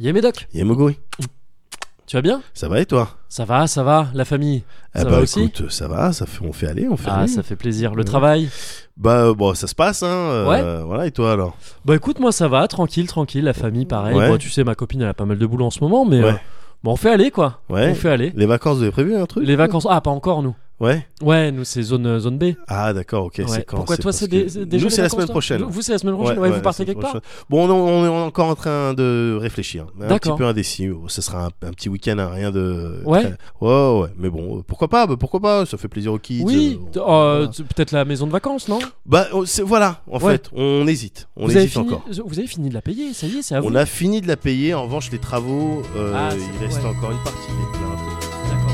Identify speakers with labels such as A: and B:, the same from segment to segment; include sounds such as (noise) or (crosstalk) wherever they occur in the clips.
A: Yé Médoc,
B: Yemoguri,
A: tu vas bien
B: ça va et toi
A: Ça va, ça va, la famille
B: Eh
A: Ça
B: bah
A: va aussi
B: écoute, ça va, ça fait, on fait aller, on fait
A: Ah,
B: aller.
A: ça fait plaisir. Le
B: Ouais.
A: travail
B: Bah euh, bon, ça se passe, hein. euh, Voilà, et toi alors
A: Bah écoute, moi ça va, tranquille, tranquille, la famille pareil.
B: Ouais.
A: Bon, tu sais, ma copine elle a pas mal de boulot en ce moment, mais
B: Ouais.
A: euh, bon, on fait aller quoi.
B: Ouais.
A: On fait aller.
B: Les vacances, vous avez prévu un truc
A: Les vacances. Ah, pas encore nous.
B: Ouais.
A: Ouais, nous c'est zone, euh, zone B.
B: Ah d'accord, ok,
A: Ouais.
B: c'est quand
A: Pourquoi toi
B: parce
A: c'est
B: que-
A: des- c'est déjà
B: Nous,
A: les
B: c'est la
A: vacances,
B: semaine
A: toi
B: prochaine.
A: Vous, vous, c'est la semaine prochaine, ouais,
B: Ouais,
A: vous
B: ouais,
A: partez
B: la
A: quelque
B: semaine
A: part
B: prochaine. Bon, on, on est encore en train de réfléchir. hein. Un
A: D'accord.
B: petit peu indécis. oh, Ce sera un, un petit week-end, hein, rien de.
A: Ouais.
B: très- Ouais, ouais. Mais bon, euh, pourquoi pas bah, Pourquoi pas Ça fait plaisir aux kids.
A: Oui,
B: euh,
A: t-
B: on-
A: euh,
B: voilà.
A: t- peut-être la maison de vacances, non
B: Bah, on- c'est- voilà, en
A: Ouais.
B: fait, on hésite. On
A: vous, avez
B: hésite
A: fini, euh,
B: encore.
A: vous avez fini de la payer, ça y est, c'est à Ah, vous.
B: On a fini de la payer. En revanche, les travaux, euh,
A: Ah, c'est-
B: il reste
A: ouais.
B: encore une partie des plaintes.
A: D'accord.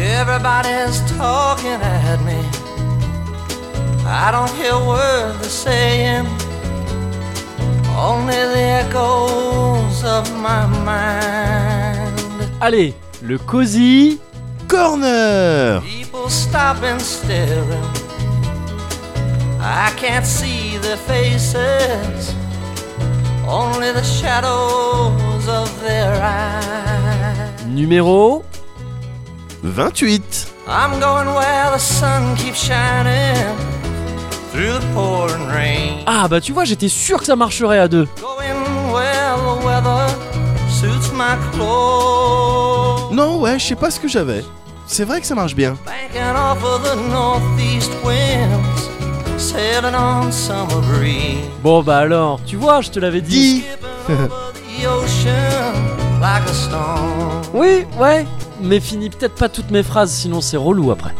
C: Everybody's talking at me. I don't hear a word they're saying, only the echoes of my mind.
A: Allez, le cosy.
B: Corner
C: People stop and staring. I can't see their faces, only the shadows of their eyes.
A: Numéro
B: 28
C: I'm going where the sun keeps shining through the pouring rain.
A: Ah bah tu vois, j'étais sûr que ça marcherait à deux.
C: Going where the weather suits my clothes.
B: Non, ouais, je sais pas ce que j'avais. C'est vrai que ça marche bien.
C: Banking off of the northeast winds, sailing on summer breeze.
A: Bon bah alors, tu vois, je te l'avais dit.
B: Dis
C: Skipping over the ocean like a stone.
A: Oui, ouais. Mais finis peut-être pas toutes mes phrases, sinon c'est relou après.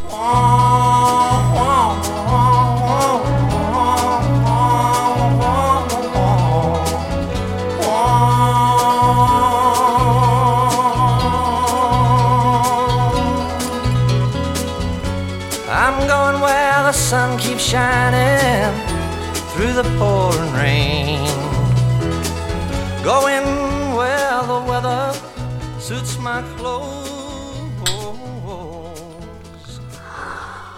C: I'm going where the sun keeps shining through the pouring rain. Going where the weather suits my clothes.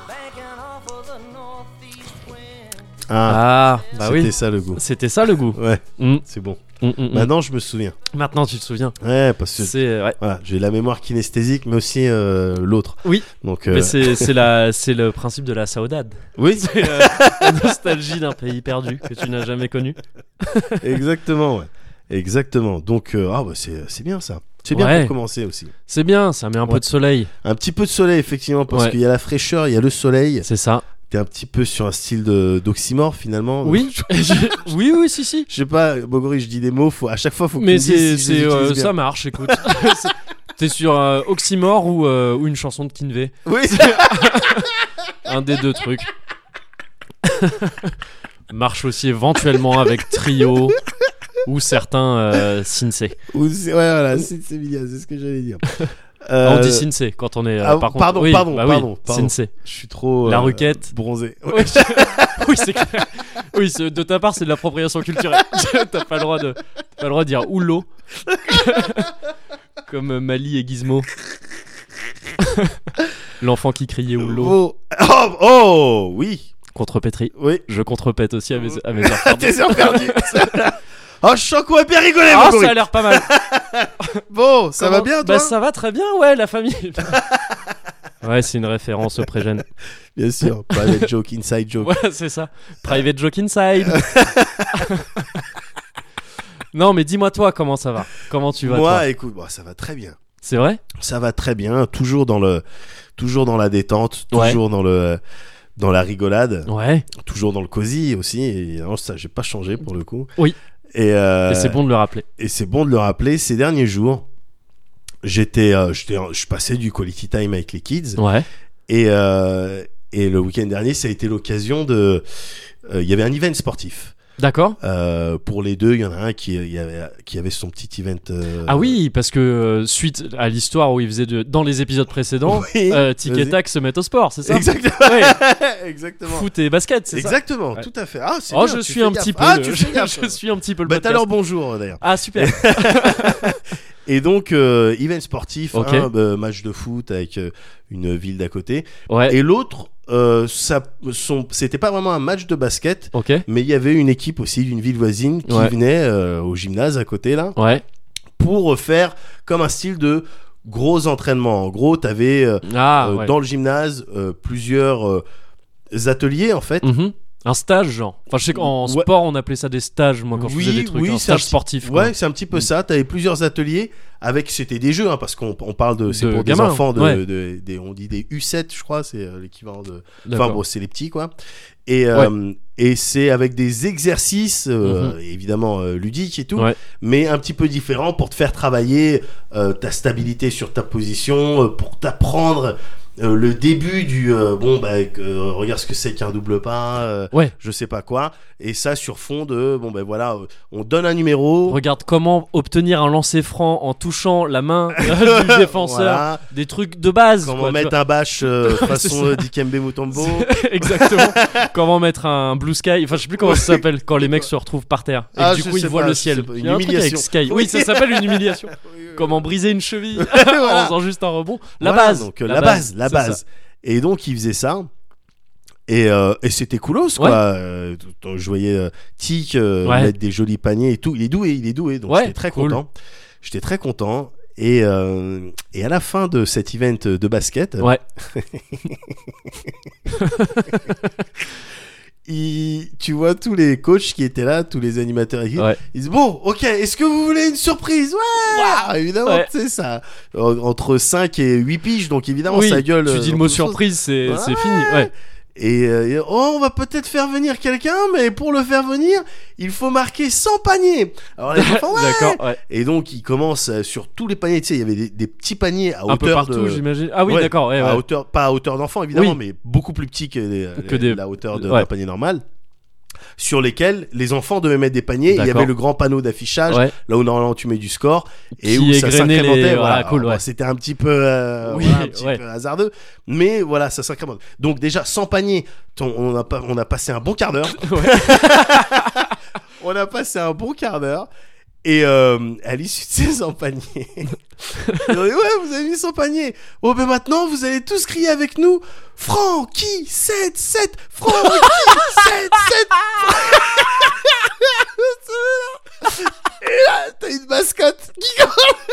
C: Banking off of the northeast wind.
B: Ah,
A: Ah, bah
B: c'était
A: oui.
B: ça le goût.
A: C'était ça le goût.
B: Ouais,
A: Mm,
B: c'est bon.
A: mm, mm, mm.
B: Maintenant, je me souviens.
A: Maintenant tu te souviens.
B: Ouais, parce que
A: C'est euh, ouais.
B: voilà, j'ai la mémoire kinesthésique, mais aussi euh, l'autre.
A: Oui.
B: Donc, euh,
A: Mais c'est c'est la c'est le principe de la saudade. (laughs)
B: oui,
A: C'est euh, la nostalgie d'un pays perdu que tu n'as jamais connu.
B: (laughs) exactement, ouais. Exactement. Donc, euh, ah, bah, c'est c'est bien ça. C'est bien
A: Ouais.
B: pour commencer aussi.
A: C'est bien, ça met un peu
B: Ouais.
A: de soleil.
B: Un petit peu de soleil, effectivement, parce
A: Ouais.
B: qu'il y a la fraîcheur, il y a le soleil.
A: C'est ça.
B: T'es un petit peu sur un style de- d'oxymore, finalement.
A: Oui. (laughs) je- Oui oui si si.
B: Je sais pas, Bogori, je dis des mots, faut, à chaque fois, faut que
A: Mais
B: tu me dises
A: c'est
B: si je les
A: c'est, euh,
B: utilise bien.
A: ça marche, écoute. (laughs) C'est- T'es sur euh, Oxymore ou euh, ou une chanson de Kinvey. (laughs)
B: Oui,
A: Un des deux trucs. (laughs) Marche aussi éventuellement avec Trio ou certains euh, Sinsei.
B: Ou c'est- ouais, voilà, c'est c'est bien, c'est ce que j'allais
A: (laughs)
B: dire. Euh,
A: Ah, On dit Sinsei quand on est. euh,
B: ah,
A: par contre,
B: pardon,
A: oui,
B: pardon,
A: bah oui,
B: pardon, pardon.
A: Sinsei.
B: Je suis trop. euh,
A: La Roquette.
B: Bronzé. Ouais.
A: Oui,
B: (laughs)
A: (laughs) oui, c'est clair. Oui, c'est- de ta part, c'est de l'appropriation culturelle. (laughs) T'as pas le droit de, t'as pas le droit de dire Oulo. (laughs) Comme euh, Mali et Gizmo. (laughs) L'enfant qui criait Oulo
B: Oh, oh, oh, oui,
A: contre Petri.
B: oui.
A: Je contrepète aussi à mes, à
B: (laughs)
A: mes enfants.
B: T'es sûr perdu.
A: (laughs)
B: oh, je sens qu'on va bien rigoler,
A: Ah,
B: Bogori.
A: ça a l'air pas mal.
B: Bon, ça va
A: Comment-
B: bien, toi
A: Bah ça va très bien, ouais, la famille. (laughs) ouais, c'est une référence au
B: (laughs)
A: pré-jeune.
B: Bien sûr. Private joke, inside joke.
A: Ouais, c'est ça. Private joke
B: (laughs)
A: inside. non, mais dis-moi toi comment ça va Comment tu vas
B: Moi,
A: toi
B: écoute, bon, ça va très bien.
A: C'est vrai
B: Ça va très bien. Toujours dans le, toujours dans la détente,
A: Ouais.
B: toujours dans le, dans la rigolade.
A: Ouais.
B: toujours dans le cosy aussi et non, ça j'ai pas changé pour le coup
A: Oui.
B: et, euh,
A: Et c'est bon de le rappeler.
B: et c'est bon de le rappeler ces derniers jours j'étais euh, j'étais je passais du quality time avec les kids
A: Ouais.
B: et euh, et le week-end dernier ça a été l'occasion de euh, il y avait un event sportif
A: D'accord
B: Euh, pour les deux il y en a un qui il y avait qui avait son petit event euh,
A: Ah oui, parce que euh, suite à l'histoire où il faisait de- dans les épisodes précédents,
B: oui,
A: euh, Tic et
B: vas-y.
A: Tac se mettent au sport, c'est ça
B: exactement
A: Ouais.
B: (laughs) exactement
A: Foot et basket, c'est ça
B: exactement
A: Ouais.
B: tout à fait ah c'est
A: Oh,
B: bien,
A: je
B: tu
A: suis
B: fais
A: un (laughs)
B: gaffe.
A: petit peu
B: ah
A: le- Ah,
B: tu fais gaffe
A: je suis un petit peu le
B: bah (laughs)
A: podcast.
B: alors bonjour d'ailleurs
A: Ah super.
B: Et donc, euh, event sportif,
A: Ok.
B: un, bah, match de foot avec euh, une ville d'à côté.
A: Ouais.
B: Et l'autre, euh, ça, son- c'était pas vraiment un match de basket,
A: Ok.
B: mais il y avait une équipe aussi d'une ville voisine qui
A: Ouais.
B: venait euh, au gymnase à côté là
A: Ouais.
B: pour faire comme un style de gros entraînement. En gros, t'avais euh,
A: Ah,
B: euh,
A: ouais.
B: dans le gymnase euh, plusieurs euh, ateliers en fait.
A: Mhm. Un stage, genre. Enfin, je sais qu'en
B: Ouais.
A: sport, on appelait ça des stages, moi, quand je
B: Oui,
A: faisais des trucs.
B: oui,
A: un
B: c'est un
A: stage
B: petit-
A: sportif. quoi.
B: Ouais, c'est un petit peu
A: Mm.
B: ça. T'avais plusieurs ateliers avec c'était des jeux hein, parce qu'on on parle de c'est
A: De
B: pour
A: gamins,
B: des enfants de,
A: ouais.
B: de- des- on dit des U7 je crois c'est euh, l'équivalent de
A: D'accord.
B: enfin bon c'est les petits quoi et euh, et c'est avec des exercices euh, évidemment euh, ludiques et tout
A: Mm-hmm. Ouais.
B: mais un petit peu différents pour te faire travailler euh, ta stabilité sur ta position euh, pour t'apprendre euh, le début du euh, bon bah euh, regarde ce que c'est qu'un double pas euh,
A: Ouais.
B: je sais pas quoi et ça sur fond de bon ben voilà euh, on donne un numéro
A: Regarde comment obtenir un lancer franc en touchant la main (laughs) du
B: (laughs)
A: défenseur.
B: Voilà.
A: Des trucs de base.
B: Comment
A: quoi, tu
B: mettre
A: vois.
B: un bâche
A: (laughs)
B: euh,
A: C'est
B: façon
A: ça.
B: euh, Dikembe Mutombo
A: C'est- (laughs) Exactement. comment mettre un blue sky. Enfin, je sais plus comment ça s'appelle quand les mecs se retrouvent par terre et que
B: Ah,
A: du
B: je
A: coup ils
B: sais
A: voient
B: pas,
A: le
B: je
A: ciel.
B: sais pas, une
A: Il y a un truc avec
B: humiliation.
A: sky. Oui,
B: Oui.
A: ça s'appelle une humiliation.
B: (laughs)
A: Comment briser une cheville (laughs) en faisant juste un rebond. La
B: Voilà,
A: base.
B: donc, euh, la, base, la
A: c'est ça.
B: base. Et donc il faisait ça. Et, euh, et c'était coolos quoi.
A: Ouais.
B: Euh, t- je voyais euh, Tic euh,
A: Ouais.
B: mettre des jolis paniers et tout. Il est doué, il est doué. Donc
A: Ouais,
B: j'étais très
A: cool.
B: content. J'étais très content. Et, euh, et à la fin de cet event de basket,
A: Ouais.
B: il- tu vois tous les coachs qui étaient là, tous les animateurs, et qui-
A: Ouais.
B: ils disent bon, ok, est-ce que vous voulez une surprise Ouais, évidemment,
A: Ouais.
B: c'est ça. En- Entre 5 et 8 piges, donc évidemment,
A: oui,
B: ça gueule.
A: Tu
B: euh,
A: dis le
B: dans
A: mot
B: toutes choses.
A: surprise, c'est
B: Ouais.
A: c'est fini.
B: (laughs)
A: Ouais.
B: Et euh, oh, on va peut-être faire venir quelqu'un, mais pour le faire venir, il faut marquer 100 paniers. Alors
A: (laughs)
B: les enfants, ouais.
A: D'accord. ouais.
B: Et donc ils commencent euh, sur tous les paniers. Tu sais, il y avait des, des petits paniers à
A: Un peu
B: hauteur
A: partout,
B: de-
A: j'imagine. Ah oui,
B: Ouais,
A: d'accord. ouais,
B: à
A: ouais.
B: hauteur, pas à hauteur d'enfant évidemment,
A: Oui.
B: mais beaucoup plus petit que, les-
A: Que des-
B: la hauteur de- d'un
A: Ouais.
B: panier normal. Sur lesquels les enfants devaient mettre des paniers. Il y
A: D'accord.
B: avait le grand panneau d'affichage
A: Ouais.
B: là où normalement tu mets du score et
A: Qui
B: où ça
A: égrenait les-
B: s'incrémentait.
A: voilà,
B: Alors,
A: cool,
B: bon,
A: ouais.
B: C'était un petit peu, euh,
A: Oui,
B: voilà, un petit
A: ouais.
B: peu hasardeux, mais voilà, ça s'incrémente. Donc déjà sans panier, ton- on a pas- on a passé un bon quart d'heure.
A: (laughs) Ouais.
B: (laughs) On a passé un bon quart d'heure. Et euh, à l'issue de ces
A: (laughs)
B: 100 paniers, ils ont dit, ouais, vous avez mis 100 paniers. Bon, ben maintenant, vous allez tous crier avec nous Francky 7 7 Francky
A: (laughs)
B: 7 7 Et là, t'as une mascotte qui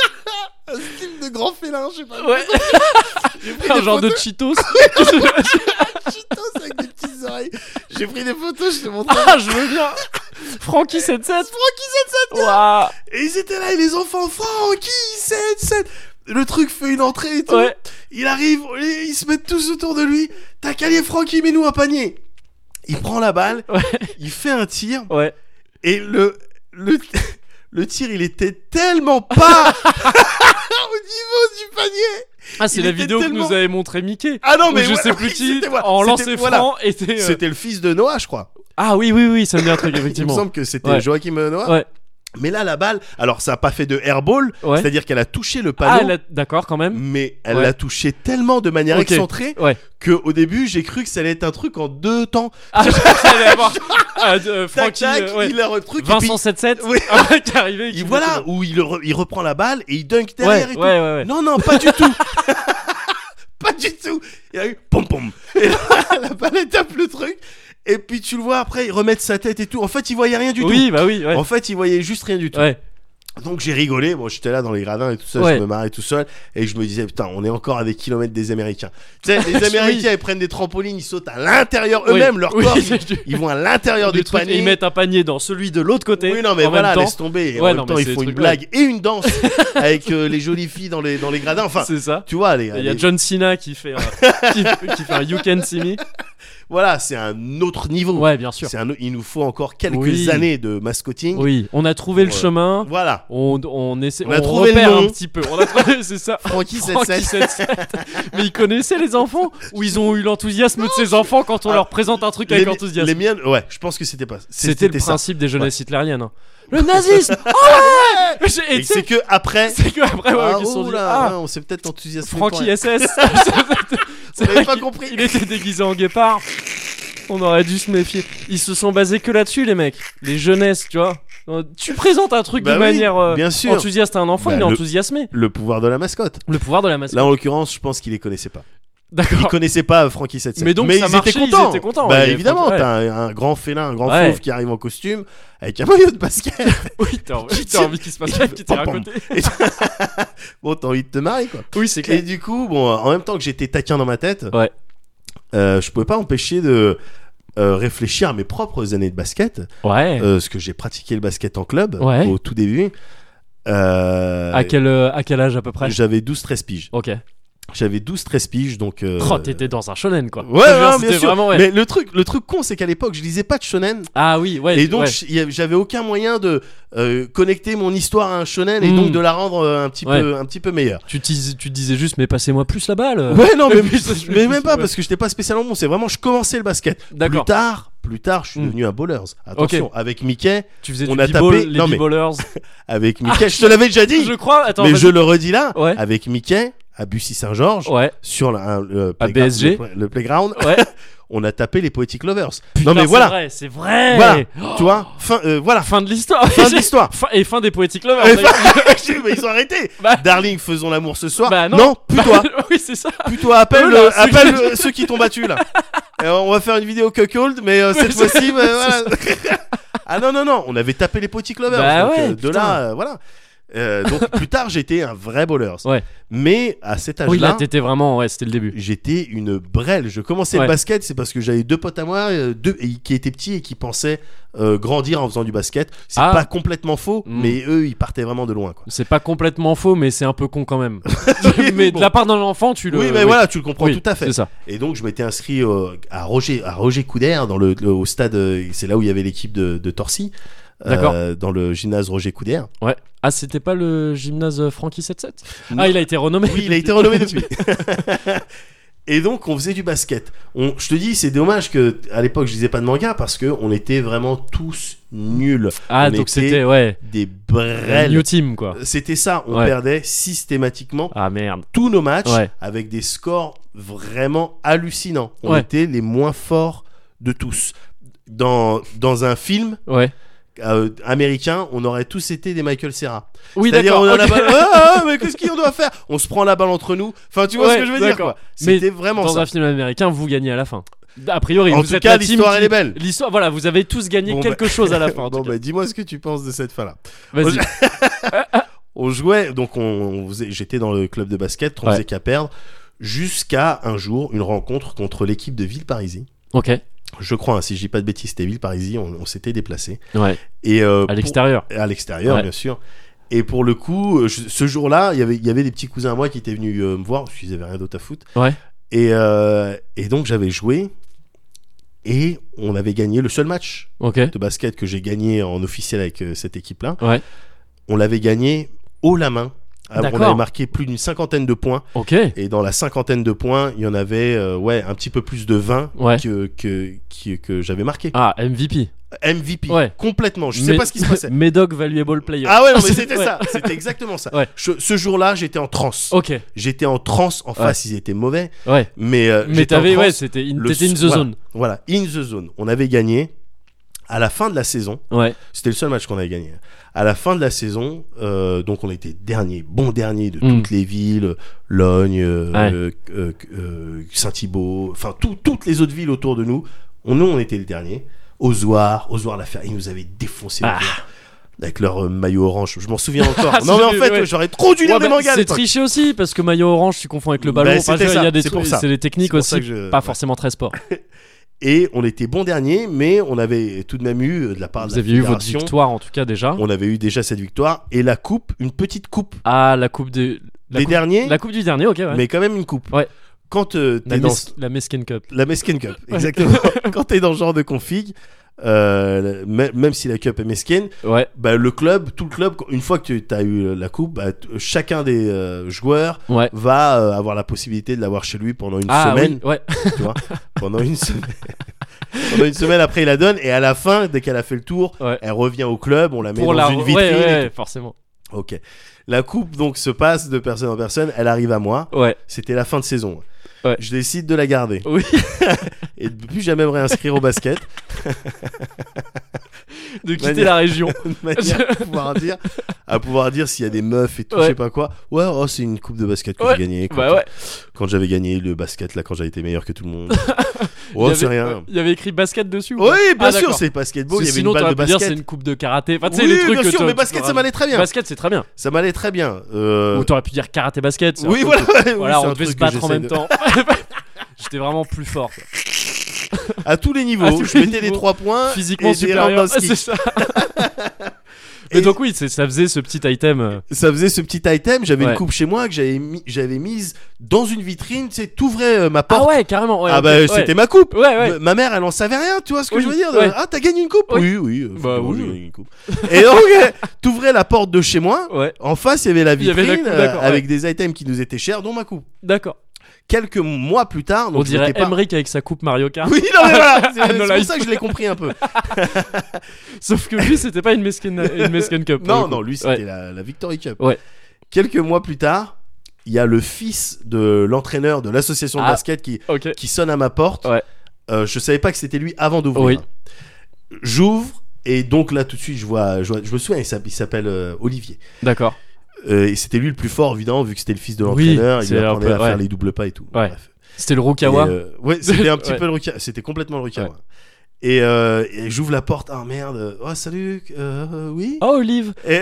B: (laughs) Un style de grand félin, je sais pas.
A: Ouais. Un
B: des
A: genre de
B: photos.
A: Cheetos. (laughs)
B: Cheetos avec des petites oreilles. J'ai pris des photos, je te montre.
A: ah, je veux bien. Francky
B: (laughs)
A: 77. Waouh.
B: Et ils étaient là, et les enfants, Francky, 7, 7. Le truc fait une entrée et tout.
A: Ouais.
B: Il arrive, et ils se mettent tous autour de lui. T'as qu'à aller, Francky, mets-nous un panier. Il prend la balle,
A: Ouais.
B: il fait un tir,
A: Ouais.
B: et le, le, le tir, il était tellement pas (laughs) au niveau du panier.
A: Ah, c'est
B: Il
A: la
B: était
A: vidéo que
B: tellement-
A: nous avait montré Mickey.
B: Ah non,
A: Où
B: mais
A: je
B: voilà, (laughs)
A: sais plus
B: oui,
A: qui,
B: c'était voilà,
A: en
B: c'était-
A: lancer
B: voilà.
A: franc, était. euh,
B: C'était le fils de Noah, je crois.
A: Ah oui, oui, oui, ça me dit un truc,
B: (laughs) Il me
A: effectivement.
B: semble que c'était
A: Ouais.
B: Joachim Noah.
A: Ouais.
B: Mais là, la balle, alors ça a pas fait de airball,
A: Ouais.
B: c'est-à-dire qu'elle a touché le
A: Ah,
B: panneau.
A: elle a- d'accord, quand même.
B: mais elle
A: Ouais.
B: l'a touché tellement de manière
A: Ok.
B: excentrée
A: Ouais.
B: que au début j'ai cru que ça allait être un truc en deux temps.
A: Ah, (laughs) je pensais aller
B: (laughs)
A: avoir. Ah, euh,
B: Tac
A: Francky,
B: tac,
A: euh, ouais.
B: il a le truc et puis
A: Vincent 77.
B: Oui.
A: Un mec qui est arrivé. et qui
B: il, voilà où il, re- il reprend la balle et il dunk
A: Ouais,
B: derrière
A: ouais,
B: et
A: ouais,
B: tout.
A: ouais.
B: Non non pas du tout. (laughs) pas du tout. Il a eu pom pom et là, (laughs) la balle elle tape le truc et puis tu le vois après il remet sa tête et tout. En fait il voyait rien du
A: Oui, bah oui,
B: tout.
A: ouais.
B: En fait il voyait juste rien du tout.
A: Ouais.
B: Donc j'ai rigolé, bon j'étais là dans les gradins et tout ça,
A: Ouais.
B: je me marrais tout seul et je me disais putain on est encore à des kilomètres des Américains. Tu sais
A: (laughs)
B: les Américains ils prennent des trampolines, ils sautent à l'intérieur eux-mêmes,
A: Oui. (laughs)
B: leur
A: Oui,
B: corps,
A: c'est
B: ils,
A: du-
B: ils vont à l'intérieur
A: du
B: du
A: truc, et
B: panier.
A: ils mettent un panier dans celui de l'autre côté.
B: Oui non mais
A: en
B: voilà
A: même temps.
B: laisse tomber. Et
A: Ouais,
B: en
A: non,
B: même temps
A: mais
B: ils
A: c'est
B: font
A: des
B: une
A: trucs, ouais.
B: blague et
A: (laughs)
B: une danse avec euh, les jolies filles dans les dans les gradins. Enfin
A: c'est ça.
B: tu vois les,
A: Il y a
B: les-
A: John Cena qui fait, un, (laughs) qui, qui fait un You Can See Me.
B: voilà c'est un autre niveau.
A: Ouais, bien sûr.
B: C'est un... il nous faut encore quelques
A: Oui.
B: années de mascoting.
A: Oui, on a trouvé le
B: Ouais.
A: chemin.
B: Voilà.
A: (laughs) On, on essaie,
B: On a trouvé le
A: repère
B: nom.
A: un petit peu. On a trouvé, (laughs) c'est ça.
B: Francky
A: Francky
B: 77.
A: 77. Mais ils connaissaient les enfants ou ils ont eu l'enthousiasme de ces enfants quand on
B: Ah,
A: leur présente un truc
B: Les,
A: avec enthousiasme.
B: les miennes, ouais, je pense que c'était pas.
A: C'était le
B: ça.
A: principe des jeunesses hitlériennes. hein. Le nazisme Oh ouais J'ai- Et
B: Et
A: tu sais,
B: c'est que après
A: c'est que après, ouais,
B: Ah,
A: ils se sont
B: oh
A: dit
B: là,
A: Ah,
B: ouais, on s'est peut-être enthousiasmé. pour
A: Francky
B: rien. (laughs)
A: SS
B: On
A: (laughs) C'est
B: n'avait
A: vrai
B: pas
A: qu'il-
B: compris.
A: Il était déguisé en guépard. On aurait dû se méfier. Ils se sont basés que là-dessus, les mecs. Les jeunesses, tu vois. Euh, Tu présentes un truc
B: Bah
A: de
B: oui,
A: manière euh,
B: bien sûr.
A: enthousiaste à un enfant,
B: Bah,
A: il est
B: le-
A: enthousiasmé.
B: Le pouvoir de la mascotte.
A: Le pouvoir de la mascotte.
B: Là, en l'occurrence, je pense qu'il les connaissait pas.
A: (laughs)
B: Ils
A: D'accord.
B: connaissaient pas Frankie 77.
A: Ah. Mais donc, ça
B: ils,
A: marchait,
B: étaient contents.
A: ils étaient contents,
B: Bah
A: ouais,
B: évidemment,
A: Frankie-
B: t'as un, un grand félin, un grand
A: Ouais.
B: fauve qui arrive en costume avec un (laughs) maillot de basket.
A: (laughs) Oui, t'as envie, t'as envie qu'il se passe
B: Pam,
A: quelque qui t'est
B: pam.
A: raconté.
B: Et- bon, t'as envie de te marier quoi.
A: Oui, c'est
B: Et
A: clair.
B: du coup, bon, en même temps que j'étais taquin dans ma tête,
A: Ouais.
B: euh, je pouvais pas empêcher de euh, réfléchir à mes propres années de basket,
A: Ouais.
B: euh, parce que j'ai pratiqué le basket en club
A: Ouais.
B: au tout début. Euh,
A: à, quel, euh, à quel âge à peu près
B: J'avais 12-13 piges.
A: Ok.
B: J'avais 12-13 piges, donc. euh,
A: Oh, t'étais dans un shonen quoi.
B: Ouais,
A: Je veux
B: ouais,
A: dire,
B: bien
A: c'était
B: sûr.
A: vraiment, ouais.
B: Mais le truc, le truc con, c'est qu'à l'époque, je lisais pas de shonen.
A: Ah oui, ouais.
B: Et donc,
A: ouais.
B: je- il y avait- j'avais aucun moyen de euh, connecter mon histoire à un shonen et
A: Mm.
B: donc de la rendre euh, un petit
A: Ouais.
B: peu, un petit peu meilleure.
A: tu, dis- tu disais juste, mais passez-moi plus la balle.
B: Ouais, non,
A: (laughs)
B: mais,
A: plus, plus,
B: mais même pas
A: ouais.
B: parce que j'étais pas spécialement bon. C'est vraiment, je commençais le basket. Plus
A: D'accord.
B: tard, plus tard, je suis
A: Mm.
B: devenu un bowler. Attention, avec Mickey,
A: Tu faisais
B: on
A: du
B: a
A: b-ball,
B: tapé-
A: les
B: non, mais-
A: b-ballers.
B: avec Mickey, je te l'avais déjà dit,
A: Ah, (laughs) je crois. Attends.
B: mais
A: vas-y.
B: je le redis là,
A: Ouais.
B: avec Mickey à Bussy-Saint-Georges,
A: Ouais.
B: sur la- un- le,
A: À
B: playgra-
A: BSG.
B: le pla- le playground,
A: Ouais.
B: on a tapé les Poetic Lovers.
A: Putain,
B: (laughs) non mais
A: c'est
B: voilà,
A: vrai, C'est vrai.
B: Voilà. tu vois, fin, euh,
A: (laughs)
B: voilà,
A: Fin de l'histoire.
B: fin
A: (laughs)
B: de l'histoire.
A: Fin- et fin des poétiques
B: Et
A: lovers. d'ailleurs.
B: (laughs) Mais ils ont arrêté.
A: (laughs) Bah-
B: Darling, faisons l'amour ce soir.
A: Bah, non.
B: plus
A: (laughs)
B: toi,
A: oui, c'est ça.
B: plus toi. Appelle,
A: Eux, là,
B: euh,
A: ceux
B: appelle
A: qui-
B: euh, ceux qui t'ont battu
A: (laughs)
B: là. Et on va faire une vidéo cuck hold, mais euh,
A: Ouais,
B: cette
A: c'est-
B: fois-ci, bah,
A: (laughs)
B: voilà. (laughs) ah non non non, on avait tapé les petits lovers.
A: Bah
B: donc,
A: ouais,
B: euh, de
A: putain.
B: là, euh, voilà. Euh, donc plus tard, j'étais un vrai bowler.
A: Ouais.
B: Mais à cet
A: Oui, là,
B: âge-là.
A: t'étais vraiment. Ouais, c'était le début.
B: J'étais une brêle. Je commençais
A: Ouais.
B: le basket, c'est parce que j'avais deux potes à moi, euh, deux et- qui étaient petits et qui pensaient euh, grandir en faisant du basket. C'est
A: Ah.
B: pas complètement faux,
A: Mm.
B: mais eux, ils partaient vraiment de loin. Quoi.
A: C'est pas complètement faux, mais c'est un peu con quand
B: (laughs)
A: même. mais
B: bon.
A: de la part d'un enfant, tu le.
B: Oui, mais voilà, tu le comprends
A: Oui,
B: tout à fait.
A: C'est ça.
B: Et donc je m'étais inscrit euh, à Roger à Roger Couder dans le, le- au stade euh, c'est là où il y avait l'équipe de, de Torcy euh,
A: D'accord.
B: dans le gymnase Roger Couder.
A: Ouais. Ah, c'était pas le gymnase euh, Francky 77
B: Non.
A: Ah, il a été
B: (laughs)
A: renommé.
B: Oui, il a été renommé depuis. Et donc on faisait du basket. On, je te dis c'est dommage que à l'époque je lisais pas de manga parce que on était vraiment tous nuls,
A: Ah,
B: On
A: donc
B: était
A: c'était, ouais. le
B: des
A: New
B: brels.
A: Team, quoi.
B: C'était ça, on
A: Ouais.
B: perdait systématiquement
A: Ah, merde.
B: tous nos matchs
A: Ouais.
B: avec des scores vraiment hallucinants. On
A: Ouais.
B: était les moins forts de tous. Dans, dans un film,
A: Ouais.
B: euh, américain, on aurait tous été des Michael Serra.
A: Oui,
B: C'est-à-dire,
A: d'accord.
B: on a
A: ok. (laughs)
B: la balle. Ah, ah, mais qu'est-ce qu'on doit faire On se prend la balle entre nous. Enfin, tu vois
A: Ouais,
B: ce que je veux dire
A: d'accord.
B: quoi.
A: Mais
B: C'était vraiment
A: Dans
B: ça.
A: un film américain, vous gagnez à la fin. A priori,
B: En
A: vous
B: tout
A: êtes
B: cas,
A: la team
B: l'histoire,
A: qui-
B: elle est belle.
A: L'histoire, voilà, vous avez tous gagné
B: Bon, bah,
A: quelque chose
B: (laughs)
A: à la fin. en
B: Bon,
A: tout cas.
B: bah, dis-moi ce que tu penses de cette fin-là.
A: Vas-y.
B: On jouait, donc on, on faisait- j'étais dans le club de basket, on
A: Ouais.
B: faisait qu'à perdre, jusqu'à un jour, une rencontre contre l'équipe de Villeparisis.
A: ok.
B: Je crois, hein, si je dis pas de bêtises, c'était Villeparisis, on, on s'était déplacé.
A: Ouais.
B: Et euh,
A: À
B: pour-
A: l'extérieur.
B: à l'extérieur,
A: Ouais.
B: bien sûr. Et pour le coup, euh, je- ce jour-là, il y avait- il y avait des petits cousins à moi qui étaient venus euh, me voir, parce qu'ils avaient rien d'autre à foutre.
A: Ouais.
B: Et, euh, et donc j'avais joué, et on avait gagné le seul match
A: Ok.
B: de basket que j'ai gagné en officiel avec euh, cette équipe-là.
A: Ouais.
B: On l'avait gagné haut la main. Ah, On
A: D'accord.
B: avait marqué plus d'une cinquantaine de points,
A: Ok.
B: et dans la cinquantaine de points, il y en avait euh, ouais, un petit peu plus de 20
A: Ouais.
B: que, que, que, que j'avais marqué.
A: Ah, MVP.
B: MVP,
A: Ouais.
B: complètement, je sais
A: Mé-
B: pas ce qui se
A: (laughs)
B: passait.
A: Medoc Valuable Player. (laughs)
B: Ah ouais, non, mais c'était
A: Ouais.
B: ça, c'était exactement ça.
A: Ouais. Oh.
B: Je- ce jour-là, j'étais en transe.
A: Ok.
B: J'étais en transe en face, ils étaient mauvais,
A: Ouais.
B: mais euh,
A: Mais
B: j'étais en
A: t'avais,
B: transe.
A: ouais, c'était in,
B: Le
A: t'étais in the
B: soir.
A: zone.
B: Voilà, in the zone. On avait gagné à la fin de la saison.
A: Ouais.
B: C'était le seul match qu'on avait gagné. À la fin de la saison, euh, donc on était dernier, bon dernier de
A: Mm.
B: toutes les villes, Logne, euh,
A: Ouais.
B: euh, euh, euh, Saint-Thibault, enfin tout- toutes les autres villes autour de nous. On, nous, on était le dernier. Ozoir, Ozoir l'affaire, ils nous avaient défoncé.
A: Ah.
B: l'Ozoir. Avec leur euh, maillot orange, je m'en souviens
A: (laughs)
B: encore. non
A: C'est
B: mais en
A: nul,
B: fait,
A: ouais.
B: j'aurais trop dû lire
A: Ouais,
B: des
A: bah,
B: mangas. à
A: c'est
B: l'époque.
A: triché aussi parce que maillot orange tu confonds avec le ballon.
B: Bah,
A: Enfin,
B: c'était
A: je- il y a
B: ça,
A: des
B: c'est
A: trucs-
B: pour ça.
A: c'est des
B: C'est
A: techniques
B: pour ça
A: aussi,
B: que je-
A: pas
B: ouais.
A: forcément très sport.
B: Et on était bon dernier, mais on avait tout de même eu euh, de la part de
A: Vous
B: la
A: aviez eu votre
B: fédération,
A: victoire en tout cas déjà.
B: On avait eu déjà cette victoire et la coupe, une petite coupe
A: Ah, la coupe des. La
B: des
A: coupe,
B: derniers,
A: la coupe du dernier, ok, ouais.
B: mais quand même une coupe.
A: Ouais.
B: Quand euh,
A: la,
B: t'es dans
A: mes- la Mesken Cup.
B: la Mesken Cup,
A: (laughs)
B: exactement. quand t'es dans ce genre de config, euh, mè- même si la cup est Mesken,
A: Ouais,
B: bah, le club, tout le club, une fois que tu as eu la coupe, bah, t- chacun des euh, joueurs
A: ouais.
B: va euh, avoir la possibilité de l'avoir chez lui pendant une
A: ah,
B: semaine.
A: oui, ouais.
B: pendant une semaine. (laughs) pendant une semaine après, il la donne et à la fin, dès qu'elle a fait le tour,
A: Ouais.
B: elle revient au club, on la met
A: Pour
B: dans
A: la
B: une
A: ouais,
B: vitrine.
A: ouais,
B: et
A: ouais, forcément.
B: tout. Ok. La coupe donc se passe de personne en personne. Elle arrive à moi.
A: Ouais.
B: C'était la fin de saison.
A: Ouais.
B: Je décide de la garder (laughs)
A: Oui. (laughs)
B: et de plus jamais me réinscrire au basket.
A: de quitter
B: Manière-
A: la
B: (laughs)
A: région.
B: de manière à pouvoir dire, à pouvoir dire s'il y a des meufs et tout, je sais
A: Ouais.
B: pas quoi. Ouais, oh, c'est une coupe de basket que
A: Ouais.
B: j'ai gagnée. Quand,
A: Bah ouais.
B: quand j'avais gagné le basket, là, quand j'avais été meilleur que tout le
A: (laughs)
B: monde.
A: Il y
B: ouais,
A: avait-
B: Oh, c'est rien.
A: Il y avait écrit basket dessus. ou pas
B: Oui, bien
A: Ah,
B: sûr,
A: d'accord.
B: c'est basketball. Il
A: Parce
B: y
A: que
B: avait
A: sinon,
B: une balle de
A: t'aurais pu dire c'est
B: basket.
A: une coupe de karaté. Enfin, tu sais,
B: Oui,
A: les trucs
B: bien
A: que
B: sûr,
A: t'aurais-
B: mais basket, ça m'allait très bien.
A: Basket, c'est très bien.
B: Ça m'allait très bien. Euh,
A: Ou t'aurais pu dire karaté basket. c'est un
B: Oui,
A: truc-
B: voilà. oui,
A: Voilà,
B: c'est un
A: on devait
B: truc
A: se
B: que
A: battre en
B: j'essaie
A: même
B: de-
A: temps. (laughs) J'étais vraiment plus fort. quoi.
B: À tous les niveaux,
A: À Ah, tous
B: je
A: les
B: mettais des
A: niveaux.
B: 3 points.
A: Physiquement
B: et des
A: supérieur. (laughs)
B: roundhouse
A: Ah,
B: kicks.
A: c'est ça.
B: Et-
A: Mais donc, oui, c'est- ça faisait ce petit item. euh,
B: ça faisait ce petit item. J'avais
A: Ouais.
B: une coupe chez moi que j'avais mis- j'avais mise dans une vitrine. Tu sais, t'ouvrais euh, ma porte.
A: Ah ouais, carrément. ouais,
B: Ah
A: ok,
B: bah
A: ouais.
B: c'était ma coupe.
A: Ouais, ouais.
B: Ma- Ma mère, elle en savait rien, tu vois ce que
A: Oui,
B: je veux dire
A: ouais.
B: Ah, t'as gagné une coupe Oui,
A: Oui.
B: oui. euh,
A: Bah
B: effectivement,
A: oui.
B: j'ai gagné une coupe. Et donc, euh, t'ouvrais la porte de chez moi.
A: Ouais,
B: En face, il y avait la
A: Il y avait
B: vitrine
A: la coupe,
B: euh,
A: d'accord,
B: avec des items qui nous étaient chers, dont ma coupe.
A: d'accord.
B: Quelques mois plus tard, donc
A: On
B: je
A: dirait
B: m'étais pas-
A: Emmerich avec sa coupe Mario Kart.
B: (laughs) Oui, non, mais voilà, c'est
A: (laughs) Ah,
B: c'est
A: no
B: pour
A: life.
B: ça que je l'ai compris un peu.
A: (laughs) Sauf que lui, c'était pas une Meskin, une mesquine Cup. pour
B: Non,
A: le coup.
B: non, lui c'était
A: Ouais.
B: la, la Victory Cup.
A: Ouais.
B: Quelques mois plus tard, il y a le fils de l'entraîneur de l'association de
A: Ah.
B: basket qui,
A: Ok.
B: qui sonne à ma porte.
A: Ouais.
B: Euh, je savais pas que c'était lui avant d'ouvrir. J'ouvre et donc là tout de suite je vois, je, vois- je me souviens, il s'app- il s'appelle euh, Olivier.
A: D'accord.
B: Euh, et c'était lui le plus fort évidemment vu que c'était le fils de
A: Oui,
B: l'entraîneur, il
A: c'est
B: lui
A: un
B: apprenait
A: peu-
B: à faire
A: ouais.
B: les doubles pas et tout.
A: Ouais.
B: Bref.
A: C'était le Rukawa.
B: Et, euh, ouais,
A: (laughs)
B: c'était un petit
A: Ouais.
B: peu le Rukawa. C'était complètement le Rukawa. Et, euh, et j'ouvre la porte. Ah merde. Oh salut. euh, oui.
A: Oh, Olive. (laughs)
B: Et,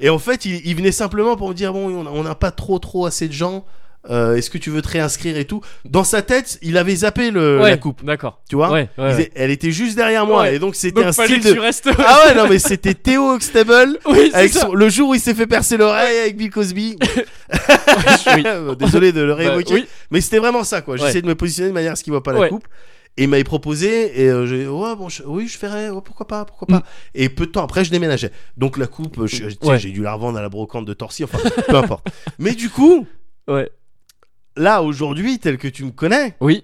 B: et en fait, il, il venait simplement pour me dire bon, on a- on n'a pas trop trop assez de gens. euh, Est-ce que tu veux te réinscrire et tout Dans sa tête, il avait zappé le,
A: ouais.
B: euh, la coupe.
A: D'accord.
B: Tu vois
A: ouais, ouais.
B: Il disait, Elle était juste derrière moi.
A: Ouais.
B: Et donc c'était
A: Donc,
B: un
A: fallait
B: style
A: que tu
B: de.
A: restes. (laughs)
B: Ah ouais, non mais c'était Théo Huxtable
A: oui, (laughs) c'est
B: avec
A: ça.
B: son- le jour où il s'est fait percer l'oreille avec
A: (laughs)
B: Bill Cosby.
A: Oui.
B: (laughs) Désolé de le
A: Bah,
B: réévoquer.
A: oui.
B: Mais c'était vraiment ça, quoi. J'essayais
A: Ouais.
B: de me positionner de manière à ce qu'il voit pas la
A: Ouais.
B: coupe. Et il m'avait proposé, et euh, j'ai dit, ouais, bon, je- oui, je ferais, ouais, pourquoi pas, pourquoi pas.
A: Mm.
B: Et peu de temps après, je déménageais. Donc la coupe, je- tu sais,
A: Ouais.
B: j'ai dû la revendre à la brocante de Torcy, enfin, peu importe. (laughs) Mais du coup,
A: Ouais.
B: là, aujourd'hui, tel que tu me connais,
A: Oui.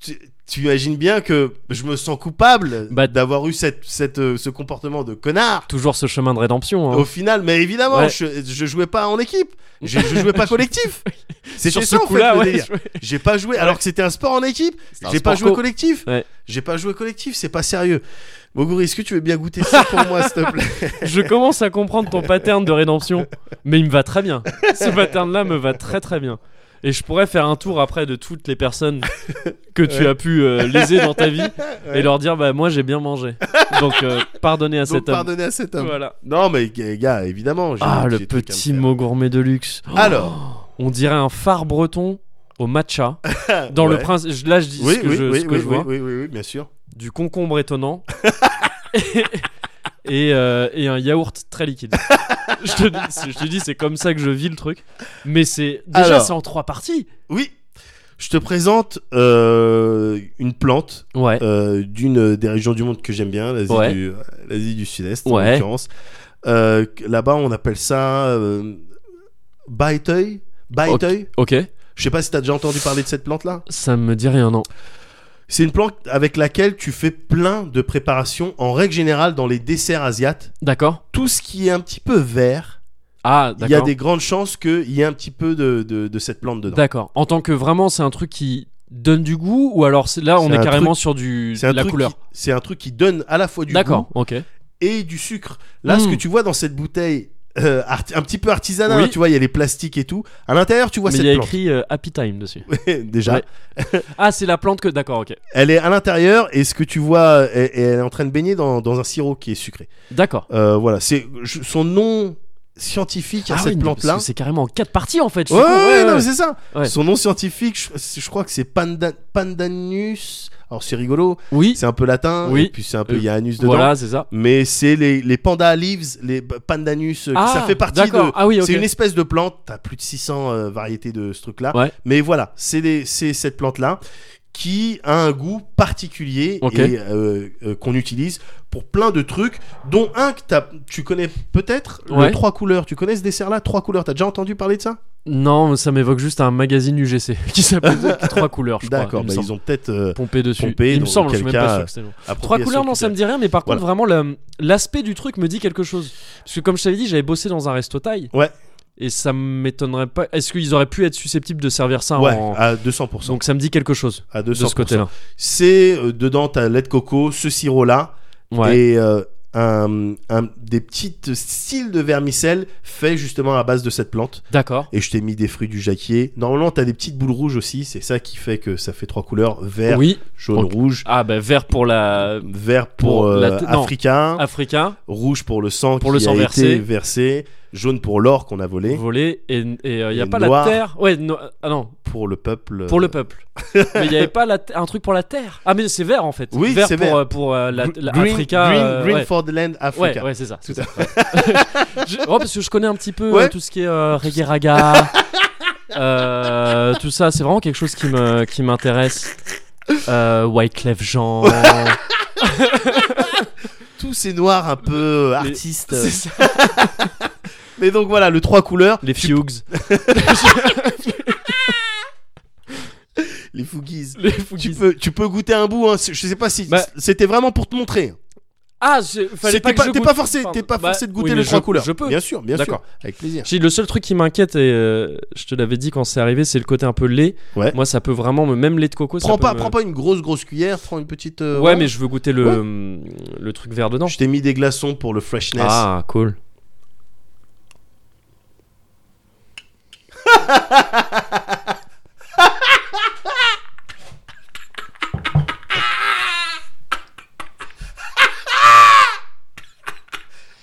B: tu, tu imagines bien que je me sens coupable
A: Bah-
B: d'avoir eu cette, cette, euh, ce comportement de connard.
A: Toujours ce chemin de rédemption. hein.
B: Au final, mais évidemment,
A: Ouais.
B: je, je jouais pas en équipe, je, je jouais
A: (laughs)
B: pas collectif. C'est sur
A: Sur ce
B: ça en fait
A: coup-là,
B: le
A: ouais,
B: délire.
A: je-
B: J'ai pas joué alors que c'était un sport en équipe.
A: un
B: J'ai pas
A: sport
B: joué
A: co.
B: collectif.
A: Ouais.
B: J'ai pas joué collectif, c'est pas sérieux. Moguri, est-ce que tu veux bien goûter ça pour
A: (laughs)
B: moi, s'il te plaît
A: je commence à comprendre ton pattern de rédemption, mais il me va très bien. Ce pattern-là me va très très bien. Et je pourrais faire un tour après de toutes les personnes que tu as pu euh, léser dans
B: (laughs)
A: ta vie et leur dire bah moi j'ai bien mangé. Donc euh, pardonnez à
B: Donc
A: cet homme.
B: pardonnez à cet homme.
A: Voilà.
B: Non, mais g- gars, évidemment. j'ai
A: Ah
B: des
A: le
B: petits trucs à me
A: petit
B: faire.
A: mot gourmet de luxe. Oh,
B: Alors,
A: on dirait un phare breton au
B: (laughs)
A: matcha dans le
B: ouais.
A: prince je- là je dis
B: Oui,
A: ce que
B: oui,
A: je,
B: oui,
A: ce que
B: oui,
A: je vois
B: oui, oui, oui, oui, bien sûr.
A: du concombre étonnant (laughs) et, euh, et un yaourt très
B: (laughs)
A: liquide. je, te, dis- c'est- je te dis, c'est comme ça que je vis le truc. Mais c'est déjà
B: Alors.
A: c'est en trois parties.
B: Oui, je te présente euh, une plante
A: Ouais.
B: euh, d'une des régions du monde que j'aime bien, l'Asie
A: Ouais.
B: du, l'Asie du Sud-Est, en
A: Ouais.
B: l'occurrence. Euh, Là-bas, on appelle ça euh, baiteuil. Baiteuil.
A: ok.
B: Je sais pas si t'as déjà entendu parler de cette plante-là.
A: Ça me dit rien non.
B: C'est une plante avec laquelle tu fais plein de préparations en règle générale dans les desserts asiates.
A: D'accord.
B: Tout ce qui est un petit peu vert,
A: Ah
B: il y a
A: d'accord.
B: des grandes chances qu'il y ait un petit peu de, de- de cette plante dedans.
A: D'accord. En tant que vraiment c'est un truc qui donne du goût ou alors c'est- là on
B: C'est
A: est
B: un
A: carrément sur du
B: C'est un,
A: la
B: truc
A: couleur.
B: qui- c'est un truc qui donne à la fois du
A: D'accord.
B: goût
A: Ok.
B: et du sucre. Là, ce
A: Mm.
B: que tu vois dans cette bouteille, euh, art- un petit peu artisanale, hein,
A: Oui.
B: tu vois, il y a les plastiques et tout. À l'intérieur, tu vois
A: Mais il y a
B: cette plante.
A: écrit euh, Happy Time dessus.
B: (laughs) Déjà,
A: Ouais. Ah c'est la plante que d'accord. Ok.
B: elle est à l'intérieur et ce que tu vois, elle, elle est en train de baigner dans- dans un sirop qui est sucré.
A: D'accord.
B: Euh, voilà, c'est je- son nom scientifique à
A: Ah
B: cette
A: oui, parce
B: plante-là.
A: que C'est carrément en quatre parties en fait. je
B: Ouais,
A: suis con,
B: ouais,
A: ouais,
B: non,
A: ouais.
B: mais c'est ça.
A: Ouais.
B: Son nom scientifique, je, je crois que c'est Panda- Pandanus. Alors c'est rigolo,
A: Oui.
B: c'est un peu latin,
A: Oui.
B: et puis c'est un peu,
A: Euh,
B: il y a anus dedans.
A: Voilà c'est ça.
B: Mais c'est les, les panda leaves, les p- pandanus, euh, qui- ça
A: Ah,
B: fait partie
A: d'accord.
B: de.
A: Ah oui, ok.
B: C'est une espèce de plante, t'as plus de 600 euh, variétés de ce truc-là.
A: Ouais.
B: Mais voilà, c'est des- c'est cette plante-là qui a un goût particulier
A: Ok.
B: et euh, euh, qu'on utilise pour plein de trucs, dont un que t'as- tu connais peut-être, le
A: Ouais.
B: trois couleurs. Tu connais ce dessert-là Trois couleurs, t'as déjà entendu parler de ça
A: Non, ça m'évoque juste un magazine UGC (laughs) qui s'appelle
B: (laughs)
A: Trois couleurs, je crois.
B: D'accord,
A: il
B: bah,
A: me
B: ils
A: semble.
B: ont peut-être. euh,
A: pompé dessus.
B: pompé,
A: il me
B: donc euh,
A: semble, je suis
B: auquel
A: même
B: cas,
A: pas sûr que c'est le nom. Trois
B: appropriation
A: couleurs, non, ça me dit rien, mais par
B: Voilà.
A: contre, vraiment, le- l'aspect du truc me dit quelque chose. Parce que, comme je t'avais dit, j'avais bossé dans un resto taille.
B: Ouais.
A: Et ça m'étonnerait pas. Est-ce qu'ils auraient pu être susceptibles de servir ça
B: Ouais, Ah,
A: en.
B: à 200%.
A: Donc, ça me dit quelque chose
B: à 200%.
A: de ce hein. côté-là.
B: C'est euh, dedans, t'as lait de coco, ce sirop-là.
A: Ouais.
B: et euh, un, un- des petites styles de vermicelle faits justement à base de cette plante.
A: D'accord.
B: Et je t'ai mis des fruits du jacquier. Normalement, t'as des petites boules rouges aussi. C'est ça qui fait que ça fait trois couleurs vert,
A: Oui.
B: jaune,
A: Ok.
B: rouge.
A: Ah bah vert pour la
B: Vert pour,
A: Pour la
B: euh,
A: t- non.
B: africain,
A: africain
B: rouge pour le sang
A: Pour
B: qui
A: le sang
B: a
A: versé.
B: été versé, jaune pour l'or qu'on a volé,
A: volé et et euh, y a
B: Et
A: pas
B: noir.
A: la
B: Euh.
A: terre. Ouais. no- Ah non.
B: pour le peuple.
A: Pour le
B: (laughs)
A: peuple. mais il y avait pas la te- un truc pour la terre. Ah mais c'est vert en fait.
B: Oui,
A: vert
B: c'est
A: pour
B: vert.
A: euh, pour euh, la,
B: Gr-
A: la
B: green,
A: Africa,
B: green,
A: euh,
B: green
A: ouais.
B: for the land, Africa.
A: Ouais, ouais, c'est ça. c'est
B: Tout
A: ça, ouais. (laughs) Je- oh, parce que je connais un petit peu
B: Ouais.
A: euh, tout ce qui est euh, reggae
B: (laughs)
A: raga, euh, tout ça. C'est vraiment quelque chose qui me qui m'intéresse. Euh, Wyclef Jean. euh,
B: Tous ces noirs un peu euh,
A: Les-
B: artistes.
A: c'est ça.
B: Mais donc voilà, le trois couleurs,
A: Les
B: tu-
A: Fugues.
B: les fouguises.
A: Les
B: Tu
A: Fugees.
B: peux, tu peux goûter un bout, hein. je sais pas si
A: Bah-
B: c'était vraiment pour te montrer.
A: Ah, je- fallait
B: C'est-
A: pas
B: T'es
A: que
B: pas,
A: je
B: t'es
A: goûte.
B: pas forcé,
A: Pardon.
B: t'es pas
A: Bah,
B: forcé de goûter
A: oui, mais
B: les
A: je-
B: trois couleurs.
A: Je peux.
B: Bien sûr, bien sûr.
A: D'accord.
B: Avec plaisir.
A: J'ai- Le seul truc qui m'inquiète, et euh, je te l'avais dit quand c'est arrivé, c'est le côté un peu lait.
B: Ouais.
A: Moi, ça peut vraiment, me- même lait de coco,
B: Prends
A: ça peut
B: pas,
A: me-
B: prends pas une grosse grosse cuillère, prends une petite. euh,
A: Ouais,
B: voilà.
A: mais je veux goûter le, hum, le truc vert dedans.
B: Je t'ai mis des glaçons pour le freshness.
A: Ah, cool.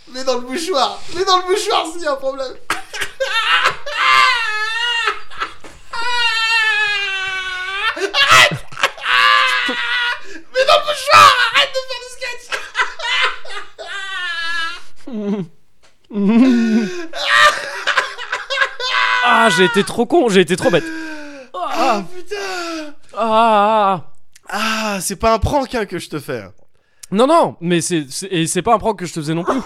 B: Mets dans le mouchoir, mets dans le mouchoir s'il y a un problème.
A: Ah, j'ai été trop con, j'ai été trop bête. Ah,
B: Ah putain.
A: ah, ah, ah.
B: Ah, c'est pas un prank hein, que je te fais.
A: Non, non, mais c'est c'est- et c'est pas un prank que je te faisais non plus.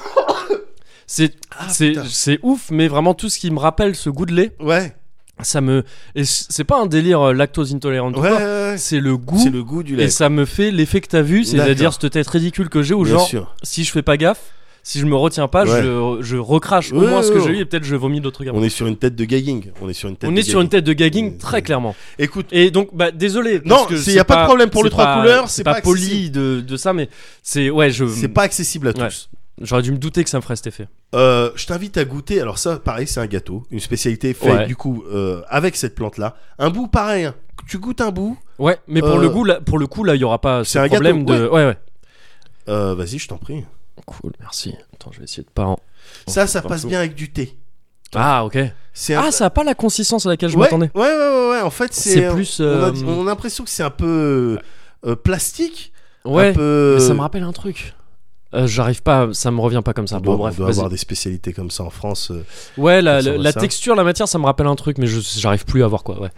A: C'est c'est-
B: Ah, putain.
A: c'est ouf, mais vraiment tout ce qui me rappelle ce goût de lait,
B: Ouais.
A: ça me. Et c- c'est pas un délire euh, lactose intolérant
B: Ouais. ouais, ouais.
A: c'est le goût.
B: C'est le goût du lait.
A: Et ça me fait l'effet que t'as vu, c'est-à-dire
B: D'accord.
A: cette tête ridicule que j'ai, où
B: Bien
A: genre,
B: sûr.
A: si je fais pas gaffe, si je me retiens pas,
B: Ouais.
A: je, je recrache au
B: Ouais,
A: moins ce que
B: ouais,
A: j'ai eu
B: ouais.
A: et peut-être je vomis d'autres trucs après.
B: On est sur une tête de gagging. On est sur une tête.
A: On
B: de
A: est sur une
B: gagging.
A: tête de gagging
B: Euh,
A: très
B: euh,
A: clairement.
B: Écoute,
A: Et donc, bah, désolé.
B: Non,
A: parce que
B: s'il
A: c'est
B: y a pas de problème pour le
A: c'est
B: trois
A: pas-
B: couleurs, c'est pas
A: poli
B: accessible.
A: de, de ça, mais c'est ouais, je
B: c'est pas accessible à
A: Euh, Ouais.
B: tous.
A: j'aurais dû me douter que ça me ferait cet effet.
B: Euh, je t'invite à goûter. Alors ça, pareil, c'est un gâteau, une spécialité faite
A: Ouais.
B: du coup euh, avec cette plante-là. Un bout pareil. hein. Tu goûtes un bout.
A: Ouais, mais pour
B: Euh,
A: le goût, là, pour le coup, là, il y aura pas ce
B: c'est un
A: problème
B: gâteau,
A: de. Ouais, ouais.
B: Euh, Vas-y, je t'en prie.
A: Cool, merci. Attends, je vais essayer de Oh, pas. en-
B: Ça, ça
A: Partout.
B: passe bien avec du thé.
A: Ah, ok.
B: C'est un-
A: Ah, ça a pas la consistance à laquelle je
B: ouais,
A: m'attendais.
B: Ouais, ouais, ouais, ouais. En fait, c'est
A: C'est plus,
B: on a-
A: euh,
B: On a, l'impression que c'est un peu euh, plastique.
A: Ouais.
B: Un peu.
A: Mais ça me rappelle un truc. Euh, J'arrive pas, ça me revient pas comme ça.
B: On
A: Bon,
B: doit-
A: bref,
B: on doit
A: vas-y.
B: avoir des spécialités comme ça en France. euh.
A: Ouais, la,
B: on
A: la-
B: voit
A: la
B: ça.
A: texture, la matière, ça me rappelle un truc, mais je j'arrive plus à voir quoi. Ouais.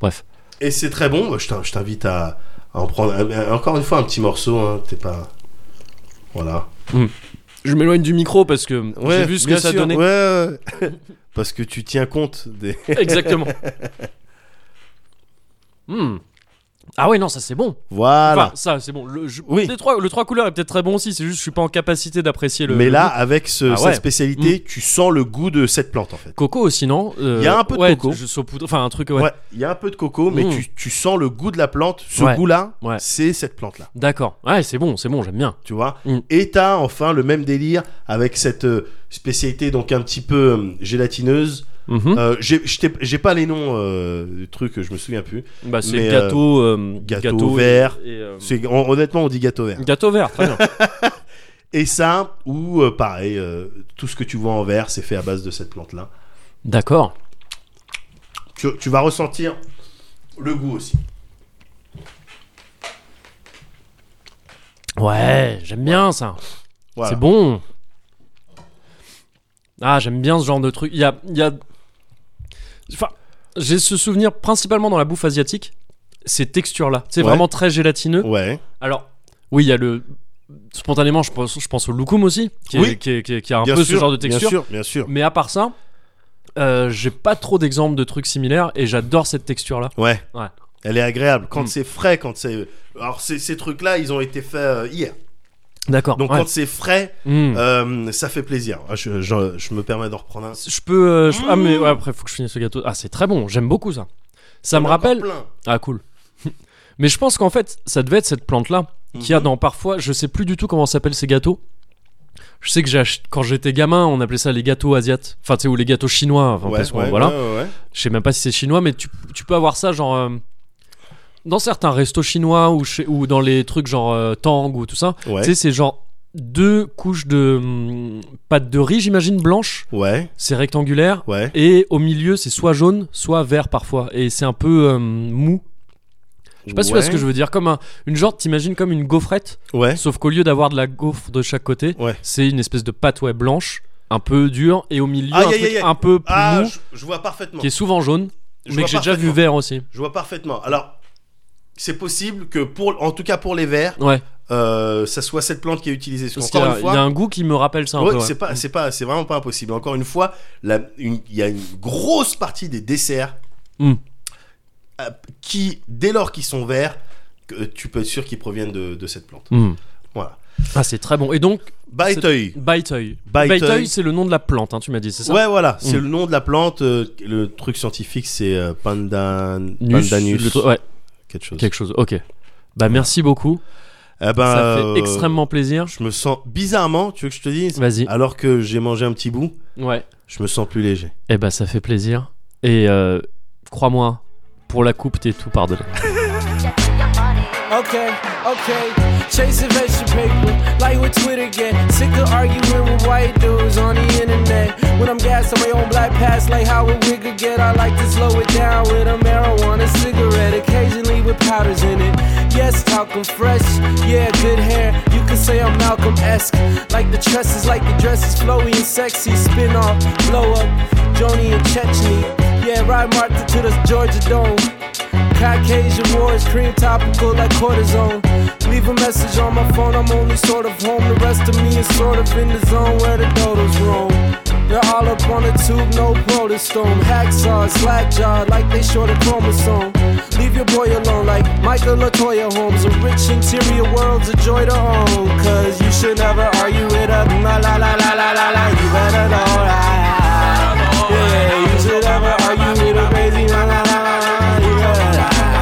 A: Bref.
B: Et c'est très bon. Bah, Je t'in- je t'invite à, à en prendre. euh, Encore une fois, un petit morceau. Hein. T'es pas. Voilà.
A: Je m'éloigne du micro parce que j'ai vu ce que
B: bien
A: ça
B: sûr.
A: donnait.
B: Ouais, ouais, ouais. Parce que tu tiens compte des.
A: (laughs) Exactement. (laughs) Hmm. Ah ouais, non, ça c'est bon.
B: Voilà.
A: Enfin, ça c'est bon. Le, je-
B: Ah Oui.
A: les trois, le trois couleurs est peut-être très bon aussi, c'est juste que je suis pas en capacité d'apprécier le.
B: Mais
A: le
B: là,
A: goût.
B: avec ce-
A: Ah
B: cette
A: ouais.
B: spécialité, tu sens le goût de cette plante en fait.
A: Coco aussi, non Euh,
B: Y a un peu de
A: ouais,
B: coco.
A: Je saupoudre, enfin un truc, ouais.
B: Ouais, il y a un peu de coco, mais
A: Mm.
B: tu, tu sens le goût de la plante. Ce
A: Ouais.
B: goût-là,
A: Ouais.
B: c'est cette plante-là,
A: D'accord. Ouais, c'est bon, c'est bon, j'aime bien.
B: tu vois.
A: Mm.
B: Et t'as enfin le même délire avec cette euh, spécialité donc un petit peu euh, gélatineuse.
A: Mhm.
B: Euh, j'ai- je t'ai- J'ai pas les noms euh, du truc, je me souviens plus.
A: bah, c'est
B: mais,
A: gâteau, euh,
B: gâteau vert.
A: et- et, euh,
B: C'est- hon- Honnêtement, on dit gâteau vert.
A: Gâteau vert, très bien.
B: Et ça, ou euh, pareil, euh, tout ce que tu vois en vert, c'est fait à base de cette plante-là.
A: (laughs) D'accord.
B: Tu, tu vas ressentir le goût aussi.
A: Ouais, j'aime bien ça.
B: Voilà.
A: C'est bon. Ah, j'aime bien ce genre de truc. Il y a, il y a... Enfin, j'ai ce souvenir principalement dans la bouffe asiatique. Ces textures-là. C'est
B: Ouais.
A: vraiment très gélatineux.
B: Ouais.
A: Alors, oui, il y a le... Spontanément, je pense, je pense au loukoum aussi, qui, est-
B: Oui.
A: qui est- qui est- qui a un
B: bien
A: peu
B: sûr,
A: ce genre de texture.
B: Bien sûr, bien sûr.
A: Mais à part ça, euh, j'ai pas trop d'exemples de trucs similaires et j'adore cette texture-là.
B: Ouais.
A: Ouais.
B: Elle est agréable. Quand
A: Mm.
B: c'est frais, quand c'est. Alors, ces, ces trucs-là, ils ont été faits euh, hier.
A: D'accord.
B: Donc,
A: ouais.
B: quand c'est frais,
A: Mm.
B: euh, ça fait plaisir. Ah, Je, je- je me permets d'en reprendre un.
A: Je peux. euh, je- Ah, mais
B: Mmh.
A: ouais, après, faut que je finisse ce gâteau. Ah, c'est très bon, j'aime beaucoup ça. Ça
B: Il y
A: me
B: en a encore
A: rappelle.
B: plein.
A: (laughs) Ah, cool. mais je pense qu'en fait, ça devait être cette plante-là qu'il
B: Mhm.
A: y a dans parfois, je sais plus du tout comment s'appellent ces gâteaux. Je sais que j'ai ach- quand j'étais gamin, on appelait ça les gâteaux asiates. Enfin, tu sais, ou les gâteaux chinois. Enfin,
B: Ouais,
A: parce qu'on-
B: ouais,
A: voilà.
B: ouais, ouais.
A: Je sais même pas si c'est chinois, mais tu, tu peux avoir ça genre euh, dans certains restos chinois ou, chez- ou dans les trucs genre euh, Tang ou tout ça.
B: Ouais.
A: Tu sais, c'est genre deux couches de hum, pâte de riz, j'imagine, blanche.
B: Ouais,
A: C'est rectangulaire.
B: ouais.
A: Et au milieu, c'est soit jaune, soit vert parfois. Et c'est un peu euh, mou. Je sais pas si tu vois ce que je veux dire. Comme un- une genre, t'imagines comme une gaufrette,
B: Ouais,
A: sauf qu'au lieu d'avoir de la gaufre de chaque côté,
B: ouais.
A: c'est une espèce de pâte ouais, blanche, un peu dure, et au milieu,
B: Aïe,
A: un
B: aïe,
A: truc
B: aïe, aïe.
A: un peu plus
B: Ah,
A: mou,
B: je, je vois parfaitement.
A: qui est souvent jaune,
B: Je
A: mais
B: vois
A: que j'ai déjà vu
B: parfaitement.
A: vert aussi.
B: Je vois parfaitement. Alors, c'est possible que pour, en tout cas pour les verts,
A: Ouais,
B: euh, ça soit cette plante qui est utilisée. Parce
A: parce qu'il y,
B: qu'encore
A: a-
B: une
A: il y
B: fois,
A: a un goût qui me rappelle ça un
B: Ouais,
A: peu. ouais.
B: c'est pas, c'est pas, c'est vraiment pas impossible. Encore une fois, la- une- il y a une grosse partie des desserts
A: Mm.
B: euh, qui, dès lors qu'ils sont verts, que euh, tu peux être sûr qu'ils proviennent de, de cette plante.
A: Mm.
B: Voilà.
A: Ah, c'est très bon. Et donc,
B: Baitoy.
A: Baitoy.
B: Baitoy.
A: Baitoy, c'est le nom de la plante, hein, tu m'as dit, c'est ça
B: Ouais, voilà. C'est
A: Mm.
B: le nom de la plante. euh, le truc scientifique, c'est euh, pandan,
A: Nus,
B: pandanus.
A: le truc- ouais,
B: Quelque chose.
A: quelque chose. Ok. Bah, merci beaucoup.
B: Eh ben,
A: ça fait
B: euh,
A: extrêmement plaisir.
B: Je me sens bizarrement, tu veux que je te dise
A: Vas-y.
B: Alors que j'ai mangé un petit bout,
A: Ouais.
B: je me sens plus léger.
A: Eh ben, ça fait plaisir. Et euh, crois-moi, pour la coupe, t'es tout pardonné.
D: Okay, okay. Chasing veggie paper, like with Twitter again. Sick of arguing with white dudes on the internet. When I'm gassed on my own black past, like how a wig get. I like to slow it down with a marijuana cigarette, occasionally with powders in it. Yes, talking fresh, yeah, good hair. You could say I'm Malcolm esque. Like the tresses, like the dresses, flowy and sexy. Spin off, blow up, Joni and Chechnya. Yeah, ride Martha to the Georgia Dome. Caucasian wars, cream topical like cortisone. Leave a message on my phone, I'm only sort of home. The rest of me is sort of in the zone where the dodos roam. They're all up on a tube, no protostome. Hacksaw, slack jaw, like they short a chromosome. Leave your boy alone, like Michael Latoya Holmes. A rich interior world's a joy to own. Cause you should never argue it up. La la la la la la la, you better know that. Yeah, you should never argue it up. Crazy, la la la la la.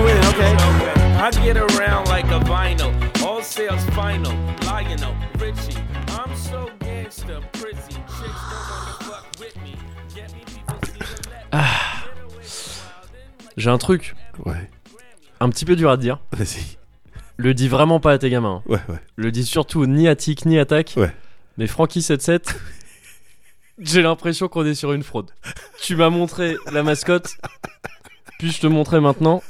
D: I get around like a vinyl, all sales final. Lionel, Richie, I'm so gangster, pretty. Chicks don't wanna fuck with me. Get me people stealing let
A: J'ai un truc
B: Ouais,
A: un petit peu dur à te dire.
B: vas-y.
A: Le dis vraiment pas à tes gamins. hein.
B: Ouais, ouais.
A: Le dis surtout ni à Tic ni à Tac.
B: Ouais.
A: Mais Frankie77, j'ai l'impression qu'on est sur une fraude. Tu m'as montré la mascotte, puis je te montrais maintenant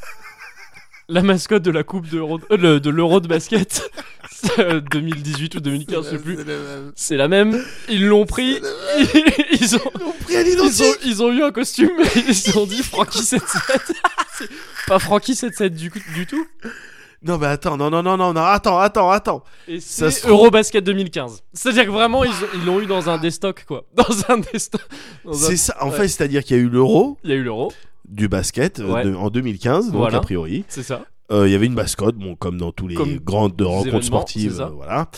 A: la mascotte de la Coupe de, Euro- euh, le- de l'Euro de basket (laughs) euh, 2018 ou 2015, je sais plus. C'est la même. Ils l'ont pris. (laughs) Ils ont, Ils ont, ils ont eu un costume et ils ont dit Frankie 77. C'est (laughs) pas Frankie 77 du, coup- du tout.
B: Non, mais attends, non, non, non, non, non, attends, attends, attends.
A: Et
B: Ça
A: c'est
B: se trouve-
A: Eurobasket 2015. C'est-à-dire que vraiment, ils ont- ils l'ont eu dans un des stocks, quoi. (laughs) Dans un des stocks. dans un-
B: C'est ça, en
A: ouais.
B: fait, c'est-à-dire qu'il y a eu l'euro
A: Il y a eu l'Euro,
B: du basket euh,
A: Ouais.
B: de- en 2015, donc
A: Voilà.
B: a priori.
A: c'est ça.
B: Euh, il y avait une mascotte, bon, comme dans tous les
A: Comme
B: grandes rencontres
A: événements,
B: sportives,
A: c'est ça.
B: euh, voilà.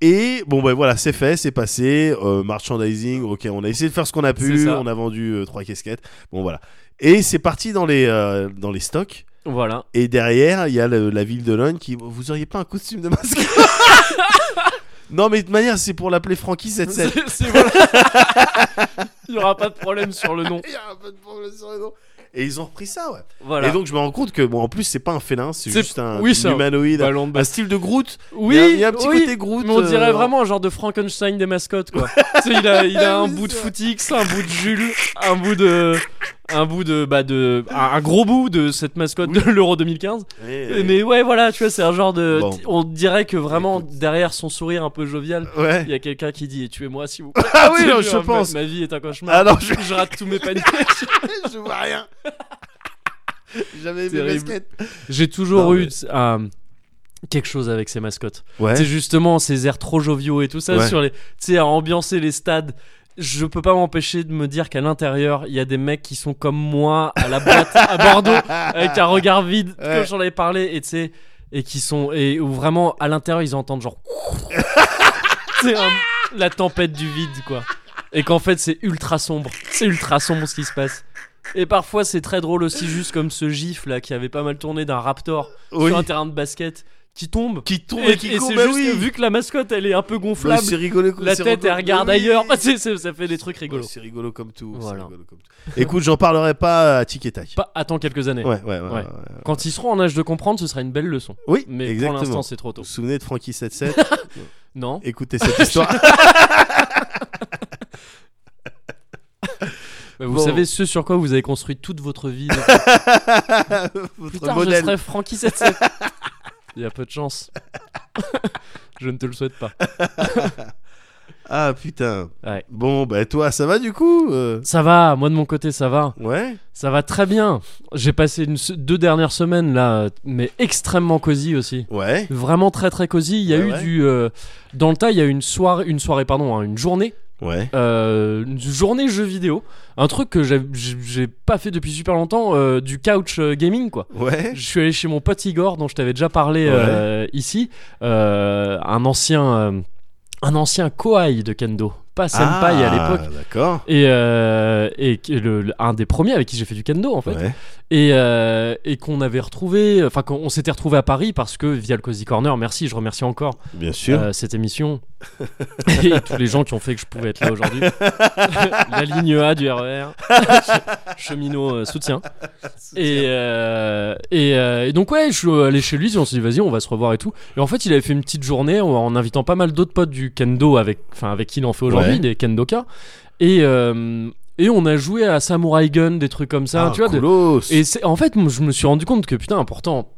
B: Et bon, ben voilà, c'est fait, c'est passé. euh, merchandising, ok, on a essayé de faire ce qu'on a
A: C'est
B: pu,
A: ça.
B: on a vendu euh, trois casquettes, bon voilà. Et c'est parti dans les, euh, dans les stocks.
A: Voilà.
B: Et derrière, il y a le- la ville de Lone qui. Vous auriez pas un costume de mascotte (laughs) Non, mais de toute manière, c'est pour l'appeler Frankie 77.
A: (laughs) C'est- c'est- voilà. il y aura pas de problème sur le nom.
B: (laughs) Il y a un peu de problème sur le nom. Et ils ont repris ça, ouais.
A: Voilà.
B: Et donc, je me rends compte que, bon, en plus, c'est pas un félin, c'est
A: C'est-
B: juste un
A: oui, c'est un
B: humanoïde.
A: Ballon de
B: Un
A: basket.
B: style de Groot.
A: Oui,
B: il, y a, il y a un petit
A: oui.
B: côté Groot.
A: Mais on dirait
B: euh,
A: vraiment un genre de Frankenstein des mascottes quoi. (laughs) Tu sais, il a, il a un
B: Oui,
A: bout de
B: c'est vrai.
A: Footix, un bout de Jules, un bout de un bout de bah de un, un gros bout de cette mascotte de l'Euro 2015.
B: Et-
A: Mais ouais voilà, tu vois, c'est un genre de
B: Bon.
A: on dirait que vraiment
B: Écoute.
A: derrière son sourire un peu jovial,
B: Ouais.
A: il y a quelqu'un qui dit tuez-moi si vous plaît.
B: (laughs) Ah oui,
A: Tu
B: non,
A: vois,
B: je
A: ma-
B: pense.
A: Ma, vie est un cauchemar.
B: Ah non, je,
A: Je rate tous mes paniers.
B: (laughs) je vois rien. J'avais mes
A: Terrible.
B: baskets.
A: J'ai toujours
B: Non,
A: eu
B: mais-
A: un- quelque chose avec ces mascottes.
B: Ouais.
A: C'est justement ces airs trop joviaux et tout ça
B: Ouais.
A: sur les, tu sais, à ambiancer les stades. Je peux pas m'empêcher de me dire qu'à l'intérieur, il y a des mecs qui sont comme moi à la boîte à
B: (laughs)
A: Bordeaux avec un regard vide,
B: Ouais.
A: comme j'en avais parlé, et (laughs) tu sais, et qui sont et où vraiment à l'intérieur ils entendent genre. c'est un- la tempête du vide, quoi. Et qu'en fait, c'est ultra sombre. C'est ultra sombre ce qui se passe. Et parfois, c'est très drôle aussi, juste comme ce gif là qui avait pas mal tourné d'un raptor
B: Oui.
A: sur un terrain de basket qui tombe.
B: Qui tombe
A: Et,
B: et qui
A: et
B: court,
A: c'est
B: bah
A: juste
B: oui. Bah,
A: que vu que la mascotte elle est un peu
B: Mais
A: gonflable,
B: c'est rigolo comme-
A: la
B: c'est
A: tête elle
B: rigolo-
A: regarde
B: Oui. Bah,
A: ailleurs. (laughs) Bah, c'est- c'est- ça fait des trucs rigolos.
B: Ouais, C'est rigolo comme tout. c'est
A: Voilà.
B: rigolo comme tout. Écoute, j'en parlerai pas à Tic et Tac.
A: Pas attends quelques années.
B: Ouais, ouais, ouais.
A: Ouais.
B: ouais.
A: Quand ils seront en âge de comprendre, ce sera une belle leçon.
B: Oui,
A: Mais
B: exactement.
A: pour l'instant, c'est trop tôt.
B: Vous vous souvenez de
A: (laughs)
B: Frankie 77
A: Non.
B: Écoutez
A: (laughs)
B: cette histoire.
A: Bah, vous
B: Bon.
A: savez ce sur quoi vous avez construit toute votre
B: (laughs)
A: vie.
B: Votre
A: Plus tard, je
B: modèle.
A: serai Frankie 77. Il y a peu de chance. (laughs) je ne te le souhaite pas.
B: Ah putain.
A: Ouais.
B: Bon, bah toi, ça va du coup euh,
A: Ça va, moi de mon côté, ça va.
B: Ouais.
A: Ça va très bien. J'ai passé une, se- deux dernières semaines là, mais extrêmement cosy aussi.
B: Ouais.
A: Vraiment très très cosy. Il y a
B: Ouais,
A: eu
B: ouais.
A: du. euh, dans le tas, il y a eu une soirée, une soirée pardon, hein, une journée
B: Ouais.
A: euh, une journée jeux vidéo, un truc que j'ai- j'ai j'ai pas fait depuis super longtemps, euh, du couch euh, gaming quoi.
B: Ouais.
A: Je suis allé chez mon pote Igor dont je t'avais déjà parlé euh, ici, euh, un ancien, euh, un ancien kohai de kendo, pas senpai
B: Ah.
A: à l'époque.
B: D'accord.
A: Et, euh, et qui est le, le- un des premiers avec qui j'ai fait du kendo en fait,
B: Ouais.
A: et, euh, et qu'on avait retrouvé, enfin qu'on on s'était retrouvé à Paris parce que via le Cozy Corner, merci, je remercie encore
B: Bien sûr.
A: euh, cette émission (laughs) et tous les gens qui ont fait que je pouvais être là
B: (laughs)
A: aujourd'hui. La ligne A du RER, cheminot euh, soutien. Et, euh, et, euh, et donc ouais, je suis allé chez lui, on s'est dit vas-y, on va se revoir et tout. Et en fait, il avait fait une petite journée en- en invitant pas mal d'autres potes du kendo avec, enfin avec qui il en fait aujourd'hui,
B: Ouais.
A: des kendoka. Et euh, et on a joué à Samurai Gun, des trucs comme ça,
B: Ah,
A: tu vois, de-
B: coolos.
A: et c'est, en fait, moi, je me suis rendu compte que putain, important.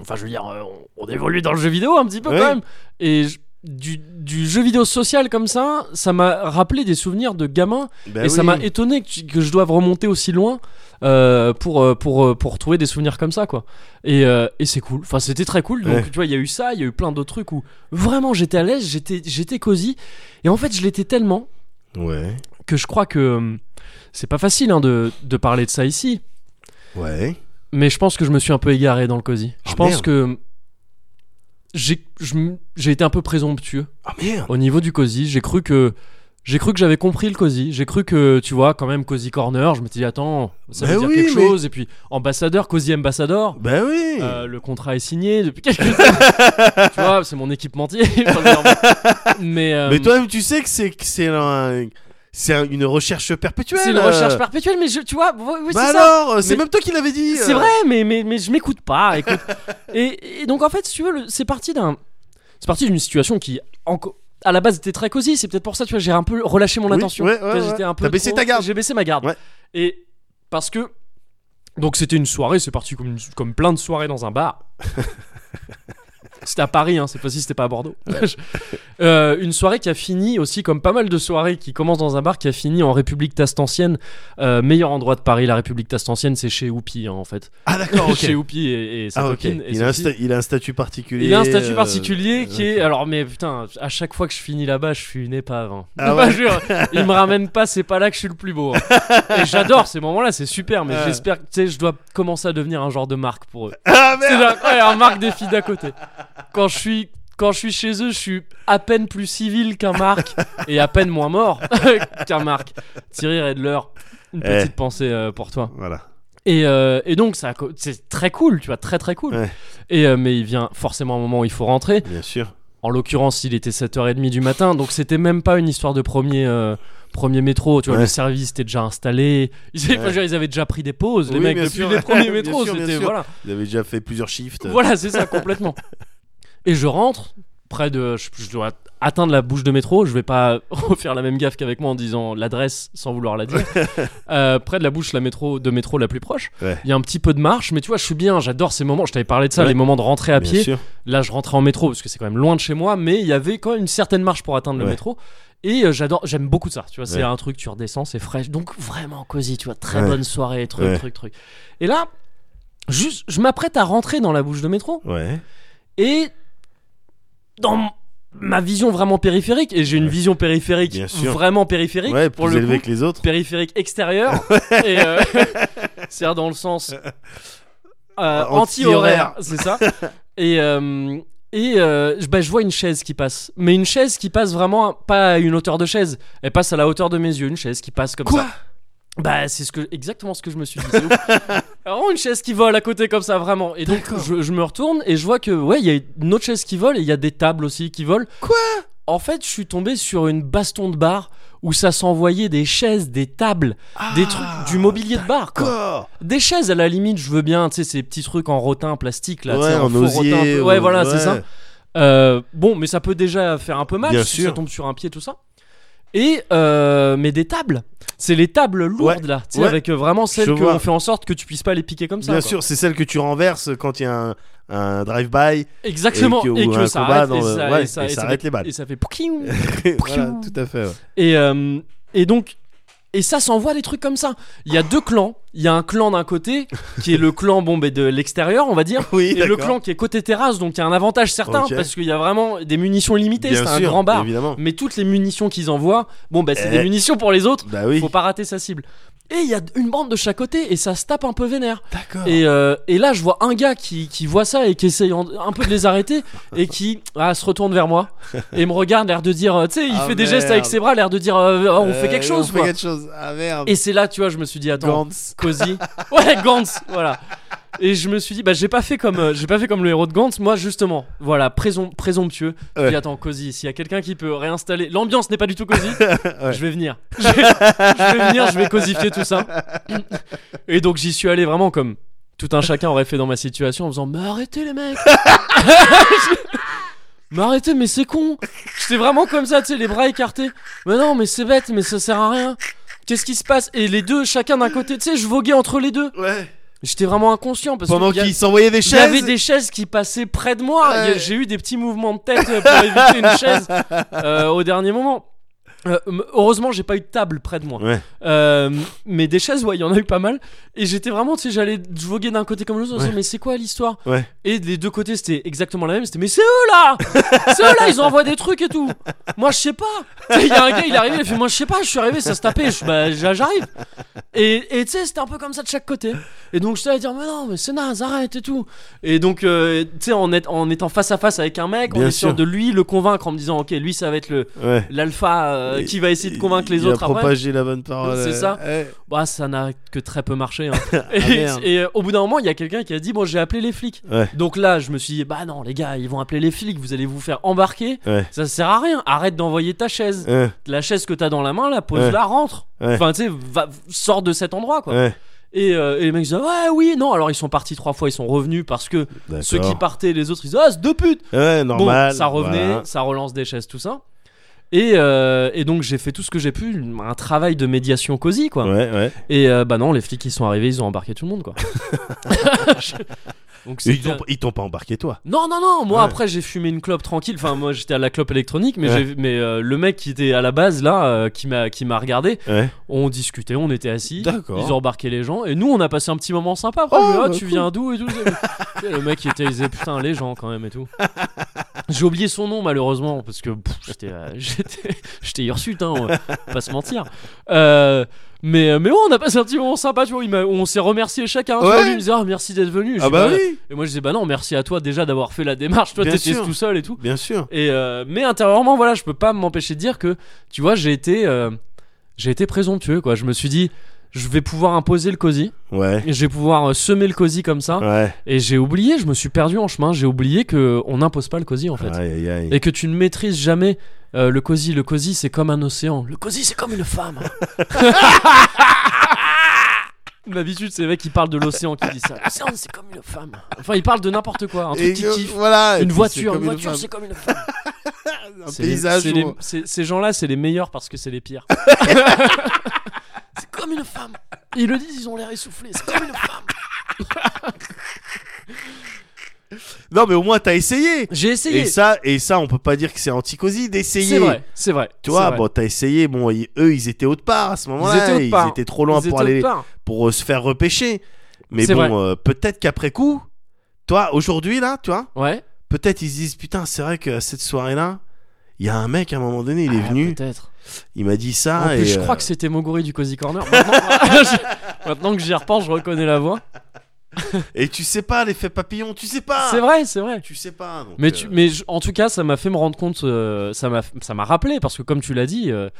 A: Enfin, je veux dire, euh, on, on évolue dans le jeu vidéo un petit peu
B: Ouais.
A: quand même. Et je- du, du jeu vidéo social comme ça, ça m'a rappelé des souvenirs de gamin.
B: Bah
A: et ça
B: oui.
A: m'a étonné que, tu- que je doive remonter aussi loin euh, pour, euh, pour, euh, pour trouver des souvenirs comme ça, quoi. Et, euh, et c'est cool. Enfin, c'était très cool. Donc,
B: Ouais.
A: tu vois, il y a eu ça, il y a eu plein d'autres trucs où vraiment j'étais à l'aise, j'étais, j'étais cosy. Et en fait, je l'étais tellement
B: Ouais.
A: que je crois que euh, c'est pas facile hein, de, de parler de ça ici.
B: Ouais.
A: Mais je pense que je me suis un peu égaré dans le cosy. Je
B: Ah,
A: pense
B: merde.
A: que j'ai je m- j'ai été un peu présomptueux
B: Ah merde.
A: au niveau du cosy. J'ai cru que j'ai cru que j'avais compris le cosy. J'ai cru que tu vois quand même cosy corner. Je m'étais dit attends ça
B: Bah
A: veut dire
B: oui,
A: quelque
B: mais-
A: chose. Et puis ambassadeur cosy ambassador.
B: Bah oui.
A: Euh, le contrat est signé depuis
B: (laughs)
A: quelques temps. tu vois c'est mon équipementier. (laughs) Enfin, je veux dire, mais euh,
B: Mais toi-même, tu sais que c'est que c'est un- c'est un- une recherche perpétuelle.
A: c'est une
B: euh.
A: recherche perpétuelle. Mais je, tu vois oui, oui,
B: Bah
A: c'est ça.
B: alors, c'est
A: Mais-
B: même toi qui l'avais dit.
A: C'est
B: euh.
A: vrai, mais, mais, mais je m'écoute pas. écoute. et, et donc, en fait, si tu veux, le- c'est parti d'un. C'est parti d'une situation qui, enco- à la base, était très cosy. C'est peut-être pour ça, tu vois, j'ai un peu relâché mon
B: Oui,
A: attention.
B: ouais, ouais,
A: Tu vois,
B: ouais.
A: J'étais un peu.
B: T'as baissé
A: trop-
B: ta garde.
A: J'ai baissé ma garde.
B: Ouais.
A: Et parce que. Donc, c'était une soirée, c'est parti comme, une- comme plein de soirées dans un
B: (laughs)
A: bar. C'était à Paris, hein, cette fois-ci c'était pas à Bordeaux. (laughs) Euh, une soirée qui a fini aussi, comme pas mal de soirées qui commencent dans un bar, qui a fini en République Tastancienne, euh, meilleur endroit de Paris. La République Tastancienne, c'est chez Oupi hein, en fait.
B: Ah
A: (laughs)
B: d'accord. Ok.
A: chez Oupi et, et sa
B: Ah, ok.
A: copine. et
B: Il, a un
A: Sophie.
B: sta- il a un statut particulier.
A: Il a un statut
B: euh,
A: particulier qui est.
B: d'accord.
A: Alors, mais putain, à chaque fois que je finis là-bas, je suis une épave. hein.
B: Ah
A: Bah,
B: ouais.
A: (laughs) je jure, il me ramène pas, c'est pas là que je suis le plus beau. hein. Et
B: (laughs)
A: j'adore ces moments-là, c'est super, mais
B: Ouais.
A: j'espère que tu sais, je dois commencer à devenir un genre de marque pour eux.
B: Ah
A: C'est
B: merde.
A: la ouais, la marque des filles d'à côté. Quand je suis quand je suis chez eux, je suis à peine plus civil qu'un Marc et à peine moins mort (laughs) qu'un Marc. Thierry Redler, une
B: Eh.
A: petite pensée euh, pour toi.
B: Voilà.
A: Et, euh, et donc ça co- c'est très cool, tu vois, très très cool.
B: Ouais.
A: Et euh, mais il vient forcément un moment où il faut rentrer.
B: Bien sûr.
A: En l'occurrence, il était 7h30 du matin, donc c'était même pas une histoire de premier euh, premier métro, tu vois,
B: Ouais.
A: le service était déjà installé. Ils, enfin, je veux dire, ils avaient déjà pris des pauses, les
B: Oui,
A: mecs
B: bien
A: depuis
B: sûr.
A: les premiers
B: (laughs) Bien
A: métros,
B: sûr, bien
A: c'était
B: sûr.
A: voilà.
B: Il avait déjà fait plusieurs shifts.
A: Voilà, c'est ça, complètement. Et je rentre, près de. Je, je dois atteindre la bouche de métro. Je vais pas (laughs) refaire la même gaffe qu'avec moi en disant l'adresse sans vouloir
B: (laughs)
A: la dire. Euh, près de la bouche la métro, de métro la plus proche. Il
B: Ouais.
A: y a un petit peu de marche, mais tu vois, je suis bien, j'adore ces moments. Je t'avais parlé de ça,
B: Ouais.
A: les moments de rentrer à
B: Bien
A: pied.
B: sûr.
A: Là, je rentrais en métro parce que c'est quand même loin de chez moi, mais il y avait quand même une certaine marche pour atteindre le
B: Ouais.
A: métro. Et euh, j'adore, j'aime beaucoup ça. Tu vois, c'est
B: Ouais.
A: un truc, tu redescends, c'est frais. Donc vraiment cosy, tu vois, très
B: Ouais.
A: bonne soirée, truc,
B: Ouais.
A: truc, truc. Et là, juste, je m'apprête à rentrer dans la bouche de métro
B: Ouais.
A: et dans m- ma vision vraiment périphérique, et j'ai une
B: Ouais.
A: vision périphérique
B: Bien sûr.
A: vraiment périphérique
B: Ouais.
A: pour
B: Plus
A: le coup,
B: élevé que les autres.
A: périphérique
B: (laughs)
A: extérieur, et euh, (laughs) c'est-à-dire dans le sens euh,
B: Ah, Anti-horaire.
A: anti-horaire, c'est ça. Et, euh, Et euh, je- bah, je vois une chaise qui passe. Mais une chaise qui passe vraiment à- pas à une hauteur de chaise. Elle passe à la hauteur de mes yeux, une chaise qui passe comme
B: Quoi
A: ça. Bah, c'est ce que, exactement ce que je me suis dit. c'est ouf. Vraiment une chaise qui vole à côté comme ça, vraiment. Et donc,
B: D'accord.
A: je, je me retourne et je vois que, ouais, il y a une autre chaise qui vole et il y a des tables aussi qui volent.
B: Quoi
A: En fait, je suis tombé sur une baston de bar où ça s'envoyait des chaises, des tables,
B: Ah,
A: des trucs, du mobilier de bar, quoi.
B: Quoi
A: Des chaises à la limite, je veux bien, tu sais, ces petits trucs en rotin plastique là, tu
B: Ouais,
A: sais,
B: en
A: faux rotin un
B: osier.
A: peu. Ouais, voilà, c'est ça. Euh, bon, mais ça peut déjà faire un peu mal
B: Bien
A: si
B: sûr.
A: ça tombe sur un pied, tout ça. Et euh, mais des tables, c'est les tables lourdes là, tu sais,
B: ouais.
A: avec euh, vraiment celles
B: Je
A: que
B: vois.
A: on fait en sorte que tu puisses pas les piquer comme ça.
B: Bien
A: quoi.
B: sûr, c'est celle que tu renverses quand il y a un, un drive-by
A: exactement.
B: et que, ou un
A: ça
B: combat
A: arrête,
B: dans
A: et
B: le-
A: ça-
B: ouais,
A: et ça-
B: et
A: et
B: ça
A: ça
B: arrête
A: fait-
B: les balles.
A: et ça fait poukiou.
B: (laughs) voilà, tout à fait. ouais.
A: Et, euh, et donc, et ça s'envoie des trucs comme ça. Il y a deux clans. Il y a un clan d'un côté, qui est le clan bon, ben, de l'extérieur, on va dire.
B: Oui,
A: Et le
B: d'accord.
A: clan qui est côté terrasse, donc il y a un avantage certain,
B: Ok.
A: parce qu'il y a vraiment des munitions limitées,
B: Bien
A: c'est un
B: sûr,
A: grand bar.
B: Évidemment.
A: Mais toutes les munitions qu'ils envoient, bon, ben c'est
B: Eh.
A: des munitions pour les autres,
B: Bah oui.
A: faut pas rater sa cible. Et il y a une bande de chaque côté, et ça se tape un peu vénère.
B: D'accord.
A: Et, euh, et là, je vois un gars qui, qui voit ça et qui essaye en- un peu de les arrêter et qui ah, se retourne vers moi et me regarde, l'air de dire, euh, tu sais, il
B: Ah,
A: fait des gestes
B: merde.
A: avec ses bras, l'air de dire, euh, oh, on fait
B: Euh,
A: quelque chose,
B: On
A: quoi.
B: fait quelque chose. Ah merde.
A: Et c'est là, tu vois, je me suis dit, attends,
B: Gantz.
A: Cozy. (laughs) Ouais, Gantz, voilà. Et je me suis dit, bah, j'ai pas fait comme, euh, j'ai pas fait comme le héros de Gantz, moi, justement. Voilà, présom- présomptueux. Je me
B: Ouais.
A: dis, attends, Cozy, s'il y a quelqu'un qui peut réinstaller. L'ambiance n'est pas du tout
B: (laughs)
A: Cozy. Je vais venir. Je vais, je vais venir, je vais cosifier tout
B: (laughs)
A: ça. Et donc, j'y suis allé vraiment comme tout un chacun aurait fait dans ma situation en faisant, mais arrêtez les
B: (laughs)
A: mecs! Mais arrêtez, mais c'est con! J'étais vraiment comme ça, tu sais, les bras écartés. Mais non, mais c'est bête, mais ça sert à rien. Qu'est-ce qui se passe? Et les deux, chacun d'un côté, tu sais, je voguais entre les deux.
B: Ouais.
A: J'étais vraiment inconscient parce
B: Pendant
A: que y a-
B: qu'il s'envoyait des
A: il y avait
B: chaises.
A: des chaises qui passaient près de moi.
B: Ouais.
A: Il y a- J'ai eu des petits mouvements de tête euh, pour éviter une
B: (laughs)
A: chaise euh, au dernier moment. Euh, m- heureusement, j'ai pas eu de table près de moi.
B: Ouais.
A: Euh, mais des chaises, ouais, il y en a eu pas mal. Et j'étais vraiment, tu sais, j'allais voguer d'un côté comme l'autre. en
B: Ouais.
A: disant, Mais c'est quoi l'histoire
B: Ouais.
A: Et les deux côtés, c'était exactement la même. C'était, mais c'est eux là C'est eux là, ils envoient des trucs et tout. Moi, je sais pas. Tu sais, Il y a un gars, il est arrivé, il a fait, moi, je sais pas, je suis arrivé, ça se tapait. Je- bah, j'a- j'arrive. Et et tu sais, c'était un peu comme ça de chaque côté. Et donc, j'étais à dire, mais non, mais c'est naze, arrête et tout. Et donc, euh, tu sais, en, est- en étant face à face avec un mec,
B: Bien
A: en essayant
B: sûr.
A: de lui le convaincre en me disant, ok, lui, ça va être le
B: Ouais.
A: l'alpha euh, qui va essayer de convaincre les
B: il
A: autres
B: a
A: après.
B: propagé la bonne parole.
A: C'est
B: ouais.
A: ça.
B: Ouais.
A: Bah, ça n'a que très peu
B: (laughs)
A: marché. hein.
B: Ah, merde.
A: et, et, euh, au bout d'un moment, il y a quelqu'un qui a dit Bon, j'ai appelé les flics.
B: Ouais.
A: Donc là, je me suis dit Bah non, les gars, ils vont appeler les flics, vous allez vous faire embarquer.
B: Ouais.
A: Ça sert à rien. Arrête d'envoyer ta chaise.
B: Ouais.
A: La chaise que t'as dans la main, la pose-la, rentre.
B: Ouais.
A: Enfin, tu sais, va- sors de cet endroit, quoi.
B: Ouais.
A: Et, euh, et les mecs disaient Ouais, oui, non. Alors, ils sont partis trois fois, ils sont revenus parce que
B: D'accord.
A: ceux qui partaient, les autres, ils disaient Ah, c'est deux putes
B: Ouais, normal.
A: Bon, ça revenait,
B: voilà.
A: ça relance des chaises, tout ça. Et, euh, et donc j'ai fait tout ce que j'ai pu, un travail de médiation cosy quoi.
B: Ouais, ouais.
A: Et euh, bah non, les flics ils sont arrivés, ils ont embarqué tout le
B: (laughs)
A: monde quoi. Je- donc
B: Et
A: c'était-
B: Ils t'ont, ils t'ont pas embarqué toi.
A: Non non non, moi
B: Ouais.
A: après j'ai fumé une clope tranquille. Enfin moi j'étais à la clope électronique, mais
B: Ouais.
A: j'ai- mais euh, le mec qui était à la base là, euh, qui m'a qui m'a regardé,
B: Ouais.
A: on discutait, on était assis.
B: D'accord.
A: Ils ont embarqué les gens et nous on a passé un petit moment sympa. Après,
B: Oh,
A: on lui a dit, Ah,
B: bah,
A: tu
B: cool.
A: viens d'où et tout. (laughs) Et le mec il était, il disait putain les gens quand même et tout. J'ai oublié son nom malheureusement parce que pff, j'étais euh, (laughs) j'étais j'étais hirsute hein, on va pas se mentir. Euh, mais mais ouais, on a passé un petit moment sympa tu vois. il m'a- on s'est remercié chacun. tu vois.
B: Ouais.
A: Lui, il me disait ah merci d'être venu. Je
B: Ah
A: dis,
B: bah oui,
A: Et moi je disais bah non merci à toi déjà d'avoir fait la démarche. Toi
B: Bien
A: t'étais
B: sûr.
A: tout seul et tout.
B: bien sûr.
A: Et euh, mais intérieurement, voilà, je peux pas m'empêcher de dire que, tu vois, j'ai été, euh, j'ai été présomptueux, quoi. Je me suis dit, je vais pouvoir imposer le cosy,
B: Ouais.
A: et je vais pouvoir euh, semer le cosy comme ça.
B: Ouais.
A: Et j'ai oublié, je me suis perdu en chemin. J'ai oublié que on n'impose pas le cosy en fait,
B: Aïe, aïe, aïe.
A: et que tu ne maîtrises jamais. euh, le cosy, le cosy, c'est comme un océan. Le cosy, c'est comme une
B: (laughs)
A: femme. D'habitude, c'est les mecs qui parlent de l'océan qui disent ça. L'océan, c'est comme une femme. Enfin, ils parlent de n'importe quoi. Un truc
B: Et
A: qui
B: que-
A: kiffe.
B: voilà, et
A: Une
B: puis
A: voiture,
B: c'est
A: une
B: comme
A: voiture,
B: femme.
A: c'est comme une femme.
B: un
A: C'est les-
B: paysage.
A: c'est
B: où-
A: les- c'est- ces gens-là, c'est les meilleurs parce que c'est les
B: (laughs)
A: pires. c'est comme une femme. Ils le disent, ils ont l'air essoufflés. C'est comme une femme.
B: Non, mais au moins t'as essayé.
A: J'ai essayé.
B: Et ça, et ça, on peut pas dire que c'est anti-cosy d'essayer.
A: C'est vrai, c'est vrai.
B: Tu
A: c'est
B: vois,
A: vrai.
B: bon, t'as essayé. Bon, ils- eux, ils étaient haut de part à ce moment-là.
A: étaient haut de part.
B: trop loin
A: Ils
B: pour
A: étaient
B: aller
A: autre part.
B: pour euh, se faire repêcher. Mais
A: C'est vrai.
B: bon, euh, peut-être qu'après coup, toi, aujourd'hui là, tu vois,
A: Ouais.
B: peut-être ils se disent putain, c'est vrai que cette soirée-là, il y a un mec à un moment donné, il est
A: Ah,
B: venu,
A: Peut-être.
B: il m'a dit ça.
A: en plus,
B: et,
A: je (laughs)
B: euh,
A: crois que c'était Moguri du Cozy Corner. Maintenant, je- maintenant que j'y repense, je reconnais la voix.
B: Et tu sais pas l'effet papillon, tu sais pas.
A: C'est vrai, c'est vrai.
B: Tu sais pas. donc,
A: Mais,
B: Ah. euh,
A: tu, mais je- en tout cas, ça m'a fait me rendre compte, euh, ça m'a ça m'a rappelé, parce que comme tu l'as dit, euh,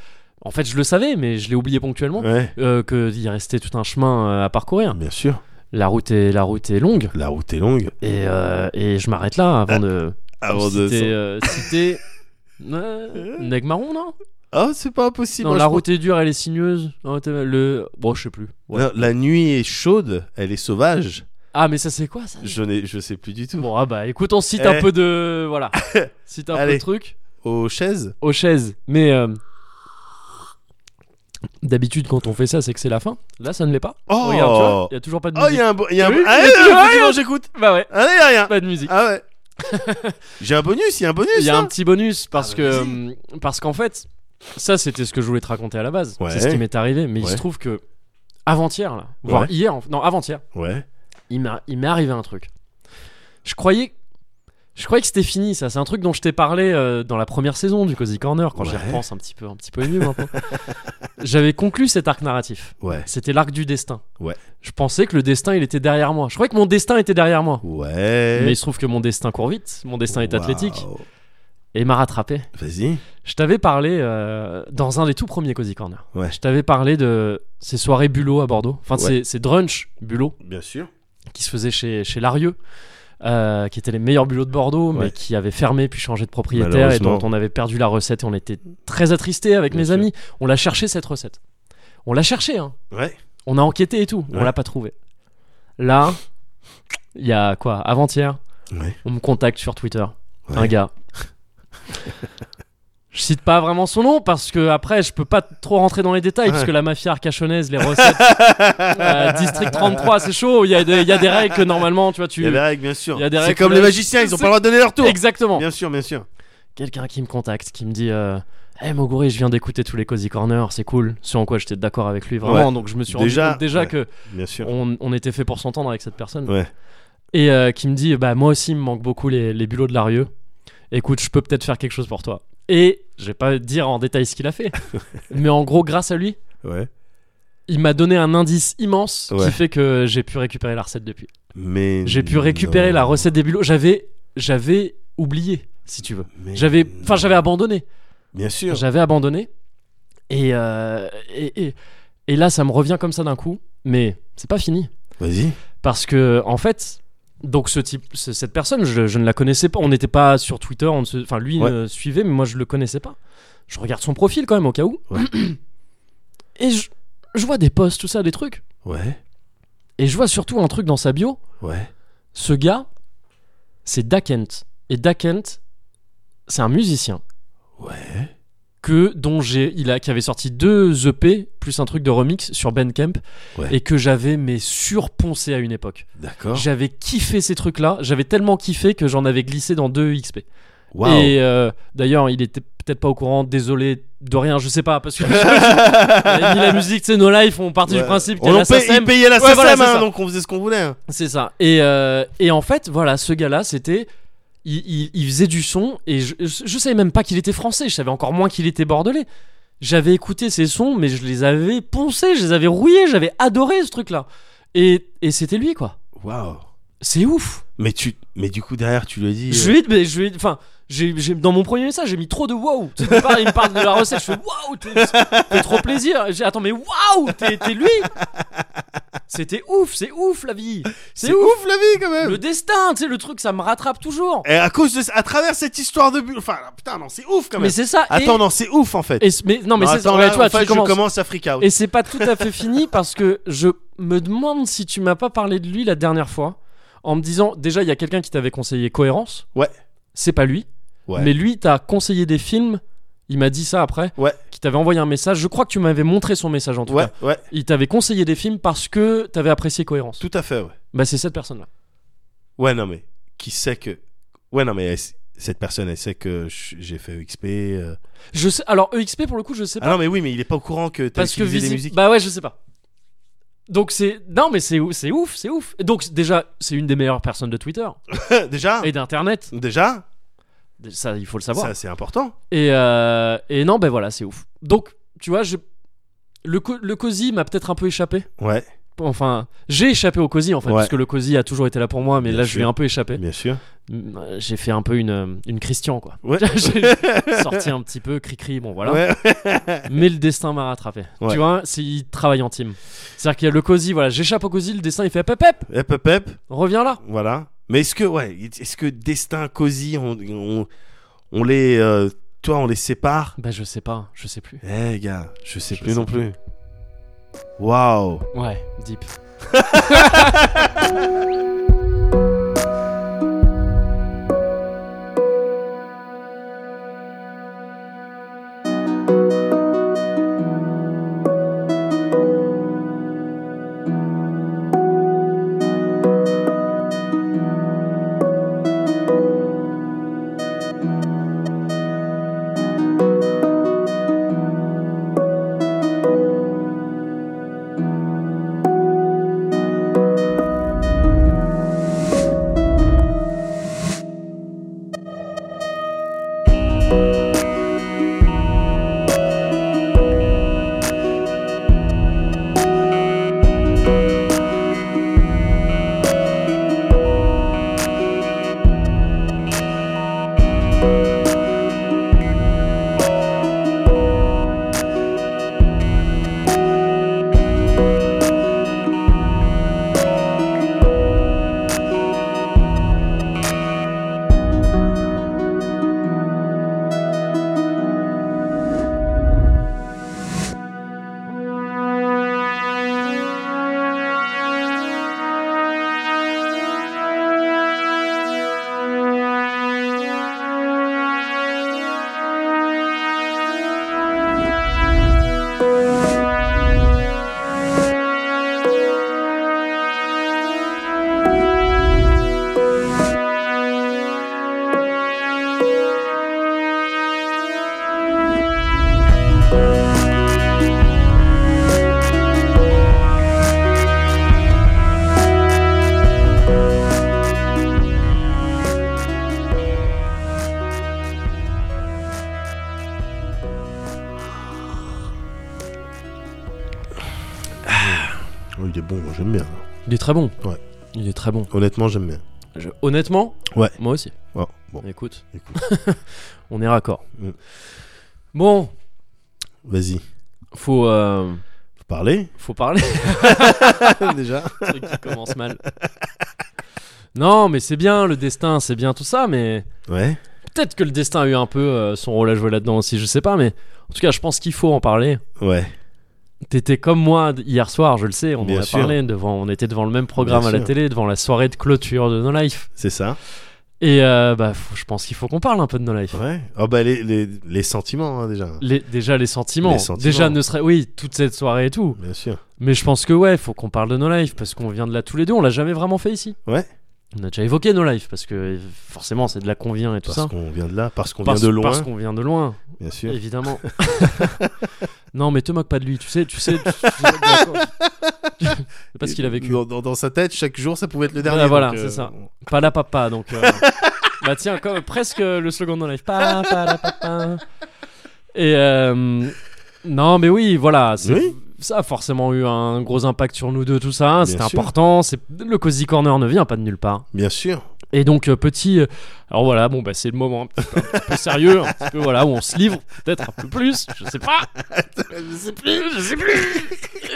A: en fait, je le savais, mais je l'ai oublié ponctuellement,
B: Ouais.
A: euh, qu'il restait tout un chemin euh, à parcourir.
B: Ah, Bien sûr.
A: La route est, la route est longue,
B: La route est longue.
A: et, euh, et je m'arrête là avant de
B: (laughs) Avant de.
A: citer... euh,
B: (laughs)
A: citer- Euh, Negmaron, non
B: Ah, c'est pas impossible.
A: Non,
B: hein,
A: la
B: je pense-
A: route est dure, elle est sinueuse. La route est- Le... Bon, je sais plus. Ouais.
B: La, la nuit est chaude, elle est sauvage.
A: Ah, mais ça, c'est quoi, ça
B: Je n'ai, je sais plus du tout.
A: Bon, ah bah, écoute, on cite
B: Eh.
A: un peu de...
B: (laughs)
A: Voilà. cite un peu
B: Allez.
A: de truc.
B: Aux chaises.
A: aux chaises. Mais euh, d'habitude, quand on fait ça, c'est que c'est la fin. Là, ça ne l'est pas.
B: Oh.
A: Regarde, tu vois, il y a toujours pas de
B: Oh,
A: musique.
B: il y a un. bo- il Y a un...
A: T'as vu
B: Ah,
A: Il y a
B: ouais,
A: toujours-
B: effectivement, j'écoute.
A: Bah ouais,
B: Ah, il y a rien.
A: pas de musique.
B: Ah ouais.
A: (laughs)
B: J'ai un bonus, il y a un bonus. hein.
A: Il y a
B: là.
A: un petit bonus parce
B: Ah,
A: que
B: vas-y.
A: hum, parce qu'en fait, ça c'était ce que je voulais te raconter à la base.
B: Ouais.
A: C'est ce qui m'est arrivé, mais il
B: Ouais.
A: se trouve que avant-hier, là, voire
B: Ouais.
A: hier, en- non avant-hier,
B: Ouais.
A: il m'a- il m'est arrivé un truc. Je croyais. Je croyais que c'était fini, ça. C'est un truc dont je t'ai parlé euh, dans la première saison du Cozy Corner, quand j'y
B: Ouais.
A: repense un petit peu, un petit peu ému
B: (laughs)
A: maintenant. J'avais conclu cet arc narratif.
B: Ouais.
A: C'était l'arc du destin.
B: Ouais.
A: Je pensais que le destin, il était derrière moi. Je croyais que mon destin était derrière moi.
B: Ouais.
A: Mais il se trouve que mon destin court vite, mon destin est
B: Waouh.
A: athlétique, et il m'a rattrapé.
B: Vas-y.
A: Je t'avais parlé, euh, dans un des tout premiers Cozy Corner,
B: Ouais.
A: je t'avais parlé de ces soirées Bulot à Bordeaux, enfin de
B: Ouais.
A: ces, ces drunch Bulot
B: Bien sûr.
A: qui se faisaient chez, chez Larieux, euh, qui étaient les meilleurs bulots de Bordeaux,
B: Ouais.
A: mais qui avaient fermé puis changé de propriétaire et
B: Malheureusement.
A: dont on avait perdu la recette et on était très attristés avec
B: Bien
A: mes
B: sûr.
A: amis. On l'a cherché cette recette. On l'a cherché, hein.
B: Ouais.
A: On a enquêté et tout, on
B: Ouais.
A: l'a pas trouvé. Là, il y a quoi Avant-hier,
B: Ouais.
A: on me contacte sur Twitter.
B: Ouais.
A: Un
B: (laughs)
A: gars. Je cite pas vraiment son nom parce que après je peux pas trop rentrer dans les détails
B: Ouais.
A: parce que la mafia arcachonnaise, les
B: (laughs)
A: recettes, euh, district 33, c'est chaud. Il y, a des- il y a des règles que normalement, tu vois, tu.
B: Il y a des règles, bien sûr.
A: Il y a des
B: C'est
A: règles
B: comme
A: que-
B: les magiciens, ils ont pas
A: C'est-
B: le droit de donner leur tour.
A: Exactement.
B: Bien sûr, bien sûr.
A: Quelqu'un qui me contacte, qui me dit. Euh, Hey Moguri, je viens d'écouter tous les Cozy Corner, c'est cool. Ce en quoi j'étais d'accord avec lui vraiment,
B: Ouais.
A: donc je me suis rendu
B: Déjà,
A: compte déjà
B: ouais.
A: que
B: Bien sûr.
A: on, on était fait pour s'entendre avec cette personne.
B: Ouais.
A: Et euh, qui me dit Bah, moi aussi, il me manque beaucoup les, les bulots de l'Arieux. Écoute, je peux peut-être faire quelque chose pour toi. Et je vais pas dire en détail ce qu'il a
B: (laughs)
A: fait, mais en gros, grâce à lui,
B: Ouais.
A: il m'a donné un indice immense
B: Ouais.
A: qui fait que j'ai pu récupérer la recette depuis.
B: Mais.
A: J'ai pu récupérer
B: non.
A: la recette des bulots. J'avais, j'avais oublié, si tu veux.
B: Mais
A: J'avais,
B: non.
A: enfin, j'avais abandonné.
B: Bien sûr.
A: J'avais abandonné. Et, euh, et, et, et là, ça me revient comme ça d'un coup. Mais c'est pas fini.
B: Vas-y.
A: Parce que, en fait, donc ce type, ce- cette personne, je, je ne la connaissais pas. On n'était pas sur Twitter. On ne se- enfin, lui
B: Ouais.
A: me suivait, mais moi, je le connaissais pas. Je regarde son profil quand même, au cas où.
B: Ouais.
A: (clears throat) Et je, je vois des posts, tout ça, des trucs.
B: Ouais.
A: Et je vois surtout un truc dans sa bio.
B: Ouais.
A: Ce gars, c'est Dakent. Et Dakent, c'est un musicien
B: Ouais.
A: que dont j'ai il a qui avait sorti deux EP plus un truc de remix sur Bandcamp
B: Ouais.
A: et que j'avais mais surponcé à une époque.
B: D'accord.
A: J'avais kiffé ces trucs-là, j'avais tellement kiffé que j'en avais glissé dans deux XP.
B: Waouh.
A: Et euh, d'ailleurs, il était peut-être pas au courant, désolé de rien, je sais pas, parce que (laughs) il a mis la musique, c'est nos lives, on partait du
B: Ouais.
A: principe qu'il y
B: On
A: a la
B: en paye-
A: SACEM,
B: ils payaient la
A: Ouais, voilà,
B: SACEM,
A: c'est
B: hein,
A: ça.
B: donc on faisait ce qu'on voulait. hein.
A: c'est ça. Et, euh, et en fait, voilà, ce gars-là, c'était. Il, il- il faisait du son et je, je savais même pas qu'il était français, je savais encore moins qu'il était bordelais. J'avais écouté ses sons, mais je les avais poncés, je les avais rouillés, j'avais adoré ce truc-là. Et, et c'était lui, quoi.
B: Waouh.
A: C'est ouf!
B: Mais tu, mais du coup derrière tu le dis.
A: Je lui ai, mais je lui ai- enfin, j'ai, j'ai- dans mon premier message, j'ai mis trop de wow. Tu sais, il me parle- il me parle de la recette, je fais wow, t'es, fait trop plaisir. J'ai, attends, mais wow, t'es, t'es lui. C'était ouf, c'est ouf la vie. C'est, ouf.
B: la vie quand même.
A: Le destin, tu sais, le truc, ça me rattrape toujours.
B: Et à cause de, à travers cette histoire de bulle, enfin putain non c'est ouf quand
A: Mais
B: même.
A: c'est ça. et-
B: Attends non c'est ouf en fait.
A: et c'est- mais, non, mais c'est
B: attends,
A: ouais,
B: là,
A: tu vois,
B: en fait,
A: tu commences.
B: je commence à freak out.
A: Et c'est pas tout à fait fini parce que je me demande si tu m'as pas parlé de lui la dernière fois en me disant déjà il y a quelqu'un qui t'avait conseillé cohérence.
B: Ouais.
A: C'est pas lui.
B: Ouais.
A: Mais lui t'as conseillé des films. Il m'a dit ça après.
B: Ouais.
A: Qui t'avait envoyé un message. Je crois que tu m'avais montré son message en tout
B: ouais,
A: cas.
B: ouais,
A: Il t'avait conseillé des films parce que t'avais apprécié cohérence.
B: tout à fait ouais.
A: Bah c'est cette personne là.
B: Ouais non mais qui sait que, ouais non mais elle- cette personne elle sait que je- j'ai fait EXP. euh.
A: Je sais. Alors EXP pour le coup je sais pas.
B: Ah non mais oui mais il est pas au courant que t'as
A: Parce que
B: utilisé des
A: visi-
B: musiques.
A: Bah ouais, je sais pas. Donc c'est non mais c'est c'est ouf, c'est ouf. Donc déjà c'est une des meilleures personnes de Twitter
B: (laughs) déjà,
A: et d'internet.
B: déjà,
A: Ça il faut le savoir.
B: ça c'est important.
A: Et, euh, et non, ben voilà, c'est ouf. Donc, tu vois, je... le, co- le cosy m'a peut-être un peu échappé.
B: Ouais.
A: Enfin, j'ai échappé au cosy en fait,
B: Ouais.
A: parce que le cosy a toujours été là pour moi, mais
B: Bien
A: là je
B: sûr.
A: lui ai un peu échappé.
B: Bien sûr.
A: Mm, euh, J'ai fait un peu une, euh, une Christian
B: (laughs)
A: quoi. (laughs)
B: Ouais.
A: j'ai sorti un petit peu, cri-cri, bon voilà.
B: Ouais.
A: Mais le destin m'a rattrapé.
B: Ouais.
A: Tu vois, c'est- il travaille en team. C'est-à-dire qu'il y a le cosy, voilà, j'échappe au cosy, le destin il fait pep pep,
B: Hep, hep, hep.
A: reviens là.
B: Voilà. Mais est-ce que, ouais, est-ce que destin, cosy, on, on, on les, euh, toi, on les sépare
A: Bah je sais pas, je sais plus.
B: Eh gars, je sais
A: Je
B: plus
A: sais
B: non plus. Waouh.
A: Ouais, deep.
B: Oh, il est bon, moi, j'aime bien.
A: Il est très bon.
B: Ouais.
A: Il est très bon.
B: Honnêtement, j'aime bien.
A: Je- Honnêtement,
B: Ouais.
A: moi aussi.
B: Oh, bon,
A: Écoute,
B: écoute,
A: (laughs) on est raccord.
B: Mm.
A: Bon,
B: vas-y.
A: faut, euh,
B: Faut parler
A: faut parler.
B: déjà.
A: truc qui commence mal. Non, mais c'est bien le destin, c'est bien tout ça, mais
B: Ouais.
A: peut-être que le destin a eu un peu euh, son rôle à jouer là-dedans aussi, je sais pas, mais en tout cas, je pense qu'il faut en parler.
B: Ouais.
A: T'étais comme moi d- hier soir, je le sais, on
B: Bien
A: en a
B: sûr.
A: parlé, devant, on était devant le même programme
B: Bien
A: à la
B: sûr.
A: télé, devant la soirée de clôture de No Life.
B: C'est ça.
A: Et euh, bah, faut- je pense qu'il faut qu'on parle un peu de No Life.
B: Ouais. Oh bah les, les, les sentiments hein, déjà.
A: Les- déjà les sentiments.
B: Les sentiments.
A: déjà ne serait oui toute cette soirée et tout
B: Bien sûr.
A: mais je pense que ouais faut qu'on parle de No Life parce qu'on vient de là tous les deux on l'a jamais vraiment fait ici
B: Ouais.
A: on a déjà évoqué No Life parce que euh, forcément c'est de la convient et tout
B: Parce
A: ça
B: qu'on vient de là, parce qu'on
A: parce,
B: vient de loin.
A: parce qu'on vient de loin
B: Bien sûr. (laughs)
A: évidemment (laughs) non mais te moque pas de lui tu sais tu sais tu- tu- d'accord.
B: (laughs)
A: C'est pas ce qu'il a vécu
B: Dans, dans- dans sa tête, chaque jour, ça pouvait être le dernier.
A: Ah, voilà,
B: donc, euh,
A: c'est ça. pas la papa donc euh, (laughs) bah tiens comme presque le slogan de No Life pas pas la papa et euh, non mais oui voilà c'est
B: Oui.
A: ça a forcément eu un gros impact sur nous deux, tout ça. C'était
B: sûr.
A: important. C'est le cozy corner ne vient pas de nulle part.
B: Bien sûr.
A: Et donc euh, petit, euh, alors voilà, bon bah c'est le moment un petit peu, un petit peu sérieux, un petit peu voilà où on se livre peut-être un peu plus, je sais pas.
B: (laughs) je sais plus.
A: Je sais plus.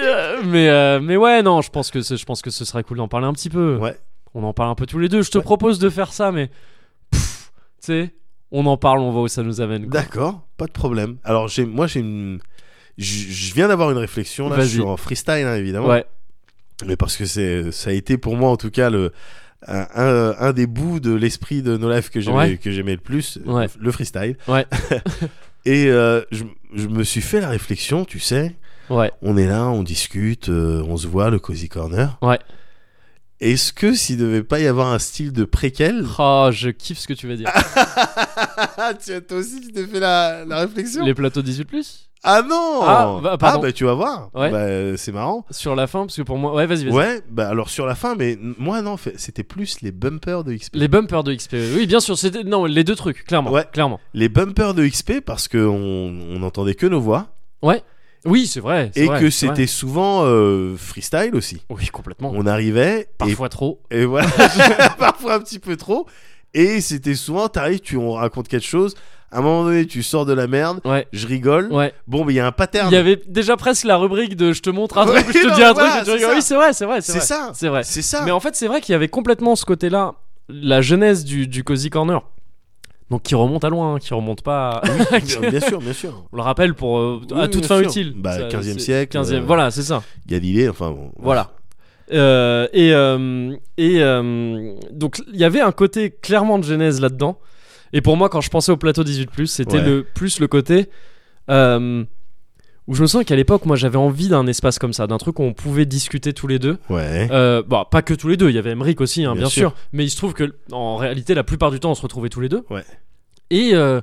A: Euh, mais euh, mais ouais non, je pense que ce- je pense que ce serait cool d'en parler un petit peu.
B: Ouais.
A: On en parle un peu tous les deux. Je te
B: Ouais.
A: propose de faire ça, mais pff, tu sais, on en parle, on voit où ça nous amène. quoi.
B: D'accord. Pas de problème. Alors j'ai, moi j'ai une, je je viens d'avoir une réflexion là. Je
A: Vas-y.
B: suis en freestyle hein, évidemment.
A: Ouais.
B: Mais parce que c'est, ça a été pour moi en tout cas le un, un- un des bouts de l'esprit de No Life que j'aimais,
A: Ouais.
B: que j'aimais le plus,
A: Ouais.
B: le freestyle.
A: Ouais.
B: (laughs) Et euh, je, je me suis fait la réflexion, tu sais,
A: Ouais.
B: on est là, on discute, euh, on se voit, le cozy corner.
A: Ouais.
B: Est-ce que s'il devait pas y avoir un style de préquel
A: Oh, je kiffe ce que tu vas dire.
B: (laughs) Ah, tu- toi aussi tu t'es fait la, la réflexion
A: Les plateaux 18 plus
B: Ah non
A: Ah, bah, pardon.
B: Ah, bah, tu vas voir,
A: Ouais.
B: Bah, euh, c'est marrant.
A: sur la fin parce que pour moi, ouais, vas-y, vas-y.
B: Ouais, bah alors sur la fin, mais n- moi non, fait- c'était plus les bumpers de XP.
A: Les bumpers de XP. Oui, bien sûr, c'était non, les deux trucs, clairement.
B: Ouais.
A: Clairement.
B: les bumpers de XP parce que on, on entendait que nos voix.
A: Ouais. Oui, c'est vrai. c'est
B: et
A: vrai,
B: que
A: c'est vrai.
B: c'était souvent euh, freestyle aussi.
A: Oui, complètement.
B: On arrivait et
A: Parfois trop. (laughs)
B: Et voilà, (laughs) parfois un petit peu trop. Et c'était souvent, t'arrives, tu on raconte quelque chose. À un moment donné, tu sors de la merde.
A: Ouais.
B: Je rigole.
A: Ouais.
B: Bon, mais il y a un pattern.
A: Il y avait déjà presque la rubrique de je te montre un
B: Ouais,
A: truc, je
B: (laughs) non,
A: te dis un
B: voilà,
A: truc, et tu
B: c'est
A: rigoles.
B: ça.
A: Oui, c'est vrai, c'est vrai. C'est
B: c'est
A: vrai.
B: ça.
A: C'est vrai.
B: C'est ça.
A: Mais en fait, c'est vrai qu'il y avait complètement ce côté-là, la genèse du, du Cozy Corner. Donc qui remonte à loin, hein, qui remonte pas. à-
B: bien, bien sûr, bien sûr.
A: On le rappelle pour euh,
B: Oui,
A: à
B: oui,
A: toute
B: bien
A: fin
B: sûr.
A: utile.
B: Bah,
A: Ça,
B: 15e
A: c'est-
B: siècle,
A: 15e,
B: euh,
A: voilà, c'est ça.
B: Galilée, enfin bon.
A: Voilà. Euh, et euh, et euh, donc il y avait un côté clairement de genèse là-dedans. Et pour moi, quand je pensais au plateau 18, c'était
B: Ouais.
A: le plus le côté euh, où je me sens qu'à l'époque, moi j'avais envie d'un espace comme ça, d'un truc où on pouvait discuter tous les deux.
B: Ouais.
A: Euh, bah, pas que tous les deux, il y avait Emmerich aussi, hein, bien,
B: Bien
A: sûr.
B: sûr.
A: Mais il se trouve que en réalité, la plupart du temps, on se retrouvait tous les deux.
B: Ouais.
A: Et, euh,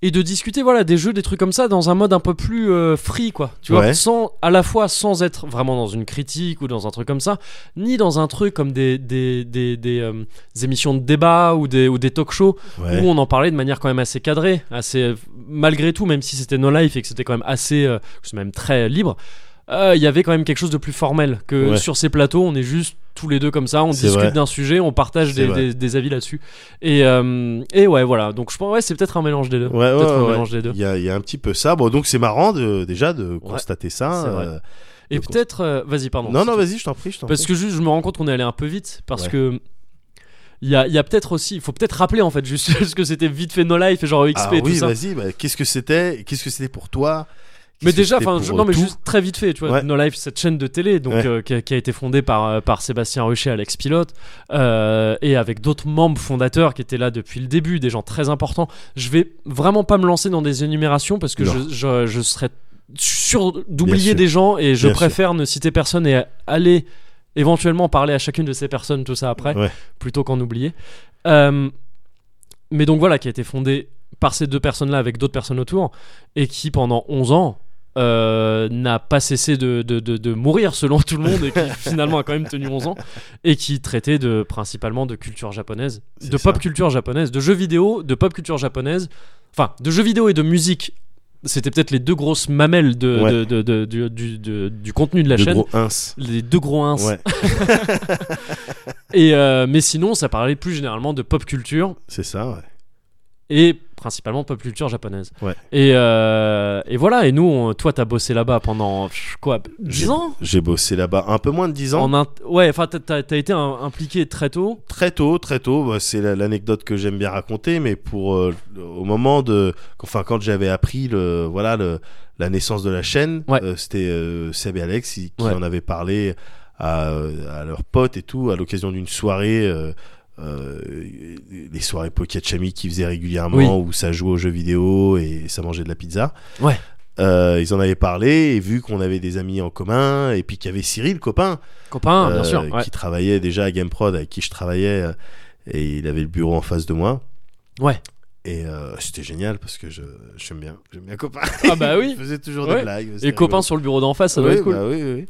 A: et de discuter voilà, des jeux, des trucs comme ça, dans un mode un peu plus euh, free, quoi. Tu vois,
B: Ouais.
A: sans, à la fois sans être vraiment dans une critique ou dans un truc comme ça, ni dans un truc comme des, des, des, des, euh, des émissions de débat ou des, ou des talk shows
B: Ouais.
A: où on en parlait de manière quand même assez cadrée, assez malgré tout, même si c'était no life et que c'était quand même assez, euh, c'est même très libre. euh, Il y avait quand même quelque chose de plus formel que
B: Ouais.
A: sur ces plateaux, on est juste tous les deux comme ça, on
B: C'est
A: discute
B: vrai.
A: d'un sujet, on partage
B: C'est
A: des,
B: vrai.
A: des- des avis là-dessus. Et, euh, et ouais, voilà. Donc je pense ouais, c'est peut-être un mélange des deux.
B: Ouais,
A: peut-être
B: ouais,
A: un
B: ouais.
A: mélange des deux.
B: Il y, a, il y a un petit peu ça. Bon, donc c'est marrant de- déjà de constater ça.
A: c'est vrai.
B: euh,
A: Et
B: le con-
A: peut-être, euh, vas-y, pardon.
B: Non,
A: c'est
B: non,
A: tout.
B: vas-y, je t'en prie, je t'en
A: Parce
B: prie.
A: que juste, je me rends compte qu'on est allé un peu vite parce
B: Ouais.
A: que. Il y a, il y a peut-être aussi, il faut peut-être rappeler en fait juste (laughs) ce que c'était vite fait no life et genre XP
B: Ah
A: et tout
B: oui,
A: ça.
B: vas-y. bah, qu'est-ce que c'était Qu'est-ce que c'était pour toi Qu'est-ce
A: Mais
B: que
A: déjà,
B: c'était
A: enfin,
B: pour,
A: je-
B: euh,
A: non, mais
B: tout
A: juste très vite fait, tu vois,
B: Ouais.
A: No Life, cette chaîne de télé, donc
B: Ouais.
A: euh, qui, a, qui a été fondée par euh, par Sébastien Ruchet, Alex Pilote, euh, et avec d'autres membres fondateurs qui étaient là depuis le début, des gens très importants. Je vais vraiment pas me lancer dans des énumérations parce que
B: Non.
A: je, je je serais sûr
B: Bien
A: d'oublier
B: sûr.
A: des gens et je
B: Bien sûr.
A: préfère ne citer personne et aller éventuellement parler à chacune de ces personnes tout ça après
B: Ouais.
A: plutôt qu'en oublier. Euh, mais donc voilà, qui a été fondée par ces deux personnes-là avec d'autres personnes autour et qui pendant 11 ans euh, n'a pas cessé de, de, de- de mourir selon tout le monde
B: (laughs)
A: et qui finalement a quand même tenu 11 ans et qui traitait de, principalement de culture japonaise,
B: C'est
A: de
B: ça.
A: pop culture japonaise, de jeux vidéo, de pop culture japonaise, enfin de jeux vidéo et de musique. C'était peut-être les deux grosses mamelles de,
B: Ouais.
A: de- de- de- du, du- de- du contenu de la
B: de
A: chaîne.
B: gros ins.
A: Les deux gros ins.
B: Ouais,
A: Et, euh, mais sinon, ça parlait plus généralement de pop culture
B: c'est ça. Ouais.
A: et principalement de pop culture japonaise.
B: Ouais.
A: Et, euh, et voilà, et nous, on- toi, t'as bossé là-bas pendant pff, quoi 10
B: J'ai-
A: ans
B: J'ai bossé là-bas un peu moins de 10 ans.
A: en int- Ouais, enfin, t'as- t'as t'as été un- impliqué très tôt.
B: Très tôt, très tôt, bah, c'est la- l'anecdote que j'aime bien raconter, mais pour euh, le- au moment de, enfin quand j'avais appris le, voilà le- la naissance de la chaîne,
A: Ouais.
B: euh, c'était euh, Seb et Alex qui, qui
A: Ouais.
B: en avaient parlé à, à leurs potes et tout à l'occasion d'une soirée, euh, euh, les soirées Pocket Chami qu'ils faisaient régulièrement
A: Oui.
B: où ça jouait aux jeux vidéo et ça mangeait de la pizza.
A: Ouais.
B: Euh, ils en avaient parlé et vu qu'on avait des amis en commun et puis qu'il y avait Cyril copain
A: Copain, Ah, bien
B: euh,
A: sûr. ouais.
B: qui travaillait déjà à GameProd, avec qui je travaillais, euh, et il avait le bureau en face de moi.
A: Ouais.
B: Et euh, c'était génial parce que je j'aime bien, j'aime bien copain. (laughs)
A: Ah bah oui.
B: il faisait toujours
A: Ouais.
B: des blagues.
A: Et
B: c'était
A: copain
B: rigolo.
A: sur le bureau d'en face, ça doit
B: Oui,
A: être cool.
B: bah oui, oui, oui.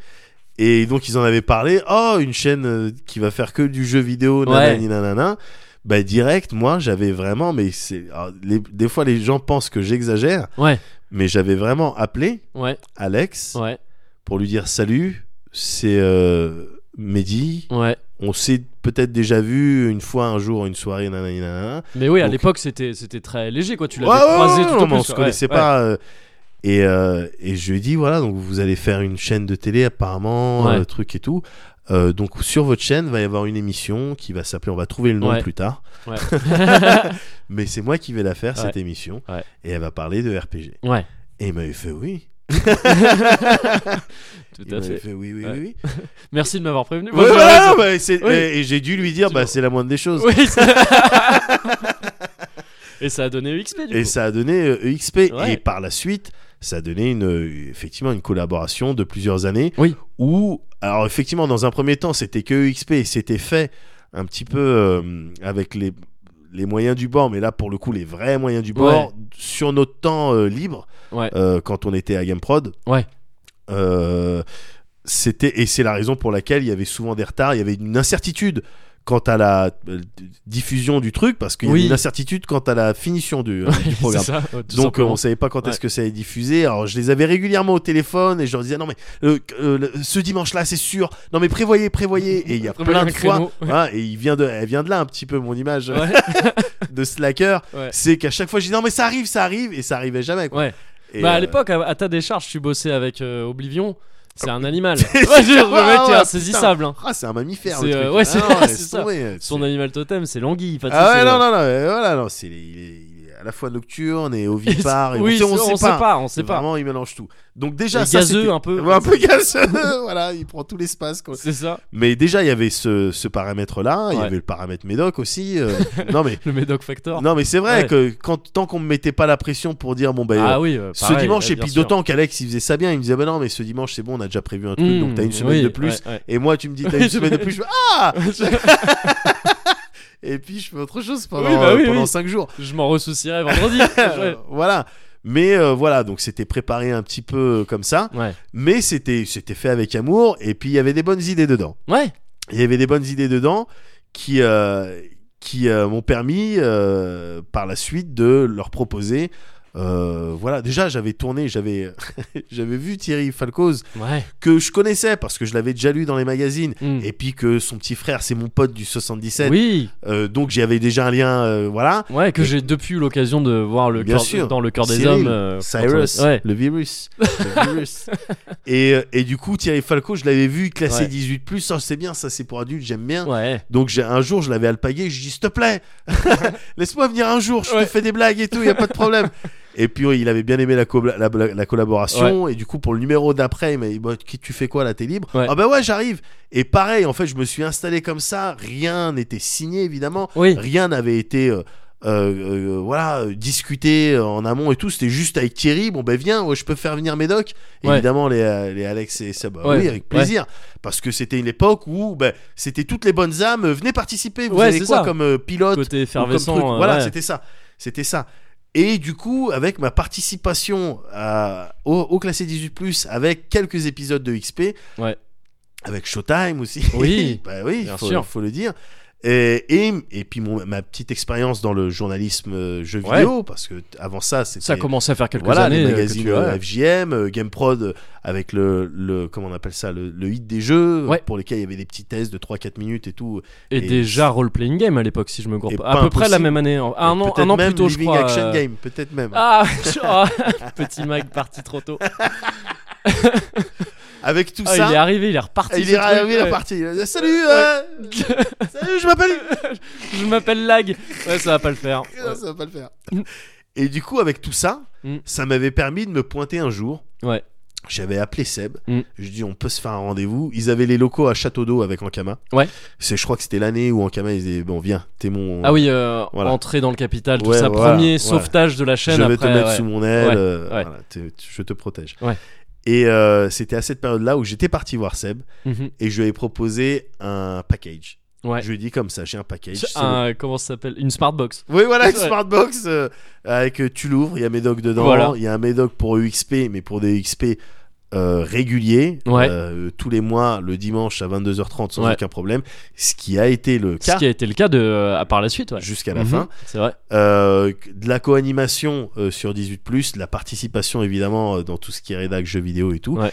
B: Et donc ils en avaient parlé. Oh, une chaîne euh, qui va faire que du jeu vidéo, nanani nanana. Bah direct, moi j'avais vraiment, mais c'est alors, les- des fois les gens pensent que j'exagère,
A: Ouais,
B: mais j'avais vraiment appelé
A: ouais,
B: Alex
A: ouais,
B: pour lui dire salut, c'est euh, Mehdi,
A: ouais.
B: on s'est peut-être déjà vu une fois un jour une soirée nanani nanana.
A: Mais oui, à
B: Donc-
A: l'époque, c'était c'était très léger, quoi. Tu l'avais
B: Ouais, ouais,
A: croisé
B: ouais,
A: tout
B: non,
A: au
B: mais on
A: plus,
B: se
A: ouais,
B: connaissait
A: ouais.
B: pas euh, et, euh, et je lui ai dit voilà donc vous allez faire une chaîne de télé apparemment
A: Ouais.
B: euh, truc et tout Euh, donc sur votre chaîne va y avoir une émission qui va s'appeler on va trouver le nom
A: Ouais.
B: plus tard
A: Ouais.
B: (laughs)
A: (laughs)
B: mais c'est moi qui vais la faire
A: Ouais.
B: cette émission
A: Ouais.
B: et elle va parler de RPG
A: Ouais,
B: et il m'avait fait oui
A: tout
B: il
A: à
B: m'avait
A: fait.
B: fait oui oui
A: Ouais.
B: oui, oui.
A: Merci de m'avoir prévenu.
B: Ouais,
A: Bonne
B: voilà,
A: raison.
B: bah, c'est-
A: Oui.
B: et, et j'ai dû lui dire
A: Tu
B: bah
A: vois.
B: c'est la moindre des choses
A: Oui, c'est- (laughs) Et ça a donné XP, du
B: Et
A: coup.
B: ça a donné euh, EXP.
A: Ouais.
B: Et par la suite, ça a donné une, euh, effectivement une collaboration de plusieurs années.
A: Oui.
B: Où, alors effectivement, dans un premier temps, c'était que EXP et c'était fait un petit peu euh, avec les, les moyens du bord, mais là, pour le coup, les vrais moyens du bord, sur notre temps euh, libre,
A: Ouais.
B: euh, quand on était à GameProd.
A: Ouais.
B: Euh, c'était, et c'est la raison pour laquelle il y avait souvent des retards, il y avait une incertitude. quant à la euh, diffusion du truc, parce qu'il y a
A: Oui.
B: une incertitude quant à la finition du, euh, du
A: C'est
B: programme.
A: ça, ouais, tout
B: Donc euh,
A: simplement.
B: on savait pas quand
A: Ouais.
B: est-ce que ça allait diffuser. Alors je les avais régulièrement au téléphone et je leur disais non mais euh, euh, le- ce dimanche-là c'est sûr. Non mais prévoyez, prévoyez. Et il y
A: (laughs)
B: a
A: Prévoyez
B: plein
A: un
B: de
A: créneau.
B: fois. (laughs) hein, et il vient de, elle vient de là un petit peu mon image euh,
A: Ouais,
B: (laughs) de slacker.
A: Ouais.
B: C'est qu'à chaque fois je dis non mais ça arrive, ça arrive et ça arrivait jamais. Quoi.
A: ouais.
B: Et,
A: bah à
B: euh,
A: l'époque, à, à ta décharge, tu bossais avec euh, Oblivion. C'est un
B: (laughs)
A: animal.
B: C'est
A: Ouais, je-
B: clair.
A: le mec
B: Ah
A: est
B: ouais,
A: insaisissable. hein.
B: ah c'est un mammifère.
A: C'est,
B: le
A: euh,
B: truc.
A: ouais,
B: Ah
A: c'est- (laughs)
B: non, laisse
A: c'est ça.
B: tomber.
A: Son euh,
B: C'est-
A: animal totem, c'est l'anguille. enfin, c'est-
B: Ah ouais non non non mais voilà non c'est il est- il est- il est à la fois
A: (laughs)
B: nocturne et ovipare
A: (laughs)
B: et
A: oui,
B: on, sait- on sait pas.
A: on sait pas.
B: Vraiment il mélange tout. Donc déjà
A: Et
B: ça,
A: gazeux,
B: c'était-
A: un peu.
B: Ouais,
A: (laughs)
B: un peu (laughs) gazeux. voilà il prend tout l'espace quoi.
A: C'est ça,
B: Mais déjà, il y avait ce, ce paramètre-là, il y
A: Ouais.
B: avait le paramètre médoc
A: (laughs)
B: aussi. euh, non, mais,
A: le Médoc Factor.
B: non, mais c'est vrai
A: Ouais.
B: que quand, tant qu'on me mettait pas la pression pour dire, bon, bah, euh,
A: ah oui, euh,
B: ce
A: pareil,
B: dimanche,
A: ouais,
B: et puis
A: bien sûr.
B: d'autant qu'Alex, il faisait ça bien, il me disait, bah non, mais ce dimanche, c'est bon, on a déjà prévu un truc,
A: Mmh,
B: donc t'as une semaine
A: oui,
B: de plus.
A: ouais, ouais.
B: Et moi, tu me dis,
A: (laughs)
B: t'as une semaine de plus, je fais, ah Et puis, je fais autre chose pendant, euh,
A: Oui, bah oui,
B: pendant
A: oui. (laughs)
B: 5 jours.
A: (laughs) Je m'en ressoucierai
B: (laughs)
A: vendredi.
B: Euh, voilà. Mais euh, voilà, donc c'était préparé un petit peu comme ça,
A: ouais.
B: mais c'était c'était fait avec amour, et puis il y avait des bonnes idées dedans.
A: Ouais.
B: il y avait des bonnes idées dedans qui euh, qui euh, m'ont permis euh, par la suite de leur proposer euh, voilà déjà j'avais tourné j'avais (laughs) j'avais vu Thierry Falcoz
A: Ouais.
B: que je connaissais parce que je l'avais déjà lu dans les magazines
A: Mm.
B: et puis que son petit frère c'est mon pote du 77
A: Oui.
B: euh, donc j'avais déjà un lien euh, voilà
A: Ouais, que
B: Et-
A: j'ai depuis eu l'occasion de voir le
B: Bien
A: cœur-
B: sûr.
A: dans le cœur des hommes.
B: Cyril,
A: euh,
B: Cyrus
A: quand on- Ouais.
B: le virus, le
A: (laughs)
B: virus. et, euh, et du coup Thierry Falco je l'avais vu classé
A: Ouais.
B: 18 plus c'est bien ça c'est pour adultes j'aime bien
A: Ouais.
B: Donc j'ai un jour, je l'avais alpagué, je dis s'il te plaît, (laughs) laisse-moi venir un jour, je
A: Ouais.
B: te fais des blagues et tout, il y a pas
A: (laughs)
B: de problème. Et puis oui, il avait bien aimé la, co- la, la- la collaboration et du coup pour le numéro d'après, il m'a dit Bon, qui- tu fais quoi là, t'es libre
A: Ouais.
B: Ah bah ouais, j'arrive. Et pareil, en fait, je me suis installé comme ça, rien n'était signé évidemment,
A: Oui.
B: rien n'avait été euh, euh, euh, voilà euh, discuté euh, en amont et tout, c'était juste avec Thierry, bon ben viens, ouais, je peux faire venir Médoc. Et
A: Ouais.
B: Évidemment les, euh, les Alex et ça, bah
A: Ouais.
B: oui avec plaisir parce que c'était une époque où ben, c'était toutes les bonnes âmes euh, venez participer vous
A: Ouais,
B: avez
A: c'est
B: quoi
A: ça.
B: comme euh, pilote
A: Côté
B: ou comme
A: effervescent.
B: truc
A: euh,
B: voilà
A: ouais.
B: c'était ça c'était ça et du coup avec ma participation à- au, au classé 18 avec quelques épisodes de XP
A: Ouais.
B: avec Showtime aussi
A: Oui,
B: (laughs) bah oui
A: bien
B: faut,
A: sûr.
B: faut le dire et, et, et puis mon- ma petite expérience dans le journalisme euh, jeux
A: Ouais.
B: vidéo parce que t- avant ça c'était
A: Ça commençait à faire quelques
B: voilà,
A: années.
B: les
A: euh, que
B: magazines
A: tu-
B: euh,
A: ouais.
B: FJM, euh, Game Prod euh, avec le, le comment on appelle ça le, le hit des jeux
A: Ouais.
B: pour lesquels il y avait des petits tests de 3-4 minutes et tout.
A: Et
B: et-
A: déjà role-playing game à l'époque, si je me
B: Et
A: gourre
B: pas
A: pas. À peu près la
B: impossible.
A: même année. en- Un
B: Et
A: an,
B: peut-être
A: un an
B: même
A: plus tôt, je
B: Living
A: crois.
B: Action
A: euh,
B: Game, peut-être même.
A: Ah, (laughs) je- petit Mac parti trop tôt.
B: Avec tout
A: Ah,
B: ça,
A: il est arrivé, il est reparti.
B: il
A: ce
B: est
A: truc,
B: arrivé la
A: ouais.
B: partie. Il a dit, Salut, euh, salut, je m'appelle.
A: (laughs) Je m'appelle Lag. Ouais, ça va pas le faire.
B: Non, ça va pas le faire. Et du coup, avec tout ça,
A: Mm.
B: ça m'avait permis de me pointer un jour.
A: Ouais.
B: J'avais appelé Seb.
A: Mm.
B: Je dis, on peut se faire un rendez-vous. Ils avaient les locaux à Château d'Eau avec Ankama.
A: Ouais.
B: C'est, je crois que c'était l'année où Ankama ils disaient, bon, viens, t'es mon.
A: Ah oui, euh,
B: Voilà.
A: entrer dans le capital, tout
B: Ouais,
A: ça.
B: voilà,
A: Premier
B: voilà.
A: sauvetage de la
B: je
A: chaîne.
B: vais te
A: après,
B: mettre
A: ouais.
B: sous mon aile.
A: Ouais,
B: euh,
A: ouais.
B: voilà, t'es- tu- je te protège.
A: Ouais.
B: Et euh, c'était à cette période-là où j'étais parti voir Seb
A: Mhm.
B: et je lui ai proposé un package.
A: Ouais.
B: Je lui ai dit comme ça, j'ai un package. c'est bon.
A: Un- comment ça s'appelle Une smartbox.
B: Oui, voilà, une
A: Ouais.
B: Smartbox euh, avec euh, tu l'ouvres, il y a Médoc dedans, il
A: Voilà.
B: y a un Médoc pour EXP, mais pour des XP euh, réguliers,
A: Ouais.
B: euh, tous les mois, le dimanche à 22h30 sans
A: Ouais.
B: aucun problème, ce qui a été le
A: Ce
B: cas
A: qui a été le cas de, euh, par la suite. Ouais.
B: jusqu'à la
A: Mhm.
B: fin.
A: C'est vrai.
B: Euh, de la co-animation euh, sur 18+, de la participation évidemment euh, dans tout ce qui est rédac, jeux vidéo et tout.
A: Ouais.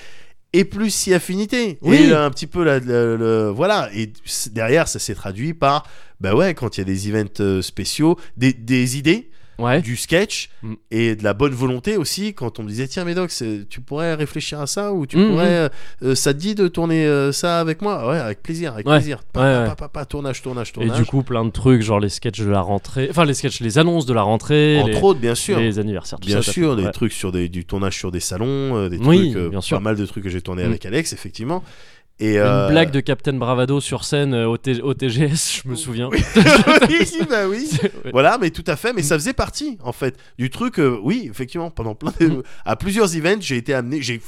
B: Et plus si affinité.
A: Oui.
B: Et euh, un petit peu la, la- la- voilà. Et c- derrière, ça s'est traduit par, bah ouais, quand il y a des events euh, spéciaux, des, des idées,
A: Ouais.
B: du sketch
A: Mm.
B: et de la bonne volonté aussi. Quand on me disait, tiens, Médoc, c'est- tu pourrais réfléchir à ça ou tu
A: Mm,
B: pourrais, euh, euh, ça te dit de tourner euh, ça avec moi Ouais, avec plaisir, avec
A: Ouais.
B: plaisir. Pa,
A: Ouais,
B: pa,
A: ouais.
B: pa, pa, pa, tournage,
A: Et
B: tournage, tournage.
A: du coup, plein de trucs, genre les sketchs de la rentrée. Enfin, les sketchs, les annonces de la rentrée.
B: entre
A: les,
B: autres, bien sûr.
A: les anniversaires, tout
B: Bien
A: ça, t'as
B: sûr,
A: fait.
B: des
A: Ouais.
B: trucs sur des, du tournage sur des salons, euh, des
A: Oui,
B: trucs, euh,
A: bien sûr.
B: pas mal de trucs que j'ai tourné
A: Mm.
B: avec Alex, effectivement. Et euh,
A: Une blague
B: (laughs)
A: de Captain Bravado sur scène euh, au, T- au TGS, je me souviens.
B: oui, bah oui.
A: (laughs) Ouais.
B: Voilà, mais tout à fait, mais ça faisait partie en fait du truc. euh, oui, effectivement, pendant plein de,
A: Mm.
B: à plusieurs events, j'ai été amené, j'ai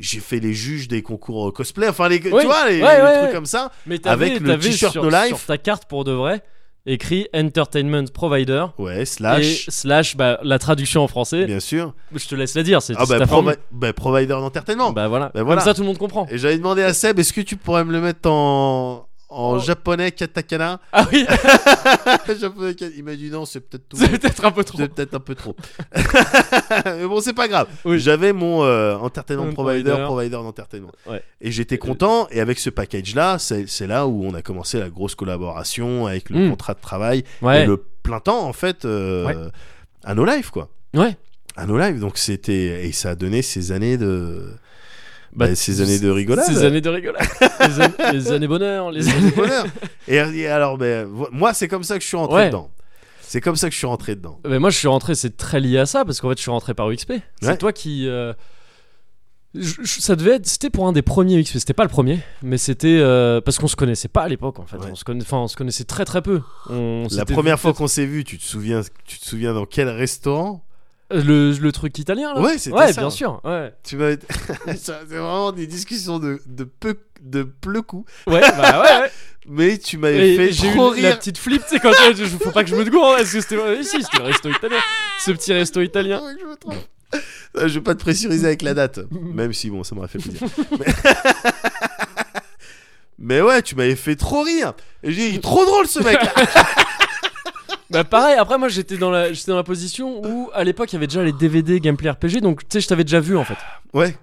B: j'ai fait les juges des concours euh, cosplay, enfin les, tu
A: Oui,
B: vois les,
A: ouais,
B: les
A: ouais,
B: trucs
A: ouais.
B: comme ça.
A: Mais t'avais-
B: Avec le
A: t'avais
B: t-shirt
A: sur,
B: No Life.
A: sur ta carte pour de vrai, écrit Entertainment Provider.
B: Ouais, slash,
A: Et slash bah, la traduction en français,
B: bien sûr.
A: je te laisse la dire, c'est
B: Ah
A: c'est
B: bah,
A: ta
B: provi-
A: formule.
B: bah, provider d'entertainnement.
A: Bah voilà.
B: Bah, voilà.
A: Comme ça tout le monde comprend.
B: Et j'avais demandé à Seb, est-ce que tu pourrais me le mettre en
A: Oh.
B: en japonais katakana. (laughs)
A: Ah oui, (laughs)
B: japonais, kat- il m'a dit non, c'est peut-être tout.
A: c'est peut-être un peu trop.
B: C'est peut-être un peu trop. (laughs) Mais bon, c'est pas grave.
A: Oui.
B: J'avais mon euh, entertainment
A: Un
B: provider, provider,
A: provider.
B: d'entertainment.
A: Ouais.
B: Et j'étais content. Et avec ce package-là, c'est c'est là où on a commencé la grosse collaboration avec le
A: Mm.
B: contrat de travail et
A: Ouais,
B: le plein temps, en fait, euh,
A: Ouais.
B: à nos lives, quoi.
A: ouais.
B: À nos lives. Donc c'était. Et ça a donné ces années de.
A: Bah,
B: bah, ces années de rigolade.
A: Ces années de rigolade. les, an- les années bonheur, les années.
B: (laughs) de bonheur. Et, et alors, ben, vo- moi, c'est comme ça que je suis rentré
A: Ouais.
B: dedans. C'est comme ça que je suis rentré dedans.
A: Mais moi, je suis rentré, c'est très lié à ça, parce qu'en fait, je suis rentré par UXP.
B: Ouais.
A: C'est toi qui. euh, je- je- ça devait être. C'était pour un des premiers UXP. C'était pas le premier, mais c'était. euh, parce qu'on se connaissait pas à l'époque, en fait.
B: Ouais.
A: On, se conna- enfin, on se connaissait très très peu. On
B: La
A: s'était
B: première
A: vu
B: fois qu'on s'est vu, tu te souviens, tu te souviens dans quel restaurant
A: peut-être- euh, Le, le truc italien, là
B: Ouais, c'était
A: Ouais,
B: ça.
A: bien sûr. Ouais,
B: Tu m'avais- (laughs) Ça, c'est vraiment des discussions de, de peu de peu coup.
A: ouais bah ouais.
B: (laughs)
A: ouais.
B: Mais tu m'avais
A: Et
B: fait
A: j'ai eu
B: trop
A: la
B: rire.
A: petite flip, tu sais, quand euh, je, je- faut pas que je me gourde, parce que c'était. ouais, Si, c'était le resto italien. Ce petit resto italien.
B: Faut que Ah, Je, me trompe. Euh, je vais pas te pressuriser avec la
A: (laughs)
B: date, même si bon, ça m'aurait fait plaisir. Mais... (laughs) Mais ouais, tu m'avais fait trop rire. Et J'ai dit, il est trop drôle ce mec.
A: Ah. Bah pareil, après moi j'étais dans la j'étais dans la position où à l'époque il y avait déjà les DVD gameplay RPG donc tu sais je t'avais déjà vu en fait.
B: ouais.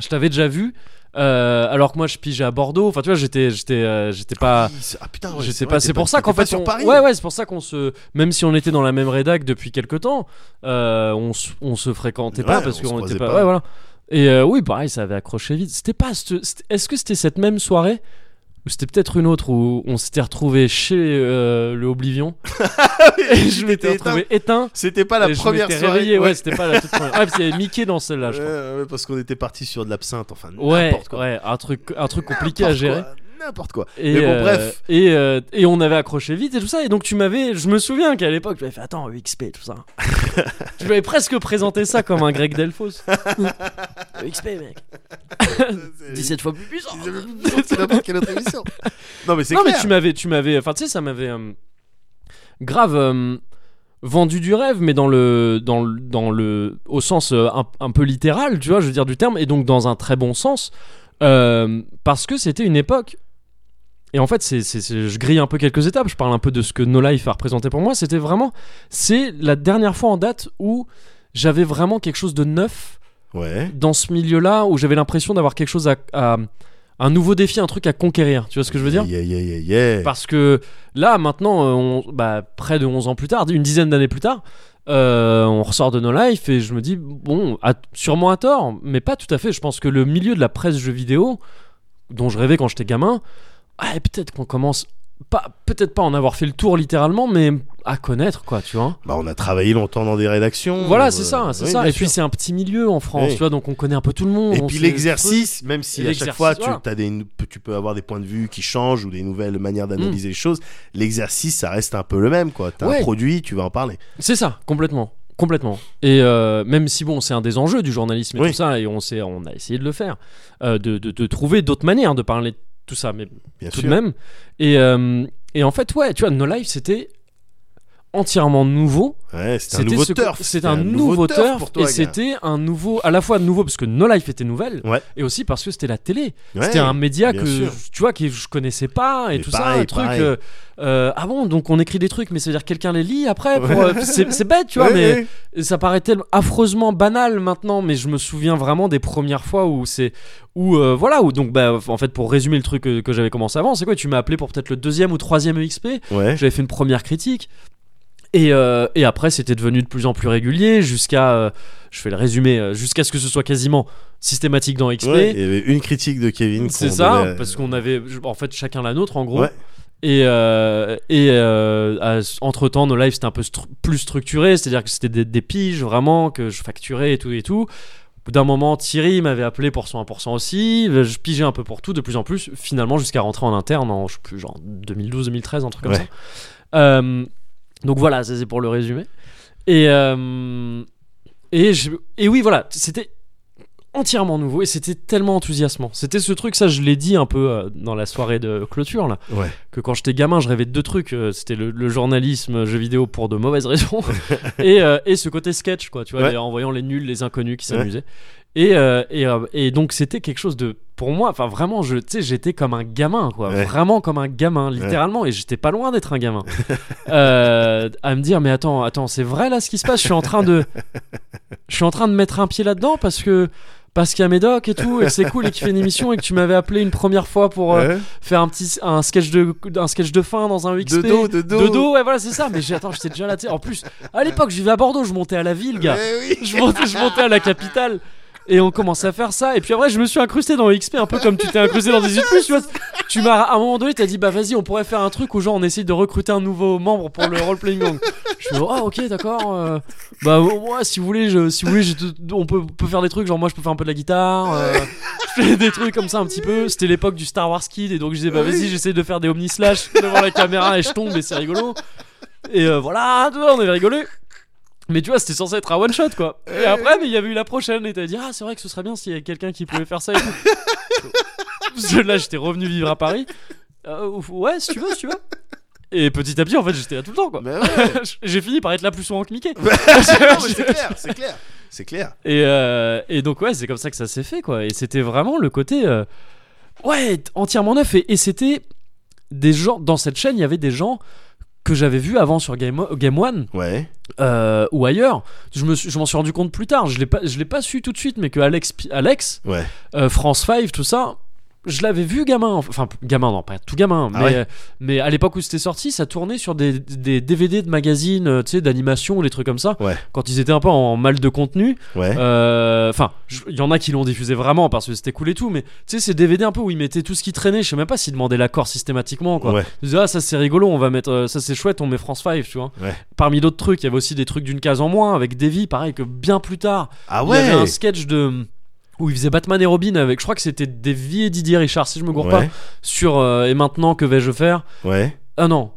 A: Je t'avais déjà vu euh, alors que moi je pigeais à Bordeaux, enfin tu vois j'étais j'étais euh, j'étais pas
B: Oui, c'est- Ah putain, ouais,
A: je sais
B: vrai,
A: pas,
B: t'es
A: c'est pour ça
B: t'es
A: qu'en
B: pas
A: fait
B: sur
A: on-
B: Paris.
A: Ouais ouais, c'est pour ça qu'on se même si on était dans la même rédac depuis quelque temps, euh, on, s- on se fréquentait pas
B: Ouais,
A: parce
B: on se
A: qu'on était
B: croisait
A: pas,
B: pas.
A: ouais voilà. Et euh, oui, pareil, ça avait accroché vite. C'était pas ce- c'était- est-ce que c'était cette même soirée ou c'était peut-être une autre où on s'était retrouvé chez euh, le Oblivion (laughs) et je m'étais
B: T'étais éteint.
A: retrouvé éteint
B: (laughs) C'était pas la
A: et
B: première
A: je m'étais
B: soirée.
A: réveillé, ouais, c'était pas la toute première. Ah, parce qu'il y avait Mickey dans celle-là, je crois.
B: Ouais, ouais, parce qu'on était parti sur de l'absinthe, enfin
A: Ouais,
B: n'importe quoi.
A: ouais, un truc, un truc compliqué à
B: N'importe
A: gérer.
B: quoi, N'importe quoi.
A: Et
B: Mais bon,
A: euh,
B: bref.
A: Et, euh, et on avait accroché vite et tout ça. Et donc, tu m'avais. Je me souviens qu'à l'époque, tu m'avais fait Attends, UXP, tout
B: (laughs)
A: ça. tu m'avais presque présenté ça comme un Greg Delphos.
B: (laughs)
A: UXP, mec.
B: Euh, (laughs)
A: 17 Euh, fois plus puissant.
B: Ils avaient plus besoin de n'importe quelle
A: (laughs)
B: autre émission. Non mais c'est
A: Non,
B: clair.
A: mais tu m'avais. Tu m'avais. Enfin, tu sais, ça m'avait. euh, grave. euh, vendu du rêve mais dans le dans le, dans le au sens euh, un, un peu littéral tu vois je veux dire du terme et donc dans un très bon sens euh, parce que c'était une époque et en fait c'est, c'est- c'est- je grille un peu quelques étapes je parle un peu de ce que No Life a représenté pour moi c'était vraiment c'est la dernière fois en date où j'avais vraiment quelque chose de neuf
B: Ouais.
A: dans ce milieu là où j'avais l'impression d'avoir quelque chose à, à- un nouveau défi un truc à conquérir tu vois ce que je veux dire
B: Yeah, yeah, yeah, yeah.
A: parce que là, maintenant, euh, on- bah, près de 11 ans plus tard, une dizaine d'années plus tard, euh, on ressort de nos lives et je me dis, bon, à- sûrement à tort, mais pas tout à fait. Je pense que le milieu de la presse jeux vidéo, dont je rêvais quand j'étais gamin, ah, et peut-être qu'on commence, pas, peut-être pas en avoir fait le tour littéralement, mais à connaître, quoi, tu vois.
B: Bah, on a travaillé longtemps dans des rédactions.
A: Voilà,
B: euh,
A: c'est ça, c'est
B: oui,
A: ça.
B: bien
A: Et
B: sûr.
A: puis c'est un petit milieu en France,
B: Oui.
A: tu vois, donc on connaît un peu tout le monde.
B: Et
A: on
B: puis
A: sait-
B: l'exercice, même si
A: Et
B: à chaque
A: l'exercice,
B: fois tu,
A: voilà.
B: as des, tu peux avoir des points de vue qui changent ou des nouvelles manières d'analyser les choses, l'exercice ça reste un peu le même quoi. T'as un
A: Mm. Ouais.
B: produit, tu vas en parler.
A: C'est ça, complètement. Complètement. Et euh, même si, bon, c'est un des enjeux du journalisme et
B: Oui.
A: tout ça, et on, sait, on a essayé de le faire, euh, de, de- de trouver d'autres manières de parler de tout ça, mais
B: Bien
A: tout
B: sûr.
A: de même. Et, euh, et en fait, ouais, tu vois, No Life, c'était entièrement nouveau.
B: Ouais, c'est un nouveau
A: ce-
B: turf.
A: C'était un, nouveau turf,
B: pour toi,
A: et
B: gars.
A: c'était un nouveau, à la fois nouveau parce que No Life était nouvelle,
B: Ouais.
A: et aussi parce que c'était la télé.
B: Ouais.
A: C'était un média
B: bien
A: que
B: sûr.
A: tu vois que je connaissais pas et
B: Mais
A: tout
B: pareil,
A: ça, un truc.
B: pareil.
A: euh, euh, ah bon, donc on écrit des trucs, mais ça veut dire que quelqu'un les lit après. pour,
B: Ouais.
A: euh, c'est c'est bête, tu vois,
B: Ouais,
A: mais
B: ouais.
A: et ça paraît tellement affreusement banal maintenant, mais je me souviens vraiment des premières fois où c'est où euh, voilà où donc bah en fait pour résumer le truc que, que j'avais commencé avant, c'est quoi Tu m'as appelé pour peut-être le deuxième ou troisième EXP.
B: Ouais.
A: J'avais fait une première critique. Et, euh, et après, c'était devenu de plus en plus régulier jusqu'à, euh, je fais le résumé, euh, jusqu'à ce que ce soit quasiment systématique dans XP.
B: Ouais, il y avait une critique de Kevin.
A: C'est
B: qu'on
A: ça,
B: donnait à-
A: parce qu'on avait, je- en fait, chacun la nôtre en gros.
B: Ouais.
A: Et, euh, et entre temps, nos lives c'était un peu stru- plus structuré, c'est-à-dire que c'était des, des piges vraiment que je facturais et tout et tout. Au bout d'un moment, Thierry m'avait appelé pour son 1% aussi. Je pigeais un peu pour tout, de plus en plus, finalement, jusqu'à rentrer en interne en je sais plus, genre 2012-2013, un truc comme
B: Ouais.
A: ça. Euh, donc voilà, ça c'est pour le résumé. Et, euh, et, je- et oui, voilà, c'était entièrement nouveau et c'était tellement enthousiasmant. C'était ce truc, ça je l'ai dit un peu euh, dans la soirée de clôture là,
B: Ouais.
A: que quand j'étais gamin je rêvais de deux trucs, euh, c'était le, le journalisme, euh, jeux vidéo pour
B: (laughs)
A: de mauvaises raisons et, euh, et ce côté sketch quoi, tu vois,
B: Ouais.
A: les- en voyant les nuls, les inconnus qui
B: Ouais.
A: s'amusaient. Et, euh, et, euh, et donc c'était quelque chose de pour moi enfin vraiment je tu sais j'étais comme un gamin quoi
B: Ouais.
A: vraiment comme un gamin littéralement et j'étais pas loin d'être un
B: (laughs)
A: gamin Euh, à me dire mais attends attends c'est vrai là ce qui se passe je suis en train de je suis en train de mettre un pied là-dedans parce que parce qu'il y a Médoc et tout et que c'est cool et qu'il fait une émission et que tu m'avais appelé une première fois pour euh,
B: Ouais.
A: faire un petit un sketch de un sketch de fin dans un
B: De
A: XP
B: dos, de dos.
A: de dos, ouais, voilà, c'est ça. Mais j'ai- attends, j'étais déjà là, tu sais. En plus, à l'époque, je vivais à Bordeaux, je montais à la ville, gars.
B: Mais oui.
A: Je montais, je montais à la capitale. Et on commençait à faire ça. Et puis après, je me suis incrusté dans le XP, un peu comme tu t'es incrusté dans 18 plus, tu vois. Tu m'as, à un moment donné, t'as dit, bah vas-y, on pourrait faire un truc où genre on essaye de recruter un nouveau membre pour le role-playing gang. Je suis ah ok, d'accord. euh, bah, moi, si vous voulez, je, si vous voulez, je te- on peut, on peut faire des trucs. Genre, moi, je peux faire un peu de la guitare. euh, je fais (laughs) des trucs comme ça un petit peu. C'était l'époque du Star Wars Kid. Et donc, je disais, bah vas-y, j'essaye de faire des omnislash devant la caméra et je tombe et c'est rigolo. Et euh, voilà, tu vois, on avait rigolé. Mais tu vois, c'était censé être un one shot quoi. Et après, mais il y avait eu la prochaine et t'as dit Ah, c'est vrai que ce serait bien s'il y avait quelqu'un qui pouvait faire ça et tout. Parce que (laughs) là, j'étais revenu vivre à Paris. Euh, ouf, ouais, si tu veux, si tu veux. Et petit à petit, en fait, j'étais là tout le temps quoi.
B: Mais ouais.
A: (laughs)
B: (laughs)
A: J'ai fini par être là plus souvent que Mickey. (laughs)
B: Non, mais c'est clair, c'est clair. C'est clair.
A: Et, euh, et donc ouais, c'est comme ça que ça s'est fait quoi. Et c'était vraiment le côté euh, ouais t- entièrement neuf. Et, et c'était des gens dans cette chaîne, il y avait des gens que j'avais vus avant sur Game, O- Game One
B: Ouais.
A: euh, ou ailleurs. Je me suis- je m'en suis rendu compte plus tard. Je l'ai pas je l'ai pas su tout de suite, mais que Alex Pi- Alex
B: Ouais.
A: euh, France 5 tout ça. Je l'avais vu gamin, enfin p- gamin non pas tout gamin,
B: Ah
A: mais,
B: ouais
A: euh, mais à l'époque où c'était sorti, ça tournait sur des, des DVD de magazines, euh, tu sais, d'animation, des trucs comme ça,
B: Ouais.
A: quand ils étaient un peu en mal de contenu,
B: Ouais.
A: euh, Enfin, je- il y en a qui l'ont diffusé vraiment parce que c'était cool et tout, mais tu sais, ces DVD un peu où ils mettaient tout ce qui traînait, je sais même pas s'ils demandaient l'accord systématiquement, quoi.
B: Ouais.
A: Ils disaient, ah, ça c'est rigolo, on va mettre, euh, ça c'est chouette, on met France 5, tu vois.
B: Ouais.
A: Parmi d'autres trucs, il y avait aussi des trucs d'une case en moins avec Davy, pareil que bien plus tard,
B: Ah
A: il y
B: ouais.
A: avait un sketch de. Où ils faisaient Batman et Robin avec, je crois que c'était Davy et Didier Richard, si je me gourre pas,
B: Ouais.
A: sur euh, Et maintenant, que vais-je faire
B: Ouais.
A: Ah non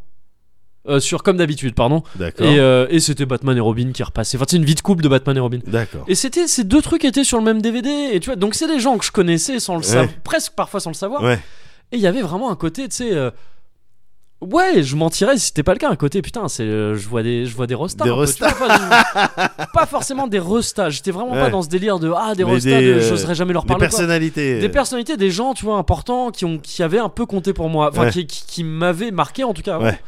A: Euh, Sur Comme d'habitude, pardon.
B: D'accord.
A: Et, euh, et c'était Batman et Robin qui repassait. Enfin, c'est une vie de couple de Batman et Robin.
B: D'accord.
A: Et c'était ces deux trucs étaient sur le même DVD et tu vois donc c'est des gens que je connaissais sans le
B: Ouais.
A: savoir presque parfois sans le savoir
B: Ouais.
A: et il y avait vraiment un côté tu sais euh, ouais je mentirais si c'était pas le cas un côté putain c'est euh, je vois des je vois des restas
B: Des
A: un peu, tu vois,
B: (laughs)
A: pas, du- pas forcément des restas j'étais vraiment
B: Ouais.
A: pas dans ce délire de ah des
B: Mais
A: restas
B: des,
A: de-
B: euh,
A: j'oserais jamais leur
B: Des
A: parler quoi.
B: personnalités.
A: des personnalités des gens tu vois importants qui ont qui avaient un peu compté pour moi enfin
B: Ouais.
A: qui, qui, qui m'avaient marqué en tout cas avant.
B: Ouais.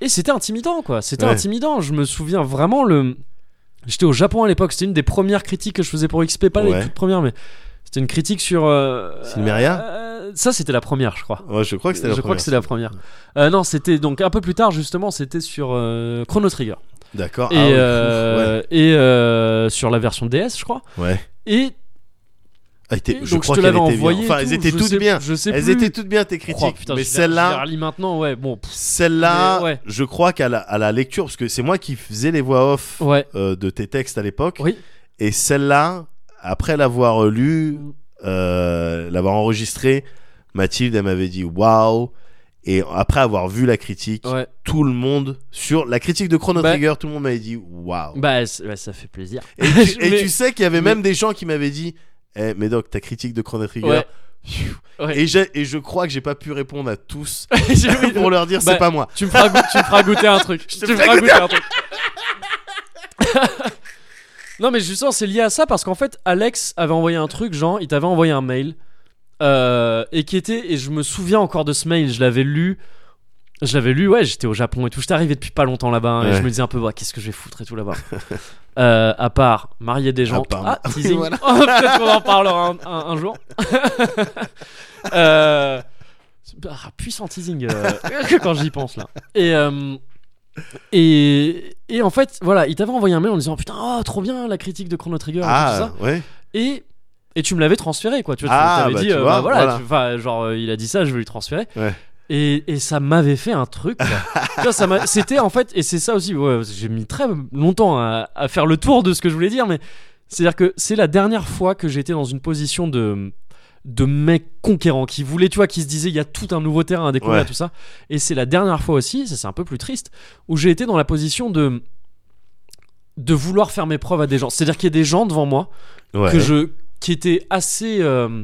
A: et c'était intimidant quoi c'était
B: Ouais.
A: intimidant je me souviens vraiment le j'étais au Japon à l'époque c'était une des premières critiques que je faisais pour XP pas
B: Ouais.
A: les toutes premières mais c'était une critique sur euh,
B: Silmeria
A: euh, ça c'était la première je crois
B: Ouais, je crois que
A: Euh, je
B: c'était la
A: crois
B: première.
A: que c'est la première Euh, non c'était donc un peu plus tard justement c'était sur euh, Chrono Trigger
B: D'accord.
A: et,
B: ah, ouais,
A: euh, et euh, sur la version DS je crois
B: ouf, ouais. Ouais.
A: et,
B: Ah, était-
A: et
B: je
A: donc
B: crois
A: je te
B: qu'elle
A: l'avais
B: était bien.
A: envoyé
B: Enfin,
A: et
B: elles
A: tout,
B: étaient
A: je
B: toutes
A: sais-
B: bien.
A: je sais
B: Elles
A: plus.
B: étaient toutes bien tes critiques.
A: Oh, putain, je
B: mais
A: les- je les
B: celle-là,
A: relis maintenant, ouais, bon. pff,
B: celle-là,
A: Mais ouais.
B: je crois qu'à la, à la lecture, parce que c'est moi qui faisais les voix off
A: Ouais.
B: euh, de tes textes à l'époque.
A: Oui.
B: Et celle-là, après l'avoir euh, lue,
A: Mm.
B: euh, l'avoir enregistrée, Mathilde, elle m'avait dit waouh. Et après avoir vu la critique,
A: Ouais.
B: tout le monde sur la critique de Chrono
A: Bah-
B: Trigger, tout le monde m'avait dit waouh.
A: Bah, c'est- bah, ça fait (laughs) plaisir.
B: et tu, et
A: Mais-
B: tu sais qu'il y avait même des gens qui m'avaient dit, eh, Médoc, ta critique de Chrono Trigger.
A: Ouais.
B: pfiou.
A: Ouais.
B: Et, j'ai- et je crois que j'ai pas pu répondre à tous
A: J'ai- (laughs) oui,
B: pour leur dire c'est
A: Bah,
B: pas moi.
A: tu me feras, go- tu me feras goûter un
B: (laughs)
A: truc.
B: te
A: tu me
B: ferai
A: feras goûter un truc. (laughs) non, mais justement, c'est lié à ça parce qu'en fait, Alex avait envoyé un truc, genre, il t'avait envoyé un mail. euh, et qui était, et je me souviens encore de ce mail, je l'avais lu. Je l'avais lu, ouais, j'étais au Japon et tout. J'étais arrivé depuis pas longtemps là-bas et
B: Ouais.
A: je me disais un peu, bah, qu'est-ce que je vais foutre et tout là-bas. (laughs) Euh, à part marier des gens.
B: À part-
A: Ah, teasing.
B: (laughs) Voilà.
A: Oh, (laughs) Peut-être qu'on en parlera un, un- un jour. (laughs) Euh, ah, puissant teasing euh, (laughs) quand j'y pense là. Et, euh, et, et en fait, voilà, il t'avait envoyé un mail en disant Putain, oh, trop bien la critique de Chrono Trigger et tout
B: Ah,
A: ça.
B: ouais.
A: Et, et tu me l'avais transféré quoi. Tu vois, tu
B: Ah,
A: t'avais
B: bah,
A: dit
B: tu
A: euh,
B: vois,
A: bah, voilà,
B: voilà.
A: tu- enfin, genre euh, il a dit ça, je vais lui transférer.
B: Ouais.
A: Et, et ça m'avait fait un truc. quoi. Tu vois, ça m'a-
B: (laughs)
A: C'était en fait, et c'est ça aussi, ouais, j'ai mis très longtemps à, à faire le tour de ce que je voulais dire, mais c'est-à-dire que c'est la dernière fois que j'étais dans une position de de mec conquérant qui voulait, tu vois, qui se disait il y a tout un nouveau terrain à découvrir,
B: Ouais.
A: tout ça. Et c'est la dernière fois aussi, ça c'est un peu plus triste, où j'ai été dans la position de de vouloir faire mes preuves à des gens. C'est-à-dire qu'il y a des gens devant moi
B: Ouais.
A: que je qui était assez euh,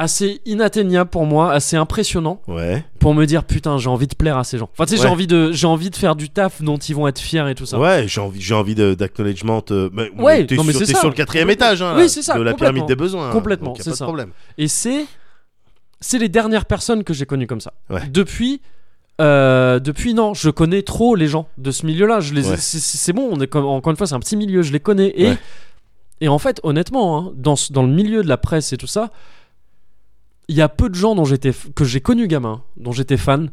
A: assez inatteignable pour moi, assez impressionnant
B: Ouais.
A: pour me dire putain, j'ai envie de plaire à ces gens. Enfin, tu sais, j'ai
B: Ouais.
A: envie de j'ai envie de faire du taf dont ils vont être fiers et tout ça.
B: Ouais, j'ai envie, j'ai envie de- d'acknowledgement. euh, mais-
A: Ouais,
B: mais t'es
A: non, mais
B: sur,
A: c'est
B: t'es
A: ça.
B: sur le quatrième étage, hein,
A: Oui,
B: là,
A: c'est ça,
B: de la
A: complètement.
B: pyramide des besoins. hein,
A: Complètement,
B: donc y a
A: c'est
B: pas de
A: ça.
B: problème.
A: Et c'est c'est les dernières personnes que j'ai connues comme ça.
B: Ouais.
A: Depuis euh, depuis non, je connais trop les gens de ce milieu-là. Je les
B: Ouais.
A: c'est- c'est c'est bon. On est comme encore une fois, c'est un petit milieu. Je les connais et
B: Ouais.
A: et en fait, honnêtement, hein, dans ce- dans le milieu de la presse et tout ça, il y a peu de gens dont j'étais f- que j'ai connu gamin, dont j'étais fan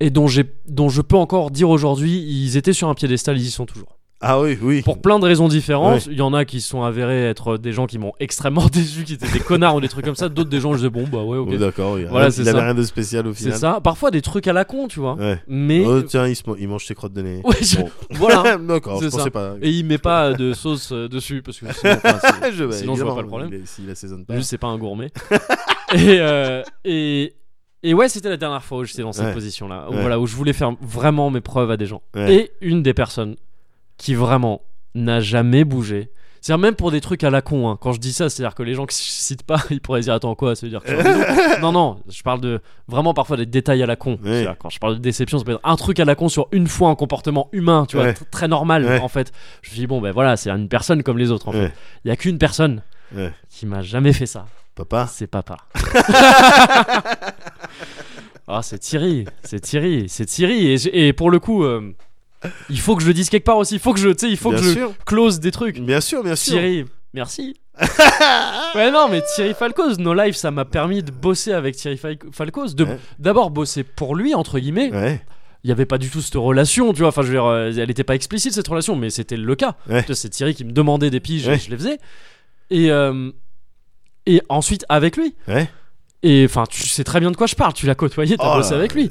A: et dont j'ai dont je peux encore dire aujourd'hui, ils étaient sur un piédestal, ils y sont toujours
B: Ah oui, oui.
A: pour plein de raisons différentes. Il y en a qui se sont avérés être des gens qui m'ont extrêmement (laughs) déçu, qui étaient des connards ou des trucs comme ça. D'autres des gens, je disais bon bah ouais, ok,
B: Oui, D'accord, oui.
A: Voilà,
B: Rien-
A: c'est
B: il avait
A: ça.
B: rien de spécial au
A: c'est
B: final.
A: ça. Parfois des trucs à la con, tu vois.
B: Ouais.
A: Mais
B: Oh, tiens, il, se mo- il mange ses crottes de nez.
A: (laughs) Ouais, je-
B: Bon. (laughs)
A: voilà.
B: D'accord, je
A: C'est ça.
B: pensais pas. (laughs)
A: Et il met pas de sauce euh, dessus parce que sinon, enfin, c'est-
B: je, bah,
A: sinon, je vois
B: évidemment,
A: pas le problème.
B: il est- S'il assaisonne pas.
A: Juste, c'est pas un gourmet. (laughs) et, euh, et, et ouais, c'était la dernière fois où j'étais dans cette
B: Ouais.
A: position-là. où
B: Ouais.
A: Voilà, où je voulais faire vraiment mes preuves à des gens.
B: Ouais.
A: Et une des personnes qui vraiment n'a jamais bougé. C'est-à-dire même pour des trucs à la con, hein. quand je dis ça, c'est-à-dire que les gens qui ne citent pas, (laughs) ils pourraient se dire attends quoi, ça veut dire que... je suis un
B: (laughs)
A: bidon. non, non, je parle de vraiment parfois des détails à la con.
B: Ouais.
A: C'est-à-dire, Quand je parle de déception, ça peut être un truc à la con sur une fois un comportement humain, tu vois,
B: Ouais.
A: t- très normal
B: Ouais.
A: en fait. Je me suis dit bon ben voilà, c'est une personne comme les autres en
B: Ouais.
A: fait. Il n'y a qu'une personne
B: Ouais.
A: qui m'a jamais fait ça.
B: Papa.
A: C'est
B: (laughs)
A: papa. Ah, c'est Thierry, c'est Thierry, c'est Thierry. Et, j'ai- et pour le coup, euh, il faut que je le dise quelque part aussi. Il faut que je, tu sais, il faut
B: bien
A: que je
B: sûr.
A: close des trucs.
B: Bien sûr, bien sûr.
A: Thierry, merci. ouais, non, mais Thierry Falcoz, No Life, ça m'a permis de bosser avec Thierry Fal- Falcoz. de-
B: Ouais.
A: D'abord bosser pour lui, entre guillemets. Il
B: Ouais,
A: n'y avait pas du tout cette relation, tu vois. Enfin, je veux dire, euh, elle n'était pas explicite cette relation, mais c'était le cas.
B: Ouais.
A: Tu vois, C'est Thierry qui me demandait des piges et
B: Ouais.
A: je les faisais. Et, euh, et ensuite avec lui.
B: ouais.
A: Et enfin, tu sais très bien de quoi je parle, tu l'as côtoyé, t'as
B: Oh
A: bossé
B: là,
A: avec lui.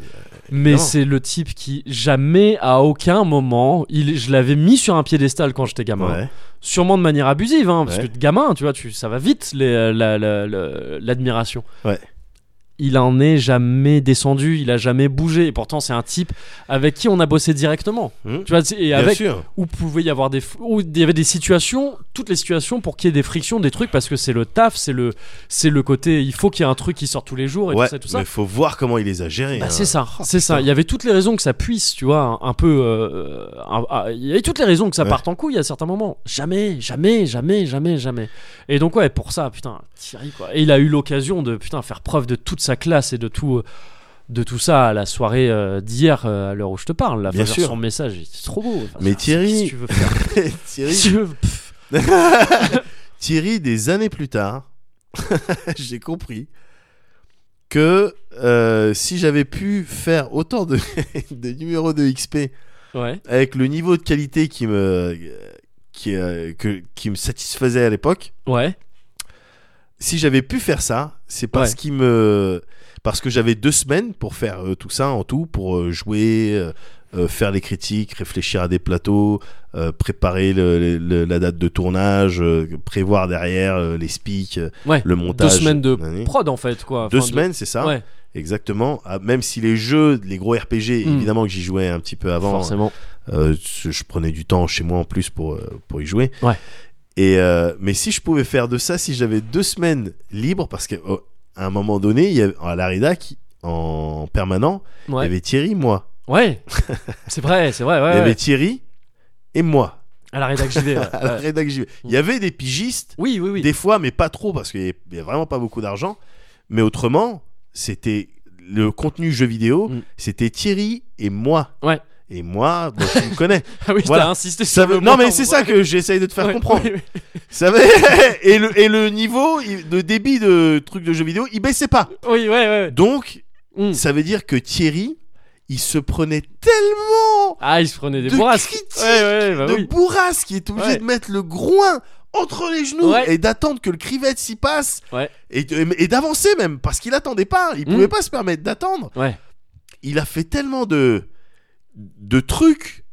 A: Mais
B: évidemment.
A: c'est le type qui, jamais, à aucun moment, il, je l'avais mis sur un piédestal quand j'étais gamin.
B: Ouais.
A: Sûrement de manière abusive, hein, parce
B: Ouais.
A: que gamin, tu vois, tu, ça va vite, les- euh, la- la- la- l'admiration.
B: Ouais.
A: Il en est jamais descendu, il a jamais bougé. Et pourtant, c'est un type avec qui on a bossé directement.
B: Mhm.
A: Tu vois, c'est- et
B: Bien
A: avec
B: sûr.
A: où pouvait y avoir des f- où il y avait des situations toutes les situations pour qu'il y ait des frictions des trucs parce que c'est le taf c'est le c'est le côté il faut qu'il y ait un truc qui sort tous les jours et
B: Ouais,
A: tout ça tout ça
B: mais faut voir comment il les a gérés.
A: Bah,
B: hein.
A: c'est ça,
B: Oh,
A: c'est ça.
B: putain.
A: Il y avait toutes les raisons que ça puisse, tu vois, un, un peu. euh, un- ah, il y avait toutes les raisons que ça
B: Ouais.
A: parte en couille à certains moments. Jamais, jamais, jamais, jamais, jamais. Et donc, ouais, pour ça, putain, Thierry, quoi. Et il a eu l'occasion de, putain, faire preuve de toute sa classe et de tout. euh, De tout ça à la soirée euh, d'hier, euh, à l'heure où je te parle, là,
B: Bien
A: Enfin,
B: sûr.
A: son message, il était trop beau. Enfin,
B: Mais
A: c'est-
B: Thierry-
A: qu'est-ce que tu veux
B: (laughs)
A: faire Qu'est-ce que
B: Thierry,
A: tu veux- Pff,
B: Thierry, des années plus tard, (laughs) j'ai compris que euh, si j'avais pu faire autant de, (laughs) de numéros de XP
A: Ouais,
B: avec le niveau de qualité qui me, qui, euh, que- qui me satisfaisait à l'époque,
A: ouais,
B: si j'avais pu faire ça, c'est parce
A: Ouais.
B: qu'il me parce que j'avais deux semaines pour faire euh, tout ça en tout, pour euh, jouer, euh, euh, faire les critiques, réfléchir à des plateaux, euh, préparer le- le- la date de tournage, euh, prévoir derrière euh, les speaks, euh,
A: ouais.
B: le montage.
A: Deux semaines de
B: Nanani.
A: prod, en fait, quoi.
B: Deux
A: Enfin, de-
B: semaines, c'est ça,
A: Ouais,
B: exactement. Ah, même si les jeux, les gros RPG,
A: Mm.
B: évidemment que j'y jouais un petit peu avant,
A: forcément.
B: euh, je je prenais du temps chez moi en plus pour, euh, pour y jouer.
A: Ouais.
B: Et euh, mais si je pouvais faire de ça, si j'avais deux semaines libres, parce qu'à un moment donné, il y avait, à la rédac, en permanent, il y
A: Ouais,
B: avait Thierry, moi.
A: ouais. c'est vrai, c'est vrai, ouais.
B: il y
A: ouais.
B: avait Thierry et moi.
A: À la rédac JV. ouais.
B: (laughs) À la
A: Ouais. Hmm.
B: rédac, j'y vais. Il y avait des pigistes,
A: Oui, oui, oui.
B: des fois, mais pas trop, parce qu'il n'y avait vraiment pas beaucoup d'argent. Mais autrement, c'était le contenu jeu vidéo,
A: Mm.
B: c'était Thierry et moi.
A: Ouais.
B: Et moi, bon,
A: (laughs)
B: tu me connais.
A: (laughs) Ah oui,
B: Voilà.
A: t'as insisté
B: Ça
A: sur le
B: veut- Non,
A: mot,
B: mais c'est ça que j'essaye de te faire
A: Ouais,
B: comprendre.
A: oui, oui.
B: Ça va- (laughs) et, le, et le niveau il- de débit de trucs de jeux vidéo, il baissait pas.
A: Oui, ouais, ouais.
B: Donc,
A: Mm.
B: ça veut dire que Thierry, il se prenait tellement
A: Ah, il se prenait des
B: de
A: bourrasques.
B: critiques,
A: Ouais, ouais, bah
B: de
A: oui.
B: bourrasques, qu'il est obligé
A: Ouais.
B: de mettre le groin entre les genoux
A: Ouais.
B: et d'attendre que le crivette s'y passe
A: Ouais.
B: et, de- et d'avancer même parce qu'il attendait pas, hein. il
A: Mm.
B: pouvait pas se permettre d'attendre.
A: Ouais.
B: Il a fait tellement de de trucs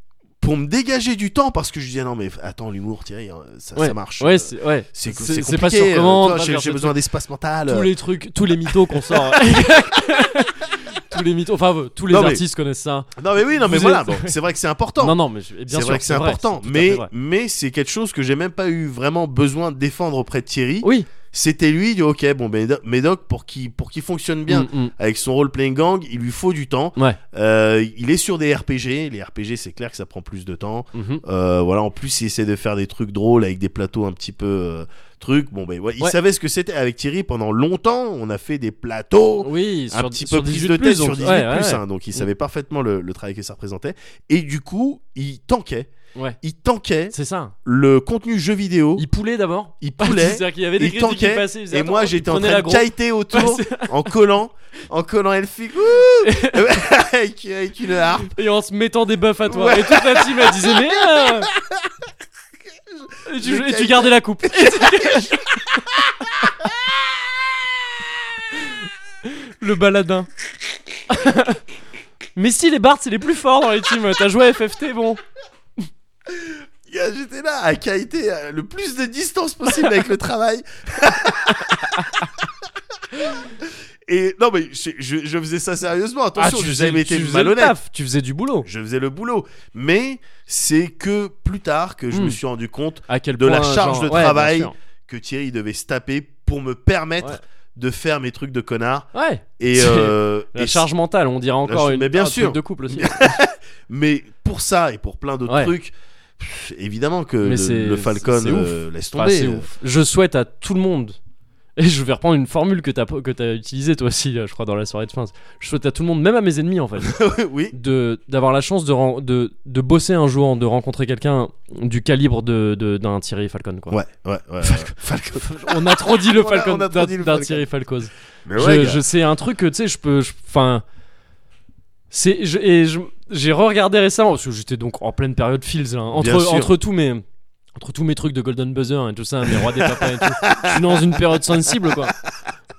B: pour me dégager du temps parce que je disais non mais attends l'humour Thierry euh, ça, ça marche
A: Ouais, c'est. Ouais.
B: c'est
A: C'est-
B: c'est
A: c'est pas
B: compliqué,
A: sur
B: euh,
A: commande,
B: toi,
A: pas
B: j'ai
A: vers
B: j'ai
A: ce
B: besoin d'espace mental
A: Tous
B: euh.
A: les trucs, tous les mythos qu'on sort.
B: (laughs)
A: tous les mythos. Enfin, euh, tous les
B: Non, mais-
A: artistes connaissent ça.
B: non mais oui non mais
A: Vous
B: voilà
A: êtes-
B: bon, c'est vrai que c'est important
A: Non, non, mais je- bien
B: c'est
A: sûr.
B: vrai que c'est important
A: tout à fait
B: mais
A: vrai.
B: mais c'est quelque chose que j'ai même pas eu vraiment besoin de défendre auprès de Thierry
A: Oui,
B: C'était lui, il dit, ok, bon, ben, Médoc- Médoc, pour qu'il pour qu'il fonctionne bien
A: Mm, mm.
B: avec son role-playing gang, il lui faut du temps.
A: Ouais.
B: Euh, il est sur des RPG. Les RPG, c'est clair que ça prend plus de temps.
A: Mhm.
B: Euh, voilà, en plus, il essaie de faire des trucs drôles avec des plateaux un petit peu euh, trucs. Bon, ben, ouais, il
A: Ouais.
B: savait ce que c'était avec Thierry pendant longtemps. On a fait des plateaux.
A: Oui,
B: Oh, un
A: sur,
B: petit peu
A: sur
B: prise
A: 18
B: de tête
A: on-
B: sur 18
A: ouais, ouais,
B: plus,
A: ouais.
B: hein, donc il savait parfaitement le, le travail que ça représentait. Et du coup, il tanquait.
A: Ouais.
B: Il tanquait
A: C'est ça.
B: le contenu jeu vidéo. Il,
A: Il poulait d'abord. (laughs)
B: poulait.
A: C'est-à-dire qu'il y avait des
B: il
A: critiques qui
B: tanquait,
A: passaient. ils faisaient,
B: Et moi,
A: attends,
B: j'étais
A: ils
B: en
A: prenaient
B: train
A: la
B: de
A: grosse-
B: kiter autour
A: Ouais,
B: en collant, en collant Elfic
A: (laughs)
B: avec, avec une harpe.
A: c'est- Et en se mettant des buffs à toi.
B: Ouais.
A: Et toute la team, elle disait, mais. euh,
B: (laughs)
A: Et tu,
B: Le
A: et tu
B: kite-
A: gardais la coupe.
B: (laughs)
A: Le baladin. (laughs) Mais si les bards c'est les plus forts dans les teams, t'as joué à FFT, bon.
B: Gars, J'étais là à kiter euh, le plus de distance possible avec le travail.
A: (laughs)
B: Et non, mais je, je- je faisais ça sérieusement. Attention, je
A: faisais-
B: jamais été
A: Ah, tu faisais le
B: malhonnête.
A: taf, tu faisais du boulot.
B: je faisais le boulot. Mais c'est que plus tard que je
A: Mm.
B: me suis rendu compte
A: À quel
B: De la
A: point,
B: charge de
A: ouais, bien
B: travail.
A: sûr.
B: que Thierry devait se taper pour me permettre
A: Ouais.
B: de faire mes trucs de connard.
A: Ouais.
B: Et,
A: C'est-
B: euh,
A: La
B: et-
A: charge mentale, on dirait encore
B: ch-
A: une
B: mais bien
A: un
B: sûr.
A: truc de couple aussi.
B: Mais pour ça et pour plein d'autres
A: Ouais.
B: trucs, pff, évidemment que
A: Mais
B: le,
A: c'est-
B: le Falcon
A: c'est ouf.
B: euh, laisse
A: Enfin,
B: tomber.
A: c'est ouf. Je souhaite à tout le monde. Et je vais reprendre une formule que t'as que t'as utilisée toi aussi, euh, je crois, dans la soirée de fin. Je souhaite à tout le monde, même à mes ennemis en
B: (laughs)
A: fait,
B: (laughs) oui,
A: de d'avoir la chance de, ren- de de bosser un jour, de rencontrer quelqu'un du calibre de de- d'un Thierry Falcon quoi.
B: ouais, ouais, ouais. Falcon. (laughs)
A: On a trop dit le
B: On a-
A: Falcon
B: on a trop
A: d'un
B: dit le
A: d'un
B: Falcon.
A: Thierry Falcon.
B: Mais
A: Je,
B: ouais, gars.
A: je sais un truc que tu sais, je peux, je- enfin, c'est je- et je- j'ai regardé récemment parce que j'étais donc en pleine période Fields hein,
B: Bien
A: entre
B: sûr.
A: entre tous mes entre tous mes trucs de Golden Buzzer et tout ça, mes rois des papas et tout. Je suis dans une période sensible quoi.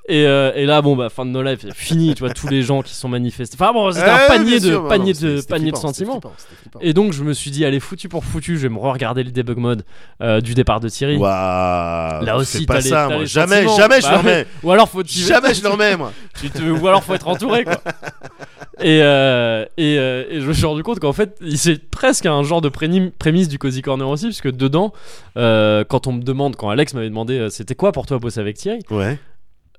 A: Et, euh, et là bon bah fin de nos lives fini tu vois tous les gens qui sont manifestés. Enfin bon c'était
B: Ouais,
A: un panier
B: bien
A: de
B: sûr, non,
A: panier
B: non, c'était-
A: de
B: c'était
A: panier de
B: flippant, c'était
A: sentiments.
B: flippant, c'était flippant.
A: Et donc je me suis dit allez foutu pour foutu je vais me re-regarder le debug mode euh, du départ de Thierry.
B: Waouh,
A: Là aussi,
B: fais
A: t'as
B: pas
A: les-
B: ça,
A: t'as
B: moi.
A: les
B: Jamais,
A: sentiments.
B: jamais je
A: Bah
B: le
A: ouais.
B: remets.
A: Ou alors faut tu-
B: Jamais je le remets, moi.
A: tu te- ou alors faut être entouré quoi. Et, euh, et, euh, et je me suis rendu compte qu'en fait, il- c'est presque un genre de prénim- prémisse du Cozy Corner aussi, parce que dedans, euh, quand on me demande, quand Alex m'avait demandé euh, c'était quoi pour toi bosser avec Thierry,
B: Ouais.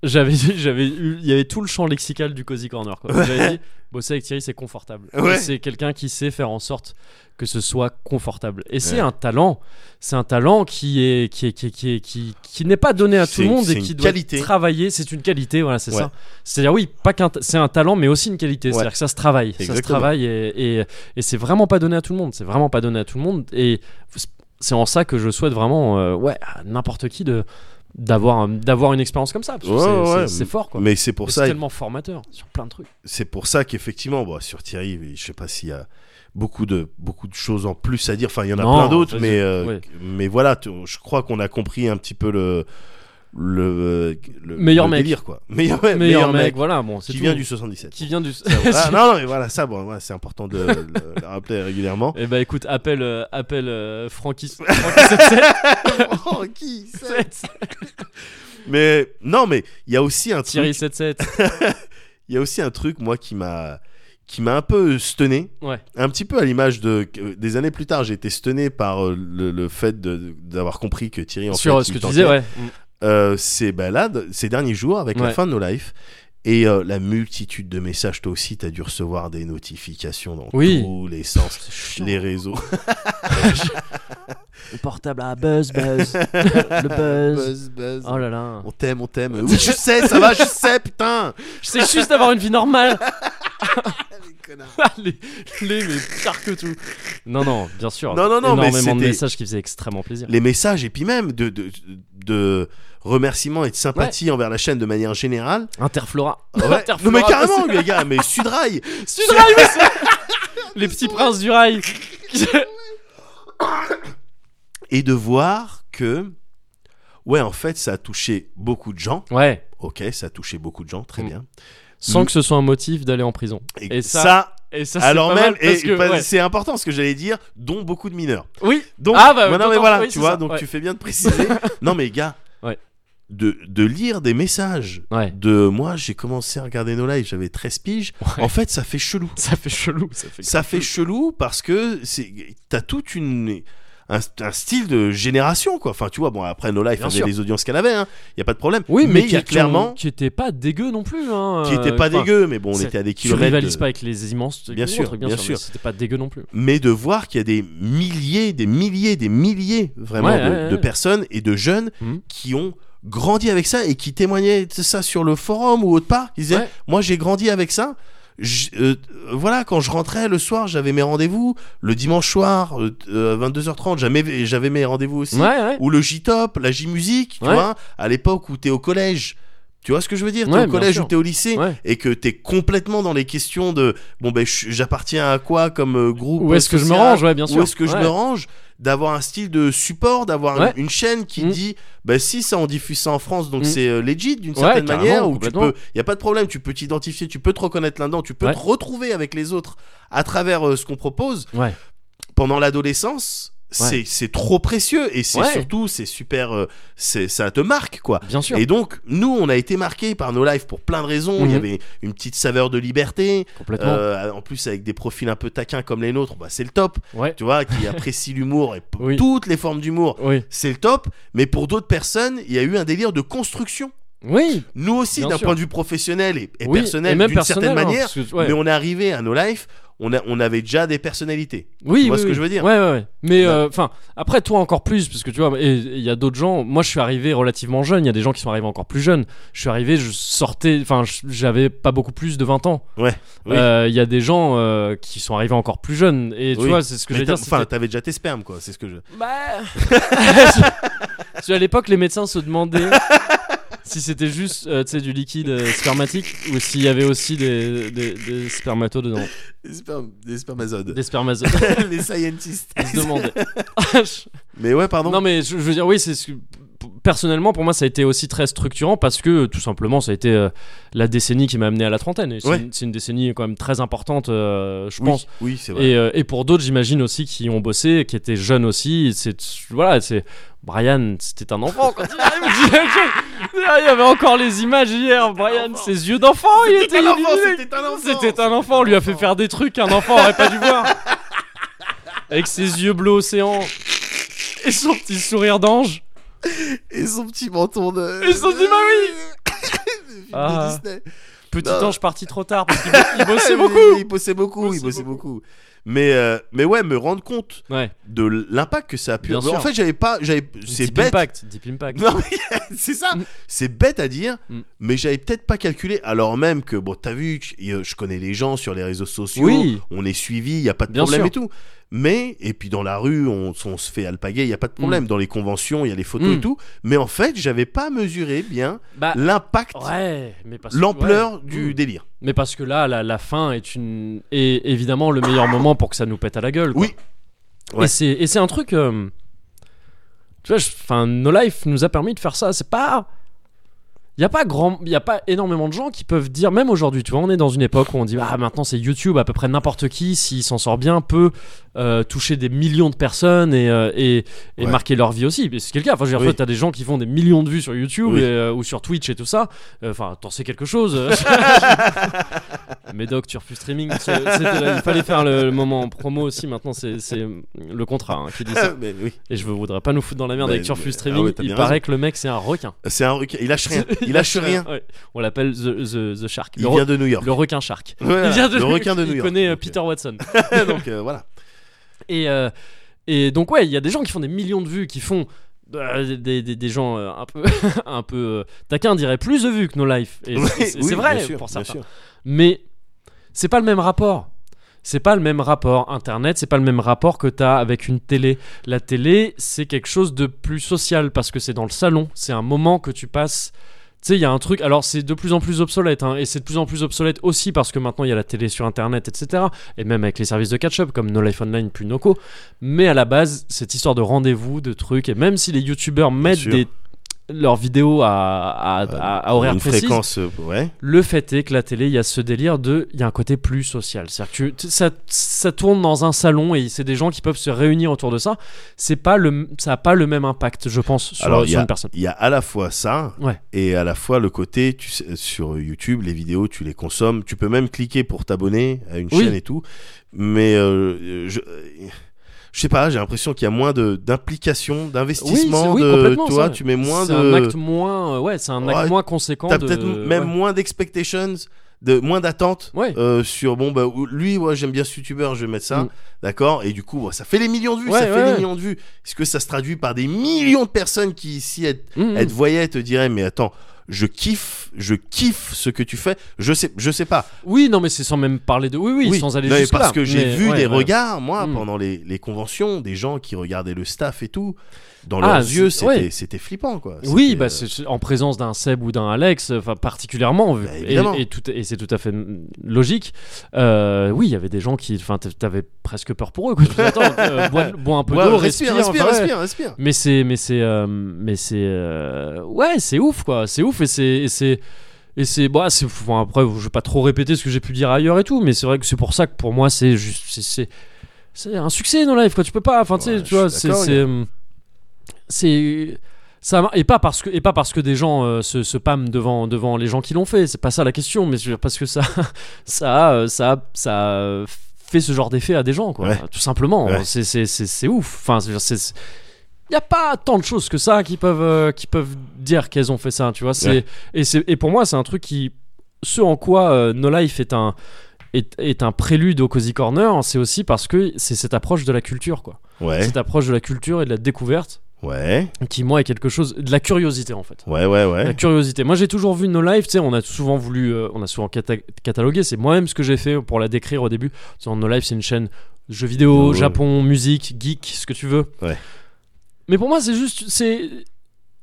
A: j'avais, (laughs) j'avais eu- il y avait tout le champ lexical du Cozy Corner. Quoi. J'avais dit bosser avec Thierry, c'est confortable. Et
B: Ouais.
A: C'est quelqu'un qui sait faire en sorte que ce soit confortable. Et c'est
B: Ouais.
A: un talent, c'est un talent qui est qui est, qui est- qui est- qui- qui n'est pas donné à tout
B: C'est
A: le
B: une-
A: monde
B: c'est
A: et
B: une
A: qui doit
B: qualité.
A: travailler. C'est une qualité, voilà, c'est
B: Ouais.
A: ça. C'est-à-dire oui, pas qu'un, ta- c'est un talent, mais aussi une qualité.
B: Ouais.
A: C'est-à-dire que ça se travaille, ça se
B: Exactement.
A: travaille et, et, et c'est vraiment pas donné à tout le monde. C'est vraiment pas donné à tout le monde et c'est en ça que je souhaite vraiment, euh, ouais, à n'importe qui de d'avoir un- d'avoir une expérience comme ça. Parce que
B: Ouais,
A: c'est-
B: ouais.
A: c'est- c'est fort quoi.
B: Mais c'est pour
A: Et
B: ça,
A: c'est tellement formateur sur plein de trucs.
B: c'est pour ça qu'effectivement, bon, sur Thierry, je sais pas s'il y a beaucoup de, beaucoup de choses en plus à dire. Enfin, il y en a
A: Non,
B: plein d'autres,
A: vas-y,
B: mais, euh,
A: ouais.
B: mais voilà, tu- je crois qu'on a compris un petit peu le, le, le-
A: Meilleur
B: le
A: mec.
B: délire, quoi. (laughs) Meilleur, ouais,
A: Meilleur mec, voilà, bon, c'est
B: qui
A: tout.
B: vient du 77.
A: qui vient du
B: Ah, non, non, mais voilà, ça, bon, ouais, c'est important de le, le rappeler
A: (laughs)
B: régulièrement.
A: (laughs) Eh bah écoute, appelle euh, appelle euh, Francky Francky 77.
B: Oh, qui c'est Mais non, mais il y a aussi un
A: Thierry
B: truc,
A: 77.
B: il y a aussi un truc, moi, qui m'a, qui m'a un peu stunné.
A: Ouais.
B: un petit peu à l'image de euh, des années plus tard, j'ai été stunné par euh, le, le fait de- d'avoir compris que Thierry en
A: Sur
B: fait,
A: euh, ce
B: il
A: que tu
B: tentait,
A: disais, ouais.
B: euh, ces balades, ces derniers jours avec la
A: Ouais.
B: fin de nos lives et euh, la multitude de messages, toi aussi, t'as dû recevoir des notifications dans
A: Oui.
B: tous les sens, les réseaux.
A: (laughs) Le portable à buzz
B: (laughs)
A: buzz. le buzz.
B: buzz, buzz.
A: Oh là là.
B: On t'aime, on t'aime. Oui, je sais, ça va, je sais, putain.
A: C'est juste d'avoir une vie
B: (laughs)
A: normale. Ah,
B: Les connards.
A: les, les mais pire que tout. Non non, bien sûr.
B: Non, non, non, mais
A: énormément de
B: c'était-
A: messages qui faisaient extrêmement plaisir.
B: les messages et puis même de, de, de remerciements et de sympathie envers la chaîne de
A: (laughs)
B: manière générale.
A: Interflora.
B: Ouais. Non
A: Interflora,
B: mais carrément les gars, mais
A: (laughs)
B: Sudrail,
A: parce- Sud Rail, mais c'est- (laughs) Les petits princes du rail.
B: et de voir que ouais en fait ça a touché beaucoup de gens
A: (laughs) ouais.
B: ok ça a touché beaucoup de gens très
A: Mm.
B: bien
A: sans
B: Mm.
A: que ce soit un motif d'aller en prison.
B: et,
A: Et
B: ça,
A: ça- Et ça, c'est
B: alors
A: pas
B: même
A: mal
B: et
A: parce que,
B: pas-
A: ouais.
B: c'est important ce que j'allais dire dont beaucoup de mineurs
A: oui,
B: donc
A: Ah, bah,
B: mais non,
A: d'autant-
B: mais voilà
A: oui,
B: tu
A: c'est
B: vois
A: ça,
B: donc
A: ouais.
B: tu fais bien de
A: (laughs)
B: préciser non mais gars
A: Ouais.
B: de, de lire des messages
A: ouais,
B: de moi j'ai commencé à regarder nos lives j'avais 13 piges
A: Ouais.
B: en fait ça fait chelou
A: ça fait chelou, ça fait.
B: ça fait chelou parce que c'est t'as toute une un, un style de génération, quoi. Enfin, tu vois, bon, après No Life
A: Bien
B: faisait
A: sûr.
B: les audiences qu'elle avait, hein. Y a pas de problème.
A: Oui, mais,
B: il y a
A: qui-
B: clairement
A: qui était pas dégueu non plus. Hein,
B: qui était
A: euh,
B: pas
A: enfin,
B: dégueu, mais bon, on
A: c'est-
B: était à des
A: Tu
B: kilomètres.
A: rivalises
B: de-
A: pas avec les immenses trucs,
B: Bien
A: des
B: sûr,
A: autres,
B: bien
A: sûr,
B: sûr.
A: mais c'était pas dégueu non plus.
B: mais de voir qu'il y a des milliers, des milliers, des milliers vraiment
A: Ouais,
B: de,
A: ouais, ouais.
B: de personnes et de jeunes
A: Mhm.
B: qui ont grandi avec ça et qui témoignaient de ça sur le forum ou autre part. Ils disaient,
A: Ouais.
B: moi j'ai grandi avec ça. Je- euh, voilà, quand je rentrais le soir, j'avais mes rendez-vous. Le dimanche soir, euh, euh, 22h30, jamais- j'avais mes rendez-vous aussi.
A: Ouais, ouais.
B: Ou le J-Top, la J-Musique, tu
A: Ouais.
B: vois, à l'époque où t'es au collège. Tu vois ce que je veux dire T'es
A: Ouais,
B: au
A: bien
B: collège
A: sûr.
B: ou t'es au lycée
A: Ouais.
B: et que t'es complètement dans les questions de bon ben je- j'appartiens à quoi comme euh, groupe
A: Où est-ce que je me
B: social,
A: range Ouais, bien sûr.
B: où est-ce que je
A: Ouais.
B: me range d'avoir un style de support d'avoir
A: Ouais.
B: une, une chaîne qui
A: Mm.
B: dit bah si ça on diffuse ça en France donc
A: Mm.
B: c'est euh, legit d'une
A: Ouais,
B: certaine
A: carrément,
B: manière où tu
A: complètement.
B: peux il y a pas de problème tu peux t'identifier tu peux te reconnaître là-dedans tu peux
A: Ouais.
B: te retrouver avec les autres à travers euh, ce qu'on propose
A: Ouais.
B: pendant l'adolescence
A: Ouais.
B: c'est c'est trop précieux et c'est
A: Ouais.
B: surtout c'est super euh, c'est ça te marque quoi
A: Bien sûr.
B: et donc, nous, on a été marqués par nos lives pour plein de raisons. Il y
A: Mhm.
B: avait une petite saveur de liberté.
A: Complètement.
B: Euh, en plus, avec des profils un peu taquins comme les nôtres, bah, c'est le top.
A: ouais.
B: Tu vois, qui apprécie
A: (laughs)
B: l'humour et p-
A: Oui.
B: toutes les formes d'humour,
A: Oui.
B: c'est le top. Mais pour d'autres personnes, il y a eu un délire de construction.
A: Oui.
B: Nous aussi,
A: Bien
B: d'un
A: sûr.
B: point de vue professionnel et, et
A: oui,
B: personnel,
A: et même
B: d'une certaine
A: personnel, hein,
B: manière.
A: parce que- ouais.
B: Mais on est arrivé à nos lives, on, a, on avait déjà des personnalités.
A: Oui,
B: vois
A: oui,
B: ce que
A: oui.
B: je veux dire Bah.
A: Ouais, ouais, ouais. Mais euh,
B: Ouais.
A: enfin, après toi encore plus, parce que tu vois, et- et il y a d'autres gens. Moi, je suis arrivé relativement jeune. Il y a des gens qui sont arrivés encore plus jeunes. Je suis arrivé, je sortais, enfin, je- j'avais pas beaucoup plus de 20 ans.
B: Ouais,
A: Euh, Il
B: oui.
A: y a des gens euh, qui sont arrivés encore plus jeunes. Et tu
B: Oui.
A: vois, c'est ce que
B: Mais
A: j'allais
B: t'as-
A: dire.
B: Enfin,
A: c'était-
B: t'avais déjà tes spermes, quoi. C'est ce que je.
A: Bah. Parce qu'à l'époque, les médecins se demandaient (laughs) si c'était juste euh, tu sais, du liquide euh, spermatique ou s'il y avait aussi des, des, des spermatos dedans.
B: Les, spermes, les spermazodes.
A: Des spermazotes.
B: (laughs) les scientists.
A: (laughs) Ils se
B: (laughs)
A: demandaient. Ah,
B: Mais ouais, pardon.
A: non, mais je, je veux dire, oui, c'est ce que- Personnellement, pour moi, ça a été aussi très structurant parce que tout simplement, ça a été euh, la décennie qui m'a amené à la trentaine. Et c'est
B: Ouais.
A: une- c'est une décennie quand même très importante, euh, je
B: oui,
A: pense.
B: oui, c'est vrai.
A: Et, euh, et pour d'autres, j'imagine aussi qui ont bossé, qui étaient jeunes aussi. C'est voilà, c'est Brian, c'était un enfant quand il arrive. au
B: (laughs)
A: G.I. Joe. Il y avait encore les images hier. Brian, ses yeux d'enfant, il était
B: un enfant,
A: illuminé.
B: c'était un enfant.
A: C'était un enfant. On lui a fait faire des trucs qu'un enfant aurait pas dû voir. Avec ses yeux bleus océan et son petit sourire d'ange.
B: Et son petit menton de.
A: Et son petit- bah oui.
B: (laughs) De film de
A: Ah.
B: Disney.
A: Petit
B: Non.
A: ange parti trop tard parce qu'il bo- il
B: (laughs)
A: bossait
B: Il-
A: beaucoup.
B: Il bossait beaucoup, il bossait beaucoup. Mais, euh, mais ouais, me rendre compte
A: Ouais.
B: de l'impact que ça a pu
A: Bien
B: avoir. En
A: sûr.
B: fait, j'avais pas. j'avais- C'est
A: Deep
B: bête.
A: Impact. Deep Impact.
B: (laughs) Non, mais (laughs) c'est ça.
A: Mm.
B: C'est bête à dire,
A: Mm.
B: mais j'avais peut-être pas calculé. Alors même que, bon, t'as vu, je je connais les gens sur les réseaux sociaux.
A: Oui.
B: On est suivi, il y a pas de
A: Bien
B: problème
A: sûr.
B: et tout. Mais, et puis dans la rue, on, on se fait alpaguer, il y a pas de problème. Dans les conventions, il y a les photos
A: Mm.
B: et tout. Mais en fait, j'avais pas mesuré bien
A: Bah.
B: l'impact,
A: Ouais, mais parce que-
B: l'ampleur
A: ouais.
B: du
A: Mm.
B: délire.
A: Mais parce que là, la, la fin est une est évidemment le meilleur moment pour que ça nous pète à la gueule. quoi.
B: Oui. Ouais.
A: Et c'est et c'est un truc. euh, tu vois, je- enfin, No Life nous a permis de faire ça. C'est pas. Il y a pas grand, il y a pas énormément de gens qui peuvent dire même aujourd'hui. Tu vois, on est dans une époque où on dit ah maintenant c'est YouTube, à peu près n'importe qui s'il s'en sort bien peut euh, toucher des millions de personnes et euh, et, et
B: Ouais.
A: marquer leur vie aussi. Mais c'est le cas. Enfin, je veux dire,
B: Oui.
A: toi, t'as des gens qui font des millions de vues sur YouTube
B: Oui.
A: et, euh, ou sur Twitch et tout ça. Euh, Enfin, t'en sais quelque
B: (laughs)
A: chose. Médoc, tu refuses streaming. parce que c'était là, il fallait faire le, le moment en promo aussi. Maintenant, c'est c'est le contrat hein, qui dit ça.
B: Ah, Mais oui.
A: Et je voudrais pas nous foutre dans la merde
B: Bah,
A: avec tu refuses
B: mais-
A: streaming.
B: ah ouais, t'as
A: il
B: bien
A: paraît que le mec, c'est un requin.
B: C'est un requin. Il lâche rien. (laughs)
A: (laughs)
B: Il lâche rien.
A: Ouais. On l'appelle the, the- the Shark.
B: Il
A: le, re-
B: vient de New York.
A: le requin Shark.
B: (laughs) Voilà,
A: (laughs) il vient de
B: le requin de New
A: Il
B: York.
A: connaît euh,
B: Donc,
A: Peter Watson.
B: euh, donc euh, voilà.
A: Et, euh, et donc ouais, il y a des gens qui font des millions de vues, qui font euh, des, des, des gens euh, un peu (laughs) un peu euh, taquins diraient plus de vues que No Life. Et
B: Oui,
A: c'est- c'est
B: oui,
A: c'est vrai
B: bien sûr,
A: pour
B: bien
A: certains.
B: sûr.
A: Mais c'est pas le même rapport. C'est pas le même rapport. Internet, c'est pas le même rapport que t'as avec une télé. La télé, c'est quelque chose de plus social parce que c'est dans le salon. C'est un moment que tu passes. Tu sais, il y a un truc. Alors, c'est de plus en plus obsolète. hein, et c'est de plus en plus obsolète aussi parce que maintenant, il y a la télé sur Internet, etc. Et même avec les services de catch-up comme No Life Online puis Noco. Mais à la base, cette histoire de rendez-vous, de trucs. Et même si les youtubeurs mettent
B: sûr. Euh,
A: des, leurs vidéos à, à, à- à horaire
B: Une
A: précis,
B: fréquence, euh, ouais.
A: le fait est que la télé, il y a ce délire de. Il y a un côté plus social. C'est-à-dire que tu- tu- ça, ça tourne dans un salon et c'est des gens qui peuvent se réunir autour de ça. C'est pas le, ça n'a pas le même impact, je pense, sur,
B: Alors, il
A: sur
B: y a-
A: une personne.
B: Il y a à la fois ça
A: Ouais.
B: et à la fois le côté tu sais, sur YouTube, les vidéos, tu les consommes, tu peux même cliquer pour t'abonner à une
A: Oui.
B: chaîne et tout. Mais euh, je, je sais pas, j'ai l'impression qu'il y a moins de d'implication, d'investissement,
A: oui,
B: de
A: complètement,
B: toi,
A: ça.
B: tu mets moins
A: c'est
B: de
A: un acte moins euh, ouais c'est un acte
B: Ouais,
A: moins conséquent
B: T'as
A: de-
B: peut-être même
A: ouais.
B: moins d'expectations, de moins d'attentes
A: Ouais.
B: euh, sur bon bah ou- lui ouais j'aime bien ce youtubeur, je vais mettre ça,
A: Mm.
B: d'accord Et du coup ouais, ça fait les millions de vues,
A: Ouais,
B: ça fait
A: ouais,
B: les
A: ouais.
B: millions de vues. Est-ce que ça se traduit par des millions de personnes qui ici elles,
A: Mhm.
B: elles te voyaient, elles te diraient mais attends, je kiffe, je kiffe ce que tu fais. Je sais, je sais pas.
A: oui non mais c'est sans même parler de oui oui, sans aller
B: non, mais
A: jusque
B: parce que j'ai vu des regards moi
A: Mm.
B: pendant les, les conventions, des gens qui regardaient le staff et tout. Dans
A: Ah,
B: leurs yeux,
A: c'est-
B: c'était
A: ouais.
B: c'était flippant quoi.
A: Oui,
B: C'était,
A: bah,
B: euh,
A: c'est- c'est- en présence d'un Seb ou d'un Alex, enfin particulièrement, vu-
B: Bah, évidemment.
A: et, et tout- et c'est tout à fait mm, logique. Euh, oui, il y avait des gens qui, enfin, t- t'avais presque peur pour eux. Quoi. Tu te dis, Attends, euh, bois, bois un peu
B: ouais,
A: d'eau,
B: respire,
A: respire,
B: respire,
A: enfin, ouais.
B: respire, respire.
A: Mais c'est, mais c'est, euh, mais c'est, euh, ouais, c'est ouf, quoi. C'est ouf et c'est, et c'est, et c'est, bah, c'est, bon, après, je vais pas trop répéter ce que j'ai pu dire ailleurs et tout, mais c'est vrai que c'est pour ça que pour moi, c'est juste, c'est, c'est, c'est un succès dans live, quoi. Tu peux pas, enfin, tu sais,
B: Ouais,
A: tu
B: je
A: vois,
B: suis
A: c'est,
B: d'accord,
A: c'est, euh, c'est- ça, mar- et pas parce que, et pas parce que des gens euh, se, se pâment devant, devant les gens qui l'ont fait. C'est pas ça la question, mais je veux dire, parce que ça, (laughs) ça, euh, ça, ça euh, fait ce genre d'effet à des gens, quoi.
B: Ouais.
A: Tout simplement.
B: Ouais.
A: C'est, c'est, c'est, c'est ouf. Enfin, je veux dire, c'est il n'y a pas tant de choses que ça qui peuvent, euh, qui peuvent dire qu'elles ont fait ça, tu vois. C'est,
B: Ouais.
A: et, c'est, et pour moi, c'est un truc qui. Ce en quoi euh, No Life est un, est, est un prélude au Cozy Corner, c'est aussi parce que c'est cette approche de la culture, quoi.
B: Ouais,
A: Cette approche de la culture et de la découverte
B: ouais,
A: qui, moi, est quelque chose. de la curiosité, en fait.
B: ouais, ouais,
A: La
B: ouais.
A: curiosité. Moi, j'ai toujours vu No Life, tu sais, on a souvent voulu. euh, on a souvent cata- catalogué, c'est moi-même ce que j'ai fait pour la décrire au début. Tu sais, No Life, c'est une chaîne jeux vidéo,
B: Ouais.
A: Japon, musique, geek, ce que tu veux.
B: Ouais.
A: Mais pour moi, c'est juste. c'est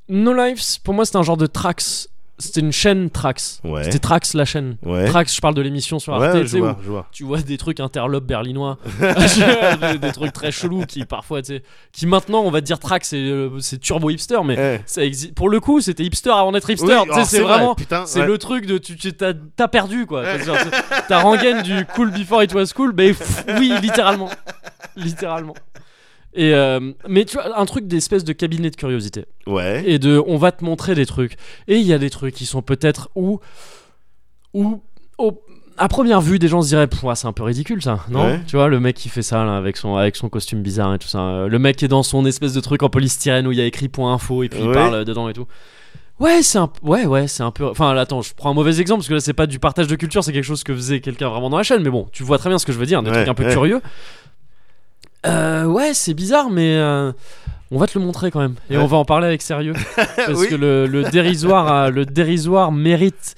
A: No Life, pour moi, c'était un genre de Trax. C'était une chaîne Trax.
B: Ouais.
A: C'était Trax, la chaîne.
B: Ouais.
A: Trax, je parle de l'émission sur Arte,
B: Ouais,
A: tu
B: je
A: sais, où
B: vois, je vois.
A: tu vois des trucs interlopes
B: (laughs)
A: berlinois, (laughs) des, des trucs très chelous qui parfois, tu sais, qui maintenant on va te dire Trax, c'est euh, c'est turbo hipster, mais
B: Eh.
A: ça existe. Pour le coup, c'était hipster avant d'être
B: Oui,
A: hipster. tu sais,
B: alors,
A: oh, c'est
B: vrai,
A: vraiment.
B: putain,
A: C'est
B: ouais.
A: le truc de tu tu- t'as t'as perdu quoi. Enfin, genre, c'est- Ta rengaine du cool before it was cool, mais pff, oui littéralement, littéralement. Et euh, mais tu vois un truc d'espèce de cabinet de curiosité
B: Ouais.
A: et de on va te montrer des trucs et il y a des trucs qui sont peut-être où où au- à première vue des gens se diraient Pouah, c'est un peu ridicule ça non
B: Ouais.
A: tu vois le mec qui fait ça là, avec son avec son costume bizarre et tout ça euh, le mec qui est dans son espèce de truc en polystyrène où il y a écrit point info et puis
B: Ouais.
A: il parle euh, dedans et tout ouais c'est un ouais ouais c'est un peu enfin là, attends je prends un mauvais exemple parce que là c'est pas du partage de culture c'est quelque chose que faisait quelqu'un vraiment dans la chaîne mais bon tu vois très bien ce que je veux dire des
B: Ouais,
A: trucs un peu
B: ouais.
A: curieux Euh, ouais c'est bizarre mais euh, on va te le montrer quand même et
B: Ouais.
A: on va en parler avec
B: (laughs)
A: sérieux parce
B: Oui.
A: que le, le dérisoire a- le dérisoire mérite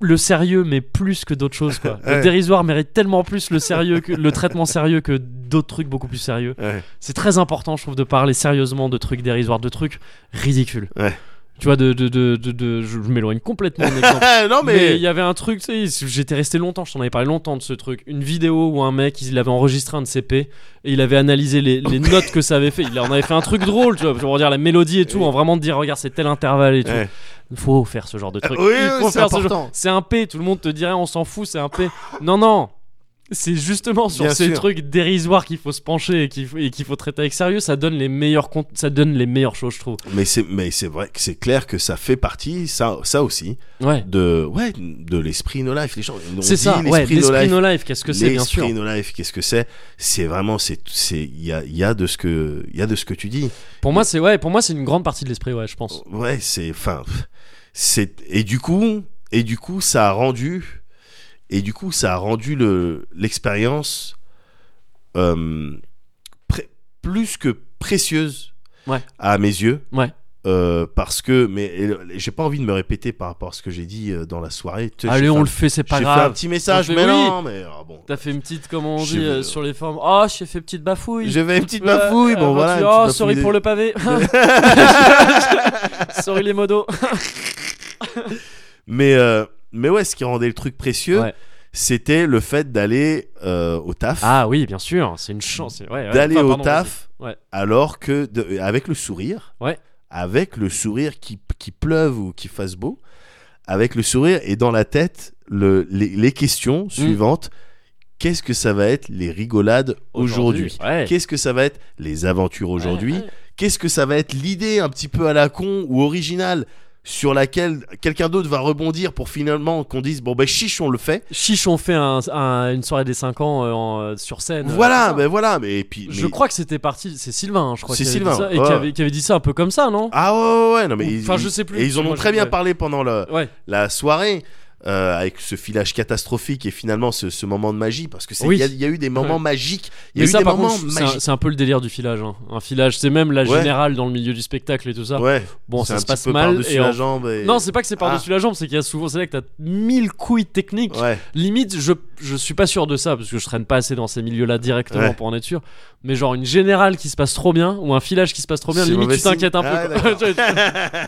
A: le sérieux mais plus que d'autres choses quoi.
B: Ouais.
A: Le dérisoire mérite tellement plus le sérieux que le traitement sérieux que d'autres trucs beaucoup plus sérieux.
B: (laughs) Ouais.
A: C'est très important je trouve de parler sérieusement de trucs dérisoires, de trucs ridicules.
B: Ouais.
A: Tu vois de de, de, de- de- je je m'éloigne complètement
B: (laughs)
A: de l'exemple.
B: Ah, non,
A: Mais
B: mais.
A: il y avait un truc, tu sais, j'étais resté longtemps, je t'en avais parlé longtemps de ce truc. Une vidéo où un mec, il avait enregistré un de ses P et il avait analysé les,
B: (laughs)
A: les notes que ça avait fait. Il en avait fait un truc drôle, tu vois, pour dire la mélodie et tout, en vraiment te dire, regarde, c'est tel intervalle et tout.
B: Ouais. Euh,
A: Faut faire ce genre de truc.
B: Oui,
A: Il
B: oui,
A: faut
B: c'est
A: faire ce genre-
B: important.
A: C'est un P, tout le monde te dirait, on s'en fout, c'est un P. non, non. C'est justement sur
B: Bien
A: ces
B: sûr.
A: trucs dérisoires qu'il faut se pencher et qu'il faut, et qu'il faut traiter avec sérieux, ça donne les meilleurs cont- ça donne les meilleures choses, je trouve.
B: Mais c'est, mais c'est vrai que c'est clair que ça fait partie, ça, ça aussi,
A: Ouais.
B: de, ouais, de l'esprit no life. Les gens, on
A: C'est
B: dit
A: ça, ouais,
B: l'esprit no
A: l'esprit
B: life.
A: no life, qu'est-ce que c'est, bien sûr.
B: L'esprit no life, qu'est-ce que c'est C'est vraiment, c'est, c'est, il y a, il y a de ce que, il y a de ce que tu dis.
A: Pour moi, c'est ouais, pour moi, c'est une grande partie de l'esprit, ouais, je pense.
B: Ouais, c'est, enfin, pff, c'est, et du coup, et du coup, ça a rendu, et du coup, ça a rendu le l'expérience euh, pré- plus que précieuse
A: Ouais.
B: à mes yeux.
A: Ouais.
B: Euh, parce que, mais et le- j'ai pas envie de me répéter par rapport à ce que j'ai dit euh, dans la soirée. Tu sais, j'ai
A: Allez,
B: fait
A: on
B: un-
A: le fait, c'est pas
B: J'ai fait un
A: grave.
B: petit message,
A: On fait-
B: mais
A: oui.
B: non, mais ah, bon.
A: T'as fait une petite, comment on
B: J'ai-
A: dit, euh, sur les formes. Oh, j'ai fait petite bafouille.
B: J'ai fait une petite
A: Ouais,
B: bafouille,
A: euh,
B: bon voilà.
A: tu-
B: une
A: Oh,
B: petite
A: sorry
B: bafouille.
A: pour le
B: (laughs)
A: pavé. (laughs) sorry les modos.
B: Mais, euh, mais ouais, ce qui rendait le truc précieux,
A: Ouais.
B: c'était le fait d'aller euh, au taf.
A: Ah oui, bien sûr, c'est une chance. ouais, ouais.
B: d'aller
A: Enfin,
B: au
A: pardon,
B: taf
A: vas-y. Ouais.
B: alors que de- euh, avec le sourire
A: Ouais.
B: avec le sourire qui, qui pleuve ou qui fasse beau avec le sourire et dans la tête le, les, les
A: Mm.
B: questions suivantes qu'est-ce que ça va être les rigolades
A: vas-y.
B: aujourd'hui
A: Ouais.
B: Qu'est-ce que ça va être les aventures aujourd'hui
A: Ouais, ouais.
B: Qu'est-ce que ça va être l'idée un petit peu à la con ou originale sur laquelle quelqu'un d'autre va rebondir pour finalement qu'on dise bon ben chiche on le fait.
A: Chiche ont fait un- un- une soirée des 5 ans euh, en, euh, sur scène. euh,
B: voilà,
A: comme ça.
B: ben voilà, mais et puis
A: Je
B: mais-
A: crois que c'était parti. C'est Sylvain, hein, je crois.
B: C'est
A: qui avait
B: Sylvain,
A: dit ça, et
B: ouais.
A: qui avait, qui avait dit ça un peu comme ça, non
B: Ah ouais, ouais, ouais, non mais
A: Ou-
B: ils-
A: enfin, je
B: ils-
A: sais plus,
B: Et ils en
A: moi,
B: ont
A: je-
B: très bien
A: ouais.
B: parlé pendant le,
A: Ouais.
B: la soirée euh, avec ce filage catastrophique et finalement ce, ce moment de magie parce que c'est il
A: Oui.
B: y, a- il y a eu des moments
A: Ouais.
B: magiques il y
A: Mais
B: a eu
A: ça,
B: des
A: par
B: moments
A: contre, c'est un,
B: magiques
A: c'est un peu le délire du filage. hein. Un filage, c'est même la
B: Ouais.
A: générale dans le milieu du spectacle et tout ça.
B: ouais
A: Bon, ça
B: c'est un
A: se
B: petit
A: passe
B: peu
A: mal.
B: par-dessus
A: Et
B: la
A: en-
B: jambe et- Ah.
A: Non, c'est pas que c'est par-dessus la jambe, c'est qu'il y a souvent. C'est là que t'as mille couilles techniques.
B: ouais
A: Limite, je, je suis pas sûr de ça, parce que je traîne pas assez dans ces milieux-là directement
B: Ouais.
A: pour en être sûr. Mais genre une générale qui se passe trop bien, ou un filage qui se passe trop bien,
B: C'est
A: limite
B: mauvais
A: tu t'inquiètes un
B: signe.
A: peu.
B: Ah,
A: quoi. (laughs)
B: d'accord.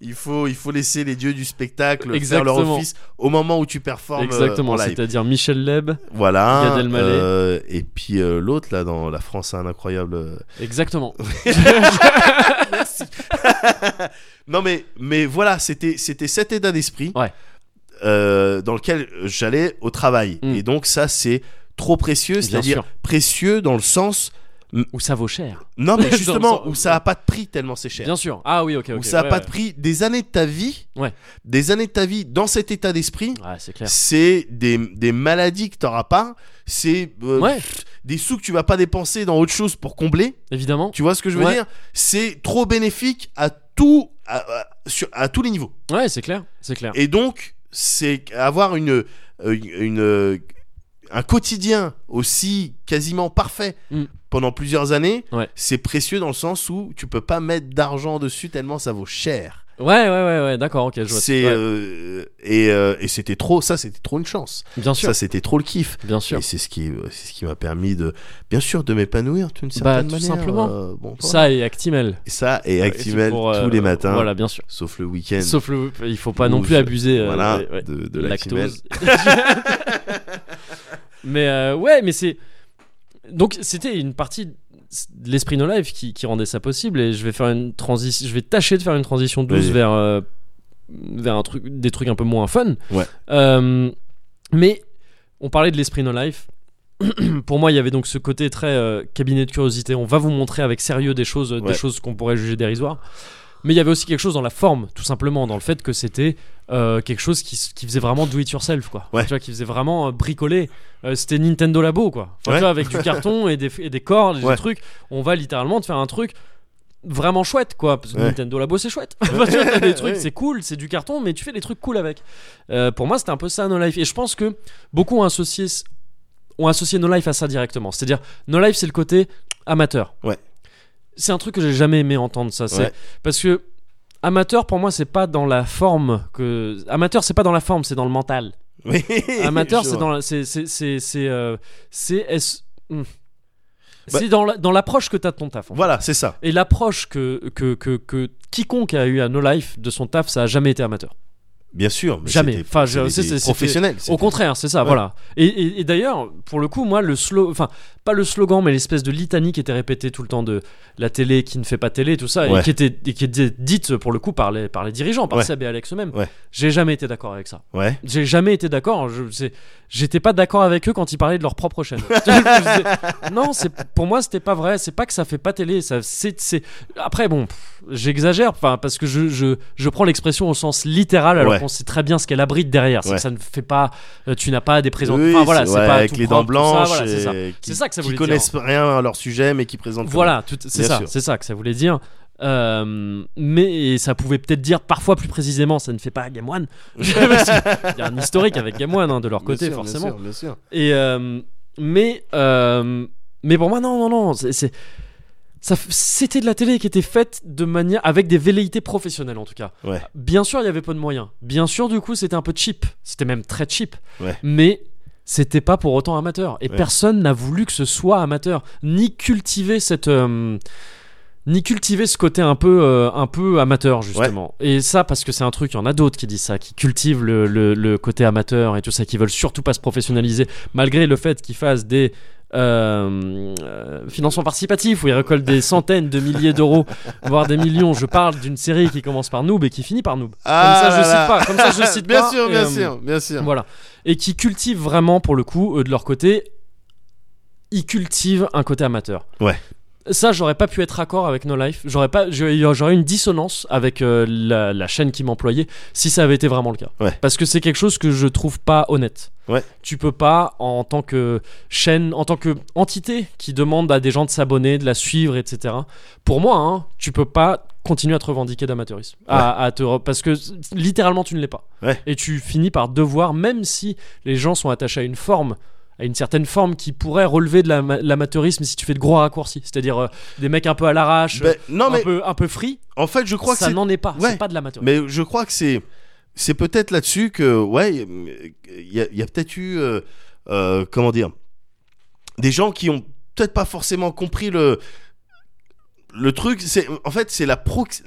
B: il faut il faut laisser les dieux du spectacle faire leur
A: Exactement.
B: office au moment où tu performes euh,
A: Exactement,
B: en live.
A: c'est-à-dire Michel Leb.
B: voilà
A: Gad Elmaleh.
B: euh, et puis euh, l'autre là dans la France a un incroyable euh, (laughs)
A: Exactement.
B: Non mais mais voilà, c'était c'était cet état d'esprit
A: Ouais.
B: euh, dans lequel j'allais au travail
A: Mm.
B: et donc ça c'est trop précieux,
A: Bien
B: c'est-à-dire
A: sûr.
B: précieux dans le sens
A: Ou ça vaut cher. (laughs)
B: non
A: Dans
B: mais
A: le
B: justement
A: sens-
B: où ça a pas de prix tellement c'est cher.
A: Bien sûr. Ah oui, ok, ok.
B: où ça a
A: ouais,
B: pas
A: ouais.
B: de prix des années de ta vie.
A: Ouais.
B: Des années de ta vie dans cet état d'esprit.
A: Ouais, c'est clair.
B: C'est des, des maladies que t'auras pas, c'est euh,
A: Ouais,
B: des sous que tu vas pas dépenser dans autre chose pour combler.
A: évidemment.
B: Tu vois ce que je veux
A: Ouais.
B: dire C'est trop bénéfique à tout à- à- sur- à tous les niveaux.
A: Ouais, c'est clair, c'est clair.
B: Et donc, c'est avoir une, euh, une, euh, un quotidien aussi quasiment parfait
A: Mm.
B: pendant plusieurs années,
A: Ouais.
B: c'est précieux dans le sens où tu peux pas mettre d'argent dessus tellement ça vaut cher.
A: Ouais, ouais, ouais, ouais, d'accord, ok, je vois.
B: C'est
A: Ouais,
B: euh, et, euh, et c'était trop, ça c'était trop une chance.
A: Bien sûr,
B: Ça c'était trop le kiff.
A: bien sûr.
B: Et c'est ce qui, euh, c'est ce qui m'a permis de, bien sûr, de m'épanouir d'une certaine
A: Bah, tout
B: manière.
A: simplement.
B: euh, bon, voilà.
A: Ça et Actimel.
B: Et ça et Actimel
A: Pour, euh,
B: tous les matins,
A: Voilà, bien sûr.
B: sauf le week-end.
A: Sauf le, il faut pas non
B: Où
A: plus
B: je-
A: abuser. euh,
B: voilà,
A: ouais, ouais.
B: de, de l'Actimel.
A: lactose.
B: (laughs)
A: (laughs) mais euh, ouais, mais c'est donc c'était une partie de l'esprit no life qui, qui rendait ça possible et je vais faire une transition, je vais tâcher de faire une transition douce
B: Vas-y.
A: vers euh, vers un truc, des trucs un peu moins fun.
B: Ouais.
A: Euh, mais on parlait de l'esprit no life. (clears throat) Pour moi, il y avait donc ce côté très euh, cabinet de curiosité. On va vous montrer avec sérieux des choses,
B: Ouais.
A: des choses qu'on pourrait juger dérisoires. Mais il y avait aussi quelque chose dans la forme, tout simplement, dans le fait que c'était euh, quelque chose qui, s- qui faisait vraiment do it yourself, quoi.
B: Ouais.
A: Tu vois, qui faisait vraiment euh, bricoler. Euh, c'était Nintendo Labo, quoi. Enfin,
B: Ouais.
A: tu vois, avec du carton et des, et des cordes et
B: Ouais.
A: des trucs, on va littéralement te faire un truc vraiment chouette, quoi. Parce que
B: Ouais.
A: Nintendo Labo, c'est chouette. (laughs) Enfin, tu vois, t'as des trucs,
B: Ouais.
A: c'est cool, c'est du carton, mais tu fais des trucs cool avec. Euh, pour moi, c'était un peu ça, No Life. Et je pense que beaucoup ont associé, ont associé No Life à ça directement. C'est-à-dire, No Life, c'est le côté amateur.
B: Ouais.
A: C'est un truc que j'ai jamais aimé entendre, ça. C'est
B: Ouais.
A: Parce que amateur, pour moi, c'est pas dans la forme que. Amateur, c'est pas dans la forme, c'est dans le
B: (laughs)
A: mental.
B: Oui,
A: Amateur,
B: je
A: c'est
B: vois.
A: dans la. C'est. C'est. C'est. C'est. euh, c'est est-ce- hmm.
B: Bah-
A: C'est dans la- dans l'approche que t'as de ton taf. en fait.
B: Voilà, c'est ça.
A: Et l'approche que, que, que, que quiconque a eu à No Life de son taf, ça a jamais été amateur.
B: Bien sûr. mais
A: Jamais.
B: c'était-
A: Enfin, je-
B: c'était
A: c'est-
B: des
A: c'est- c'était-
B: professionnels.
A: Au
B: c'était-
A: contraire, c'est ça,
B: Ouais.
A: voilà. Et, et- et d'ailleurs, pour le coup, moi, le slow, enfin, pas le slogan, mais l'espèce de litanie qui était répétée tout le temps de la télé qui ne fait pas télé, tout ça, et
B: Ouais.
A: qui était, et qui était dite pour le coup par les, par les dirigeants, par
B: Ouais.
A: Seb et Alex eux-mêmes.
B: Ouais.
A: J'ai jamais été d'accord avec ça.
B: Ouais.
A: J'ai jamais été d'accord. Je- c'est- J'étais pas d'accord avec eux quand ils parlaient de leur propre chaîne. (laughs) Je me disais, non, c'est pour moi c'était pas vrai. C'est pas que ça fait pas télé. Ça, c'est, c'est- Après bon, pff, j'exagère, enfin parce que je, je, je prends l'expression au sens littéral alors
B: Ouais.
A: qu'on sait très bien ce qu'elle abrite derrière. C'est
B: Ouais.
A: que ça ne fait pas. euh, Tu n'as pas des présents.
B: Oui,
A: enfin voilà, c'est
B: ouais,
A: pas
B: avec
A: tout
B: les
A: propre,
B: dents
A: tout ça,
B: blanches.
A: voilà, c'est ça.
B: et
A: C'est ça que ça
B: qui
A: voulait dire.
B: connaissent rien à leur sujet, mais qui présentent.
A: Voilà, tout- c'est
B: Bien
A: ça,
B: sûr.
A: c'est ça que ça voulait dire. Euh, mais ça pouvait peut-être dire parfois plus précisément, ça ne fait pas Game One. (laughs) Il y a un historique avec Game One hein, de leur
B: Bien
A: côté
B: sûr, bien
A: forcément.
B: sûr, bien sûr.
A: Et euh, mais euh, mais pour moi non non non c'est- c'est ça f- c'était de la télé qui était faite de manière avec des velléités professionnelles en tout cas.
B: Ouais.
A: Bien sûr il y avait peu de moyens. Bien sûr du coup c'était un peu cheap. C'était même très cheap.
B: Ouais.
A: Mais c'était pas pour autant amateur et
B: Ouais.
A: personne n'a voulu que ce soit amateur ni cultiver cette euh, ni cultiver ce côté un peu euh, un peu amateur justement et ça parce que c'est un truc il y en a d'autres qui disent ça qui cultivent le, le- le côté amateur et tout ça qui veulent surtout pas se professionnaliser malgré le fait qu'ils fassent des euh, euh, financements participatifs où ils récoltent des centaines de milliers
B: (laughs)
A: d'euros voire des millions je parle d'une série qui commence par Noob et qui finit par Noob
B: Ah
A: comme ça je
B: là
A: cite
B: là.
A: pas comme ça je cite
B: bien
A: pas,
B: sûr,
A: et,
B: bien
A: euh,
B: sûr, bien sûr.
A: voilà. Et qui cultivent euh, vraiment, pour le coup, eux, de leur côté, ils cultivent un côté amateur.
B: Ouais.
A: ça j'aurais pas pu être accord avec No Life j'aurais pas j'aurais j'aurais une dissonance avec euh, la, la chaîne qui m'employait si ça avait été vraiment le cas
B: Ouais.
A: parce que c'est quelque chose que je trouve pas honnête
B: Ouais.
A: tu peux pas en tant que chaîne en tant que entité qui demande à des gens de s'abonner de la suivre etc pour moi hein, tu peux pas continuer à te revendiquer d'amateurisme à, à te re- parce que c- littéralement tu ne l'es pas
B: Ouais.
A: et tu finis par devoir même si les gens sont attachés à une forme à une certaine forme qui pourrait relever de l'ama- l'amateurisme si tu fais de gros raccourcis, c'est-à-dire euh, des mecs un peu à l'arrache,
B: Ben, non,
A: un,
B: mais
A: peu, un peu free,
B: en fait, je crois que
A: ça
B: c'est.
A: n'en est pas,
B: Ouais.
A: c'est pas de l'amateurisme.
B: Mais je crois que c'est c'est peut-être là-dessus que ouais, il y a, il y a peut-être eu euh, euh, comment dire des gens qui ont peut-être pas forcément compris le le truc. C'est en fait c'est la prox.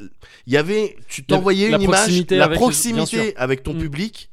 B: Il y avait tu
A: Il y avait
B: t'envoyais
A: la
B: une image,
A: proximité
B: la
A: avec- bien sûr.
B: proximité avec ton
A: Mm.
B: public.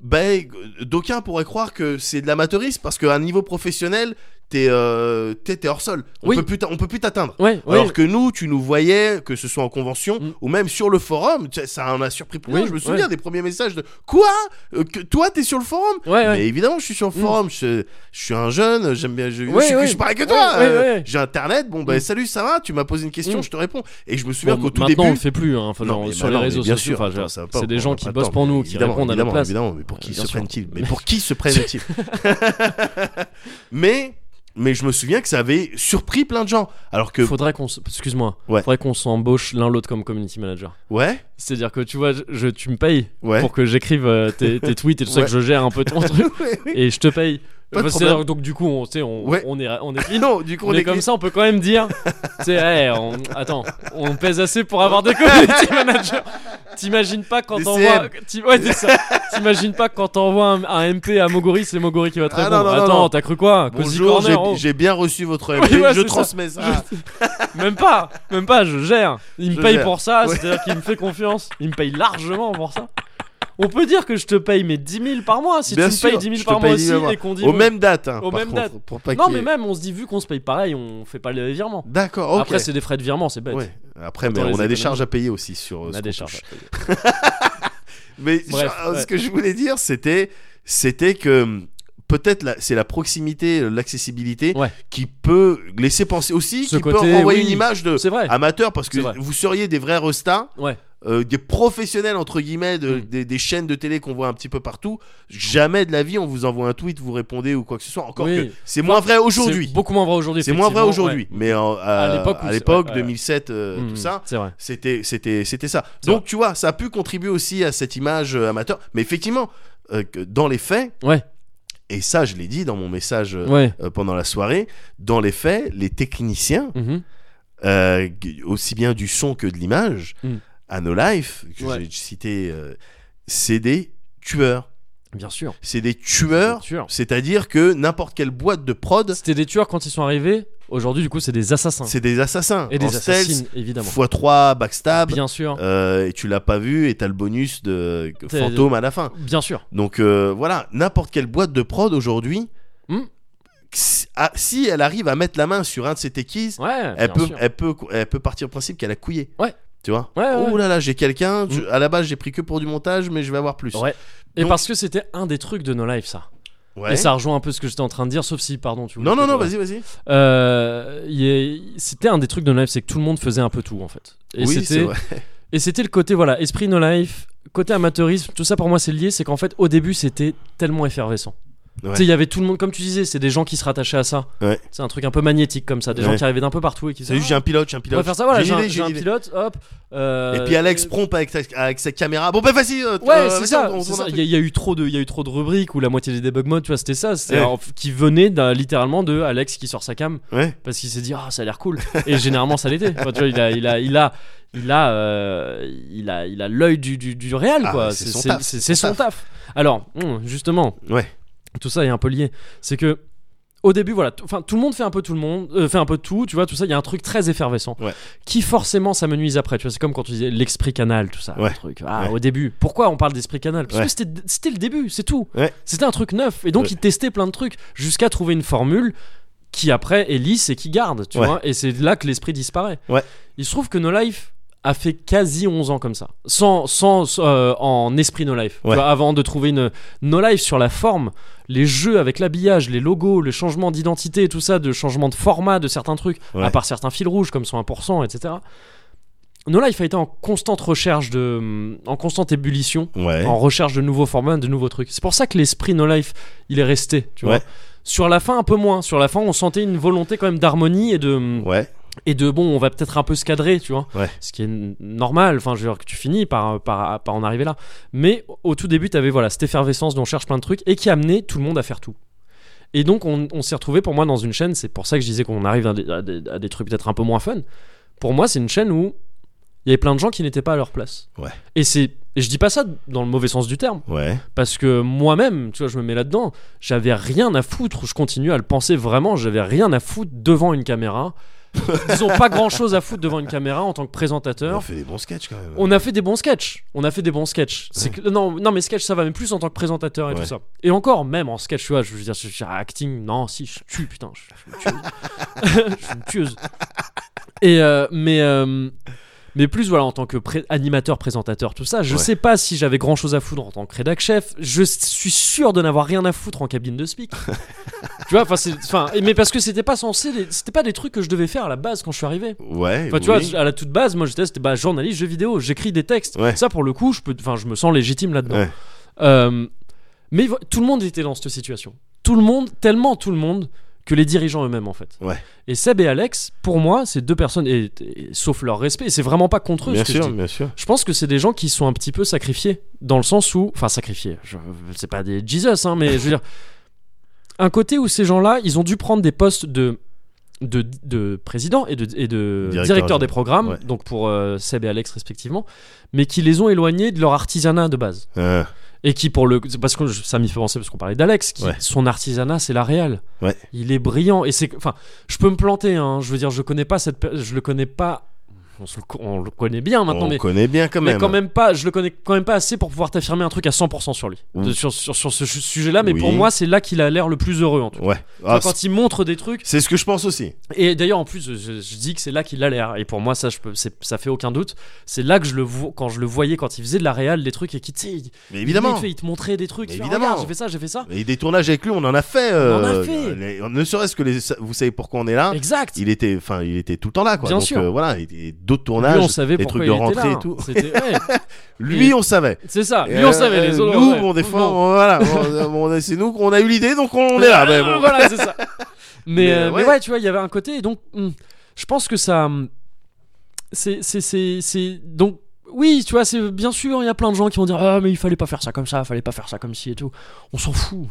B: Ben d'aucuns pourraient croire que c'est de l'amateurisme parce qu'à un niveau professionnel t'es euh, t'es t'es hors sol. On
A: Oui.
B: peut plus t'a- on peut plus t'atteindre.
A: Ouais, ouais.
B: Alors que nous, tu nous voyais, que ce soit en convention
A: Mm.
B: ou même sur le forum, tu sais, ça en a surpris plein.
A: Oui,
B: je me
A: ouais.
B: souviens des premiers messages de Quoi Euh, que, Toi, t'es sur le forum
A: ouais, ouais.
B: Mais évidemment, je suis sur le
A: Mm.
B: forum. Je, je suis un jeune, j'aime bien. Je, je
A: Ouais,
B: suis-
A: ouais.
B: je suis pareil que toi.
A: Ouais, ouais,
B: euh,
A: ouais.
B: J'ai internet. Bon, bah
A: Mm.
B: salut, ça va Tu m'as posé une question,
A: Mm.
B: je te réponds. Et je me souviens
A: Bon,
B: qu'au tout
A: maintenant
B: début.
A: on le fait plus, hein, enfin,
B: Non,
A: genre,
B: mais
A: sur
B: bah non,
A: les
B: mais
A: réseaux
B: bien
A: sociaux,
B: sûr,
A: enfin,
B: attends,
A: genre,
B: ça va pas,
A: c'est
B: on
A: des gens
B: prend
A: qui
B: pas le
A: bossent
B: temps,
A: pour nous, qui
B: évidemment,
A: répondent à
B: évidemment,
A: notre place. Euh,
B: évidemment, mais pour qui
A: Bien
B: se
A: sûr.
B: prennent-ils
A: (laughs)
B: Mais pour qui se prennent-ils (laughs) Mais mais je me souviens que ça avait surpris plein de gens. Alors que
A: Faudrait qu'on, s- excuse-moi,
B: Ouais.
A: faudrait qu'on s'embauche l'un l'autre comme community manager.
B: ouais
A: C'est-à-dire que tu vois, je, je- tu me payes
B: ouais. (laughs)
A: pour que j'écrive euh, tes, tes tweets et tout ça,
B: Ouais.
A: que je gère un peu ton truc,
B: (laughs) Ouais, ouais.
A: et je te paye.
B: Pas de
A: Parce que,
B: problème.
A: donc du coup, on, tu sais, on,
B: Ouais.
A: on est, on
B: (laughs)
A: est
B: Non, du coup on,
A: mais
B: est
A: comme ça, on peut quand même
B: (laughs)
A: dire, tu sais, hey, on- attends, on pèse assez pour avoir des community
B: (laughs)
A: managers. T'imagines pas quand
B: Des
A: on
B: CM.
A: voit, ouais, c'est ça. T'imagines pas quand t'envoies un, un MP à Mogori, c'est Mogori qui va te
B: Ah,
A: répondre.
B: non, non, non,
A: attends,
B: non.
A: t'as cru quoi Cozy
B: Bonjour, j'ai-
A: Corner, oh.
B: j'ai bien reçu votre MP,
A: Oui, voilà,
B: je
A: c'est ça.
B: transmets ça.
A: Ah. (laughs) Même pas, même pas. Je gère. Il
B: Je
A: me paye
B: gère.
A: pour ça,
B: Ouais.
A: c'est-à-dire qu'il me fait confiance. Il me paye largement pour ça. On peut dire que je te paye mes 10 000 par mois si
B: Bien
A: tu
B: sûr,
A: me payes 10 000
B: je te
A: par
B: paye
A: mois
B: 10
A: aussi
B: 000
A: et qu'on dit
B: Aux mêmes dates, hein,
A: Aux
B: par
A: mêmes
B: contre,
A: dates.
B: pour pas
A: non
B: qu'il y
A: mais
B: ait-
A: même on se dit vu qu'on se paye pareil, on fait pas les virements.
B: D'accord, ok.
A: Après c'est des frais de virement, c'est bête.
B: Ouais. Après,
A: Autant
B: mais
A: les
B: on a des
A: économies.
B: charges à payer aussi sur. euh,
A: On
B: ce
A: a
B: qu'on
A: des
B: touche.
A: charges.
B: Mais
A: Bref,
B: genre,
A: ouais.
B: ce que je voulais dire, c'était, c'était que euh, peut-être la- c'est la proximité, euh, l'accessibilité
A: Ouais.
B: qui peut laisser penser aussi,
A: Ce
B: qui
A: côté,
B: peut envoyer
A: oui,
B: une image de
A: C'est vrai.
B: amateur, parce que
A: C'est vrai.
B: vous seriez des vrais restas.
A: Ouais.
B: euh, des professionnels entre guillemets de-
A: Mm.
B: des, des chaînes de télé qu'on voit un petit peu partout jamais de la vie on vous envoie un tweet vous répondez ou quoi que ce soit encore
A: Oui.
B: que c'est moins vrai aujourd'hui
A: C'est beaucoup moins vrai aujourd'hui.
B: c'est moins vrai
A: effectivement,
B: aujourd'hui
A: ouais.
B: mais en- à
A: l'époque où
B: à
A: c'est-
B: l'époque
A: ouais, ouais.
B: 2007 euh,
A: Mm,
B: tout ça
A: C'est vrai.
B: c'était c'était c'était ça
A: C'est
B: donc tu vois ça a pu contribuer aussi à cette image euh, amateur mais effectivement euh, que dans les faits
A: Ouais.
B: et ça je l'ai dit dans mon message euh,
A: Ouais.
B: euh, pendant la soirée dans les faits les techniciens
A: Mhm.
B: euh, g- aussi bien du son que de l'image,
A: Mm.
B: à No Life, que
A: Ouais.
B: j'ai cité, euh, c'est des tueurs.
A: Bien sûr.
B: C'est des tueurs,
A: Des tueurs.
B: c'est-à-dire que n'importe quelle boîte de prod,
A: C'était des tueurs quand ils sont arrivés. Aujourd'hui du coup c'est des assassins.
B: c'est des assassins.
A: Et des
B: En stealth,
A: assassines évidemment.
B: x3, backstab,
A: Bien sûr.
B: euh, et tu l'as pas vu, et t'as le bonus de
A: T'es-
B: fantôme à la fin.
A: Bien sûr.
B: Donc euh, voilà, n'importe quelle boîte de prod aujourd'hui,
A: Mm.
B: si ah, si elle arrive à mettre la main sur un de ses techies,
A: Ouais.
B: elle
A: bien
B: peut,
A: sûr.
B: elle peut, elle peut partir au principe qu'elle a couillé.
A: Ouais.
B: Tu vois.
A: Ouais, ouais,
B: Oh là là, j'ai quelqu'un. je-
A: Euh. Mm.
B: À la base, j'ai pris que pour du montage, mais je vais avoir plus.
A: Ouais. Et
B: Donc-
A: parce que c'était un des trucs de nos lives ça.
B: Ouais.
A: Et ça rejoint un peu ce que j'étais en train de dire, sauf si, pardon, tu voulais
B: Non non non,
A: peut-être-
B: vas-y vas-y.
A: Euh, il y a- C'était un des trucs de No Life, c'est que tout le monde faisait un peu tout en fait. Et
B: Oui, c'est
A: c'était
B: vrai.
A: et c'était le côté voilà esprit No Life, côté amateurisme, tout ça pour moi c'est lié, c'est qu'en fait au début c'était tellement effervescent.
B: Ouais.
A: Tu sais, il y avait tout le monde, comme tu disais, c'est des gens qui se rattachaient à ça.
B: Ouais.
A: C'est un truc un peu magnétique comme ça, des gens
B: Ouais.
A: qui arrivaient d'un peu partout et qui disaient,
B: Salut, j'ai un pilote, j'ai
A: on
B: un
A: va
B: pilote.
A: faire ça, voilà,
B: J'ai
A: j'ai
B: une
A: un,
B: idée,
A: j'ai
B: j'ai
A: un
B: une idée.
A: pilote, hop. euh,
B: Et puis Alex prompt avec, sa- avec sa caméra. Bon bah vas-y. euh,
A: Ouais,
B: euh,
A: c'est
B: vas-y,
A: ça.
B: on- on
A: c'est
B: tourne
A: ça.
B: un
A: Il
B: truc.
A: y, a- il y a eu trop de, il y a eu trop de rubriques où la moitié des debug modes, tu vois, c'était ça, c'était
B: Ouais.
A: un- qui venait d'un- littéralement de Alex qui sort sa cam
B: Ouais.
A: parce qu'il s'est dit ah ça a l'air cool et généralement ça l'était. Enfin, tu vois, il a, il a, il a, il a, euh, il a, il a l'œil du du, du réel
B: Ah,
A: quoi.
B: c'est
A: C'est
B: son
A: c'est-
B: taf,
A: c'est- c'est
B: c'est son
A: son taf. Alors hum, justement,
B: Ouais.
A: tout ça est un peu lié. C'est que au début, voilà, t- enfin tout le monde fait un peu tout le monde, euh, fait un peu tout, tu vois, tout ça. Il y a un truc très effervescent,
B: Ouais.
A: qui forcément s'amenuise après. Tu vois, c'est comme quand tu disais l'esprit canal, tout ça,
B: Ouais.
A: le truc. Ah,
B: Ouais.
A: au début. Pourquoi on parle d'esprit canal Parce
B: Ouais.
A: que c'était- c'était le début, c'est tout.
B: Ouais.
A: C'était un truc neuf, et donc
B: Ouais.
A: ils testaient plein de trucs jusqu'à trouver une formule qui après est lisse et qui garde, tu
B: Ouais.
A: vois. Et c'est là que l'esprit disparaît.
B: Ouais.
A: Il se trouve que No Life a fait quasi 11 ans comme ça, sans, sans euh, en esprit No Life. Tu
B: Ouais.
A: vois, avant de trouver une No Life sur la forme, les jeux avec l'habillage, les logos, le changement d'identité, et tout ça, de changement de format de certains trucs,
B: Ouais.
A: à part certains fils rouges comme sont 1%, etc. No Life a été en constante recherche de, en constante ébullition
B: Ouais.
A: en recherche de nouveaux formats, de nouveaux trucs. C'est pour ça que l'esprit No Life, il est resté, tu vois.
B: Ouais.
A: Sur la fin, un peu moins. Sur la fin, on sentait une volonté quand même d'harmonie et de,
B: Ouais.
A: et de bon, on va peut-être un peu se cadrer, tu vois.
B: Ouais.
A: Ce qui est n- normal, enfin, je veux dire que tu finis par, par, par en arriver là. Mais au tout début, tu avais voilà, cette effervescence dont on cherche plein de trucs et qui amenait tout le monde à faire tout. Et donc, on, on s'est retrouvé pour moi dans une chaîne, c'est pour ça que je disais qu'on arrive à des, à des- à des trucs peut-être un peu moins fun. Pour moi, c'est une chaîne où il y avait plein de gens qui n'étaient pas à leur place.
B: Ouais.
A: Et c'est. et je dis pas ça dans le mauvais sens du terme,
B: Ouais.
A: parce que moi-même, tu vois, je me mets là-dedans, j'avais rien à foutre, je continue à le penser vraiment, j'avais rien à foutre devant une caméra. Ils ont pas grand-chose à foutre devant une caméra en tant que
B: On
A: présentateur.
B: fait des bons sketchs quand même.
A: On a fait des bons sketchs. On a fait des bons sketchs. C'est que- non, non, mais sketch, ça va, mais plus en tant que présentateur et
B: Ouais.
A: tout ça. Et encore, même en sketch, tu vois, je veux dire, je suis acting, non, si, je tue, putain, je suis une tueuse. (laughs) je suis une tueuse. Et, euh, mais, euh, mais plus, voilà, en tant que pré- animateur, présentateur, tout ça, je
B: Ouais.
A: sais pas si j'avais grand chose à foutre en tant que rédac chef. Je suis sûr de n'avoir rien à foutre en cabine de
B: (laughs)
A: speak. tu vois, enfin, c'est- enfin, et- mais parce que c'était pas censé, les- c'était pas des trucs que je devais faire à la base quand je suis arrivé.
B: Ouais.
A: Enfin, tu
B: oui.
A: vois, à la toute base, moi j'étais c'était bah, journaliste jeux vidéo, j'écris des textes.
B: Ouais.
A: Ça, pour le coup, je, peux, enfin, je me sens légitime là-dedans.
B: Ouais.
A: Euh, mais vo- tout le monde était dans cette situation. Tout le monde, tellement tout le monde, que les dirigeants eux-mêmes, en fait.
B: Ouais.
A: Et Seb et Alex, pour moi, ces deux personnes, et, et- sauf leur respect, et c'est vraiment pas contre eux
B: bien
A: ce que
B: sûr,
A: je dis.
B: bien sûr.
A: Je pense que c'est des gens qui sont un petit peu sacrifiés, dans le sens où, enfin sacrifiés, je- c'est pas des Jesus, hein, mais je veux
B: (laughs)
A: dire, un côté où ces gens-là, ils ont dû prendre des postes de, de, de président et de, et de
B: Directeur
A: directeur,
B: général.
A: des programmes,
B: Ouais.
A: donc pour euh, Seb et Alex respectivement, mais qui les ont éloignés de leur artisanat de base.
B: Euh,
A: Et qui pour le... Parce que je- ça m'y fait penser parce qu'on parlait d'Alex, qui
B: Ouais.
A: son artisanat c'est la réelle.
B: Ouais.
A: Il est brillant et c'est... Enfin, je peux me planter, hein, je veux dire, je connais pas cette... per- Je le connais pas... On, se le co- on le connaît bien maintenant,
B: on
A: mais
B: connaît bien quand
A: mais
B: même.
A: quand même pas, je le connais quand même pas assez pour pouvoir t'affirmer un truc à 100% sur lui,
B: Mm.
A: De- sur, sur, sur ce su- sujet-là. Mais
B: Oui.
A: pour moi, c'est là qu'il a l'air le plus heureux en tout cas.
B: Ouais.
A: Tu vois,
B: Ah, c'est-
A: quand il montre des trucs,
B: c'est ce que je pense aussi.
A: et d'ailleurs en plus, je, je dis que c'est là qu'il a l'air. Et pour moi, ça, je peux, c'est- ça fait aucun doute. C'est là que je le vois, quand je le voyais quand il faisait de la réal, des trucs et qui, tu sais, il-
B: Mais évidemment.
A: il, fait- il te montrait des trucs.
B: Mais
A: il fait,
B: évidemment.
A: Regarde, j'ai fait ça, j'ai fait ça.
B: Et des tournages avec lui, on en a fait.
A: On en a
B: euh,
A: fait.
B: les- ne serait-ce que les. Vous savez pourquoi on est là
A: Exact.
B: Ah, Il était, enfin, il était tout le temps là, quoi.
A: Bien
B: Donc,
A: sûr.
B: euh, voilà, et- et d'autres
A: Lui,
B: tournages,
A: on savait
B: les
A: pourquoi
B: trucs de
A: il était
B: rentrée
A: là.
B: et tout.
A: C'était- ouais,
B: Lui, on savait.
A: c'est
B: (laughs)
A: ça. Lui,
B: Euh,
A: on savait. Les
B: euh,
A: autres,
B: nous,
A: ouais.
B: bon, des fois,
A: Non.
B: on- voilà, on- on- c'est nous qu'on a eu l'idée, donc on, on est là. Mais (laughs) bon.
A: (laughs) voilà, c'est ça. Mais,
B: Mais,
A: euh, mais
B: ouais.
A: ouais. tu vois, il y avait un côté. Et donc, hmm, je pense que ça. hmm, C'est. c'est- c'est- c'est- Donc, oui, tu vois, c'est bien sûr, il y a plein de gens qui vont dire Ah, mais il fallait pas faire ça comme ça, fallait pas faire ça comme ci et tout. On s'en fout.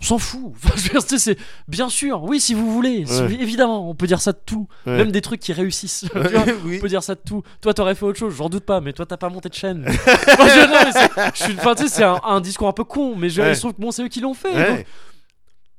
A: On s'en fout. (laughs) Enfin, je veux dire, tu sais, c'est bien sûr, oui, si vous voulez, si-
B: Ouais.
A: évidemment, on peut dire ça de tout,
B: Ouais.
A: même des trucs qui réussissent. (laughs) tu vois.
B: (laughs) oui.
A: On peut dire ça de tout. Toi, t'aurais fait autre chose, j'en doute pas, mais toi, t'as pas monté de chaîne. (laughs) Enfin, je, non, mais c'est- je suis, enfin, tu sais, c'est un, un discours un peu con, mais je,
B: Ouais.
A: il se trouve que bon, c'est eux qui l'ont fait. donc,
B: Ouais.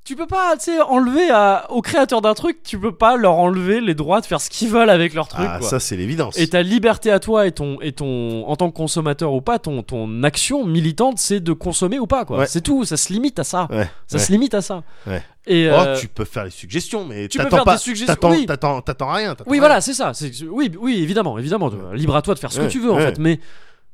A: tu peux pas, tu sais, enlever à, aux créateurs d'un truc, tu peux pas leur enlever les droits de faire ce qu'ils veulent avec leur truc.
B: Ah,
A: quoi.
B: ça, c'est l'évidence.
A: Et ta liberté à toi et ton, et ton, en tant que consommateur ou pas, ton, ton action militante, c'est de consommer ou pas, quoi.
B: Ouais.
A: C'est tout, ça se limite à ça.
B: Ouais,
A: Ça
B: ouais.
A: se limite à ça.
B: Ouais.
A: Et,
B: Oh,
A: euh,
B: tu peux faire les suggestions, mais
A: tu peux
B: t'attends
A: faire
B: pas.
A: des suggestions,
B: T'attends,
A: oui.
B: t'attends, t'attends rien. t'attends
A: oui,
B: rien.
A: voilà, c'est ça. C'est, oui, oui, évidemment, évidemment. Libre à toi de faire ce
B: Ouais,
A: que tu veux, en
B: ouais.
A: fait. Mais,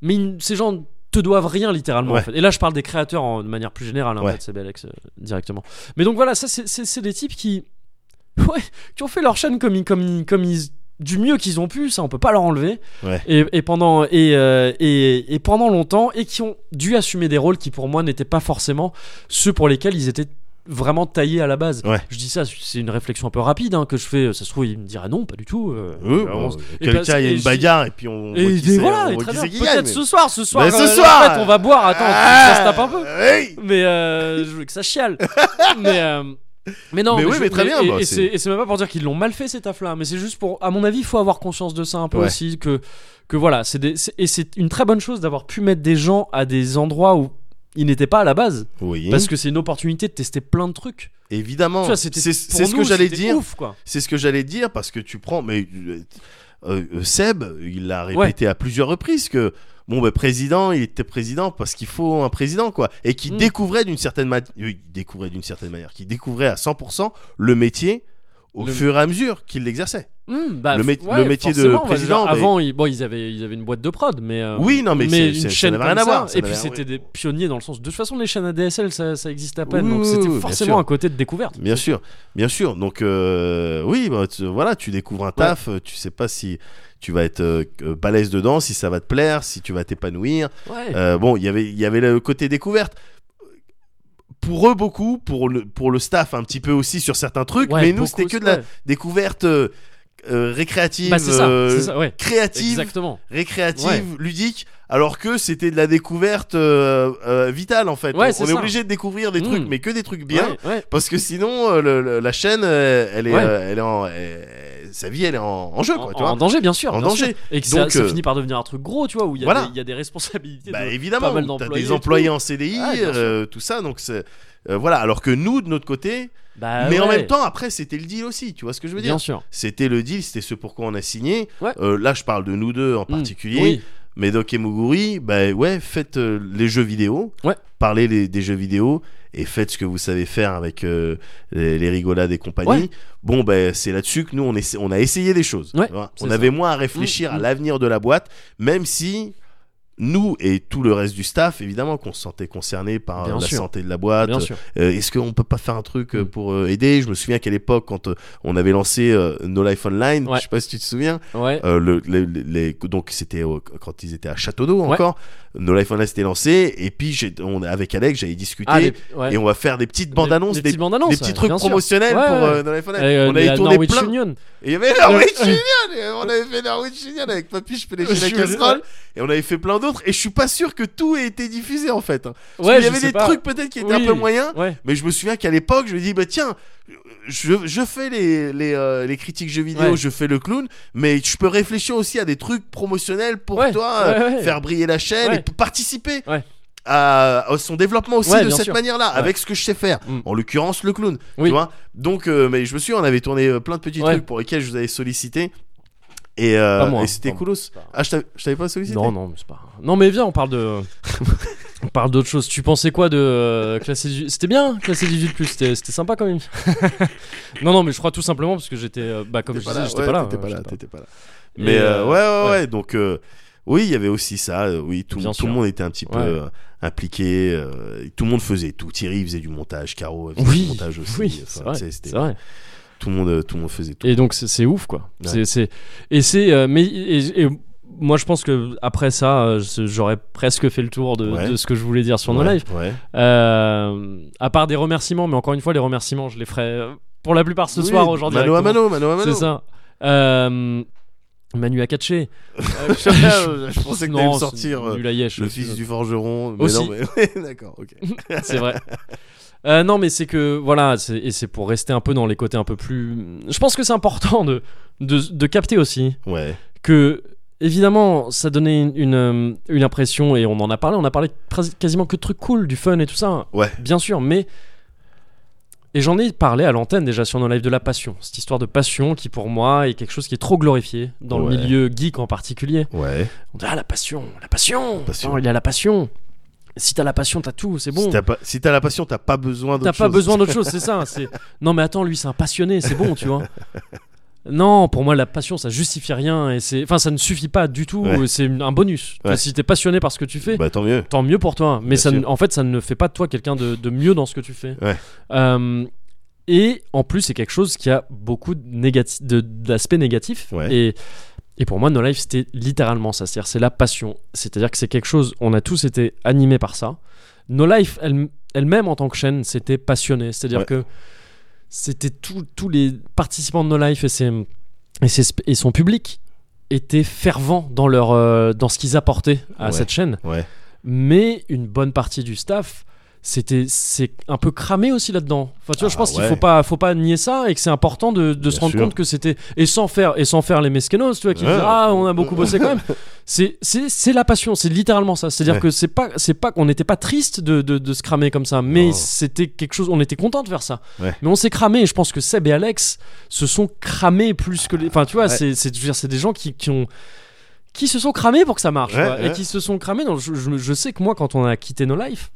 A: mais ils- ces gens te doivent rien littéralement
B: Ouais.
A: en fait. et là je parle des créateurs en- de manière plus générale hein, en
B: Ouais.
A: fait, c'est Alex euh, directement mais donc voilà ça c'est- c'est c'est des types qui (laughs) ouais, qui ont fait leur chaîne comme ils, comme ils- comme ils- du mieux qu'ils ont pu ça on peut pas leur enlever
B: Ouais.
A: et, et pendant et, euh, et, et pendant longtemps et qui ont dû assumer des rôles qui pour moi n'étaient pas forcément ceux pour lesquels ils étaient vraiment taillés à la base
B: Ouais.
A: je dis ça c'est une réflexion un peu rapide hein, que je fais ça se trouve il me dira non pas du tout euh,
B: Oui,
A: bah,
B: bon,
A: on- et parce-
B: Quelqu'un, il y a
A: et
B: une
A: je-
B: bagarre, et puis on.
A: et
B: voit
A: il
B: qui
A: dit
B: c'est,
A: voilà,
B: on
A: et
B: voit
A: très
B: qui
A: bien.
B: c'est qui gagne,
A: Peut-être
B: mais- Ah,
A: ce soir, ce soir,
B: Mais ce
A: euh,
B: soir
A: en fait, on va boire. Attends, ça se tape un peu
B: Hey
A: mais euh, je veux que ça
B: (laughs)
A: chiale. mais, euh, mais non,
B: Mais oui,
A: je-
B: mais très bien,
A: Et,
B: bah,
A: et
B: c'est-
A: c'est et c'est même pas pour dire qu'ils l'ont mal fait ces tafs-là, mais c'est juste pour, à mon avis, il faut avoir conscience de ça un peu
B: Ouais.
A: aussi que que voilà, c'est des- c'est- et c'est une très bonne chose d'avoir pu mettre des gens à des endroits où ils n'étaient pas à la base,
B: Oui.
A: parce que c'est une opportunité de tester plein de trucs.
B: Évidemment.
A: tu vois,
B: C'est
A: c'était
B: c'est
A: pour
B: ce que
A: nous,
B: j'allais
A: c'était
B: dire.
A: Ouf, quoi.
B: C'est ce que j'allais dire parce que tu prends. Mais euh, euh, Seb, il l'a répété à plusieurs reprises que. Bon, ben, président, il était président parce qu'il faut un président, quoi. Et qui
A: Mm.
B: euh, découvrait d'une certaine manière, découvrait d'une certaine manière, qui découvrait à 100% le métier au
A: Le-
B: fur et à mesure qu'il l'exerçait.
A: Hmm, bah,
B: Le mét-
A: ouais,
B: le métier de
A: forcément, on va
B: président,
A: dire,
B: mais-
A: avant, ils, bon, ils avaient, ils avaient une boîte de prod, mais euh,
B: Oui, non, mais c'est-
A: une
B: c'est- ça
A: chaîne
B: n'avait rien
A: comme
B: à
A: ça,
B: voir, ça
A: Et
B: n'avait
A: puis
B: rien-
A: c'était
B: oui.
A: des pionniers dans le sens. De toute façon, les chaînes ADSL, ça, ça existe à peine,
B: Oui,
A: donc
B: oui, oui,
A: c'était
B: bien
A: forcément
B: sûr.
A: un côté de découverte.
B: Bien sûr, bien sûr. Donc euh, oui, bah, tu- voilà, tu découvres un taf, euh, tu sais pas si tu vas être euh, euh, balèze dedans, si ça va te plaire, si tu vas t'épanouir.
A: Ouais.
B: Euh, bon, il y avait, il y avait le côté découverte. Pour eux beaucoup, pour le, pour le staff un petit peu aussi sur certains trucs,
A: Ouais,
B: mais nous
A: beaucoup,
B: c'était que de la
A: ouais. découverte.
B: découverte euh, euh, récréative,
A: Bah, c'est ça,
B: euh,
A: c'est ça, ouais.
B: créative,
A: Exactement.
B: récréative,
A: Ouais.
B: ludique, alors que c'était de la découverte euh, euh, vitale en fait.
A: Ouais,
B: on
A: c'est
B: on est
A: ça.
B: obligé de découvrir des
A: Mm.
B: trucs, mais que des trucs bien.
A: Ouais, ouais.
B: Parce que sinon, euh, le- le- la chaîne, euh, elle est,
A: Ouais.
B: euh, elle est en, euh, sa vie, elle est en, en jeu, quoi.
A: en,
B: tu vois
A: en danger, bien sûr.
B: En
A: bien
B: danger.
A: sûr. Et que
B: Donc,
A: ça, ça
B: euh,
A: finit par devenir un truc gros, tu vois, où il y a,
B: voilà.
A: des, il y a des responsabilités.
B: bah
A: de-
B: évidemment,
A: pas mal
B: t'as
A: d'employés et
B: des
A: tout.
B: employés en CDI,
A: Ouais, bien sûr.
B: euh, tout ça, donc c'est euh, voilà. Alors que nous, de notre côté,
A: Bah,
B: mais en
A: ouais,
B: même temps, après, c'était le deal aussi. Tu vois ce que je veux
A: bien
B: dire
A: sûr.
B: C'était le deal, c'était ce pourquoi on a signé.
A: Ouais.
B: Euh, là, je parle de nous deux en
A: Hmm.
B: particulier.
A: Oui.
B: Medoc et Muguri, bah ouais, faites euh, les jeux vidéo,
A: Ouais.
B: parlez les- des jeux vidéo et faites ce que vous savez faire avec euh, les, les rigolades et compagnie.
A: Ouais.
B: Bon, bah, c'est là-dessus que nous, on, essa- on a essayé des choses.
A: Ouais,
B: tu vois.
A: c'est
B: on
A: ça.
B: avait moins à réfléchir
A: Mm,
B: à
A: mm.
B: l'avenir de la boîte, même si nous et tout le reste du staff, évidemment, qu'on se sentait concerné par euh,
A: Bien
B: la
A: sûr.
B: santé de la boîte,
A: Bien sûr.
B: euh, Est-ce qu'on peut pas faire un truc euh,
A: Mm.
B: pour euh, aider Je me souviens qu'à l'époque, quand euh, on avait lancé euh, No Life Online,
A: Ouais.
B: je sais pas si tu te souviens,
A: Ouais.
B: euh, le- le- le- les- donc c'était au- quand ils étaient à Château d'Eau
A: Ouais.
B: encore, No Life Online s'était lancé, et puis j'ai- on, avec Alex, j'avais discuté,
A: Ah, les- ouais.
B: et on va faire des petites bandes annonces,
A: Des,
B: des,
A: petites bandes annonces,
B: des petits
A: ouais,
B: trucs
A: bien sûr.
B: promotionnels
A: Ouais,
B: pour
A: ouais.
B: euh, No Life Online.
A: Et, euh,
B: on avait
A: la
B: tourné
A: Norwich
B: plein.
A: Union.
B: Et il y avait Norwich Union, et on avait fait Norwich Union avec Papy, je fais
A: (laughs) Je
B: la
A: suis-
B: casserole, et on avait fait plein d'autres, et je suis pas sûr que tout ait été diffusé en fait. hein. Parce
A: Ouais,
B: qu'il y
A: je
B: avait
A: sais
B: des
A: pas.
B: trucs peut-être qui étaient un
A: Oui.
B: peu moyens.
A: Ouais.
B: Mais je me souviens qu'à l'époque, je me dis, bah tiens, je, je fais les, les, euh, les critiques jeux vidéo,
A: Ouais.
B: je fais le clown, mais je peux réfléchir aussi à des trucs promotionnels pour
A: Ouais,
B: toi,
A: ouais,
B: euh,
A: ouais.
B: faire briller la chaîne
A: Ouais.
B: et p- participer.
A: Ouais.
B: À, à son développement aussi
A: Ouais,
B: de
A: bien
B: cette
A: sûr.
B: manière-là,
A: Ouais.
B: avec ce que je sais faire.
A: Mm.
B: En l'occurrence, le clown.
A: Oui.
B: Tu vois Donc, euh, mais je me souviens, on avait tourné euh, plein de petits
A: Ouais.
B: trucs pour lesquels je vous avais sollicité. Et, euh,
A: Pas moi.
B: et c'était
A: Pas moi.
B: coolos. Ah, je t'avais je t'avais pas sollicité
A: Non, non, mais c'est pas. Non, mais viens, on parle de. (laughs) on parle d'autre chose. Tu pensais quoi de euh, classé 18 C'était bien, classé 18 plus. C'était c'était sympa quand même. (laughs) non, non, mais je crois tout simplement parce que j'étais, euh, bah, comme je
B: T'étais pas
A: disais,
B: là,
A: j'étais
B: ouais,
A: pas là.
B: t'étais
A: euh,
B: pas là,
A: j'étais pas
B: t'étais pas là. Mais
A: Et, euh,
B: euh, ouais, ouais,
A: ouais.
B: ouais, donc euh, oui, il y avait aussi ça. euh, oui, tout,
A: Bien
B: tout
A: sûr.
B: le monde était un petit peu
A: Ouais.
B: euh, impliqué. euh, tout le monde faisait tout. Thierry faisait du montage, Caro faisait
A: Oui,
B: du montage aussi.
A: oui,
B: enfin,
A: c'est vrai,
B: tu sais, c'était-
A: C'est vrai.
B: Tout le monde, euh, tout le monde faisait tout.
A: Et donc c'est- c'est ouf quoi.
B: Ouais.
A: C'est- c'est- et c'est euh, mais et, et moi je pense que après ça euh, je- j'aurais presque fait le tour de,
B: Ouais.
A: de ce que je voulais dire sur nos
B: Ouais,
A: lives.
B: ouais.
A: Euh, à part des remerciements, mais encore une fois les remerciements je les ferai euh, pour la plupart ce
B: Oui,
A: soir aujourd'hui.
B: Mano à mano, mano à mano.
A: C'est ça. Euh, Manu Akache. Euh,
B: (laughs) je, je pensais que t'allais me
A: c'est
B: sortir euh,
A: nul à Yesh,
B: le
A: c'est-
B: fils du forgeron. Mais
A: Aussi.
B: non, mais (laughs) ouais, d'accord,
A: (laughs)
B: ok.
A: c'est vrai. Euh, non, mais c'est que voilà, c'est- et c'est pour rester un peu dans les côtés un peu plus. Je pense que c'est important de, de, de capter aussi
B: Ouais,
A: que évidemment ça donnait une, une, euh, une impression et on en a parlé on a parlé pres- quasiment que de trucs cool du fun et tout ça
B: Ouais.
A: bien sûr mais et j'en ai parlé à l'antenne déjà sur nos lives de la passion cette histoire de passion qui pour moi est quelque chose qui est trop glorifié dans
B: Ouais.
A: le milieu geek en particulier
B: ouais.
A: on dit ah la passion la passion,
B: passion.
A: Attends, il y a la passion si t'as la passion t'as tout c'est bon
B: Si t'as pas- si t'as la passion, t'as pas besoin d'autre
A: T'as
B: chose.
A: pas besoin d'autre chose, c'est ça.
B: (laughs)
A: C'est non, mais attends, lui, c'est un passionné, c'est bon, tu vois. Non, pour moi, la passion, ça justifie rien et c'est, enfin, ça ne suffit pas du tout.
B: Ouais.
A: C'est un bonus.
B: Ouais.
A: Si t'es passionné par ce que tu fais,
B: Bah tant mieux.
A: tant mieux pour toi. hein. Mais
B: Bien
A: ça, ne-
B: sûr.
A: en fait, ça ne fait pas de toi quelqu'un de, de mieux dans ce que tu fais.
B: Ouais.
A: Euh, et en plus, c'est quelque chose qui a beaucoup de négati- de- d'aspects négatifs.
B: Ouais.
A: Et, et pour moi, No Life, c'était littéralement ça. C'est-à-dire, c'est la passion. C'est-à-dire que c'est quelque chose, on a tous été animés par ça. No Life, elle- elle-même, en tant que chaîne, c'était passionné. C'est-à-dire
B: Ouais.
A: que c'était tout- tous les participants de No Life et, ses, et, ses sp- et son public étaient fervents dans, leur, euh, dans ce qu'ils apportaient à
B: Ouais.
A: cette chaîne
B: Ouais.
A: mais une bonne partie du staff c'était c'est un peu cramé aussi là-dedans. Enfin, tu vois, je
B: Ah,
A: pense qu'il
B: ouais.
A: faut pas faut pas nier ça et que c'est important de, de se
B: Bien
A: rendre
B: sûr.
A: compte que c'était et sans faire et sans faire les mesquenos, tu vois, qui
B: Ouais.
A: disent ah on a beaucoup bossé
B: (laughs)
A: quand même. C'est c'est c'est la passion, c'est littéralement ça. C'est-à-dire
B: Ouais.
A: que c'est pas c'est pas qu'on n'était pas triste de, de, de se cramer comme ça, mais
B: Non.
A: c'était quelque chose on était content de faire ça.
B: Ouais.
A: Mais on s'est cramé. Et je pense que Seb et Alex se sont cramés plus que les. Enfin, tu vois,
B: Ouais.
A: c'est c'est je veux dire, c'est des gens qui qui ont qui se sont cramés pour que ça marche
B: Ouais,
A: quoi,
B: ouais.
A: et qui se sont cramés dans, je, je- je sais que moi quand on a quitté nos lives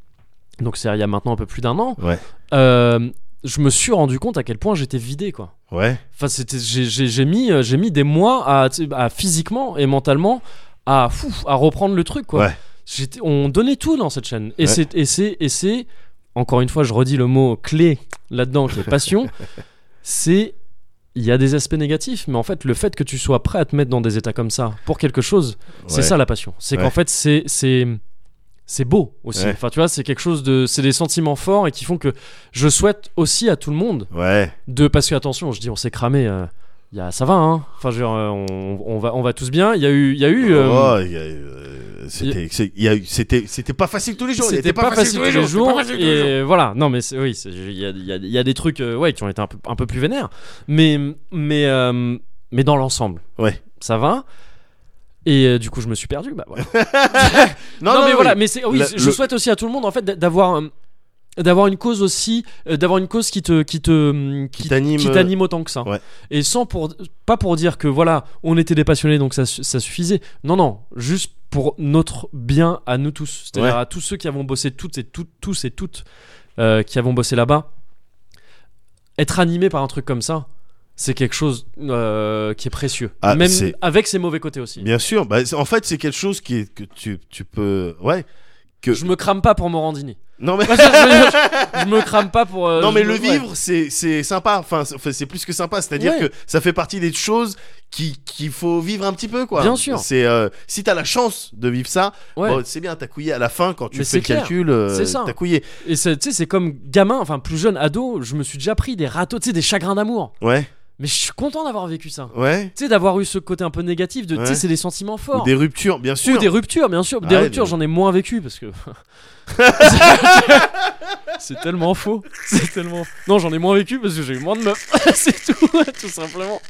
A: donc c'est il y a maintenant un peu plus d'un an
B: Ouais.
A: euh, je me suis rendu compte à quel point j'étais vidé, quoi.
B: Ouais.
A: Enfin, c'était, j'ai, j'ai- j'ai mis, euh, j'ai mis des mois à, tu sais, à physiquement et mentalement à, fou, à reprendre le truc, quoi.
B: Ouais.
A: J'étais- on donnait tout dans cette chaîne. Et
B: Ouais.
A: c'est, et c'est, et c'est, encore une fois, je redis le mot clé là-dedans
B: (laughs)
A: qui est passion. c'est, il y a des aspects négatifs, mais en fait, le fait que tu sois prêt à te mettre dans des états comme ça pour quelque chose, c'est
B: Ouais.
A: ça la passion. C'est
B: Ouais.
A: qu'en fait, c'est, c'est, c'est beau aussi.
B: Ouais.
A: Enfin, tu vois, c'est quelque chose de, c'est des sentiments forts et qui font que je souhaite aussi à tout le monde
B: Ouais.
A: de parce que attention je dis on s'est cramé euh, y a, ça va hein enfin je veux dire, euh, on, on va on va tous bien il y a eu il y a eu euh,
B: Oh, il y a, euh, c'était, c'est- il y a eu- c'était, c'était pas facile tous les jours. il
A: c'était
B: était
A: pas, facile tous les jours,
B: c'était pas facile tous les jours.
A: et voilà non mais c'est- oui c'est- il y a, il y a- il y a des trucs euh, ouais qui ont été un peu un peu plus vénères mais mais euh, mais dans l'ensemble
B: Ouais.
A: ça va et euh, du coup je me suis perdu bah voilà.
B: Non,
A: non, mais
B: oui.
A: voilà mais c'est oui
B: Le-
A: je
B: le-
A: souhaite aussi à tout le monde en fait d'a- d'avoir un- d'avoir une cause aussi euh, d'avoir une cause qui te qui te
B: Qui t'anime,
A: qui t'anime autant que ça
B: Ouais.
A: et sans pour pas pour dire que voilà on était des passionnés donc ça, su- ça suffisait non non juste pour notre bien à nous tous c'est-à-dire
B: Ouais.
A: à tous ceux qui avons bossé toutes et toutes tous et toutes euh, qui avons bossé là-bas être animé par un truc comme ça c'est quelque chose euh, qui est précieux
B: Ah,
A: même
B: c'est-
A: avec ses mauvais côtés aussi
B: Bien sûr. Bah, c'est- en fait, c'est quelque chose qui est, que tu, tu peux. Ouais. Que...
A: je me crame pas pour Morandini
B: Non, mais.
A: Moi, ça, je, veux dire, je- je me crame pas pour. euh,
B: Non
A: je
B: mais
A: me-
B: le
A: ouais.
B: vivre c'est c'est sympa enfin c'est- enfin, c'est plus que sympa c'est-à-dire
A: Ouais.
B: que ça fait partie des choses qui qu'il faut vivre un petit peu quoi
A: Bien sûr.
B: c'est euh, si t'as la chance de vivre ça
A: Ouais.
B: bon, c'est bien t'as couillé à la fin quand tu
A: Mais
B: fais
A: c'est
B: le
A: clair.
B: calcul euh,
A: C'est ça.
B: t'as couillé
A: Et c'est- tu sais, c'est comme gamin, enfin plus jeune, ado, je me suis déjà pris des râteaux, tu sais, des chagrins d'amour.
B: ouais
A: Mais je suis content d'avoir vécu ça.
B: ouais
A: Tu sais, d'avoir eu ce côté un peu négatif de, tu
B: Ouais.
A: sais, c'est des sentiments forts.
B: ou des ruptures bien
A: Ou
B: sûr
A: des ruptures, bien sûr. Des
B: Ouais,
A: ruptures,
B: des-
A: j'en ai moins vécu parce que. (laughs) c'est tellement faux. C'est tellement. Non, j'en ai moins vécu parce que j'ai eu moins de meufs. (laughs) c'est tout, tout simplement.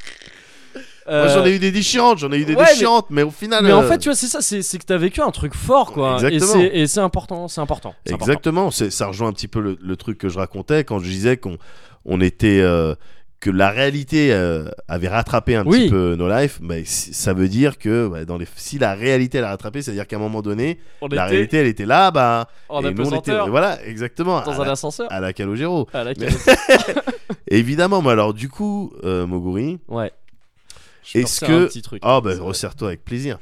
B: Moi, j'en
A: Euh,
B: ai eu des déchirantes j'en ai eu des
A: ouais, mais-
B: déchirantes mais... au final
A: Mais en
B: euh,
A: fait, tu vois, c'est ça, c'est c'est que t'as vécu un truc fort, quoi.
B: Exactement.
A: Et c'est- Et c'est important, c'est important. c'est important.
B: Exactement, c'est- ça rejoint un petit peu le, le truc que je racontais quand je disais qu'on on était euh, que la réalité euh, avait rattrapé un
A: Oui.
B: petit peu nos lives, mais si- ça veut dire que bah, dans les, si la réalité l'a rattrapé, c'est-à-dire qu'à un moment donné,
A: On
B: la
A: était-
B: réalité elle était là, bah
A: en
B: et nous, on était
A: apesanteur
B: voilà exactement
A: dans
B: à,
A: un
B: la,
A: ascenseur
B: à la Calogero.
A: à la
B: Mais-
A: cave.
B: Évidemment, mais alors du coup, euh, Moguri,
A: ouais Je peux
B: est-ce
A: refaire un
B: que
A: petit truc
B: oh bah resserre-toi avec plaisir.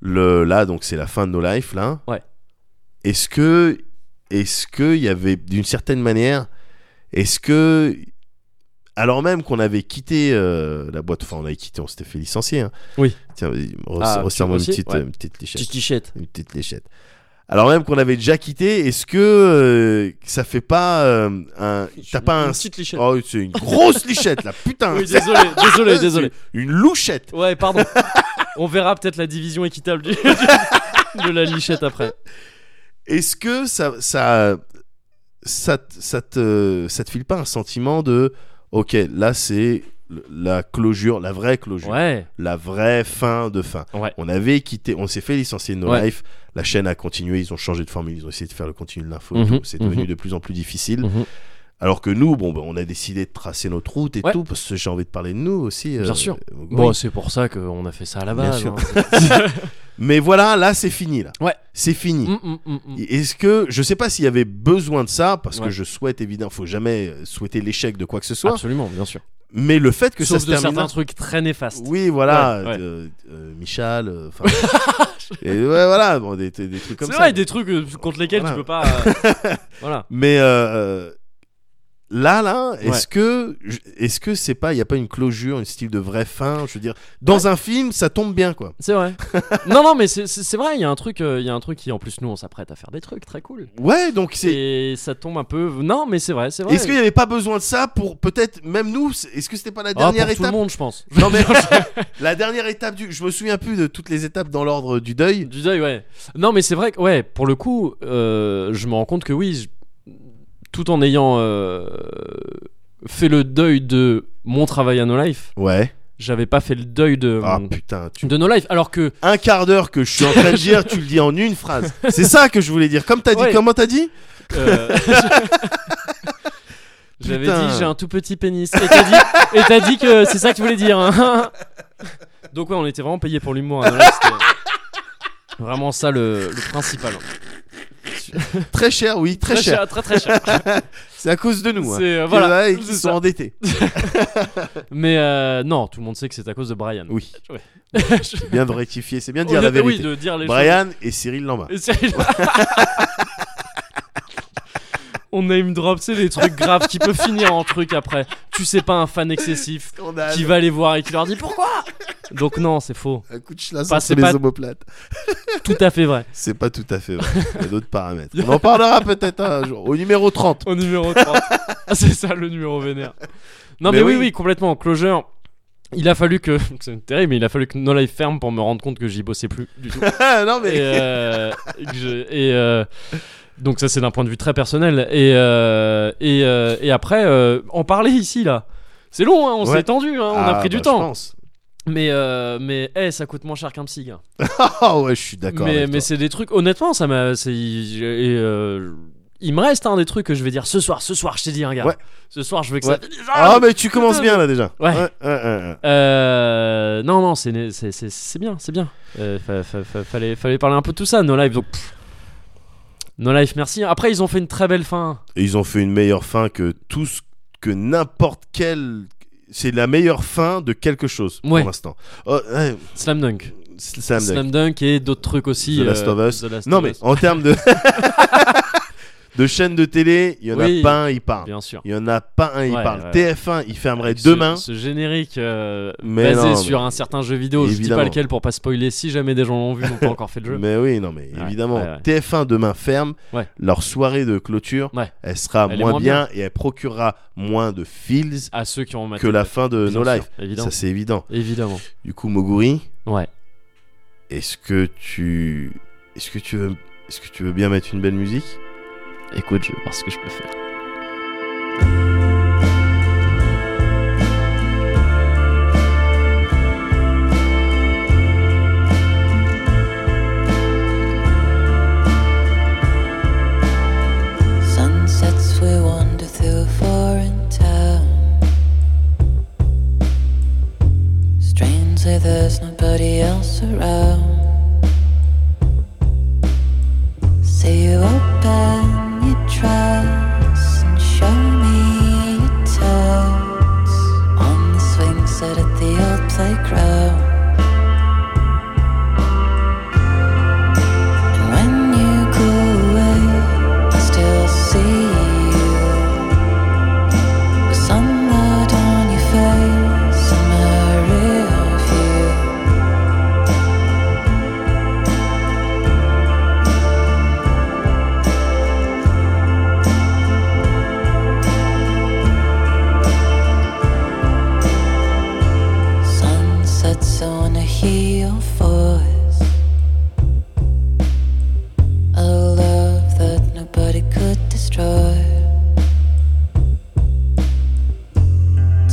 B: Le là donc c'est la fin de nos lives là.
A: Ouais.
B: Est-ce que est-ce que il y avait d'une certaine manière est-ce que alors même qu'on avait quitté euh, la boîte, enfin on avait quitté, on s'était fait licencier. hein.
A: Oui.
B: Tiens, vas-y, re-
A: Ah,
B: resserre-moi une
A: aussi,
B: petite,
A: ouais.
B: euh, une petite léchette.
A: petite tichette
B: Une petite léchette. Alors même qu'on avait déjà quitté, est-ce que euh, ça fait pas euh, un, t'as pas
A: une
B: un,
A: petite lichette
B: oh c'est une grosse (laughs) léchette là, putain.
A: oui
B: (laughs)
A: désolé désolé désolé
B: Une louchette.
A: ouais pardon on verra peut-être la division équitable du- (laughs) de la lichette après
B: Est-ce que ça, ça, ça, te- ça te, ça te file pas un sentiment de, ok, là c'est le- la closure, la vraie closure,
A: ouais
B: la vraie fin de fin.
A: Ouais.
B: On avait quitté, on s'est fait licencier de No
A: Ouais.
B: Life, la chaîne a continué, ils ont changé de formule, ils ont essayé de faire le contenu de l'info, et
A: Mhm,
B: tout. c'est
A: mhm.
B: devenu de plus en plus difficile.
A: Mhm.
B: Alors que nous, bon, bah, on a décidé de tracer notre route et
A: Ouais.
B: tout, parce que j'ai envie de parler de nous aussi. euh,
A: Bien sûr.
B: Moguri.
A: bon c'est pour ça qu'on a fait ça à la
B: Bien
A: base
B: sûr.
A: hein.
B: Mais voilà, là c'est fini là.
A: Ouais.
B: C'est fini.
A: Mm, mm, mm,
B: (laughs)
A: mm.
B: Est-ce que je sais pas s'il y avait besoin de ça parce que
A: Ouais.
B: je souhaite évidemment, faut jamais euh, souhaiter l'échec de quoi que ce soit,
A: absolument bien sûr
B: mais le fait que
A: sauf
B: ça se
A: de
B: termine.
A: certains trucs très néfastes
B: Oui, voilà,
A: Ouais, ouais.
B: euh, euh, Michal,
A: (laughs)
B: euh, enfin, et ouais, voilà, bon, des, des- des trucs comme
A: c'est
B: ça.
A: vrai des trucs euh, contre lesquels
B: Voilà.
A: tu peux pas
B: (laughs)
A: euh, voilà
B: Mais euh, là, là, est-ce
A: Ouais.
B: que je- est-ce que c'est pas, il y a pas une closure, une style de vraie fin, je veux dire, dans un film, ça tombe bien quoi.
A: c'est vrai non non mais c'est- c'est c'est vrai il y a un truc euh, il y a un truc qui en plus nous on s'apprête à faire des trucs très cool
B: Ouais, donc c'est.
A: et ça tombe un peu non mais c'est vrai c'est vrai
B: Est-ce qu'il n'y avait pas besoin de ça pour peut-être même nous c'est- Est-ce que c'était pas la
A: Ah,
B: dernière
A: pour tout
B: étape
A: le monde je pense
B: Non (laughs) mais la dernière étape du, je me souviens plus de toutes les étapes dans l'ordre du deuil.
A: du deuil ouais non mais c'est vrai que ouais pour le coup euh, je me rends compte que oui je- tout en ayant euh, fait le deuil de mon travail à No Life
B: Ouais.
A: j'avais pas fait le deuil de
B: Ah putain, tu...
A: de No Life alors que
B: un quart d'heure que je suis en train de dire, tu le dis en une phrase. C'est ça que je voulais dire. Comme t'as dit,
A: Ouais.
B: comment t'as dit
A: euh, j'avais
B: Putain.
A: dit j'ai un tout petit pénis et t'as dit, et t'as dit que c'est ça que tu voulais dire hein. (laughs) donc ouais on était vraiment payé pour l'humour à No Life, c'était vraiment ça le, le principal
B: Très cher, oui, très,
A: Très
B: cher.
A: cher, très très cher.
B: (laughs) C'est à cause de nous. hein.
A: C'est, euh,
B: Que
A: voilà,
B: là, ils
A: c'est
B: sont
A: ça.
B: endettés.
A: Mais euh, non, tout le monde sait que c'est à cause de Brian.
B: Oui.
A: Ouais.
B: C'est bien de rectifier, c'est bien de dire la
A: Honnêtement, oui,
B: vérité.
A: de dire les
B: Brian et Cyril Lamba.
A: choses. Et c'est- (laughs) On name drop, c'est les trucs graves qui peut finir en truc après. Tu sais pas un fan excessif
B: Ah
A: qui va les voir et qui leur dit pourquoi. Donc non, c'est faux.
B: Un coup de schlass
A: Pas-
B: entre
A: c'est
B: les
A: pas-
B: omoplates.
A: Tout à fait vrai.
B: C'est pas tout à
A: (laughs)
B: fait vrai. Il y a d'autres paramètres. On en parlera peut-être un jour. Au
A: (laughs)
B: numéro 30.
A: Au numéro 30. Ah, c'est ça le numéro vénère. Non, mais,
B: Mais
A: oui,
B: oui.
A: oui, complètement. Closure. Il a fallu que. (laughs) C'est terrible, mais il a fallu que No Life ferme pour me rendre compte que j'y bossais plus du tout.
B: non mais.
A: Et. euh, que je- et, euh, donc, ça, c'est d'un point de vue très personnel. Et, euh, et, euh, et après, euh, en parler ici, là. C'est long, hein, on
B: Ouais.
A: s'est tendu, hein, on a
B: Ah,
A: pris du
B: bah, je
A: temps.
B: pense.
A: Mais, euh, mais eh, ça coûte moins cher qu'un psy, gars.
B: Ah ouais, je suis d'accord.
A: Mais,
B: avec
A: mais
B: toi.
A: c'est des trucs, honnêtement, ça m'a. c'est- et, euh, il me reste un des trucs que je vais dire ce soir, ce soir, je t'ai dit, regarde.
B: Ouais.
A: Ce soir, je veux que
B: Ouais.
A: ça finisse.
B: Ah mais tu commences bien là déjà.
A: Ouais.
B: ouais,
A: Euh, non, non, c'est c'est- c'est- c'est bien, c'est bien. Euh, fa- fa- fa- fallait, fallait parler un peu de tout ça, No Life. Donc, pff. No Life, merci. Après, ils ont fait une très belle fin.
B: Et ils ont fait une meilleure fin que tout ce que n'importe quel. C'est la meilleure fin de quelque chose
A: Ouais.
B: pour l'instant. Oh, ouais,
A: Slam Dunk.
B: Slam Dunk.
A: Slam Dunk et d'autres trucs aussi. euh,
B: The Last of Us.
A: The Last
B: Non
A: of
B: mais
A: Us.
B: en termes de (laughs) de chaîne de télé, il y en
A: Oui.
B: a pas un, il parle.
A: Bien sûr.
B: Il y en a pas un, il
A: Ouais,
B: parle.
A: ouais.
B: TF1, il fermerait
A: Ce-
B: demain.
A: Ce, générique euh,
B: Mais
A: basé
B: non,
A: sur un certain jeu vidéo, je dis
B: Évidemment.
A: pas lequel pour pas spoiler. Si jamais des gens l'ont vu, ils n'ont pas encore fait le jeu.
B: (laughs) Mais oui, non mais
A: Ouais,
B: évidemment,
A: ouais, ouais.
B: TF1 demain ferme.
A: Ouais.
B: Leur soirée de clôture,
A: Ouais.
B: elle sera
A: Elle est
B: moins,
A: moins
B: bien, et elle procurera moins de feels
A: À ceux qui ont maté
B: que la fin de
A: Ah, Bien
B: No
A: sûr,
B: Life.
A: Évidemment.
B: Ça c'est évident.
A: évidemment.
B: Du coup, Moguri,
A: Ouais.
B: est-ce que tu est-ce que tu veux est-ce que tu veux bien mettre une belle musique
A: Écoute, je vais voir ce que je peux faire.
E: Sunsets we wander through a foreign town. Strangely, there's nobody else around. Say you open your trunks and show me your toes on the swing set at the old playground. And when you go away. I still see you. The sunlight on your face and my rear view. Sunsets, I wanna hear your voice. A love that nobody could destroy.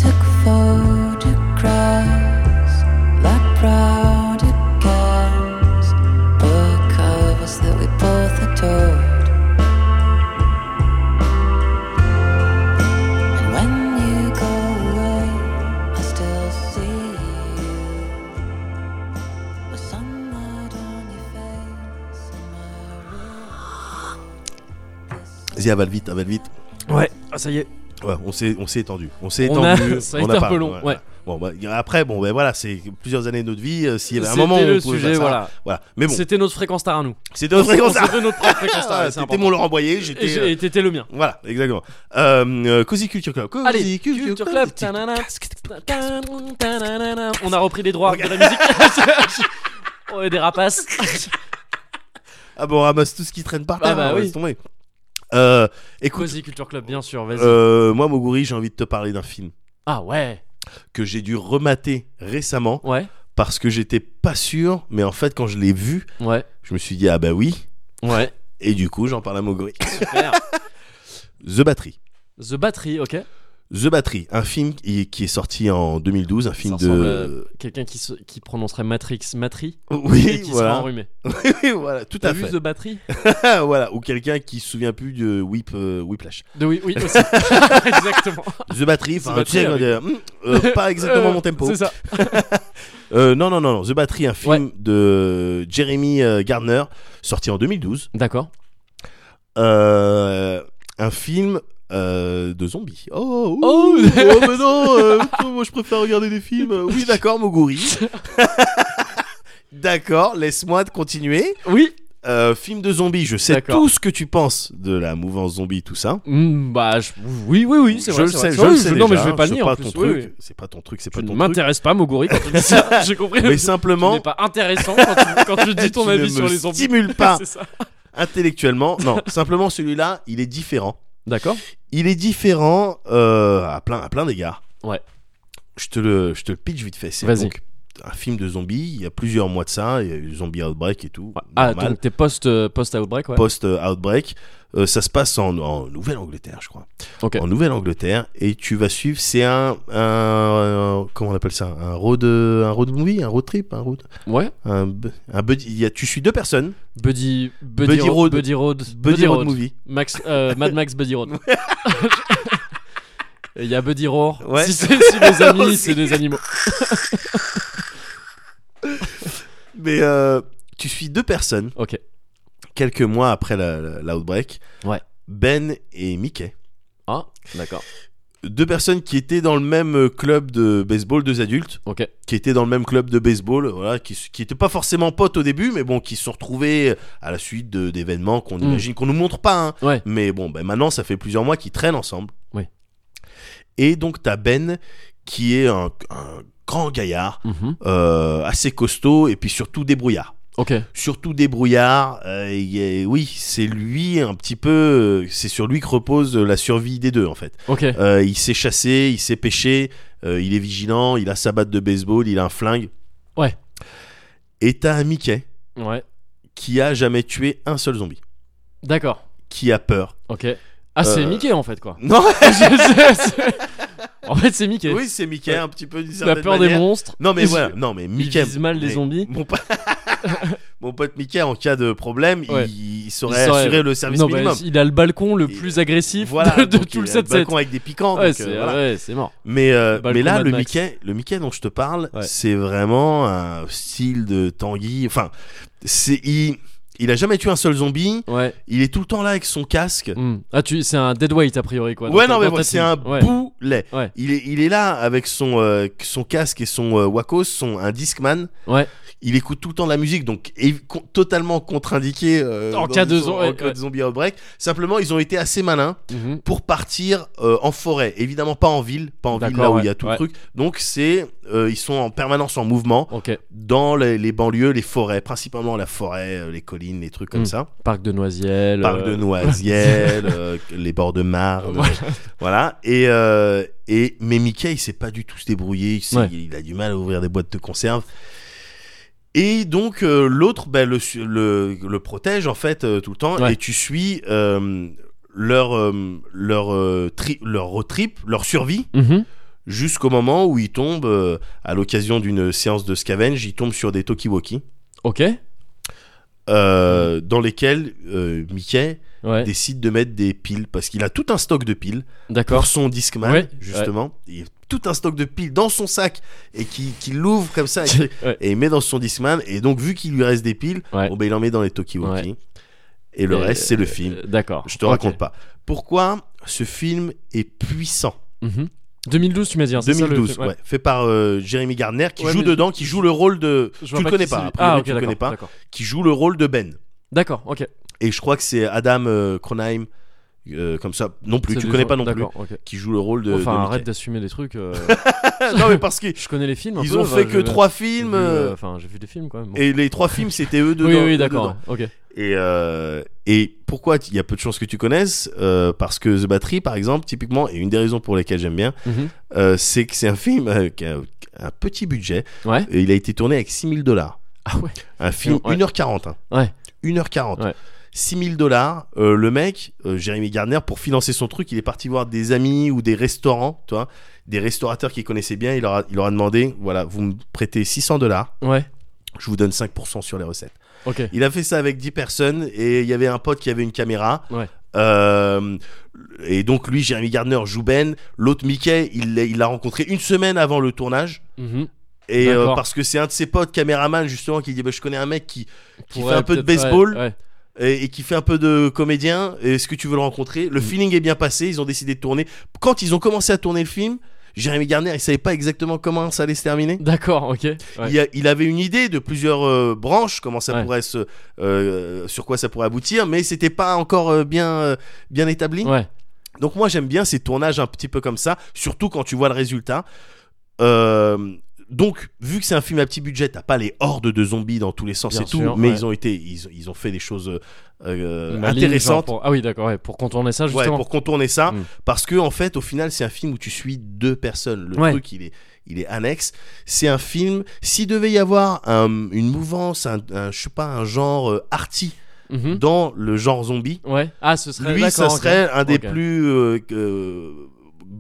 E: Took photographs like proud accounts, book covers that we both adored. And when you go away, I still see you. With sunlight on your face and my
B: Vas-y, avale vite, avale vite.
A: Ouais, ah, ça y est.
B: Ouais, on s'est on s'est étendu. On s'est
A: On a- (laughs)
B: étendu.
A: ça a
B: on
A: été un peu long, ouais.
B: Bon, bah, après, bon, ben voilà, c'est plusieurs années de notre vie. euh, S'il y avait un
A: C'était
B: moment où
A: le
B: on pouvait
A: sujet,
B: faire ça,
A: voilà.
B: voilà. Mais bon,
A: C'était notre fréquence star à nous.
B: c'était notre (laughs) fréquence.
A: C'était notre propre fréquence star.
B: Ah,
A: ouais, c'est
B: C'était
A: important.
B: mon Laurent Boyer.
A: Et
B: J'étais.
A: j'ai-
B: euh,
A: et t'étais le mien.
B: Voilà, exactement. Euh, euh, Cozy Culture Club. Cozy
A: Allez,
B: Culture,
A: Culture Club. Tanana, tanana. On a repris les droits de la musique. (laughs) On est des rapaces.
B: (laughs) Ah bon, on ramasse tout ce qui traîne par
A: Ah
B: terre.
A: bah
B: hein,
A: oui.
B: laisse tomber. Euh, écoute,
A: Cozy Culture Club, bien sûr, vas-y.
B: euh, moi, Moguri, j'ai envie de te parler d'un film
A: Ah ouais,
B: que j'ai dû remater récemment
A: ouais,
B: parce que j'étais pas sûr, mais en fait, quand je l'ai vu,
A: ouais,
B: je me suis dit ah bah oui,
A: ouais.
B: et du coup, j'en parle à Moguri.
A: (laughs) Super.
B: The Battery.
A: The Battery, ok.
B: The Battery, un film qui qui est sorti en 2012, un film
A: Ça ressemble
B: de.
A: à Quelqu'un qui, se- qui prononcerait Matrix,
B: (laughs)
A: Matri, et
B: Oui,
A: qui sera
B: voilà.
A: enrhumé.
B: Oui, (laughs) voilà, tout
A: T'as
B: à
A: vu
B: fait.
A: The Battery
B: (laughs) voilà, ou quelqu'un qui se souvient plus de Whip,
A: (laughs)
B: euh, Whiplash.
A: De oui, oui,
B: (laughs)
A: aussi. Exactement.
B: The Battery,
A: The
B: enfin,
A: Battery
B: tu sais, quand
A: avec-
B: il y a, hum, euh, pas
A: (laughs)
B: exactement
A: Euh,
B: mon tempo.
A: C'est ça.
B: Euh, non, non, non, non, The Battery, un film de Jeremy euh, Gardner, sorti en 2012.
A: D'accord.
B: euh, un film euh, de zombies. Oh, ouh,
A: Oh,
B: oh,
A: (laughs)
B: mais non, euh, plutôt, moi je préfère regarder des films. Oui, d'accord, Moguri. (laughs) d'accord, laisse-moi te continuer.
A: Oui.
B: Euh, film de zombies, je sais
A: D'accord.
B: tout ce que tu penses de la mouvance zombie, tout ça.
A: Mm, bah, je- oui, oui, oui, c'est
B: je
A: vrai.
B: le
A: c'est
B: sais,
A: vrai.
B: je le
A: Oui,
B: sais.
A: Non, mais
B: déjà,
A: je vais pas
B: c'est
A: le nier. en
B: Pas
A: plus.
B: ton
A: Oui,
B: truc,
A: oui.
B: C'est pas ton truc, c'est
A: Tu
B: pas
A: ne
B: ton truc.
A: m'intéresses pas, Moguri, quand tu dis
B: (laughs)
A: ça. J'ai compris. (laughs)
B: Mais
A: Tu
B: simplement, eh,
A: n'es pas intéressant quand tu, quand tu dis ton
B: Tu ne
A: avis
B: me
A: sur les
B: (laughs)
A: zombies.
B: stimules
A: (laughs)
B: pas.
A: C'est ça.
B: intellectuellement, non, simplement celui-là, il est différent.
A: D'accord.
B: Il est différent euh, à plein, à plein d'égards.
A: Ouais.
B: Je te le, je te le pitch vite fait. C'est
A: Vas-y.
B: donc un film de zombies. Il y a plusieurs mois de ça. Il y a eu Zombie Outbreak et tout.
A: Ah,
B: normal.
A: donc t'es post, euh, post-outbreak, ouais.
B: Post euh, Outbreak, Euh, ça se passe en, en Nouvelle-Angleterre, je crois.
A: Ok.
B: En Nouvelle-Angleterre et tu vas suivre. C'est un, un, euh, comment on appelle ça Un road, euh, un road movie, un road trip, un road,
A: Ouais.
B: un, bu- un buddy. il y a- tu suis deux personnes.
A: Buddy, Buddy,
B: Buddy
A: Ro-
B: Road.
A: Buddy Road.
B: Buddy, road, movie.
A: Max, euh, Mad Max Buddy
B: (laughs)
A: Road. Et Il y a Buddy Roar.
B: Ouais.
A: Si, c'est- si les amis,
B: (laughs) Aussi.
A: c'est des animaux.
B: Mais euh, tu suis deux personnes.
A: Ok.
B: quelques mois après la- la- l'outbreak,
A: Ouais.
B: Ben et Mickey.
A: Ah, d'accord.
B: Deux personnes qui étaient dans le même euh, club de baseball, deux adultes,
A: Ok.
B: qui étaient dans le même club de baseball, voilà, qui n'étaient pas forcément potes au début, mais bon, qui se sont retrouvés euh, à la suite de- d'événements qu'on
A: Mm.
B: imagine, qu'on nous montre pas. hein.
A: Ouais.
B: Mais bon, ben maintenant, ça fait plusieurs mois qu'ils traînent ensemble.
A: Ouais.
B: Et donc, t'as Ben, qui est un, un grand gaillard,
A: Mhm.
B: euh, assez costaud, et puis surtout débrouillard
A: Ok.
B: surtout débrouillard. euh, il est- oui, c'est lui un petit peu. euh, C'est sur lui que repose euh, la survie des deux en fait.
A: Ok.
B: Euh, il sait chasser, il sait pêcher, euh, il est vigilant, il a sa batte de baseball, il a un flingue.
A: Ouais.
B: Et t'as un Mickey
A: Ouais.
B: qui a jamais tué un seul zombie,
A: D'accord.
B: qui a peur.
A: Ok. Ah, c'est
B: Euh,
A: Mickey en fait, quoi. (laughs)
B: Non.
A: en fait, c'est Mickey.
B: oui, c'est Mickey un petit peu d'une
A: La
B: certaine
A: peur des
B: manière.
A: monstres.
B: Non mais
A: Ils-
B: voilà, non mais
A: Ils
B: Mickey.
A: visent mal les
B: mais-
A: zombies. (laughs)
B: Mon, pa- (laughs) mon pote Mickey, en cas de problème,
A: Ouais.
B: il, il saurait
A: Il saurait-
B: assurer le service
A: Non, bah,
B: minimum.
A: il a le balcon le
B: Et-
A: plus agressif
B: voilà,
A: de, de
B: donc
A: tout
B: il
A: le
B: a
A: set-set.
B: balcon avec des piquants.
A: Ouais,
B: donc,
A: c'est
B: euh, voilà.
A: ouais, c'est mort.
B: Mais, euh,
A: Balcon
B: mais là,
A: Mad
B: le
A: Max.
B: Mickey, le Mickey dont je te parle,
A: Ouais.
B: c'est vraiment un style de Tanguy. Enfin, c'est il, il a jamais tué un seul zombie.
A: Ouais.
B: Il est tout le temps là avec son casque.
A: Hmm. Ah, tu, c'est un dead weight a priori, quoi.
B: Ouais,
A: dans ta-
B: non, mais
A: dans ta
B: moi, c'est
A: team.
B: un
A: Ouais.
B: boulet.
A: Ouais.
B: Il est, il est là avec son, euh, son casque et son euh, Wacos, son, un Discman.
A: Ouais.
B: Il écoute tout le temps de la musique, donc et con- totalement contre-indiqué euh,
A: En
B: dans
A: cas
B: des-
A: de zo-
B: en
A: ouais,
B: cas
A: ouais.
B: de zombie outbreak. Simplement, ils ont été assez malins
A: Mhm.
B: pour partir euh, en forêt. Évidemment pas en ville, pas en ville
A: D'accord,
B: là où
A: ouais,
B: il y a tout
A: ouais.
B: le truc. Donc c'est, euh, ils sont en permanence en mouvement
A: Ok.
B: dans les, les banlieues, les forêts, principalement la forêt, euh, les collines, les trucs comme
A: Mm.
B: ça.
A: Parc de Noisiel.
B: Parc de
A: euh, (laughs)
B: Noisiel, euh, les bords de Marne,
A: Voilà.
B: euh, voilà. Et, euh, et mais Mickey, il sait pas du tout se débrouiller. Il, sait-
A: Ouais.
B: il a du mal à ouvrir des boîtes de conserve. Et donc euh, l'autre, ben, le, su- le, le protège en fait euh, tout le temps.
A: Ouais.
B: Et tu suis euh, leur euh, leur euh, tri- leur road trip, leur survie
A: Mhm.
B: jusqu'au moment où ils tombent euh, à l'occasion d'une séance de scavenge. Ils tombent sur des Tokiwoki.
A: Ok.
B: Euh, dans lesquels euh, Mickey
A: Ouais.
B: décide de mettre des piles parce qu'il a tout un stock de piles
A: D'accord.
B: pour son Discman
A: Ouais,
B: justement il a tout un stock de piles dans son sac et qui, qui l'ouvre comme ça et,
A: (laughs) ouais.
B: et il met dans son Discman et donc vu qu'il lui reste des piles
A: Ouais.
B: bon, ben, il en met dans les Tokiwoki et le
A: Euh,
B: reste c'est le
A: euh,
B: film
A: D'accord.
B: je te
A: Ok.
B: raconte pas pourquoi ce film est puissant
A: Mhm. 2012, tu m'as dit. hein, c'est ça, le
B: 2012
A: film
B: ouais. fait par euh, Jeremy Gardner qui
A: Ouais,
B: joue
A: mais-
B: dedans qui joue le rôle de
A: Je
B: tu
A: vois
B: le
A: qui
B: connais
A: c'est
B: pas
A: lui.
B: a priori,
A: Ah, ok,
B: tu le
A: d'accord.
B: connais pas
A: D'accord.
B: qui joue le rôle de Ben
A: D'accord, ok.
B: et je crois que c'est Adam euh, Cronheim euh, comme ça non plus
A: C'est
B: tu
A: des
B: connais
A: gens-
B: pas non plus
A: D'accord, ok.
B: qui joue le rôle de,
A: Enfin,
B: de
A: arrête
B: Mickey.
A: d'assumer des trucs.
B: (laughs)
A: euh,
B: non mais parce qu'ils
A: Je connais les films. un peu,
B: ont
A: bah,
B: fait
A: j'ai-
B: que trois
A: j'ai vu,
B: films
A: euh,
B: euh,
A: Enfin, j'ai vu des films quand même. bon.
B: et les trois films c'était eux dedans.
A: Oui, oui,
B: eux
A: d'accord.
B: dedans.
A: Ok.
B: Et euh, et pourquoi t- il y a peu de chances que tu connaisses euh, parce que The Battery par exemple typiquement et une des raisons pour lesquelles j'aime bien
A: Mhm.
B: euh, c'est que c'est un film euh, qui a un petit budget
A: Ouais.
B: et il a été tourné avec 6000 dollars.
A: Ah ouais.
B: Un film
A: Ouais.
B: 1h40. hein.
A: Ouais.
B: 1h40.
A: Ouais.
B: 6000 dollars, le mec, euh, Jérémy Gardner, pour financer son truc, il est parti voir des amis ou des restaurants, tu vois, des restaurateurs qu'il connaissait bien. Il leur, a, il leur a demandé voilà, vous me prêtez 600 dollars,
A: Ouais.
B: je vous donne 5% sur les recettes.
A: Ok.
B: Il a fait ça avec 10 personnes et il y avait un pote qui avait une caméra.
A: Ouais.
B: Euh, et donc, lui, Jérémy Gardner joue Ben. L'autre, Mickey, il l'a- il l'a rencontré une semaine avant le tournage.
A: Mhm.
B: Et euh,
A: D'accord.
B: parce que c'est un de ses potes, caméraman, justement, qui dit bah, Je connais un mec qui, qui
A: Pourrait
B: fait un peu de
A: peut-être- ouais,
B: baseball.
A: ouais.
B: et, et qui fait un peu de comédien. Est-ce que tu veux le rencontrer
A: Mm.
B: Le feeling est bien passé. Ils ont décidé de tourner. Quand ils ont commencé à tourner le film, Jérémy Garner, il savait pas exactement comment ça allait se terminer.
A: D'accord, ok. ouais.
B: Il, a- il avait une idée de plusieurs euh, branches, comment ça
A: Ouais.
B: pourrait se, euh, sur quoi ça pourrait aboutir, mais c'était pas encore euh, bien, euh, bien établi.
A: Ouais.
B: Donc moi j'aime bien ces tournages un petit peu comme ça, surtout quand tu vois le résultat. Euh, donc vu que c'est un film à petit budget, t'as pas les hordes de zombies dans tous les sens
A: Bien
B: et tout,
A: sûr,
B: mais
A: ouais.
B: ils ont été, ils, ils ont fait des choses euh,
A: Maligne, genre
B: intéressantes.
A: pour- Ah oui, d'accord, ouais, pour contourner ça,
B: Ouais,
A: justement.
B: pour contourner ça,
A: Mm.
B: parce que en fait, au final, c'est un film où tu suis deux personnes. Le
A: Ouais.
B: truc, il est, il est annexe. C'est un film. S'il devait y avoir un- une mouvance, un, un- je sais pas, un genre euh, arty
A: Mhm.
B: dans le genre zombie,
A: Ouais. Ah, ce serait.
B: lui, ça
A: d'accord, ok.
B: serait un des
A: Ok.
B: plus euh, euh,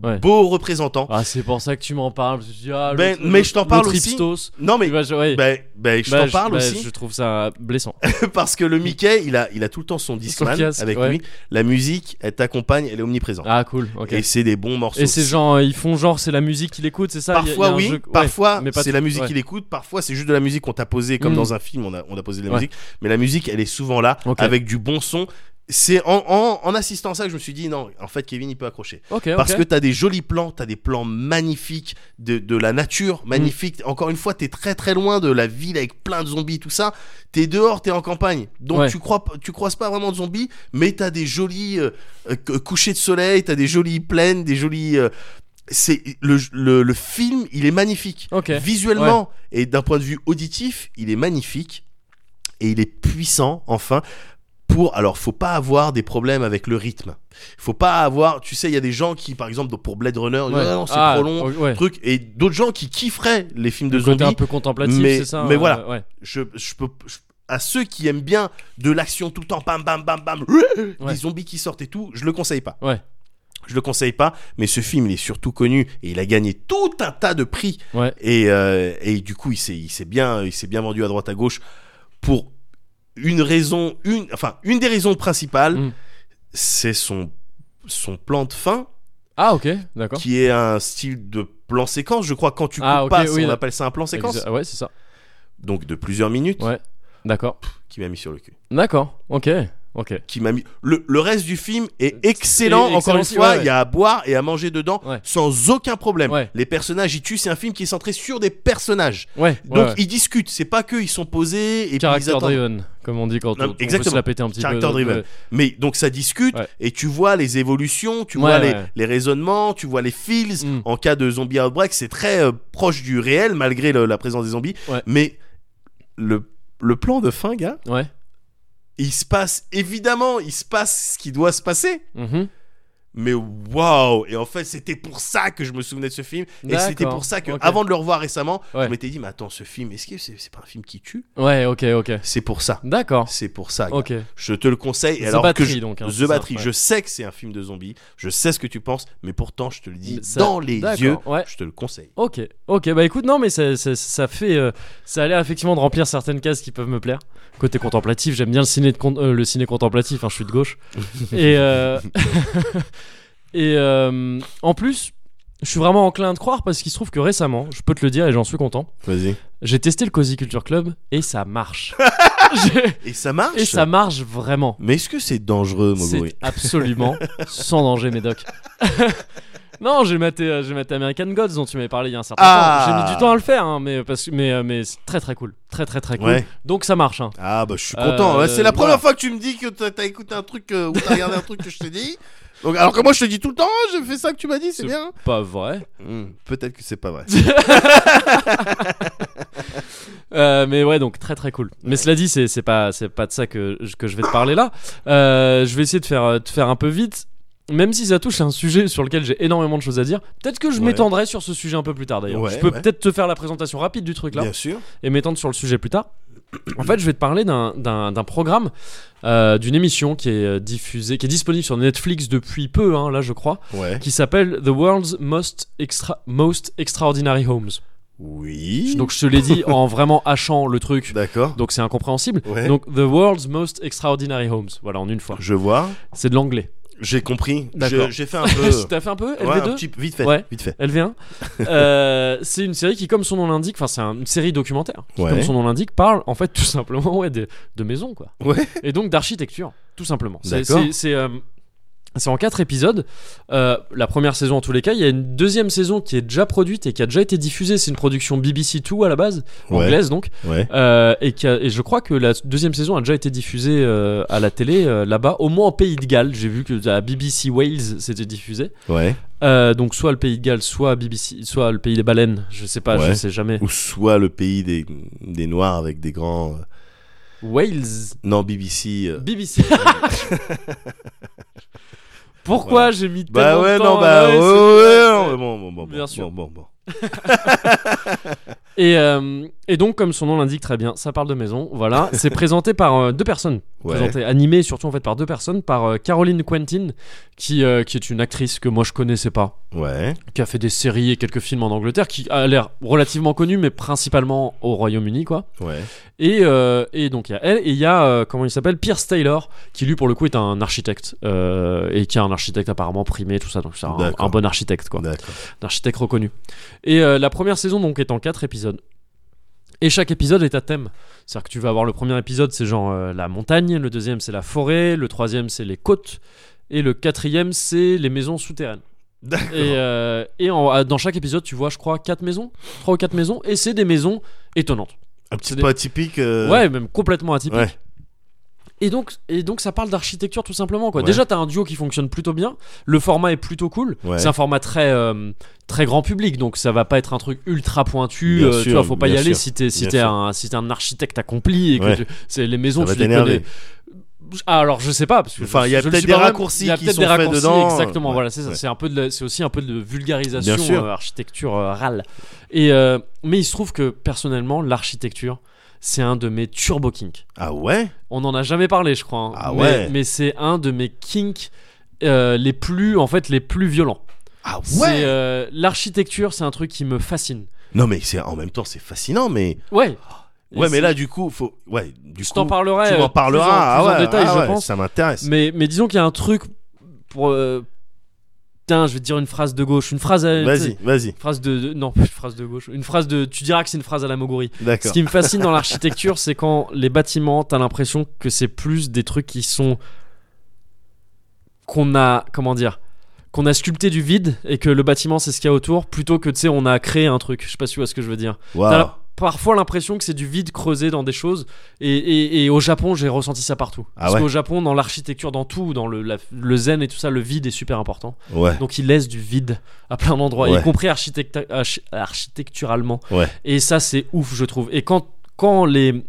A: Ouais.
B: beaux représentants.
A: Ah, c'est pour ça que tu m'en parles. Je me suis dit, ah, le
B: Ben,
A: tr-
B: mais
A: le-
B: je t'en parle
A: le
B: aussi.
A: Tripstos.
B: Non mais,
A: Tu vois, je- ouais.
B: ben, ben, je
A: Bah,
B: t'en parle
A: bah,
B: aussi
A: Je trouve ça blessant.
B: (laughs) parce que le Mickey, il a, il a tout le temps son Discman
A: casque,
B: avec
A: ouais.
B: lui. La musique, elle t'accompagne, elle est omniprésente.
A: Ah, cool. Ok.
B: Et c'est des bons morceaux.
A: Et c'est genre, euh, ils font genre, c'est la musique qu'il écoute, c'est ça Il y a- il y
B: Parfois
A: a un
B: oui,
A: jeu- ouais.
B: parfois
A: mais pas
B: c'est
A: tout-
B: la musique
A: ouais.
B: qu'il écoute, parfois c'est juste de la musique qu'on t'a posée comme
A: Mm.
B: dans un film, on a, on a posé de la
A: Ouais.
B: musique, mais la musique elle est souvent là
A: Ok.
B: avec du bon son. C'est en, en, en assistant à ça que je me suis dit non, en fait Kevin il peut accrocher.
A: Ok, ok.
B: Parce que t'as des jolis plans, t'as des plans magnifiques de, de la
A: Mm.
B: nature, magnifique. Encore une fois, t'es très très loin de la ville avec plein de zombies, tout ça. T'es dehors, t'es en campagne. Donc
A: Ouais.
B: tu, crois, p- tu croises pas vraiment de zombies, mais t'as des jolis euh, euh, cou- couchers de soleil, t'as des jolies plaines, des jolies. euh, c'est le, le, le film, il est magnifique.
A: Ok.
B: Visuellement et d'un point de vue auditif, il est magnifique et il est puissant enfin pour alors faut pas avoir des problèmes avec le rythme. Faut pas avoir, tu sais, il y a des gens qui par exemple pour Blade Runner, ils disent,
A: Ouais.
B: Ah non, c'est
A: Ah,
B: trop long,
A: ok, ouais.
B: truc et d'autres gens qui kifferaient les films de
A: Le côté
B: zombies.
A: un peu contemplatif,
B: mais-
A: c'est ça
B: mais
A: euh,
B: voilà.
A: ouais.
B: Je, je peux je- à ceux qui aiment bien de l'action tout le temps bam bam bam bam
A: Ouais.
B: les zombies qui sortent et tout, je le conseille pas.
A: Ouais.
B: Je le conseille pas, mais ce film il est surtout connu et il a gagné tout un tas de prix
A: Ouais.
B: et, euh, et du coup il s'est il s'est bien il s'est bien vendu à droite à gauche pour une raison une enfin une des raisons principales
A: Mm.
B: c'est son son plan de fin
A: Ah, ok, d'accord.
B: qui est un style de plan séquence je crois quand tu
A: Ah,
B: coupes
A: ok,
B: pas
A: oui,
B: on
A: là.
B: appelle ça un plan séquence
A: Exa- Ouais, c'est ça.
B: donc de plusieurs minutes
A: Ouais. D'accord.
B: qui m'a mis sur le cul
A: D'accord. Ok. Ok.
B: qui m'a mis le, le reste du film est excellent
A: Et-
B: encore
A: excellent
B: une
A: aussi,
B: fois
A: ouais, ouais.
B: il y a à boire et à manger dedans
A: Ouais.
B: sans aucun problème
A: Ouais.
B: les personnages y tuent c'est un film qui est centré sur des personnages
A: Ouais.
B: donc
A: ouais, ouais.
B: ils discutent c'est pas que ils sont posés et puis ils
A: Character
B: attendent
A: driven, comme on dit quand
B: Non,
A: on, on peut
B: exactement.
A: se la péter un petit
B: Character
A: peu. donc,
B: driven.
A: euh,
B: Mais donc ça discute
A: Ouais.
B: et tu vois les évolutions, tu
A: Ouais,
B: vois les,
A: ouais.
B: les raisonnements, tu vois les feels.
A: Mm.
B: En cas de zombie outbreak, c'est très euh, proche du réel malgré le- la présence des zombies.
A: Ouais.
B: Mais le, le plan de fin, gars,
A: euh, Ouais.
B: il se passe évidemment, il se passe ce qui doit se passer.
A: Mhm.
B: Mais waouh Et en fait, c'était pour ça que je me souvenais de ce film. Et
A: D'accord.
B: c'était pour ça que,
A: Ok.
B: avant de le revoir récemment,
A: Ouais.
B: je m'étais dit, mais attends, ce film, est-ce que c'est c'est pas un film qui tue
A: Ouais, ok, ok.
B: C'est pour ça.
A: D'accord.
B: C'est pour ça. gars.
A: Ok.
B: Je te le conseille. et
A: The
B: alors
A: Battery,
B: que je-
A: donc, hein, c'est
B: The
A: ça,
B: Battery,
A: ouais.
B: je sais que c'est un film de zombies, je sais ce que tu penses, mais pourtant, je te le dis
A: Mais ça-
B: dans les
A: d'accord,
B: yeux,
A: ouais.
B: je te le conseille.
A: Ok, ok, bah écoute, non, mais ça, ça, ça fait. euh, ça a l'air effectivement de remplir certaines cases qui peuvent me plaire. Côté contemplatif, j'aime bien le ciné, de con- euh, le ciné contemplatif, hein, je suis de gauche. et euh, (laughs) et euh, en plus, je suis vraiment enclin de croire parce qu'il se trouve que récemment, je peux te le dire et j'en suis content,
B: Vas-y.
A: j'ai testé le Cozy Culture Club et ça marche. J'ai-
B: Et ça marche
A: et ça marche vraiment.
B: Mais est-ce que c'est dangereux, Moguri (laughs)
A: C'est absolument sans danger, Médoc. (laughs) non, j'ai maté, euh, j'ai maté American Gods dont tu m'avais parlé il y a un certain
B: Ah.
A: temps. J'ai mis du temps à le faire, hein, mais, parce, que- mais, euh, mais c'est très très cool. Très très très cool.
B: Ouais.
A: Donc ça marche. hein.
B: Ah bah je suis content.
A: Euh,
B: Ouais, c'est la première
A: voilà.
B: fois que tu me dis que t'as t'as écouté un truc euh, ou t'as regardé un truc que je t'ai dit. Donc alors que moi je te dis tout le temps, j'ai fait ça que tu m'as dit, c'est
A: C'est-
B: bien.
A: Pas vrai.
B: Hmm, Peut-être que c'est pas vrai.
A: Euh, mais ouais, donc très très cool. Mais cela dit, c'est c'est pas, c'est pas de ça que, je- que je vais te parler là. Euh, je vais essayer de faire, euh, de faire un peu vite. Même si ça touche à un sujet sur lequel j'ai énormément de choses à dire, peut-être que je
B: Ouais.
A: m'étendrai sur ce sujet un peu plus tard d'ailleurs.
B: Ouais,
A: je peux
B: ouais.
A: peut-être te faire la présentation rapide du truc là.
B: Bien sûr.
A: et m'étendre sur le sujet plus tard. En fait, je vais te parler d'un- d'un d'un programme, euh, d'une émission qui est euh, diffusée, qui est disponible sur Netflix depuis peu, hein, là je crois,
B: Ouais.
A: qui s'appelle The World's Most, Extra Most Extraordinary Homes.
B: Oui.
A: Donc je te l'ai dit en vraiment hachant le truc,
B: D'accord.
A: donc c'est incompréhensible.
B: Ouais.
A: Donc The World's Most Extraordinary Homes, voilà en une fois.
B: Je vois.
A: C'est de l'anglais.
B: J'ai compris.
A: D'accord.
B: Je- J'ai fait
A: (laughs)
B: un peu.
A: T'as fait un peu LV2
B: Ouais, un petit peu- vite fait.
A: Ouais.
B: Vite fait. (laughs)
A: LV1. Euh, c'est une série qui, comme son nom l'indique, enfin, c'est un- une série documentaire qui,
B: Ouais.
A: comme son nom l'indique, parle en fait tout simplement ouais, de, de maison, quoi.
B: Ouais.
A: Et donc d'architecture, tout simplement. C'est-
B: D'accord.
A: C'est. c'est, euh, c'est en quatre épisodes. Euh, la première saison, en tous les cas, il y a une deuxième saison qui est déjà produite et qui a déjà été diffusée. C'est une production BBC Two à la base,
B: Ouais.
A: anglaise donc,
B: Ouais.
A: Euh, et, qui a- et je crois que la deuxième saison a déjà été diffusée euh, à la télé euh, là-bas, au moins en Pays de Galles. J'ai vu que à BBC Wales c'était diffusé.
B: Ouais.
A: Euh, donc soit le pays de Galles, soit BBC, soit le pays des baleines, je sais pas, je
B: Ouais.
A: sais jamais.
B: Ou soit le pays des, des noirs avec des grands. euh,
A: Wales,
B: Non, BBC. euh, (laughs)
A: BBC. Pourquoi j'ai mis tellement
B: Bah ouais,
A: de temps
B: non,
A: à-
B: bah ouais,
A: ouais,
B: ouais,
A: c'est- euh,
B: non, mais bon, bon, bon,
A: Bien
B: bon,
A: sûr.
B: bon, bon, bon.
A: Et, euh, et donc comme son nom l'indique très bien, ça parle de maison. Voilà,
B: (laughs)
A: c'est présenté par euh, deux personnes,
B: Ouais.
A: présenté, animé surtout en fait par deux personnes, par euh, Caroline Quentin, qui euh, qui est une actrice que moi je connaissais pas,
B: Ouais,
A: qui a fait des séries et quelques films en Angleterre, qui a l'air relativement connue, mais principalement au Royaume-Uni quoi.
B: ouais,
A: Et, euh, et donc il y a elle et il y a euh, comment il s'appelle Pierce Taylor qui lui pour le coup est un architecte euh, et qui est un architecte apparemment primé tout ça donc c'est un,
B: D'accord.
A: un bon architecte quoi
B: d'accord.
A: un architecte reconnu et euh, la première saison donc est en quatre épisodes et chaque épisode est à thème c'est-à-dire que tu vas avoir le premier épisode c'est genre euh, la montagne le deuxième c'est la forêt le troisième c'est les côtes et le quatrième c'est les maisons souterraines
B: D'accord.
A: et, euh, et en- dans chaque épisode tu vois je crois quatre maisons trois ou quatre maisons et c'est des maisons étonnantes
B: Un petit
A: c'est
B: peu
A: des-
B: atypique. euh,
A: ouais même complètement atypiques
B: ouais,
A: et donc, et donc ça parle d'architecture tout simplement quoi.
B: Ouais.
A: Déjà t'as un duo qui fonctionne plutôt bien, le format est plutôt cool.
B: Ouais.
A: C'est un format très euh, très grand public donc ça va pas être un truc ultra pointu.
B: Bien
A: euh, tu
B: sûr,
A: vois faut pas y
B: bien
A: aller
B: sûr,
A: si t'es si
B: bien
A: t'es
B: sûr.
A: un si t'es un architecte accompli et que
B: Ouais.
A: tu- c'est les
B: ça
A: maisons
B: va
A: tu les
B: t'énerver.
A: connais. Ah, alors je sais pas parce que
B: Enfin,
A: je-
B: il y a
A: je le
B: peut-être
A: suis
B: des
A: pas vraiment-
B: raccourcis
A: il y a
B: qui
A: peut-être
B: sont
A: des
B: faits
A: raccourcis,
B: dedans.
A: Exactement
B: Ouais,
A: voilà c'est ça
B: ouais.
A: c'est un peu de la- c'est aussi un peu de vulgarisation
B: Bien sûr.
A: euh, architecture euh, râle et euh, mais il se trouve que personnellement l'architecture c'est un de mes turbo kinks.
B: Ah ouais
A: On n'en a jamais parlé, je crois. hein.
B: Ah
A: mais,
B: ouais.
A: Mais c'est un de mes kinks euh, les plus, en fait, les plus violents.
B: Ah
A: C'est, euh, L'architecture, c'est un truc qui me fascine.
B: Non, mais c'est en même temps, c'est fascinant, mais.
A: Ouais.
B: Ouais,
A: Et
B: mais
A: c'est-
B: là, du coup, faut. Ouais, du
A: je
B: coup.
A: t'en parlerai.
B: Tu
A: euh,
B: m'en
A: plus en-
B: parleras.
A: plus
B: ah
A: en
B: ouais,
A: détail,
B: ah
A: je
B: ouais,
A: pense.
B: Ça m'intéresse.
A: Mais, mais disons qu'il y a un truc pour. euh, Putain, je vais te dire une phrase de gauche, une phrase. euh, à-
B: Vas-y, vas-y.
A: une Phrase de, de- non, (laughs) une phrase de gauche, une phrase de. Tu diras que c'est une phrase à la Mogori. Ce
B: D'accord.
A: qui me fascine
B: (laughs)
A: dans l'architecture, c'est quand les bâtiments, t'as l'impression que c'est plus des trucs qui sont qu'on a, comment dire, qu'on a sculpté du vide et que le bâtiment c'est ce qu'il y a autour, plutôt que tu sais on a créé un truc. Je sais pas si tu vois ce que je veux dire. T'as
B: Waouh.
A: la- parfois l'impression que c'est du vide creusé dans des choses. Et, et- et au Japon, j'ai ressenti ça partout.
B: Ah
A: Parce
B: ouais.
A: qu'au Japon, dans l'architecture, dans tout, dans le, la- le zen et tout ça, le vide est super important.
B: Ouais,
A: Donc il laisse du vide à plein d'endroits,
B: Ouais.
A: y compris architecta- archi- architecturalement.
B: Ouais.
A: Et ça, c'est ouf, je trouve. Et quand, quand les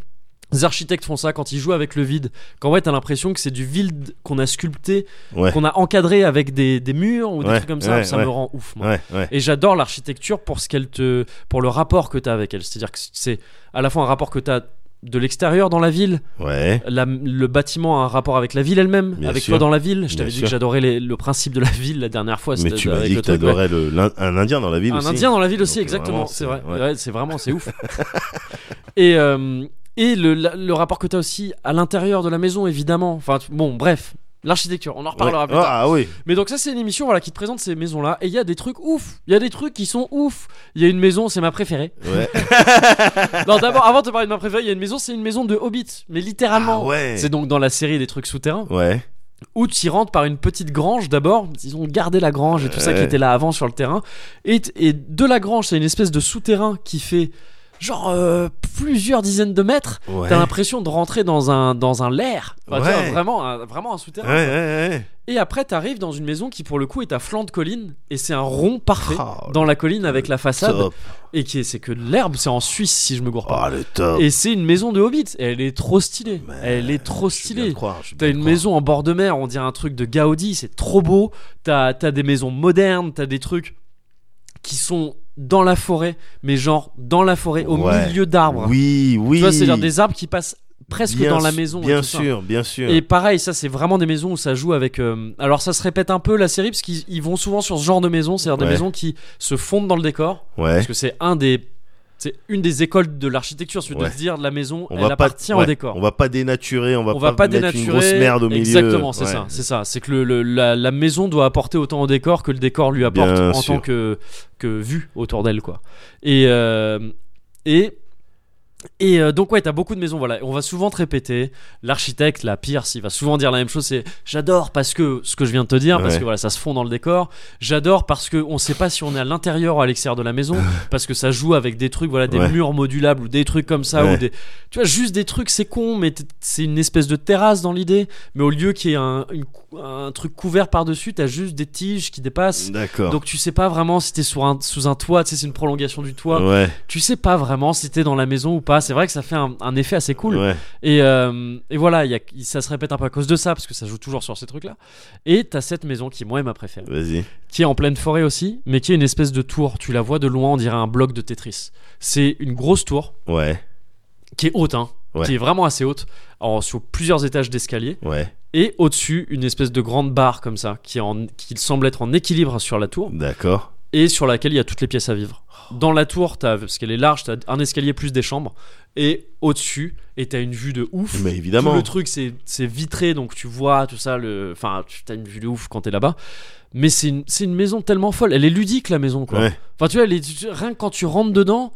A: architectes font ça, quand ils jouent avec le vide, quand ouais, t'as l'impression que c'est du vide qu'on a sculpté,
B: ouais.
A: qu'on a encadré avec des, des murs ou des
B: Ouais,
A: trucs comme ça,
B: ouais,
A: ça
B: ouais.
A: me rend ouf. moi.
B: Ouais, ouais.
A: Et j'adore l'architecture pour ce qu'elle te, pour le rapport que t'as avec elle. C'est-à-dire que c'est à la fois un rapport que t'as de l'extérieur dans la ville,
B: Ouais.
A: la- le bâtiment a un rapport avec la ville elle-même,
B: Bien
A: avec
B: sûr.
A: toi dans la ville. Je
B: Bien
A: t'avais dit
B: sûr.
A: que j'adorais les- le principe de la ville la dernière fois.
B: Mais
A: c'était
B: tu m'as
A: avec
B: dit que
A: le truc, ouais.
B: t'adorais le- l'in- un Indien dans la ville
A: Un
B: aussi.
A: indien dans la ville aussi,
B: Donc, euh,
A: exactement.
B: vraiment,
A: C'est
B: c'est-
A: vrai.
B: ouais.
A: Ouais, c'est vraiment, c'est
B: (laughs)
A: ouf. et euh, et le, la- le rapport que tu as aussi à l'intérieur de la maison, évidemment. Enfin, tu- bon, bref. L'architecture, on en reparlera
B: Ouais.
A: plus tard.
B: Ah oui.
A: Mais donc ça c'est une émission voilà qui te présente ces maisons là et il y a des trucs ouf, il y a des trucs qui sont ouf. Il y a une maison, c'est ma préférée. (laughs)
B: Ouais.
A: non d'abord avant de te parler de ma préférée, il y a une maison, c'est une maison de hobbit, mais littéralement.
B: Ah ouais.
A: C'est donc dans la série des trucs souterrains
B: Ouais.
A: où tu y rentres par une petite grange d'abord. Ils ont gardé la grange et tout ça qui
B: Ouais.
A: était là avant sur le terrain. Et, et de la grange, c'est une espèce de souterrain qui fait genre euh, plusieurs dizaines de mètres.
B: Ouais.
A: T'as l'impression de rentrer dans un, dans un lair. Enfin, tu vois,
B: Ouais.
A: vraiment, un, vraiment un souterrain.
B: Ouais, ouais,
A: Et après, t'arrives dans une maison qui, pour le coup, est à flanc de colline. Et c'est un rond parfait
B: Oh,
A: dans la colline avec la
B: ouais.
A: façade.
B: Top.
A: Et qui est, c'est que de l'herbe, c'est en Suisse, si je me gourre pas.
B: Oh, le top.
A: et c'est une maison de hobbit. Et elle est trop stylée. elle est trop
B: Je peux bien
A: stylée.
B: te croire, je peux
A: T'as
B: bien
A: une
B: te croire.
A: maison en bord de mer, on dirait un truc de Gaudi, c'est trop beau. T'as t'as des maisons modernes, t'as des trucs qui sont dans la forêt, mais genre dans la forêt, au
B: Ouais.
A: milieu d'arbres.
B: Oui, oui.
A: Tu vois, c'est genre des arbres qui passent presque
B: Bien
A: dans la
B: su-
A: maison. et
B: Bien
A: tout ça.
B: sûr, bien sûr.
A: Et pareil, ça c'est vraiment des maisons où ça joue avec. euh, Alors ça se répète un peu la série parce qu'ils ils vont souvent sur ce genre de maisons, c'est-à-dire des
B: Ouais.
A: maisons qui se fondent dans le décor
B: Ouais.
A: parce que c'est un des c'est une des écoles de l'architecture, c'est de
B: Ouais.
A: se dire la maison,
B: On
A: elle
B: va pas-
A: appartient
B: ouais,
A: au décor.
B: On va pas dénaturer, on va
A: on
B: pas,
A: va pas
B: mettre
A: dénaturer.
B: une grosse merde au milieu.
A: Exactement, c'est
B: Ouais.
A: ça, c'est ça. C'est que le, le- la, la maison doit apporter autant au décor que le décor lui apporte
B: Bien
A: en
B: sûr.
A: tant que que vue autour d'elle, quoi. Et euh, et et euh, donc ouais, t'as beaucoup de maisons, voilà. On va souvent te répéter, l'architecte, la Pierce, il va souvent dire la même chose, c'est j'adore parce que ce que je viens de te dire, parce
B: Ouais.
A: que voilà, ça se fond dans le décor. J'adore parce que on sait pas si on est à l'intérieur ou à l'extérieur de la
B: (laughs)
A: maison, parce que ça joue avec des trucs, voilà, des
B: Ouais.
A: murs modulables ou des trucs comme ça
B: Ouais.
A: ou des tu vois juste des trucs c'est con mais t- c'est une espèce de terrasse dans l'idée mais au lieu qu'il y ait un, une cou- un truc couvert par dessus t'as juste des tiges qui dépassent
B: D'accord.
A: donc tu sais pas vraiment si t'es sur un, sous un toit tu sais c'est une prolongation du toit
B: ouais,
A: tu sais pas vraiment si t'es dans la maison ou pas c'est vrai que ça fait un, un effet assez cool
B: ouais.
A: et, euh, et voilà il y a- ça se répète un peu à cause de ça parce que ça joue toujours sur ces trucs là et t'as cette maison qui moi est ma préférée
B: Vas-y.
A: qui est en pleine forêt aussi mais qui est une espèce de tour tu la vois de loin on dirait un bloc de Tetris c'est une grosse tour
B: Ouais,
A: qui est haute, hein,
B: Ouais.
A: qui est vraiment assez haute, alors, sur plusieurs étages d'escalier,
B: ouais.
A: et au-dessus une espèce de grande barre comme ça, qui, est en, qui semble être en équilibre sur la tour,
B: D'accord.
A: et sur laquelle il y a toutes les pièces à vivre. Dans la tour, t'as, parce qu'elle est large, t'as un escalier plus des chambres, et au-dessus, et t'as une vue de ouf.
B: Mais évidemment.
A: Tout le truc, c'est, c'est vitré, donc tu vois tout ça, le... enfin, tu- t'as une vue de ouf quand t'es là-bas. Mais c'est une, c'est une maison tellement folle, elle est ludique la maison, quoi.
B: Ouais.
A: Enfin, tu vois, les- tu- rien que quand tu rentres dedans,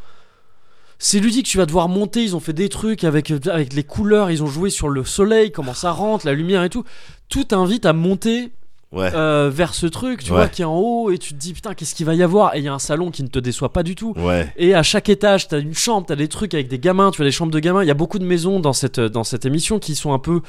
A: c'est ludique, tu vas devoir monter. Ils ont fait des trucs avec, avec les couleurs, ils ont joué sur le soleil, comment ça rentre, la lumière et tout. Tout t'invite à monter
B: Ouais.
A: euh, vers ce truc, tu
B: Ouais.
A: vois, qui est en haut, et tu te dis putain, qu'est-ce qu'il va y avoir Et il y a un salon qui ne te déçoit pas du tout.
B: Ouais.
A: Et à chaque étage, t'as une chambre, t'as des trucs avec des gamins, tu as des chambres de gamins. Il y a beaucoup de maisons dans cette, dans cette émission qui sont un peu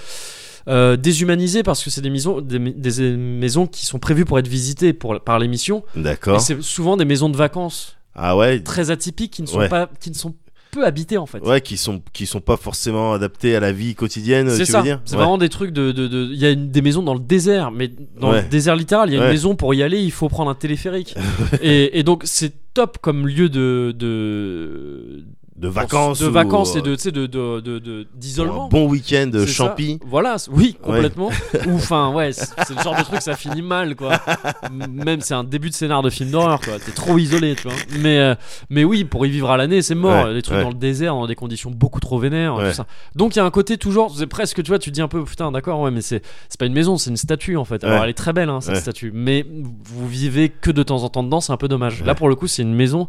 A: euh, déshumanisées parce que c'est des maisons, des, des maisons qui sont prévues pour être visitées pour, par l'émission. Et
B: D'accord.
A: c'est souvent des maisons de vacances
B: Ah ouais.
A: très atypiques qui ne sont
B: Ouais.
A: pas qui ne sont peu habités en fait.
B: Ouais, qui sont qui sont pas forcément adaptés à la vie quotidienne.
A: C'est
B: tu
A: ça.
B: veux dire
A: C'est
B: Ouais.
A: vraiment des trucs de. de- de- Il y a une- des maisons dans le désert, mais dans
B: Ouais.
A: le désert littéral, il y a
B: Ouais.
A: une maison pour y aller, il faut prendre un
B: (laughs)
A: téléphérique. et, et donc c'est top comme lieu de de
B: de vacances.
A: de
B: ou- euh,
A: vacances et de tu sais de de- de- de-
B: ou un
A: d'isolement.
B: bon week-end euh,
A: C'est ça.
B: champi.
A: Voilà, c- oui,
B: (laughs)
A: complètement. Ou enfin, ouais, c'est c'est le genre de truc, ça finit mal, quoi. M- Même c'est un début de scénar de film d'horreur, quoi. T'es trop isolé, tu vois. Mais, euh, mais oui, pour y vivre à l'année, c'est mort.
B: Ouais,
A: Les trucs
B: ouais.
A: dans le désert, dans des conditions beaucoup trop vénères,
B: Ouais.
A: tout ça. Donc il y a un côté toujours, c'est presque, tu vois, tu te dis un peu, putain, d'accord, ouais, mais c'est c'est pas une maison, c'est une statue, en fait. Alors
B: Ouais.
A: elle est très belle, hein, cette
B: Ouais.
A: statue. Mais vous vivez que de temps en temps dedans, c'est un peu dommage. Là, pour le coup, c'est une maison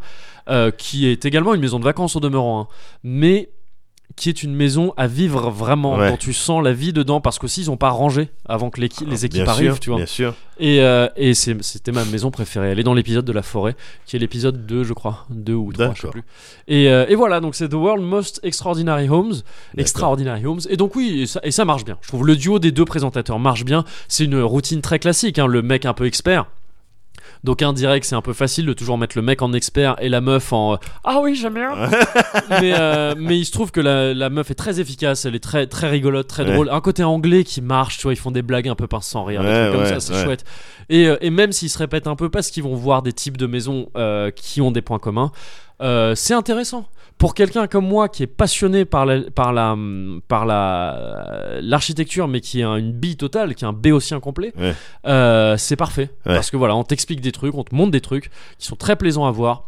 A: euh, qui est également une maison de vacances au demeurant. hein. Mais qui est une maison à vivre vraiment
B: Ouais. Ah,
A: quand tu sens la vie dedans parce qu'aussi ils ont pas rangé avant que l'équi- les équipes
B: bien
A: arrivent
B: sûr,
A: tu vois
B: Bien sûr.
A: et, euh, et c'est- c'était ma maison préférée elle est dans l'épisode de la forêt qui est l'épisode 2 je crois 2 ou 3 je sais
B: D'accord.
A: plus et, euh, et voilà donc c'est The World Most Extraordinary Homes Extraordinary Homes et donc oui et ça, et ça marche bien je trouve le duo des deux présentateurs marche bien c'est une routine très classique hein, le mec un peu expert donc un direct c'est un peu facile de toujours mettre le mec en expert et la meuf en euh, ah oui j'aime bien (laughs) mais, euh, mais il se trouve que la, la meuf est très efficace, elle est très, très rigolote, très
B: Ouais.
A: drôle. Un côté anglais qui marche, tu vois, ils font des blagues un peu pince sans rire, des
B: Ouais,
A: trucs comme ça,
B: ouais,
A: c'est
B: ouais.
A: chouette. Et, euh, et même s'ils se répètent un peu, parce qu'ils vont voir des types de maisons euh, qui ont des points communs, euh, c'est intéressant. Pour quelqu'un comme moi qui est passionné par la, par la, par la, l'architecture, mais qui est un- une bille totale, qui est un béotien complet,
B: Ouais.
A: euh, c'est parfait.
B: Ouais.
A: Parce que voilà, on t'explique des trucs, on te montre des trucs qui sont très plaisants à voir.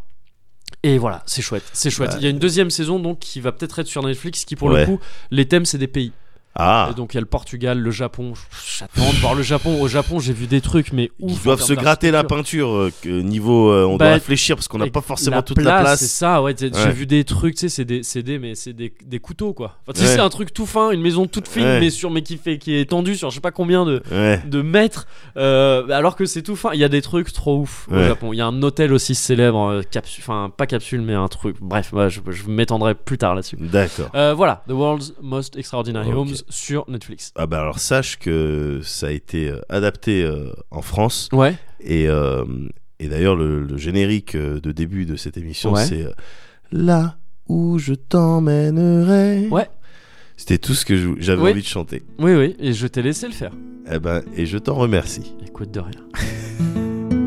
A: Et voilà, c'est chouette, c'est chouette.
B: Bah,
A: il y a une deuxième saison donc qui va peut-être être sur Netflix, qui pour
B: Ouais.
A: le coup, les thèmes c'est des pays.
B: Ah.
A: Et donc il y a le Portugal, le Japon. J'attends de voir le Japon. Au Japon, j'ai vu des trucs mais ouf.
B: Ils
A: en
B: doivent
A: termes
B: se gratter la
A: d'architecture.
B: peinture euh, que niveau euh, on
A: Bah,
B: doit réfléchir parce qu'on n'a
A: Et
B: pas forcément toute la
A: C'est
B: place.
A: ça, ouais. t'sais, J'ai
B: Ouais.
A: vu des trucs, tu sais, c'est des, c'est des, mais c'est des, des couteaux quoi. Enfin, tu sais,
B: Ouais.
A: c'est un truc tout fin, une maison toute fine,
B: Ouais.
A: mais sur mais qui fait, qui est étendue sur je sais pas combien de
B: Ouais.
A: de mètres euh, alors que c'est tout fin il y a des trucs trop ouf au
B: Ouais.
A: Japon il y a un hôtel aussi célèbre euh, capsule enfin pas capsule mais un truc bref ouais, je, je m'étendrai plus tard là-dessus
B: D'accord.
A: Euh, voilà, The World's Most Extraordinary
B: Ok.
A: Homes sur Netflix.
B: Ah bah alors sache que ça a été euh, adapté euh, en France
A: Ouais.
B: et euh, et d'ailleurs le, le générique euh, de début de cette émission
A: Ouais.
B: c'est euh, là où je t'emmènerai.
A: Ouais.
B: C'était tout ce que je- j'avais
A: Oui.
B: envie de chanter.
A: Oui, oui, et je t'ai laissé le faire.
B: Eh ben et je t'en remercie.
A: Écoute de rien.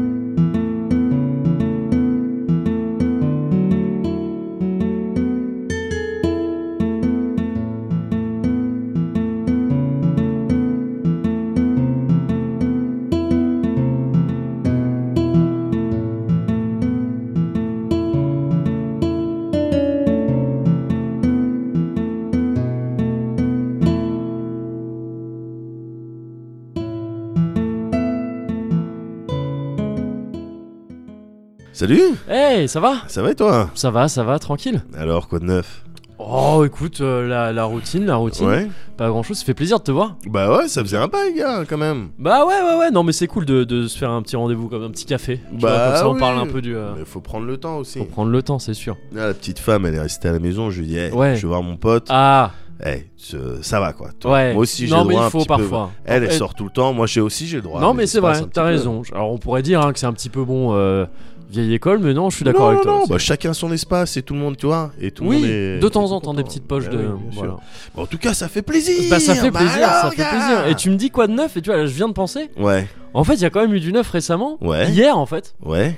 B: Salut,
A: Hey, ça va
B: ça va et toi
A: Ça va, ça va, tranquille.
B: Alors, quoi de neuf
A: Oh, écoute, euh, la, la routine, la routine.
B: Ouais
A: Pas grand chose, ça fait plaisir de te voir.
B: Bah ouais, ça faisait un bail, gars, quand même.
A: Bah ouais, ouais, ouais, non, mais c'est cool de, de se faire un petit rendez-vous, comme un petit café. Tu vois,
B: Bah
A: comme ça, on
B: oui.
A: parle un peu du. euh,
B: Mais faut prendre le temps aussi.
A: Faut prendre le temps, c'est sûr.
B: Là, la petite femme, elle est restée à la maison. Je lui dis, hey,
A: Ouais.
B: je vais voir mon pote.
A: Ah,
B: Hey, ce- ça va quoi. Toi,
A: ouais.
B: Moi aussi, j'ai
A: Non,
B: le
A: mais
B: droit
A: il
B: un
A: faut
B: petit peu.
A: parfois.
B: Elle, elle
A: Eh,
B: sort tout le temps. Moi, j'ai aussi, j'ai le droit.
A: non,
B: à des
A: mais c'est
B: espaces
A: vrai, t'as
B: un petit peu.
A: raison. Alors, on pourrait dire hein, que c'est un petit peu bon euh, vieille école, mais non, je suis
B: Non,
A: d'accord avec
B: non,
A: toi.
B: non,
A: c'est-
B: bah, chacun son espace et tout le monde, tu vois. Et tout le
A: oui,
B: monde est-
A: de temps
B: est
A: en temps, des
B: content.
A: petites poches
B: Bah
A: de.
B: oui, bien sûr.
A: voilà.
B: Bon, en tout cas, ça fait plaisir.
A: Bah, ça fait
B: Bah
A: plaisir, ça
B: alors,
A: fait
B: gars.
A: plaisir. Et tu me dis quoi de neuf Et tu vois, là, je viens de penser.
B: Ouais,
A: En fait, il y a quand même eu du neuf récemment.
B: Ouais.
A: Hier, en fait.
B: ouais.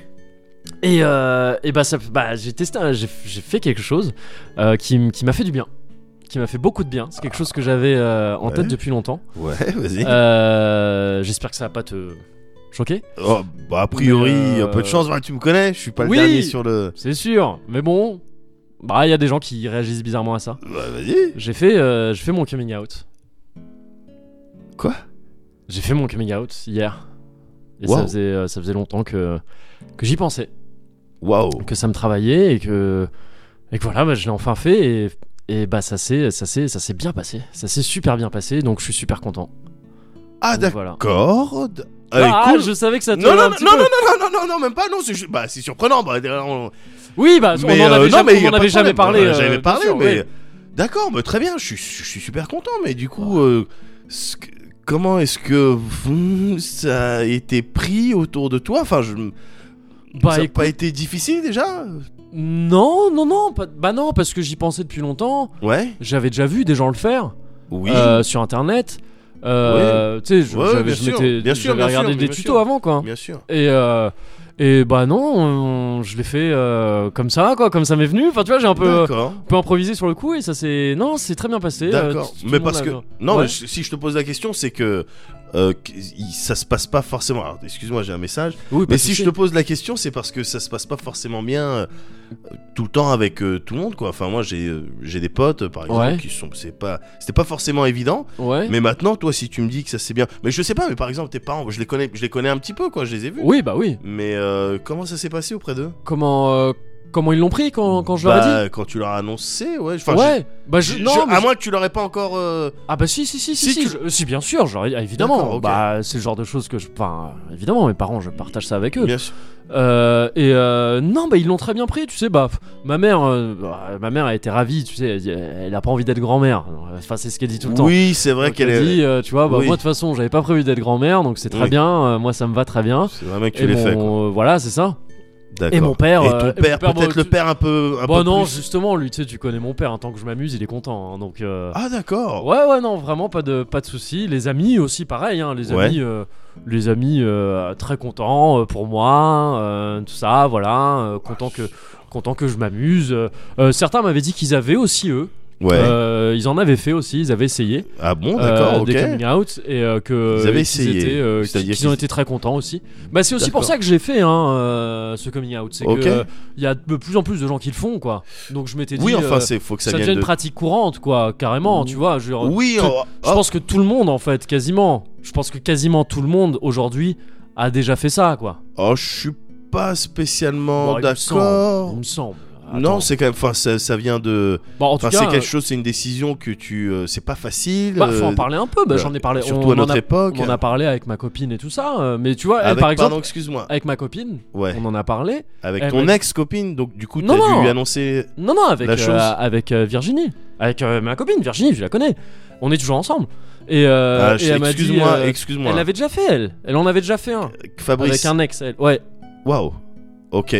A: Et, euh, et bah, ça, bah j'ai testé, un- j'ai j'ai fait quelque chose euh, qui, m- qui m'a fait du bien. Qui m'a fait beaucoup de bien. C'est quelque chose que j'avais euh, en
B: Ouais.
A: tête depuis longtemps.
B: Ouais, (laughs) vas-y.
A: Euh, J'espère que ça va pas te choquer.
B: Oh, bah, a priori,
A: mais, euh,
B: un peu de chance. bah, tu me connais, je suis pas le
A: oui.
B: dernier sur le.
A: C'est sûr. Mais bon, bah, il y a des gens qui réagissent bizarrement à ça.
B: Bah, vas-y.
A: J'ai fait, euh, j'ai fait mon coming out.
B: Quoi
A: J'ai fait mon coming out hier. Et ça,
B: Wow.
A: faisait, euh, ça faisait longtemps que, que j'y pensais.
B: Waouh.
A: que ça me travaillait et que et que voilà bah, je l'ai enfin fait et, et bah ça s'est ça s'est ça s'est bien passé ça s'est super bien passé donc je suis super content
B: Ah,
A: Donc, voilà.
B: d'accord. d-
A: ah,
B: Ah, cool.
A: je savais que ça te
B: Non,
A: un
B: non, non,
A: petit
B: non,
A: peu.
B: non, non, non, non, non, même pas, non, c'est ju- bah, c'est surprenant, bah, derrière, on,
A: oui bah
B: mais,
A: on en avait
B: euh, non,
A: jamais,
B: mais y
A: on
B: a
A: en
B: pas
A: avait
B: de
A: jamais
B: problème.
A: parlé
B: J'en
A: euh,
B: avais
A: bien
B: parlé,
A: sûr,
B: mais
A: ouais.
B: d'accord, mais très bien. Je suis, je suis super content, mais du coup, euh, ce que- comment est-ce que vous- ça a été pris autour de toi Enfin, je,
A: Bah,
B: ça n'a
A: écoute-
B: pas été difficile déjà
A: non non non pas- bah non parce que j'y pensais depuis longtemps
B: Ouais,
A: j'avais déjà vu des gens le faire
B: oui,
A: euh, sur internet euh, tu sais je-
B: Ouais,
A: j'avais
B: bien
A: je
B: sûr,
A: m'étais-
B: bien sûr,
A: j'avais
B: bien sûr,
A: regardé
B: mais
A: des
B: bien
A: tutos
B: sûr.
A: avant quoi
B: bien sûr.
A: Et, euh, et bah non, euh, je l'ai fait euh, comme ça, quoi, comme ça m'est venu. Enfin, tu vois, j'ai un peu, un
B: D'accord.
A: peu improvisé sur le coup et ça c'est. Non, c'est très bien passé. euh,
B: D'accord.
A: tout- tout
B: Mais
A: le monde
B: parce
A: a-
B: que non,
A: Ouais.
B: mais je- si je te pose la question, c'est que euh, qu- il- ça se passe pas forcément. alors, Excuse-moi, j'ai un message.
A: Oui,
B: Mais si je te pose la question, c'est parce que ça se passe pas forcément bien euh, tout le temps avec euh, tout le monde, quoi. Enfin, moi, j'ai euh, j'ai des potes, euh, par exemple,
A: Ouais.
B: qui sont. C'est pas, c'était pas forcément évident.
A: te. Ouais.
B: Mais maintenant, toi, si tu me dis que ça c'est bien, mais je sais pas. Mais par exemple, tes parents, je les connais, je les connais un petit peu, quoi. Je les ai vus.
A: Oui, bah oui.
B: Mais euh, comment ça s'est passé auprès d'eux
A: Comment, euh, comment ils l'ont pris quand, quand je leur ai
B: Bah,
A: dit
B: quand tu leur as annoncé, ouais. Enfin, je-
A: Ouais, bah je.
B: je-
A: non,
B: je-
A: mais
B: à
A: je-
B: moins que tu leur aies pas encore. euh,
A: Ah bah si, si, si, si,
B: Si
A: si,
B: tu-
A: je- si, bien sûr, j'aurais- ah, évidemment.
B: D'accord, ok.
A: Bah, c'est le genre de choses que je. Enfin, évidemment, mes parents, je partage ça avec eux.
B: Bien sûr.
A: Euh, et euh, non, bah ils l'ont très bien pris, tu sais. Bah, pff, ma mère, euh, bah, ma mère a été ravie, tu sais. Elle, dit, euh, elle a pas envie d'être grand-mère. Enfin, c'est ce qu'elle dit tout le temps.
B: Oui, c'est vrai
A: Donc, elle
B: qu'elle est.
A: dit, euh, tu vois, bah,
B: oui.
A: moi de toute façon, j'avais pas prévu d'être grand-mère, donc c'est très
B: Oui.
A: bien. euh, moi, ça me va très bien.
B: C'est vraiment que tu
A: et
B: l'es
A: mon-
B: fait. quoi.
A: euh, voilà, c'est ça.
B: D'accord.
A: et mon père,
B: Et
A: euh, et
B: ton
A: mon père,
B: père, peut-être
A: bon,
B: le
A: tu-
B: père un peu. Un
A: bon
B: peu
A: Bah, non,
B: plus.
A: justement, lui, tu sais, tu connais mon père. hein, Tant que je m'amuse, il est content. hein, donc. euh,
B: Ah d'accord.
A: Ouais, ouais, non, vraiment pas de pas de souci. Les amis aussi, pareil. hein, les
B: Ouais.
A: amis, euh, les amis euh, très contents euh, pour moi, euh, tout ça, voilà, euh, content que content que je m'amuse. Euh, euh, certains m'avaient dit qu'ils avaient aussi eux,
B: Ouais.
A: Euh, ils en avaient fait aussi, ils avaient essayé
B: Ah bon,
A: euh,
B: d'accord,
A: des
B: ok.
A: coming out et euh, que
B: Ils avaient
A: et qu'ils
B: essayé.
A: étaient, euh, qu'ils
B: C'est-à-dire
A: qu'ils ont
B: qu'ils-
A: été très contents aussi. Bah c'est aussi pour
B: D'accord.
A: ça que j'ai fait hein, euh, ce coming out, c'est
B: Ok.
A: que euh, il y a de plus en plus de gens qui le font quoi. Donc je m'étais dit
B: Oui, enfin,
A: euh,
B: c'est faut que ça,
A: ça, devient
B: vienne
A: une
B: de. Mmh.
A: pratique courante, quoi, carrément, tu vois. Je, veux dire,
B: Oui,
A: tout-
B: oh,
A: je pense que tout le monde, en fait, quasiment. Je pense que quasiment tout le monde aujourd'hui a déjà fait ça, quoi.
B: oh, je suis pas spécialement
A: Bon, Bah, il me semble,
B: d'accord.
A: Il me semble. Attends.
B: Non, c'est quand même. Enfin, ça, ça vient de.
A: Bon, en tout
B: Enfin, c'est
A: cas,
B: quelque
A: euh,
B: chose, c'est une décision que tu. euh, c'est pas facile.
A: bah, faut en
B: euh,
A: parler un peu. Bah,
B: euh,
A: J'en ai parlé.
B: Surtout
A: on,
B: à
A: en
B: notre
A: a,
B: époque.
A: on en a parlé avec ma copine et tout ça. euh, mais tu vois, elle,
B: Avec,
A: par exemple, eh,
B: pardon, excuse-moi.
A: avec ma copine,
B: Ouais.
A: on en a parlé.
B: Avec
A: elle
B: ton
A: m'a-
B: ex-copine, donc du coup, t'as
A: Non, non.
B: dû lui annoncer.
A: Non, non, avec,
B: La
A: euh,
B: chose.
A: avec euh, Virginie. Avec euh, ma copine, Virginie, je la connais. On est toujours ensemble. Et, euh,
B: Ah,
A: et
B: je-
A: elle m'a dit.
B: excuse-moi,
A: euh,
B: excuse-moi.
A: elle l'avait déjà fait, elle. Elle en avait déjà fait un. Avec
B: Fabrice.
A: un ex, elle. Ouais.
B: Waouh. Ok.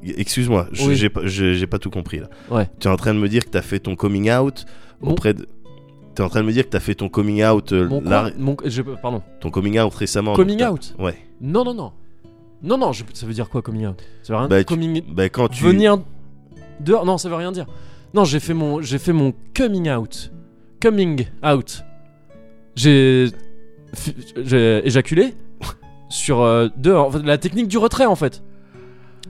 B: Excuse-moi, je-
A: Oui.
B: j'ai pas- j'ai j'ai pas tout compris là.
A: Ouais.
B: Tu es en train de me dire que t'as fait ton coming out
A: Mon-
B: auprès de. T'es en train de me dire que t'as fait ton coming out euh,
A: Mon
B: là-
A: quoi Mon- je- Pardon.
B: ton coming out récemment.
A: Coming
B: donc t'as-
A: out
B: Ouais.
A: Non, non, non. Non, non, je- ça veut dire quoi coming out Ça veut rien
B: Bah, tu-
A: coming
B: Bah quand tu
A: Venir dehors Non, ça veut rien dire. Non, j'ai fait mon, j'ai fait mon coming out. Coming out. J'ai, fi- j'ai éjaculé sur euh, dehors. Enfin, la technique du retrait, en fait.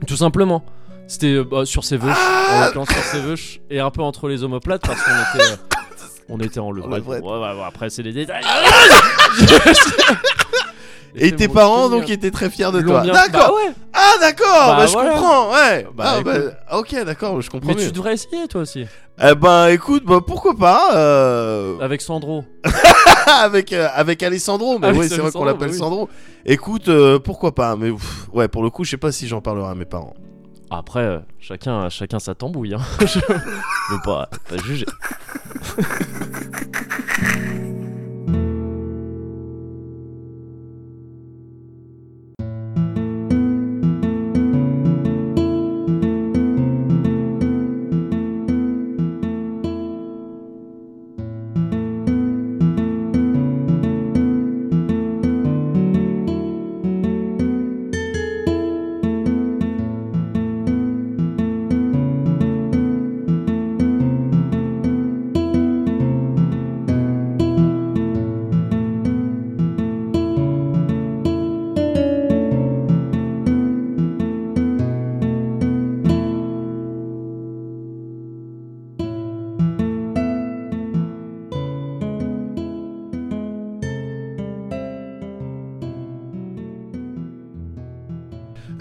A: Tout simplement. C'était euh, bah, sur ses veuches.
B: Ah
A: en l'occurrence, sur ses veuches. Et un peu entre les omoplates parce qu'on
B: (laughs)
A: était. euh, on était en
B: En levrette.
A: levrette. Ouais, ouais, ouais, après, c'est les détails.
B: (laughs) Et tes parents, donc, étaient très fiers de toi.
A: Bah
B: D'accord.
A: ouais,
B: Ah, d'accord.
A: Bah,
B: Bah, je
A: voilà.
B: comprends. Ouais.
A: Bah,
B: Ah,
A: écoute.
B: bah, ok, d'accord. Je comprends
A: mais tu
B: mieux.
A: devrais essayer toi aussi.
B: Eh ben, écoute, bah, pourquoi pas euh,
A: Avec Sandro.
B: Ah, (laughs) avec euh, avec Alessandro, mais
A: Avec
B: oui, c'est vrai
A: Alessandro,
B: qu'on l'appelle
A: bah oui.
B: Sandro. Écoute, euh, pourquoi pas, mais ouf, ouais, pour le coup, je sais pas si j'en parlerai à mes parents.
A: Après, euh, chacun, chacun sa tambouille. Hein. (laughs) je veux pas, pas juger.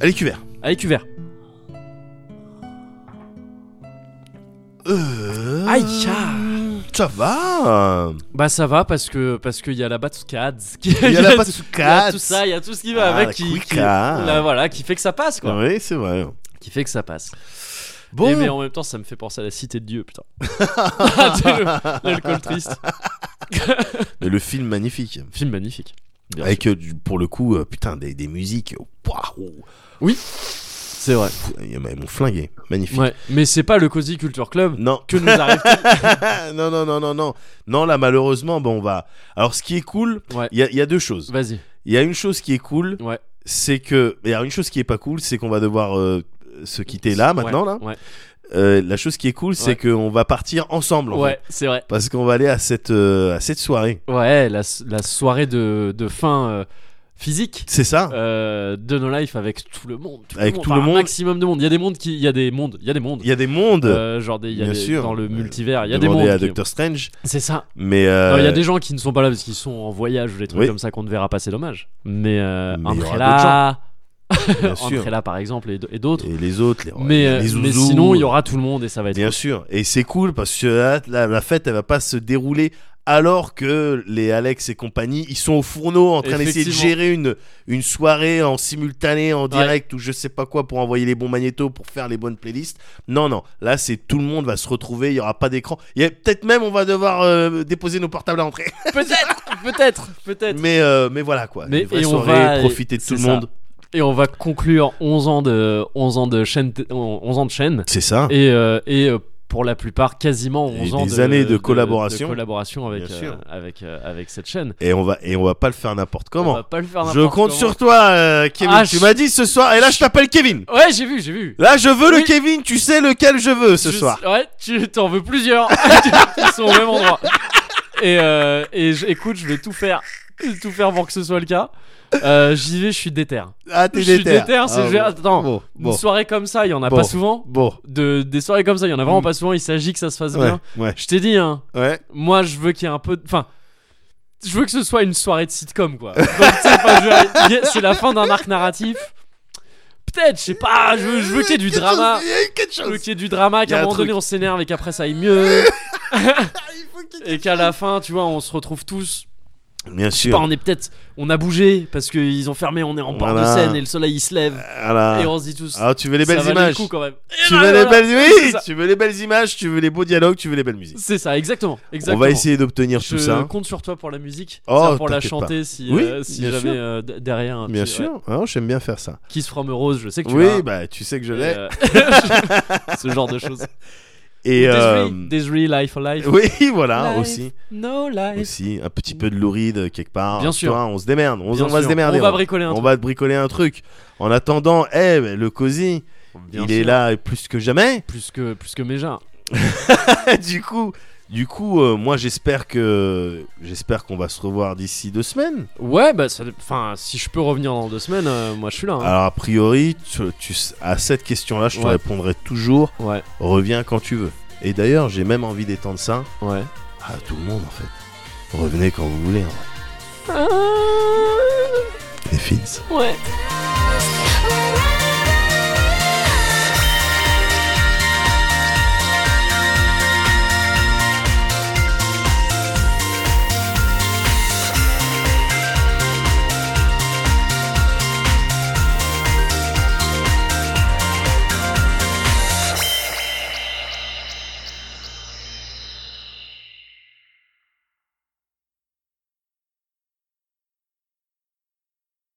B: Allez, cuvert.
A: Allez, cuvert.
B: Euh,
A: Aïe, ah.
B: ça
A: (laughs)
B: va.
A: Bah ça va parce que parce qu'il y a la Batsukads. qui-
B: Il y a la
A: (laughs)
B: pas
A: Il y a tout ça, il y a tout ce qui va
B: Ah, la hein.
A: avec, qui, qui-
B: Quicka.
A: là, voilà, qui fait que ça passe quoi,
B: Oui, c'est vrai.
A: qui fait que ça passe. Et mais
B: Bon,
A: en même temps, ça me fait penser à la Cité de Dieu,
B: (laughs)
A: putain. (laughs) Tu sais, le- L'alcool triste.
B: mais le film magnifique.
A: Film magnifique. Bien
B: Avec euh, du- pour le coup, euh, putain, des, des musiques. euh, Waouh.
A: C'est vrai.
B: Pff, Ils m'ont flingué. Magnifique.
A: Ouais, mais c'est pas le Cozy Culture Club
B: Non, Ah,
A: que nous
B: (laughs)
A: arrive.
B: non, non, non, non, non. Non, là, malheureusement, bon, on va. Alors, ce qui est cool, il
A: Ouais.
B: y, a, il y a deux choses.
A: Vas-y.
B: Il y a une chose qui est cool,
A: Ouais.
B: c'est que. Il y a une chose qui est pas cool, c'est qu'on va devoir euh, se quitter là, maintenant, là.
A: Ouais.
B: Euh, la chose qui est cool, c'est
A: Ouais.
B: qu'on va partir ensemble. en
A: Ouais,
B: fait.
A: c'est vrai.
B: parce qu'on va aller à cette, euh, à cette soirée.
A: Ouais, la, la soirée de, de fin euh, physique.
B: C'est ça
A: euh, de No Life avec tout le monde, tout
B: Avec
A: le monde,
B: tout
A: enfin,
B: le
A: un
B: monde.
A: maximum de monde. Il y a des mondes qui, il y a des mondes, il y a des mondes.
B: Il y a des mondes.
A: Euh, genre des, il y a
B: Bien
A: des-
B: sûr.
A: dans le
B: Euh,
A: multivers, il y a des
B: Demandez
A: mondes.
B: à
A: qui-
B: Doctor Strange.
A: C'est ça.
B: Mais.
A: Non,
B: euh,
A: Il y a des gens qui ne sont pas là parce qu'ils sont en voyage ou des trucs
B: Oui.
A: comme ça qu'on ne verra pas, c'est dommage. Mais, euh,
B: Mais il y aura d'autres
A: Umbrella,
B: Bien sûr.
A: Umbrella par exemple et d- et d'autres.
B: Et les autres, les,
A: Mais, euh,
B: les zouzous.
A: mais sinon, il y aura tout le monde et ça va être.
B: Bien
A: cool.
B: sûr, et c'est cool parce que là, la, la fête elle va pas se dérouler alors que les Alex et compagnie ils sont au fourneau en train d'essayer de
A: Effectivement.
B: gérer une, une soirée en simultané, en direct ou je sais pas quoi pour envoyer les bons magnétos pour faire les bonnes playlists. Non, non, là c'est tout le monde va se retrouver, il y aura pas d'écran. Il y a- Peut-être même on va devoir euh, déposer nos portables à l'entrée.
A: Peut-être, peut-être, peut-être.
B: mais, euh, mais voilà quoi,
A: Mais-
B: une vraie
A: et on
B: soirée,
A: va-
B: profiter de tout
A: c'est
B: le
A: ça.
B: monde.
A: Et on va conclure 11 ans de 11 ans de chaîne, 11 ans de chaîne
B: C'est ça,
A: et euh, et euh, pour la plupart quasiment
B: Et
A: 11 ans
B: des
A: de,
B: années de collaboration.
A: de collaboration avec
B: Bien
A: euh,
B: sûr.
A: avec euh, avec cette chaîne.
B: et on va, et on va pas le faire n'importe
A: On
B: comment.
A: va pas le faire
B: Je
A: n'importe
B: compte
A: comment.
B: sur toi, euh, Kevin.
A: Ah,
B: tu
A: je-
B: m'as dit ce soir, et là je t'appelle Kevin.
A: Ouais, j'ai vu, j'ai vu.
B: Là, je veux
A: Oui.
B: le Kevin, tu sais lequel je veux ce
A: Je-
B: soir.
A: Ouais, tu t'en veux plusieurs. (laughs) Ils sont au même endroit. Et, euh, et je- écoute, je vais tout faire, je vais tout faire pour que ce soit le cas. Euh, J'y vais, je suis déter.
B: Ah,
A: Je
B: t'es
A: suis
B: déter.
A: déter,
B: Ah,
A: c'est
B: bon.
A: je vais- attends.
B: Bon,
A: Une
B: bon,
A: soirée comme ça, il y en a
B: Bon.
A: pas souvent.
B: bon.
A: De, des soirées comme ça, il y en a vraiment
B: Mm.
A: pas souvent. Il s'agit que ça se fasse
B: Ouais,
A: bien.
B: ouais,
A: Je t'ai dit, hein.
B: ouais.
A: Moi, je veux qu'il y ait un peu, de- enfin. Je veux que ce soit une soirée de sitcom, quoi. Donc, tu sais, enfin, je veux- C'est la fin d'un arc narratif. Peut-être, je sais pas. Je veux, je veux qu'il y ait du
B: Quelque
A: drama.
B: chose, Il y a eu quelque
A: Je veux
B: chose.
A: qu'il y ait du drama,
B: Y a
A: qu'à
B: un
A: un moment donné
B: truc.
A: on s'énerve et qu'après ça aille mieux.
B: (laughs) Il
A: (laughs)
B: faut qu'il y ait-
A: et qu'à la fin, tu vois, on se retrouve tous.
B: Bien
A: Je sais pas,
B: sûr.
A: on est peut-être. On a bougé parce qu'ils ont fermé, on est en bord
B: Voilà.
A: de scène et le soleil il se lève.
B: Voilà.
A: Et on se dit tous.
B: Ah, tu veux les
A: ça
B: belles
A: valait
B: images.
A: le coup quand même. Et
B: Tu
A: ben
B: veux les
A: voilà. C'est
B: belles, oui,
A: ça.
B: tu veux les belles images, tu veux les beaux dialogues, tu veux les belles musiques.
A: C'est ça, exactement.
B: On
A: exactement.
B: va essayer d'obtenir
A: Je
B: tout ça.
A: compte sur toi pour la musique,
B: Oh,
A: ça, pour la
B: t'inquiète pas.
A: chanter si,
B: Oui,
A: euh, si
B: bien
A: jamais
B: sûr.
A: euh, d- derrière. un
B: Bien
A: petit- ouais.
B: sûr, hein, j'aime bien faire ça.
A: Kiss from a Rose, je sais que tu l'as.
B: Oui, bah tu sais que je
A: Et,
B: l'ai.
A: euh,
B: (laughs)
A: (laughs) ce genre de choses.
B: Et euh,
A: Desiree, Life for Life.
B: (laughs) oui, voilà
A: Life,
B: aussi.
A: No Life.
B: aussi un petit peu de louride euh, quelque part.
A: Bien
B: Tu
A: sûr.
B: vois, on se démerde, on,
A: Bien
B: on va
A: sûr.
B: se démerder. hein.
A: On va bricoler un
B: on
A: truc.
B: va bricoler un truc. En attendant, eh, ben, le cosy,
A: Bien
B: il
A: sûr.
B: est là plus que jamais. (laughs)
A: Plus que, plus que Méja.
B: du coup, du coup, euh, moi j'espère que j'espère qu'on va se revoir d'ici deux semaines.
A: Ouais, bah, ça dé- enfin, si je peux revenir dans deux semaines, euh, moi je suis là. hein.
B: Alors a priori, tu, tu s- à cette question-là, je te
A: Ouais.
B: répondrai toujours.
A: Ouais,
B: Reviens quand tu veux. Et d'ailleurs, j'ai même envie d'étendre ça
A: ouais.
B: à tout le monde en fait. Revenez quand vous voulez. en vrai.
A: Ah.
F: Fills.
B: Ouais.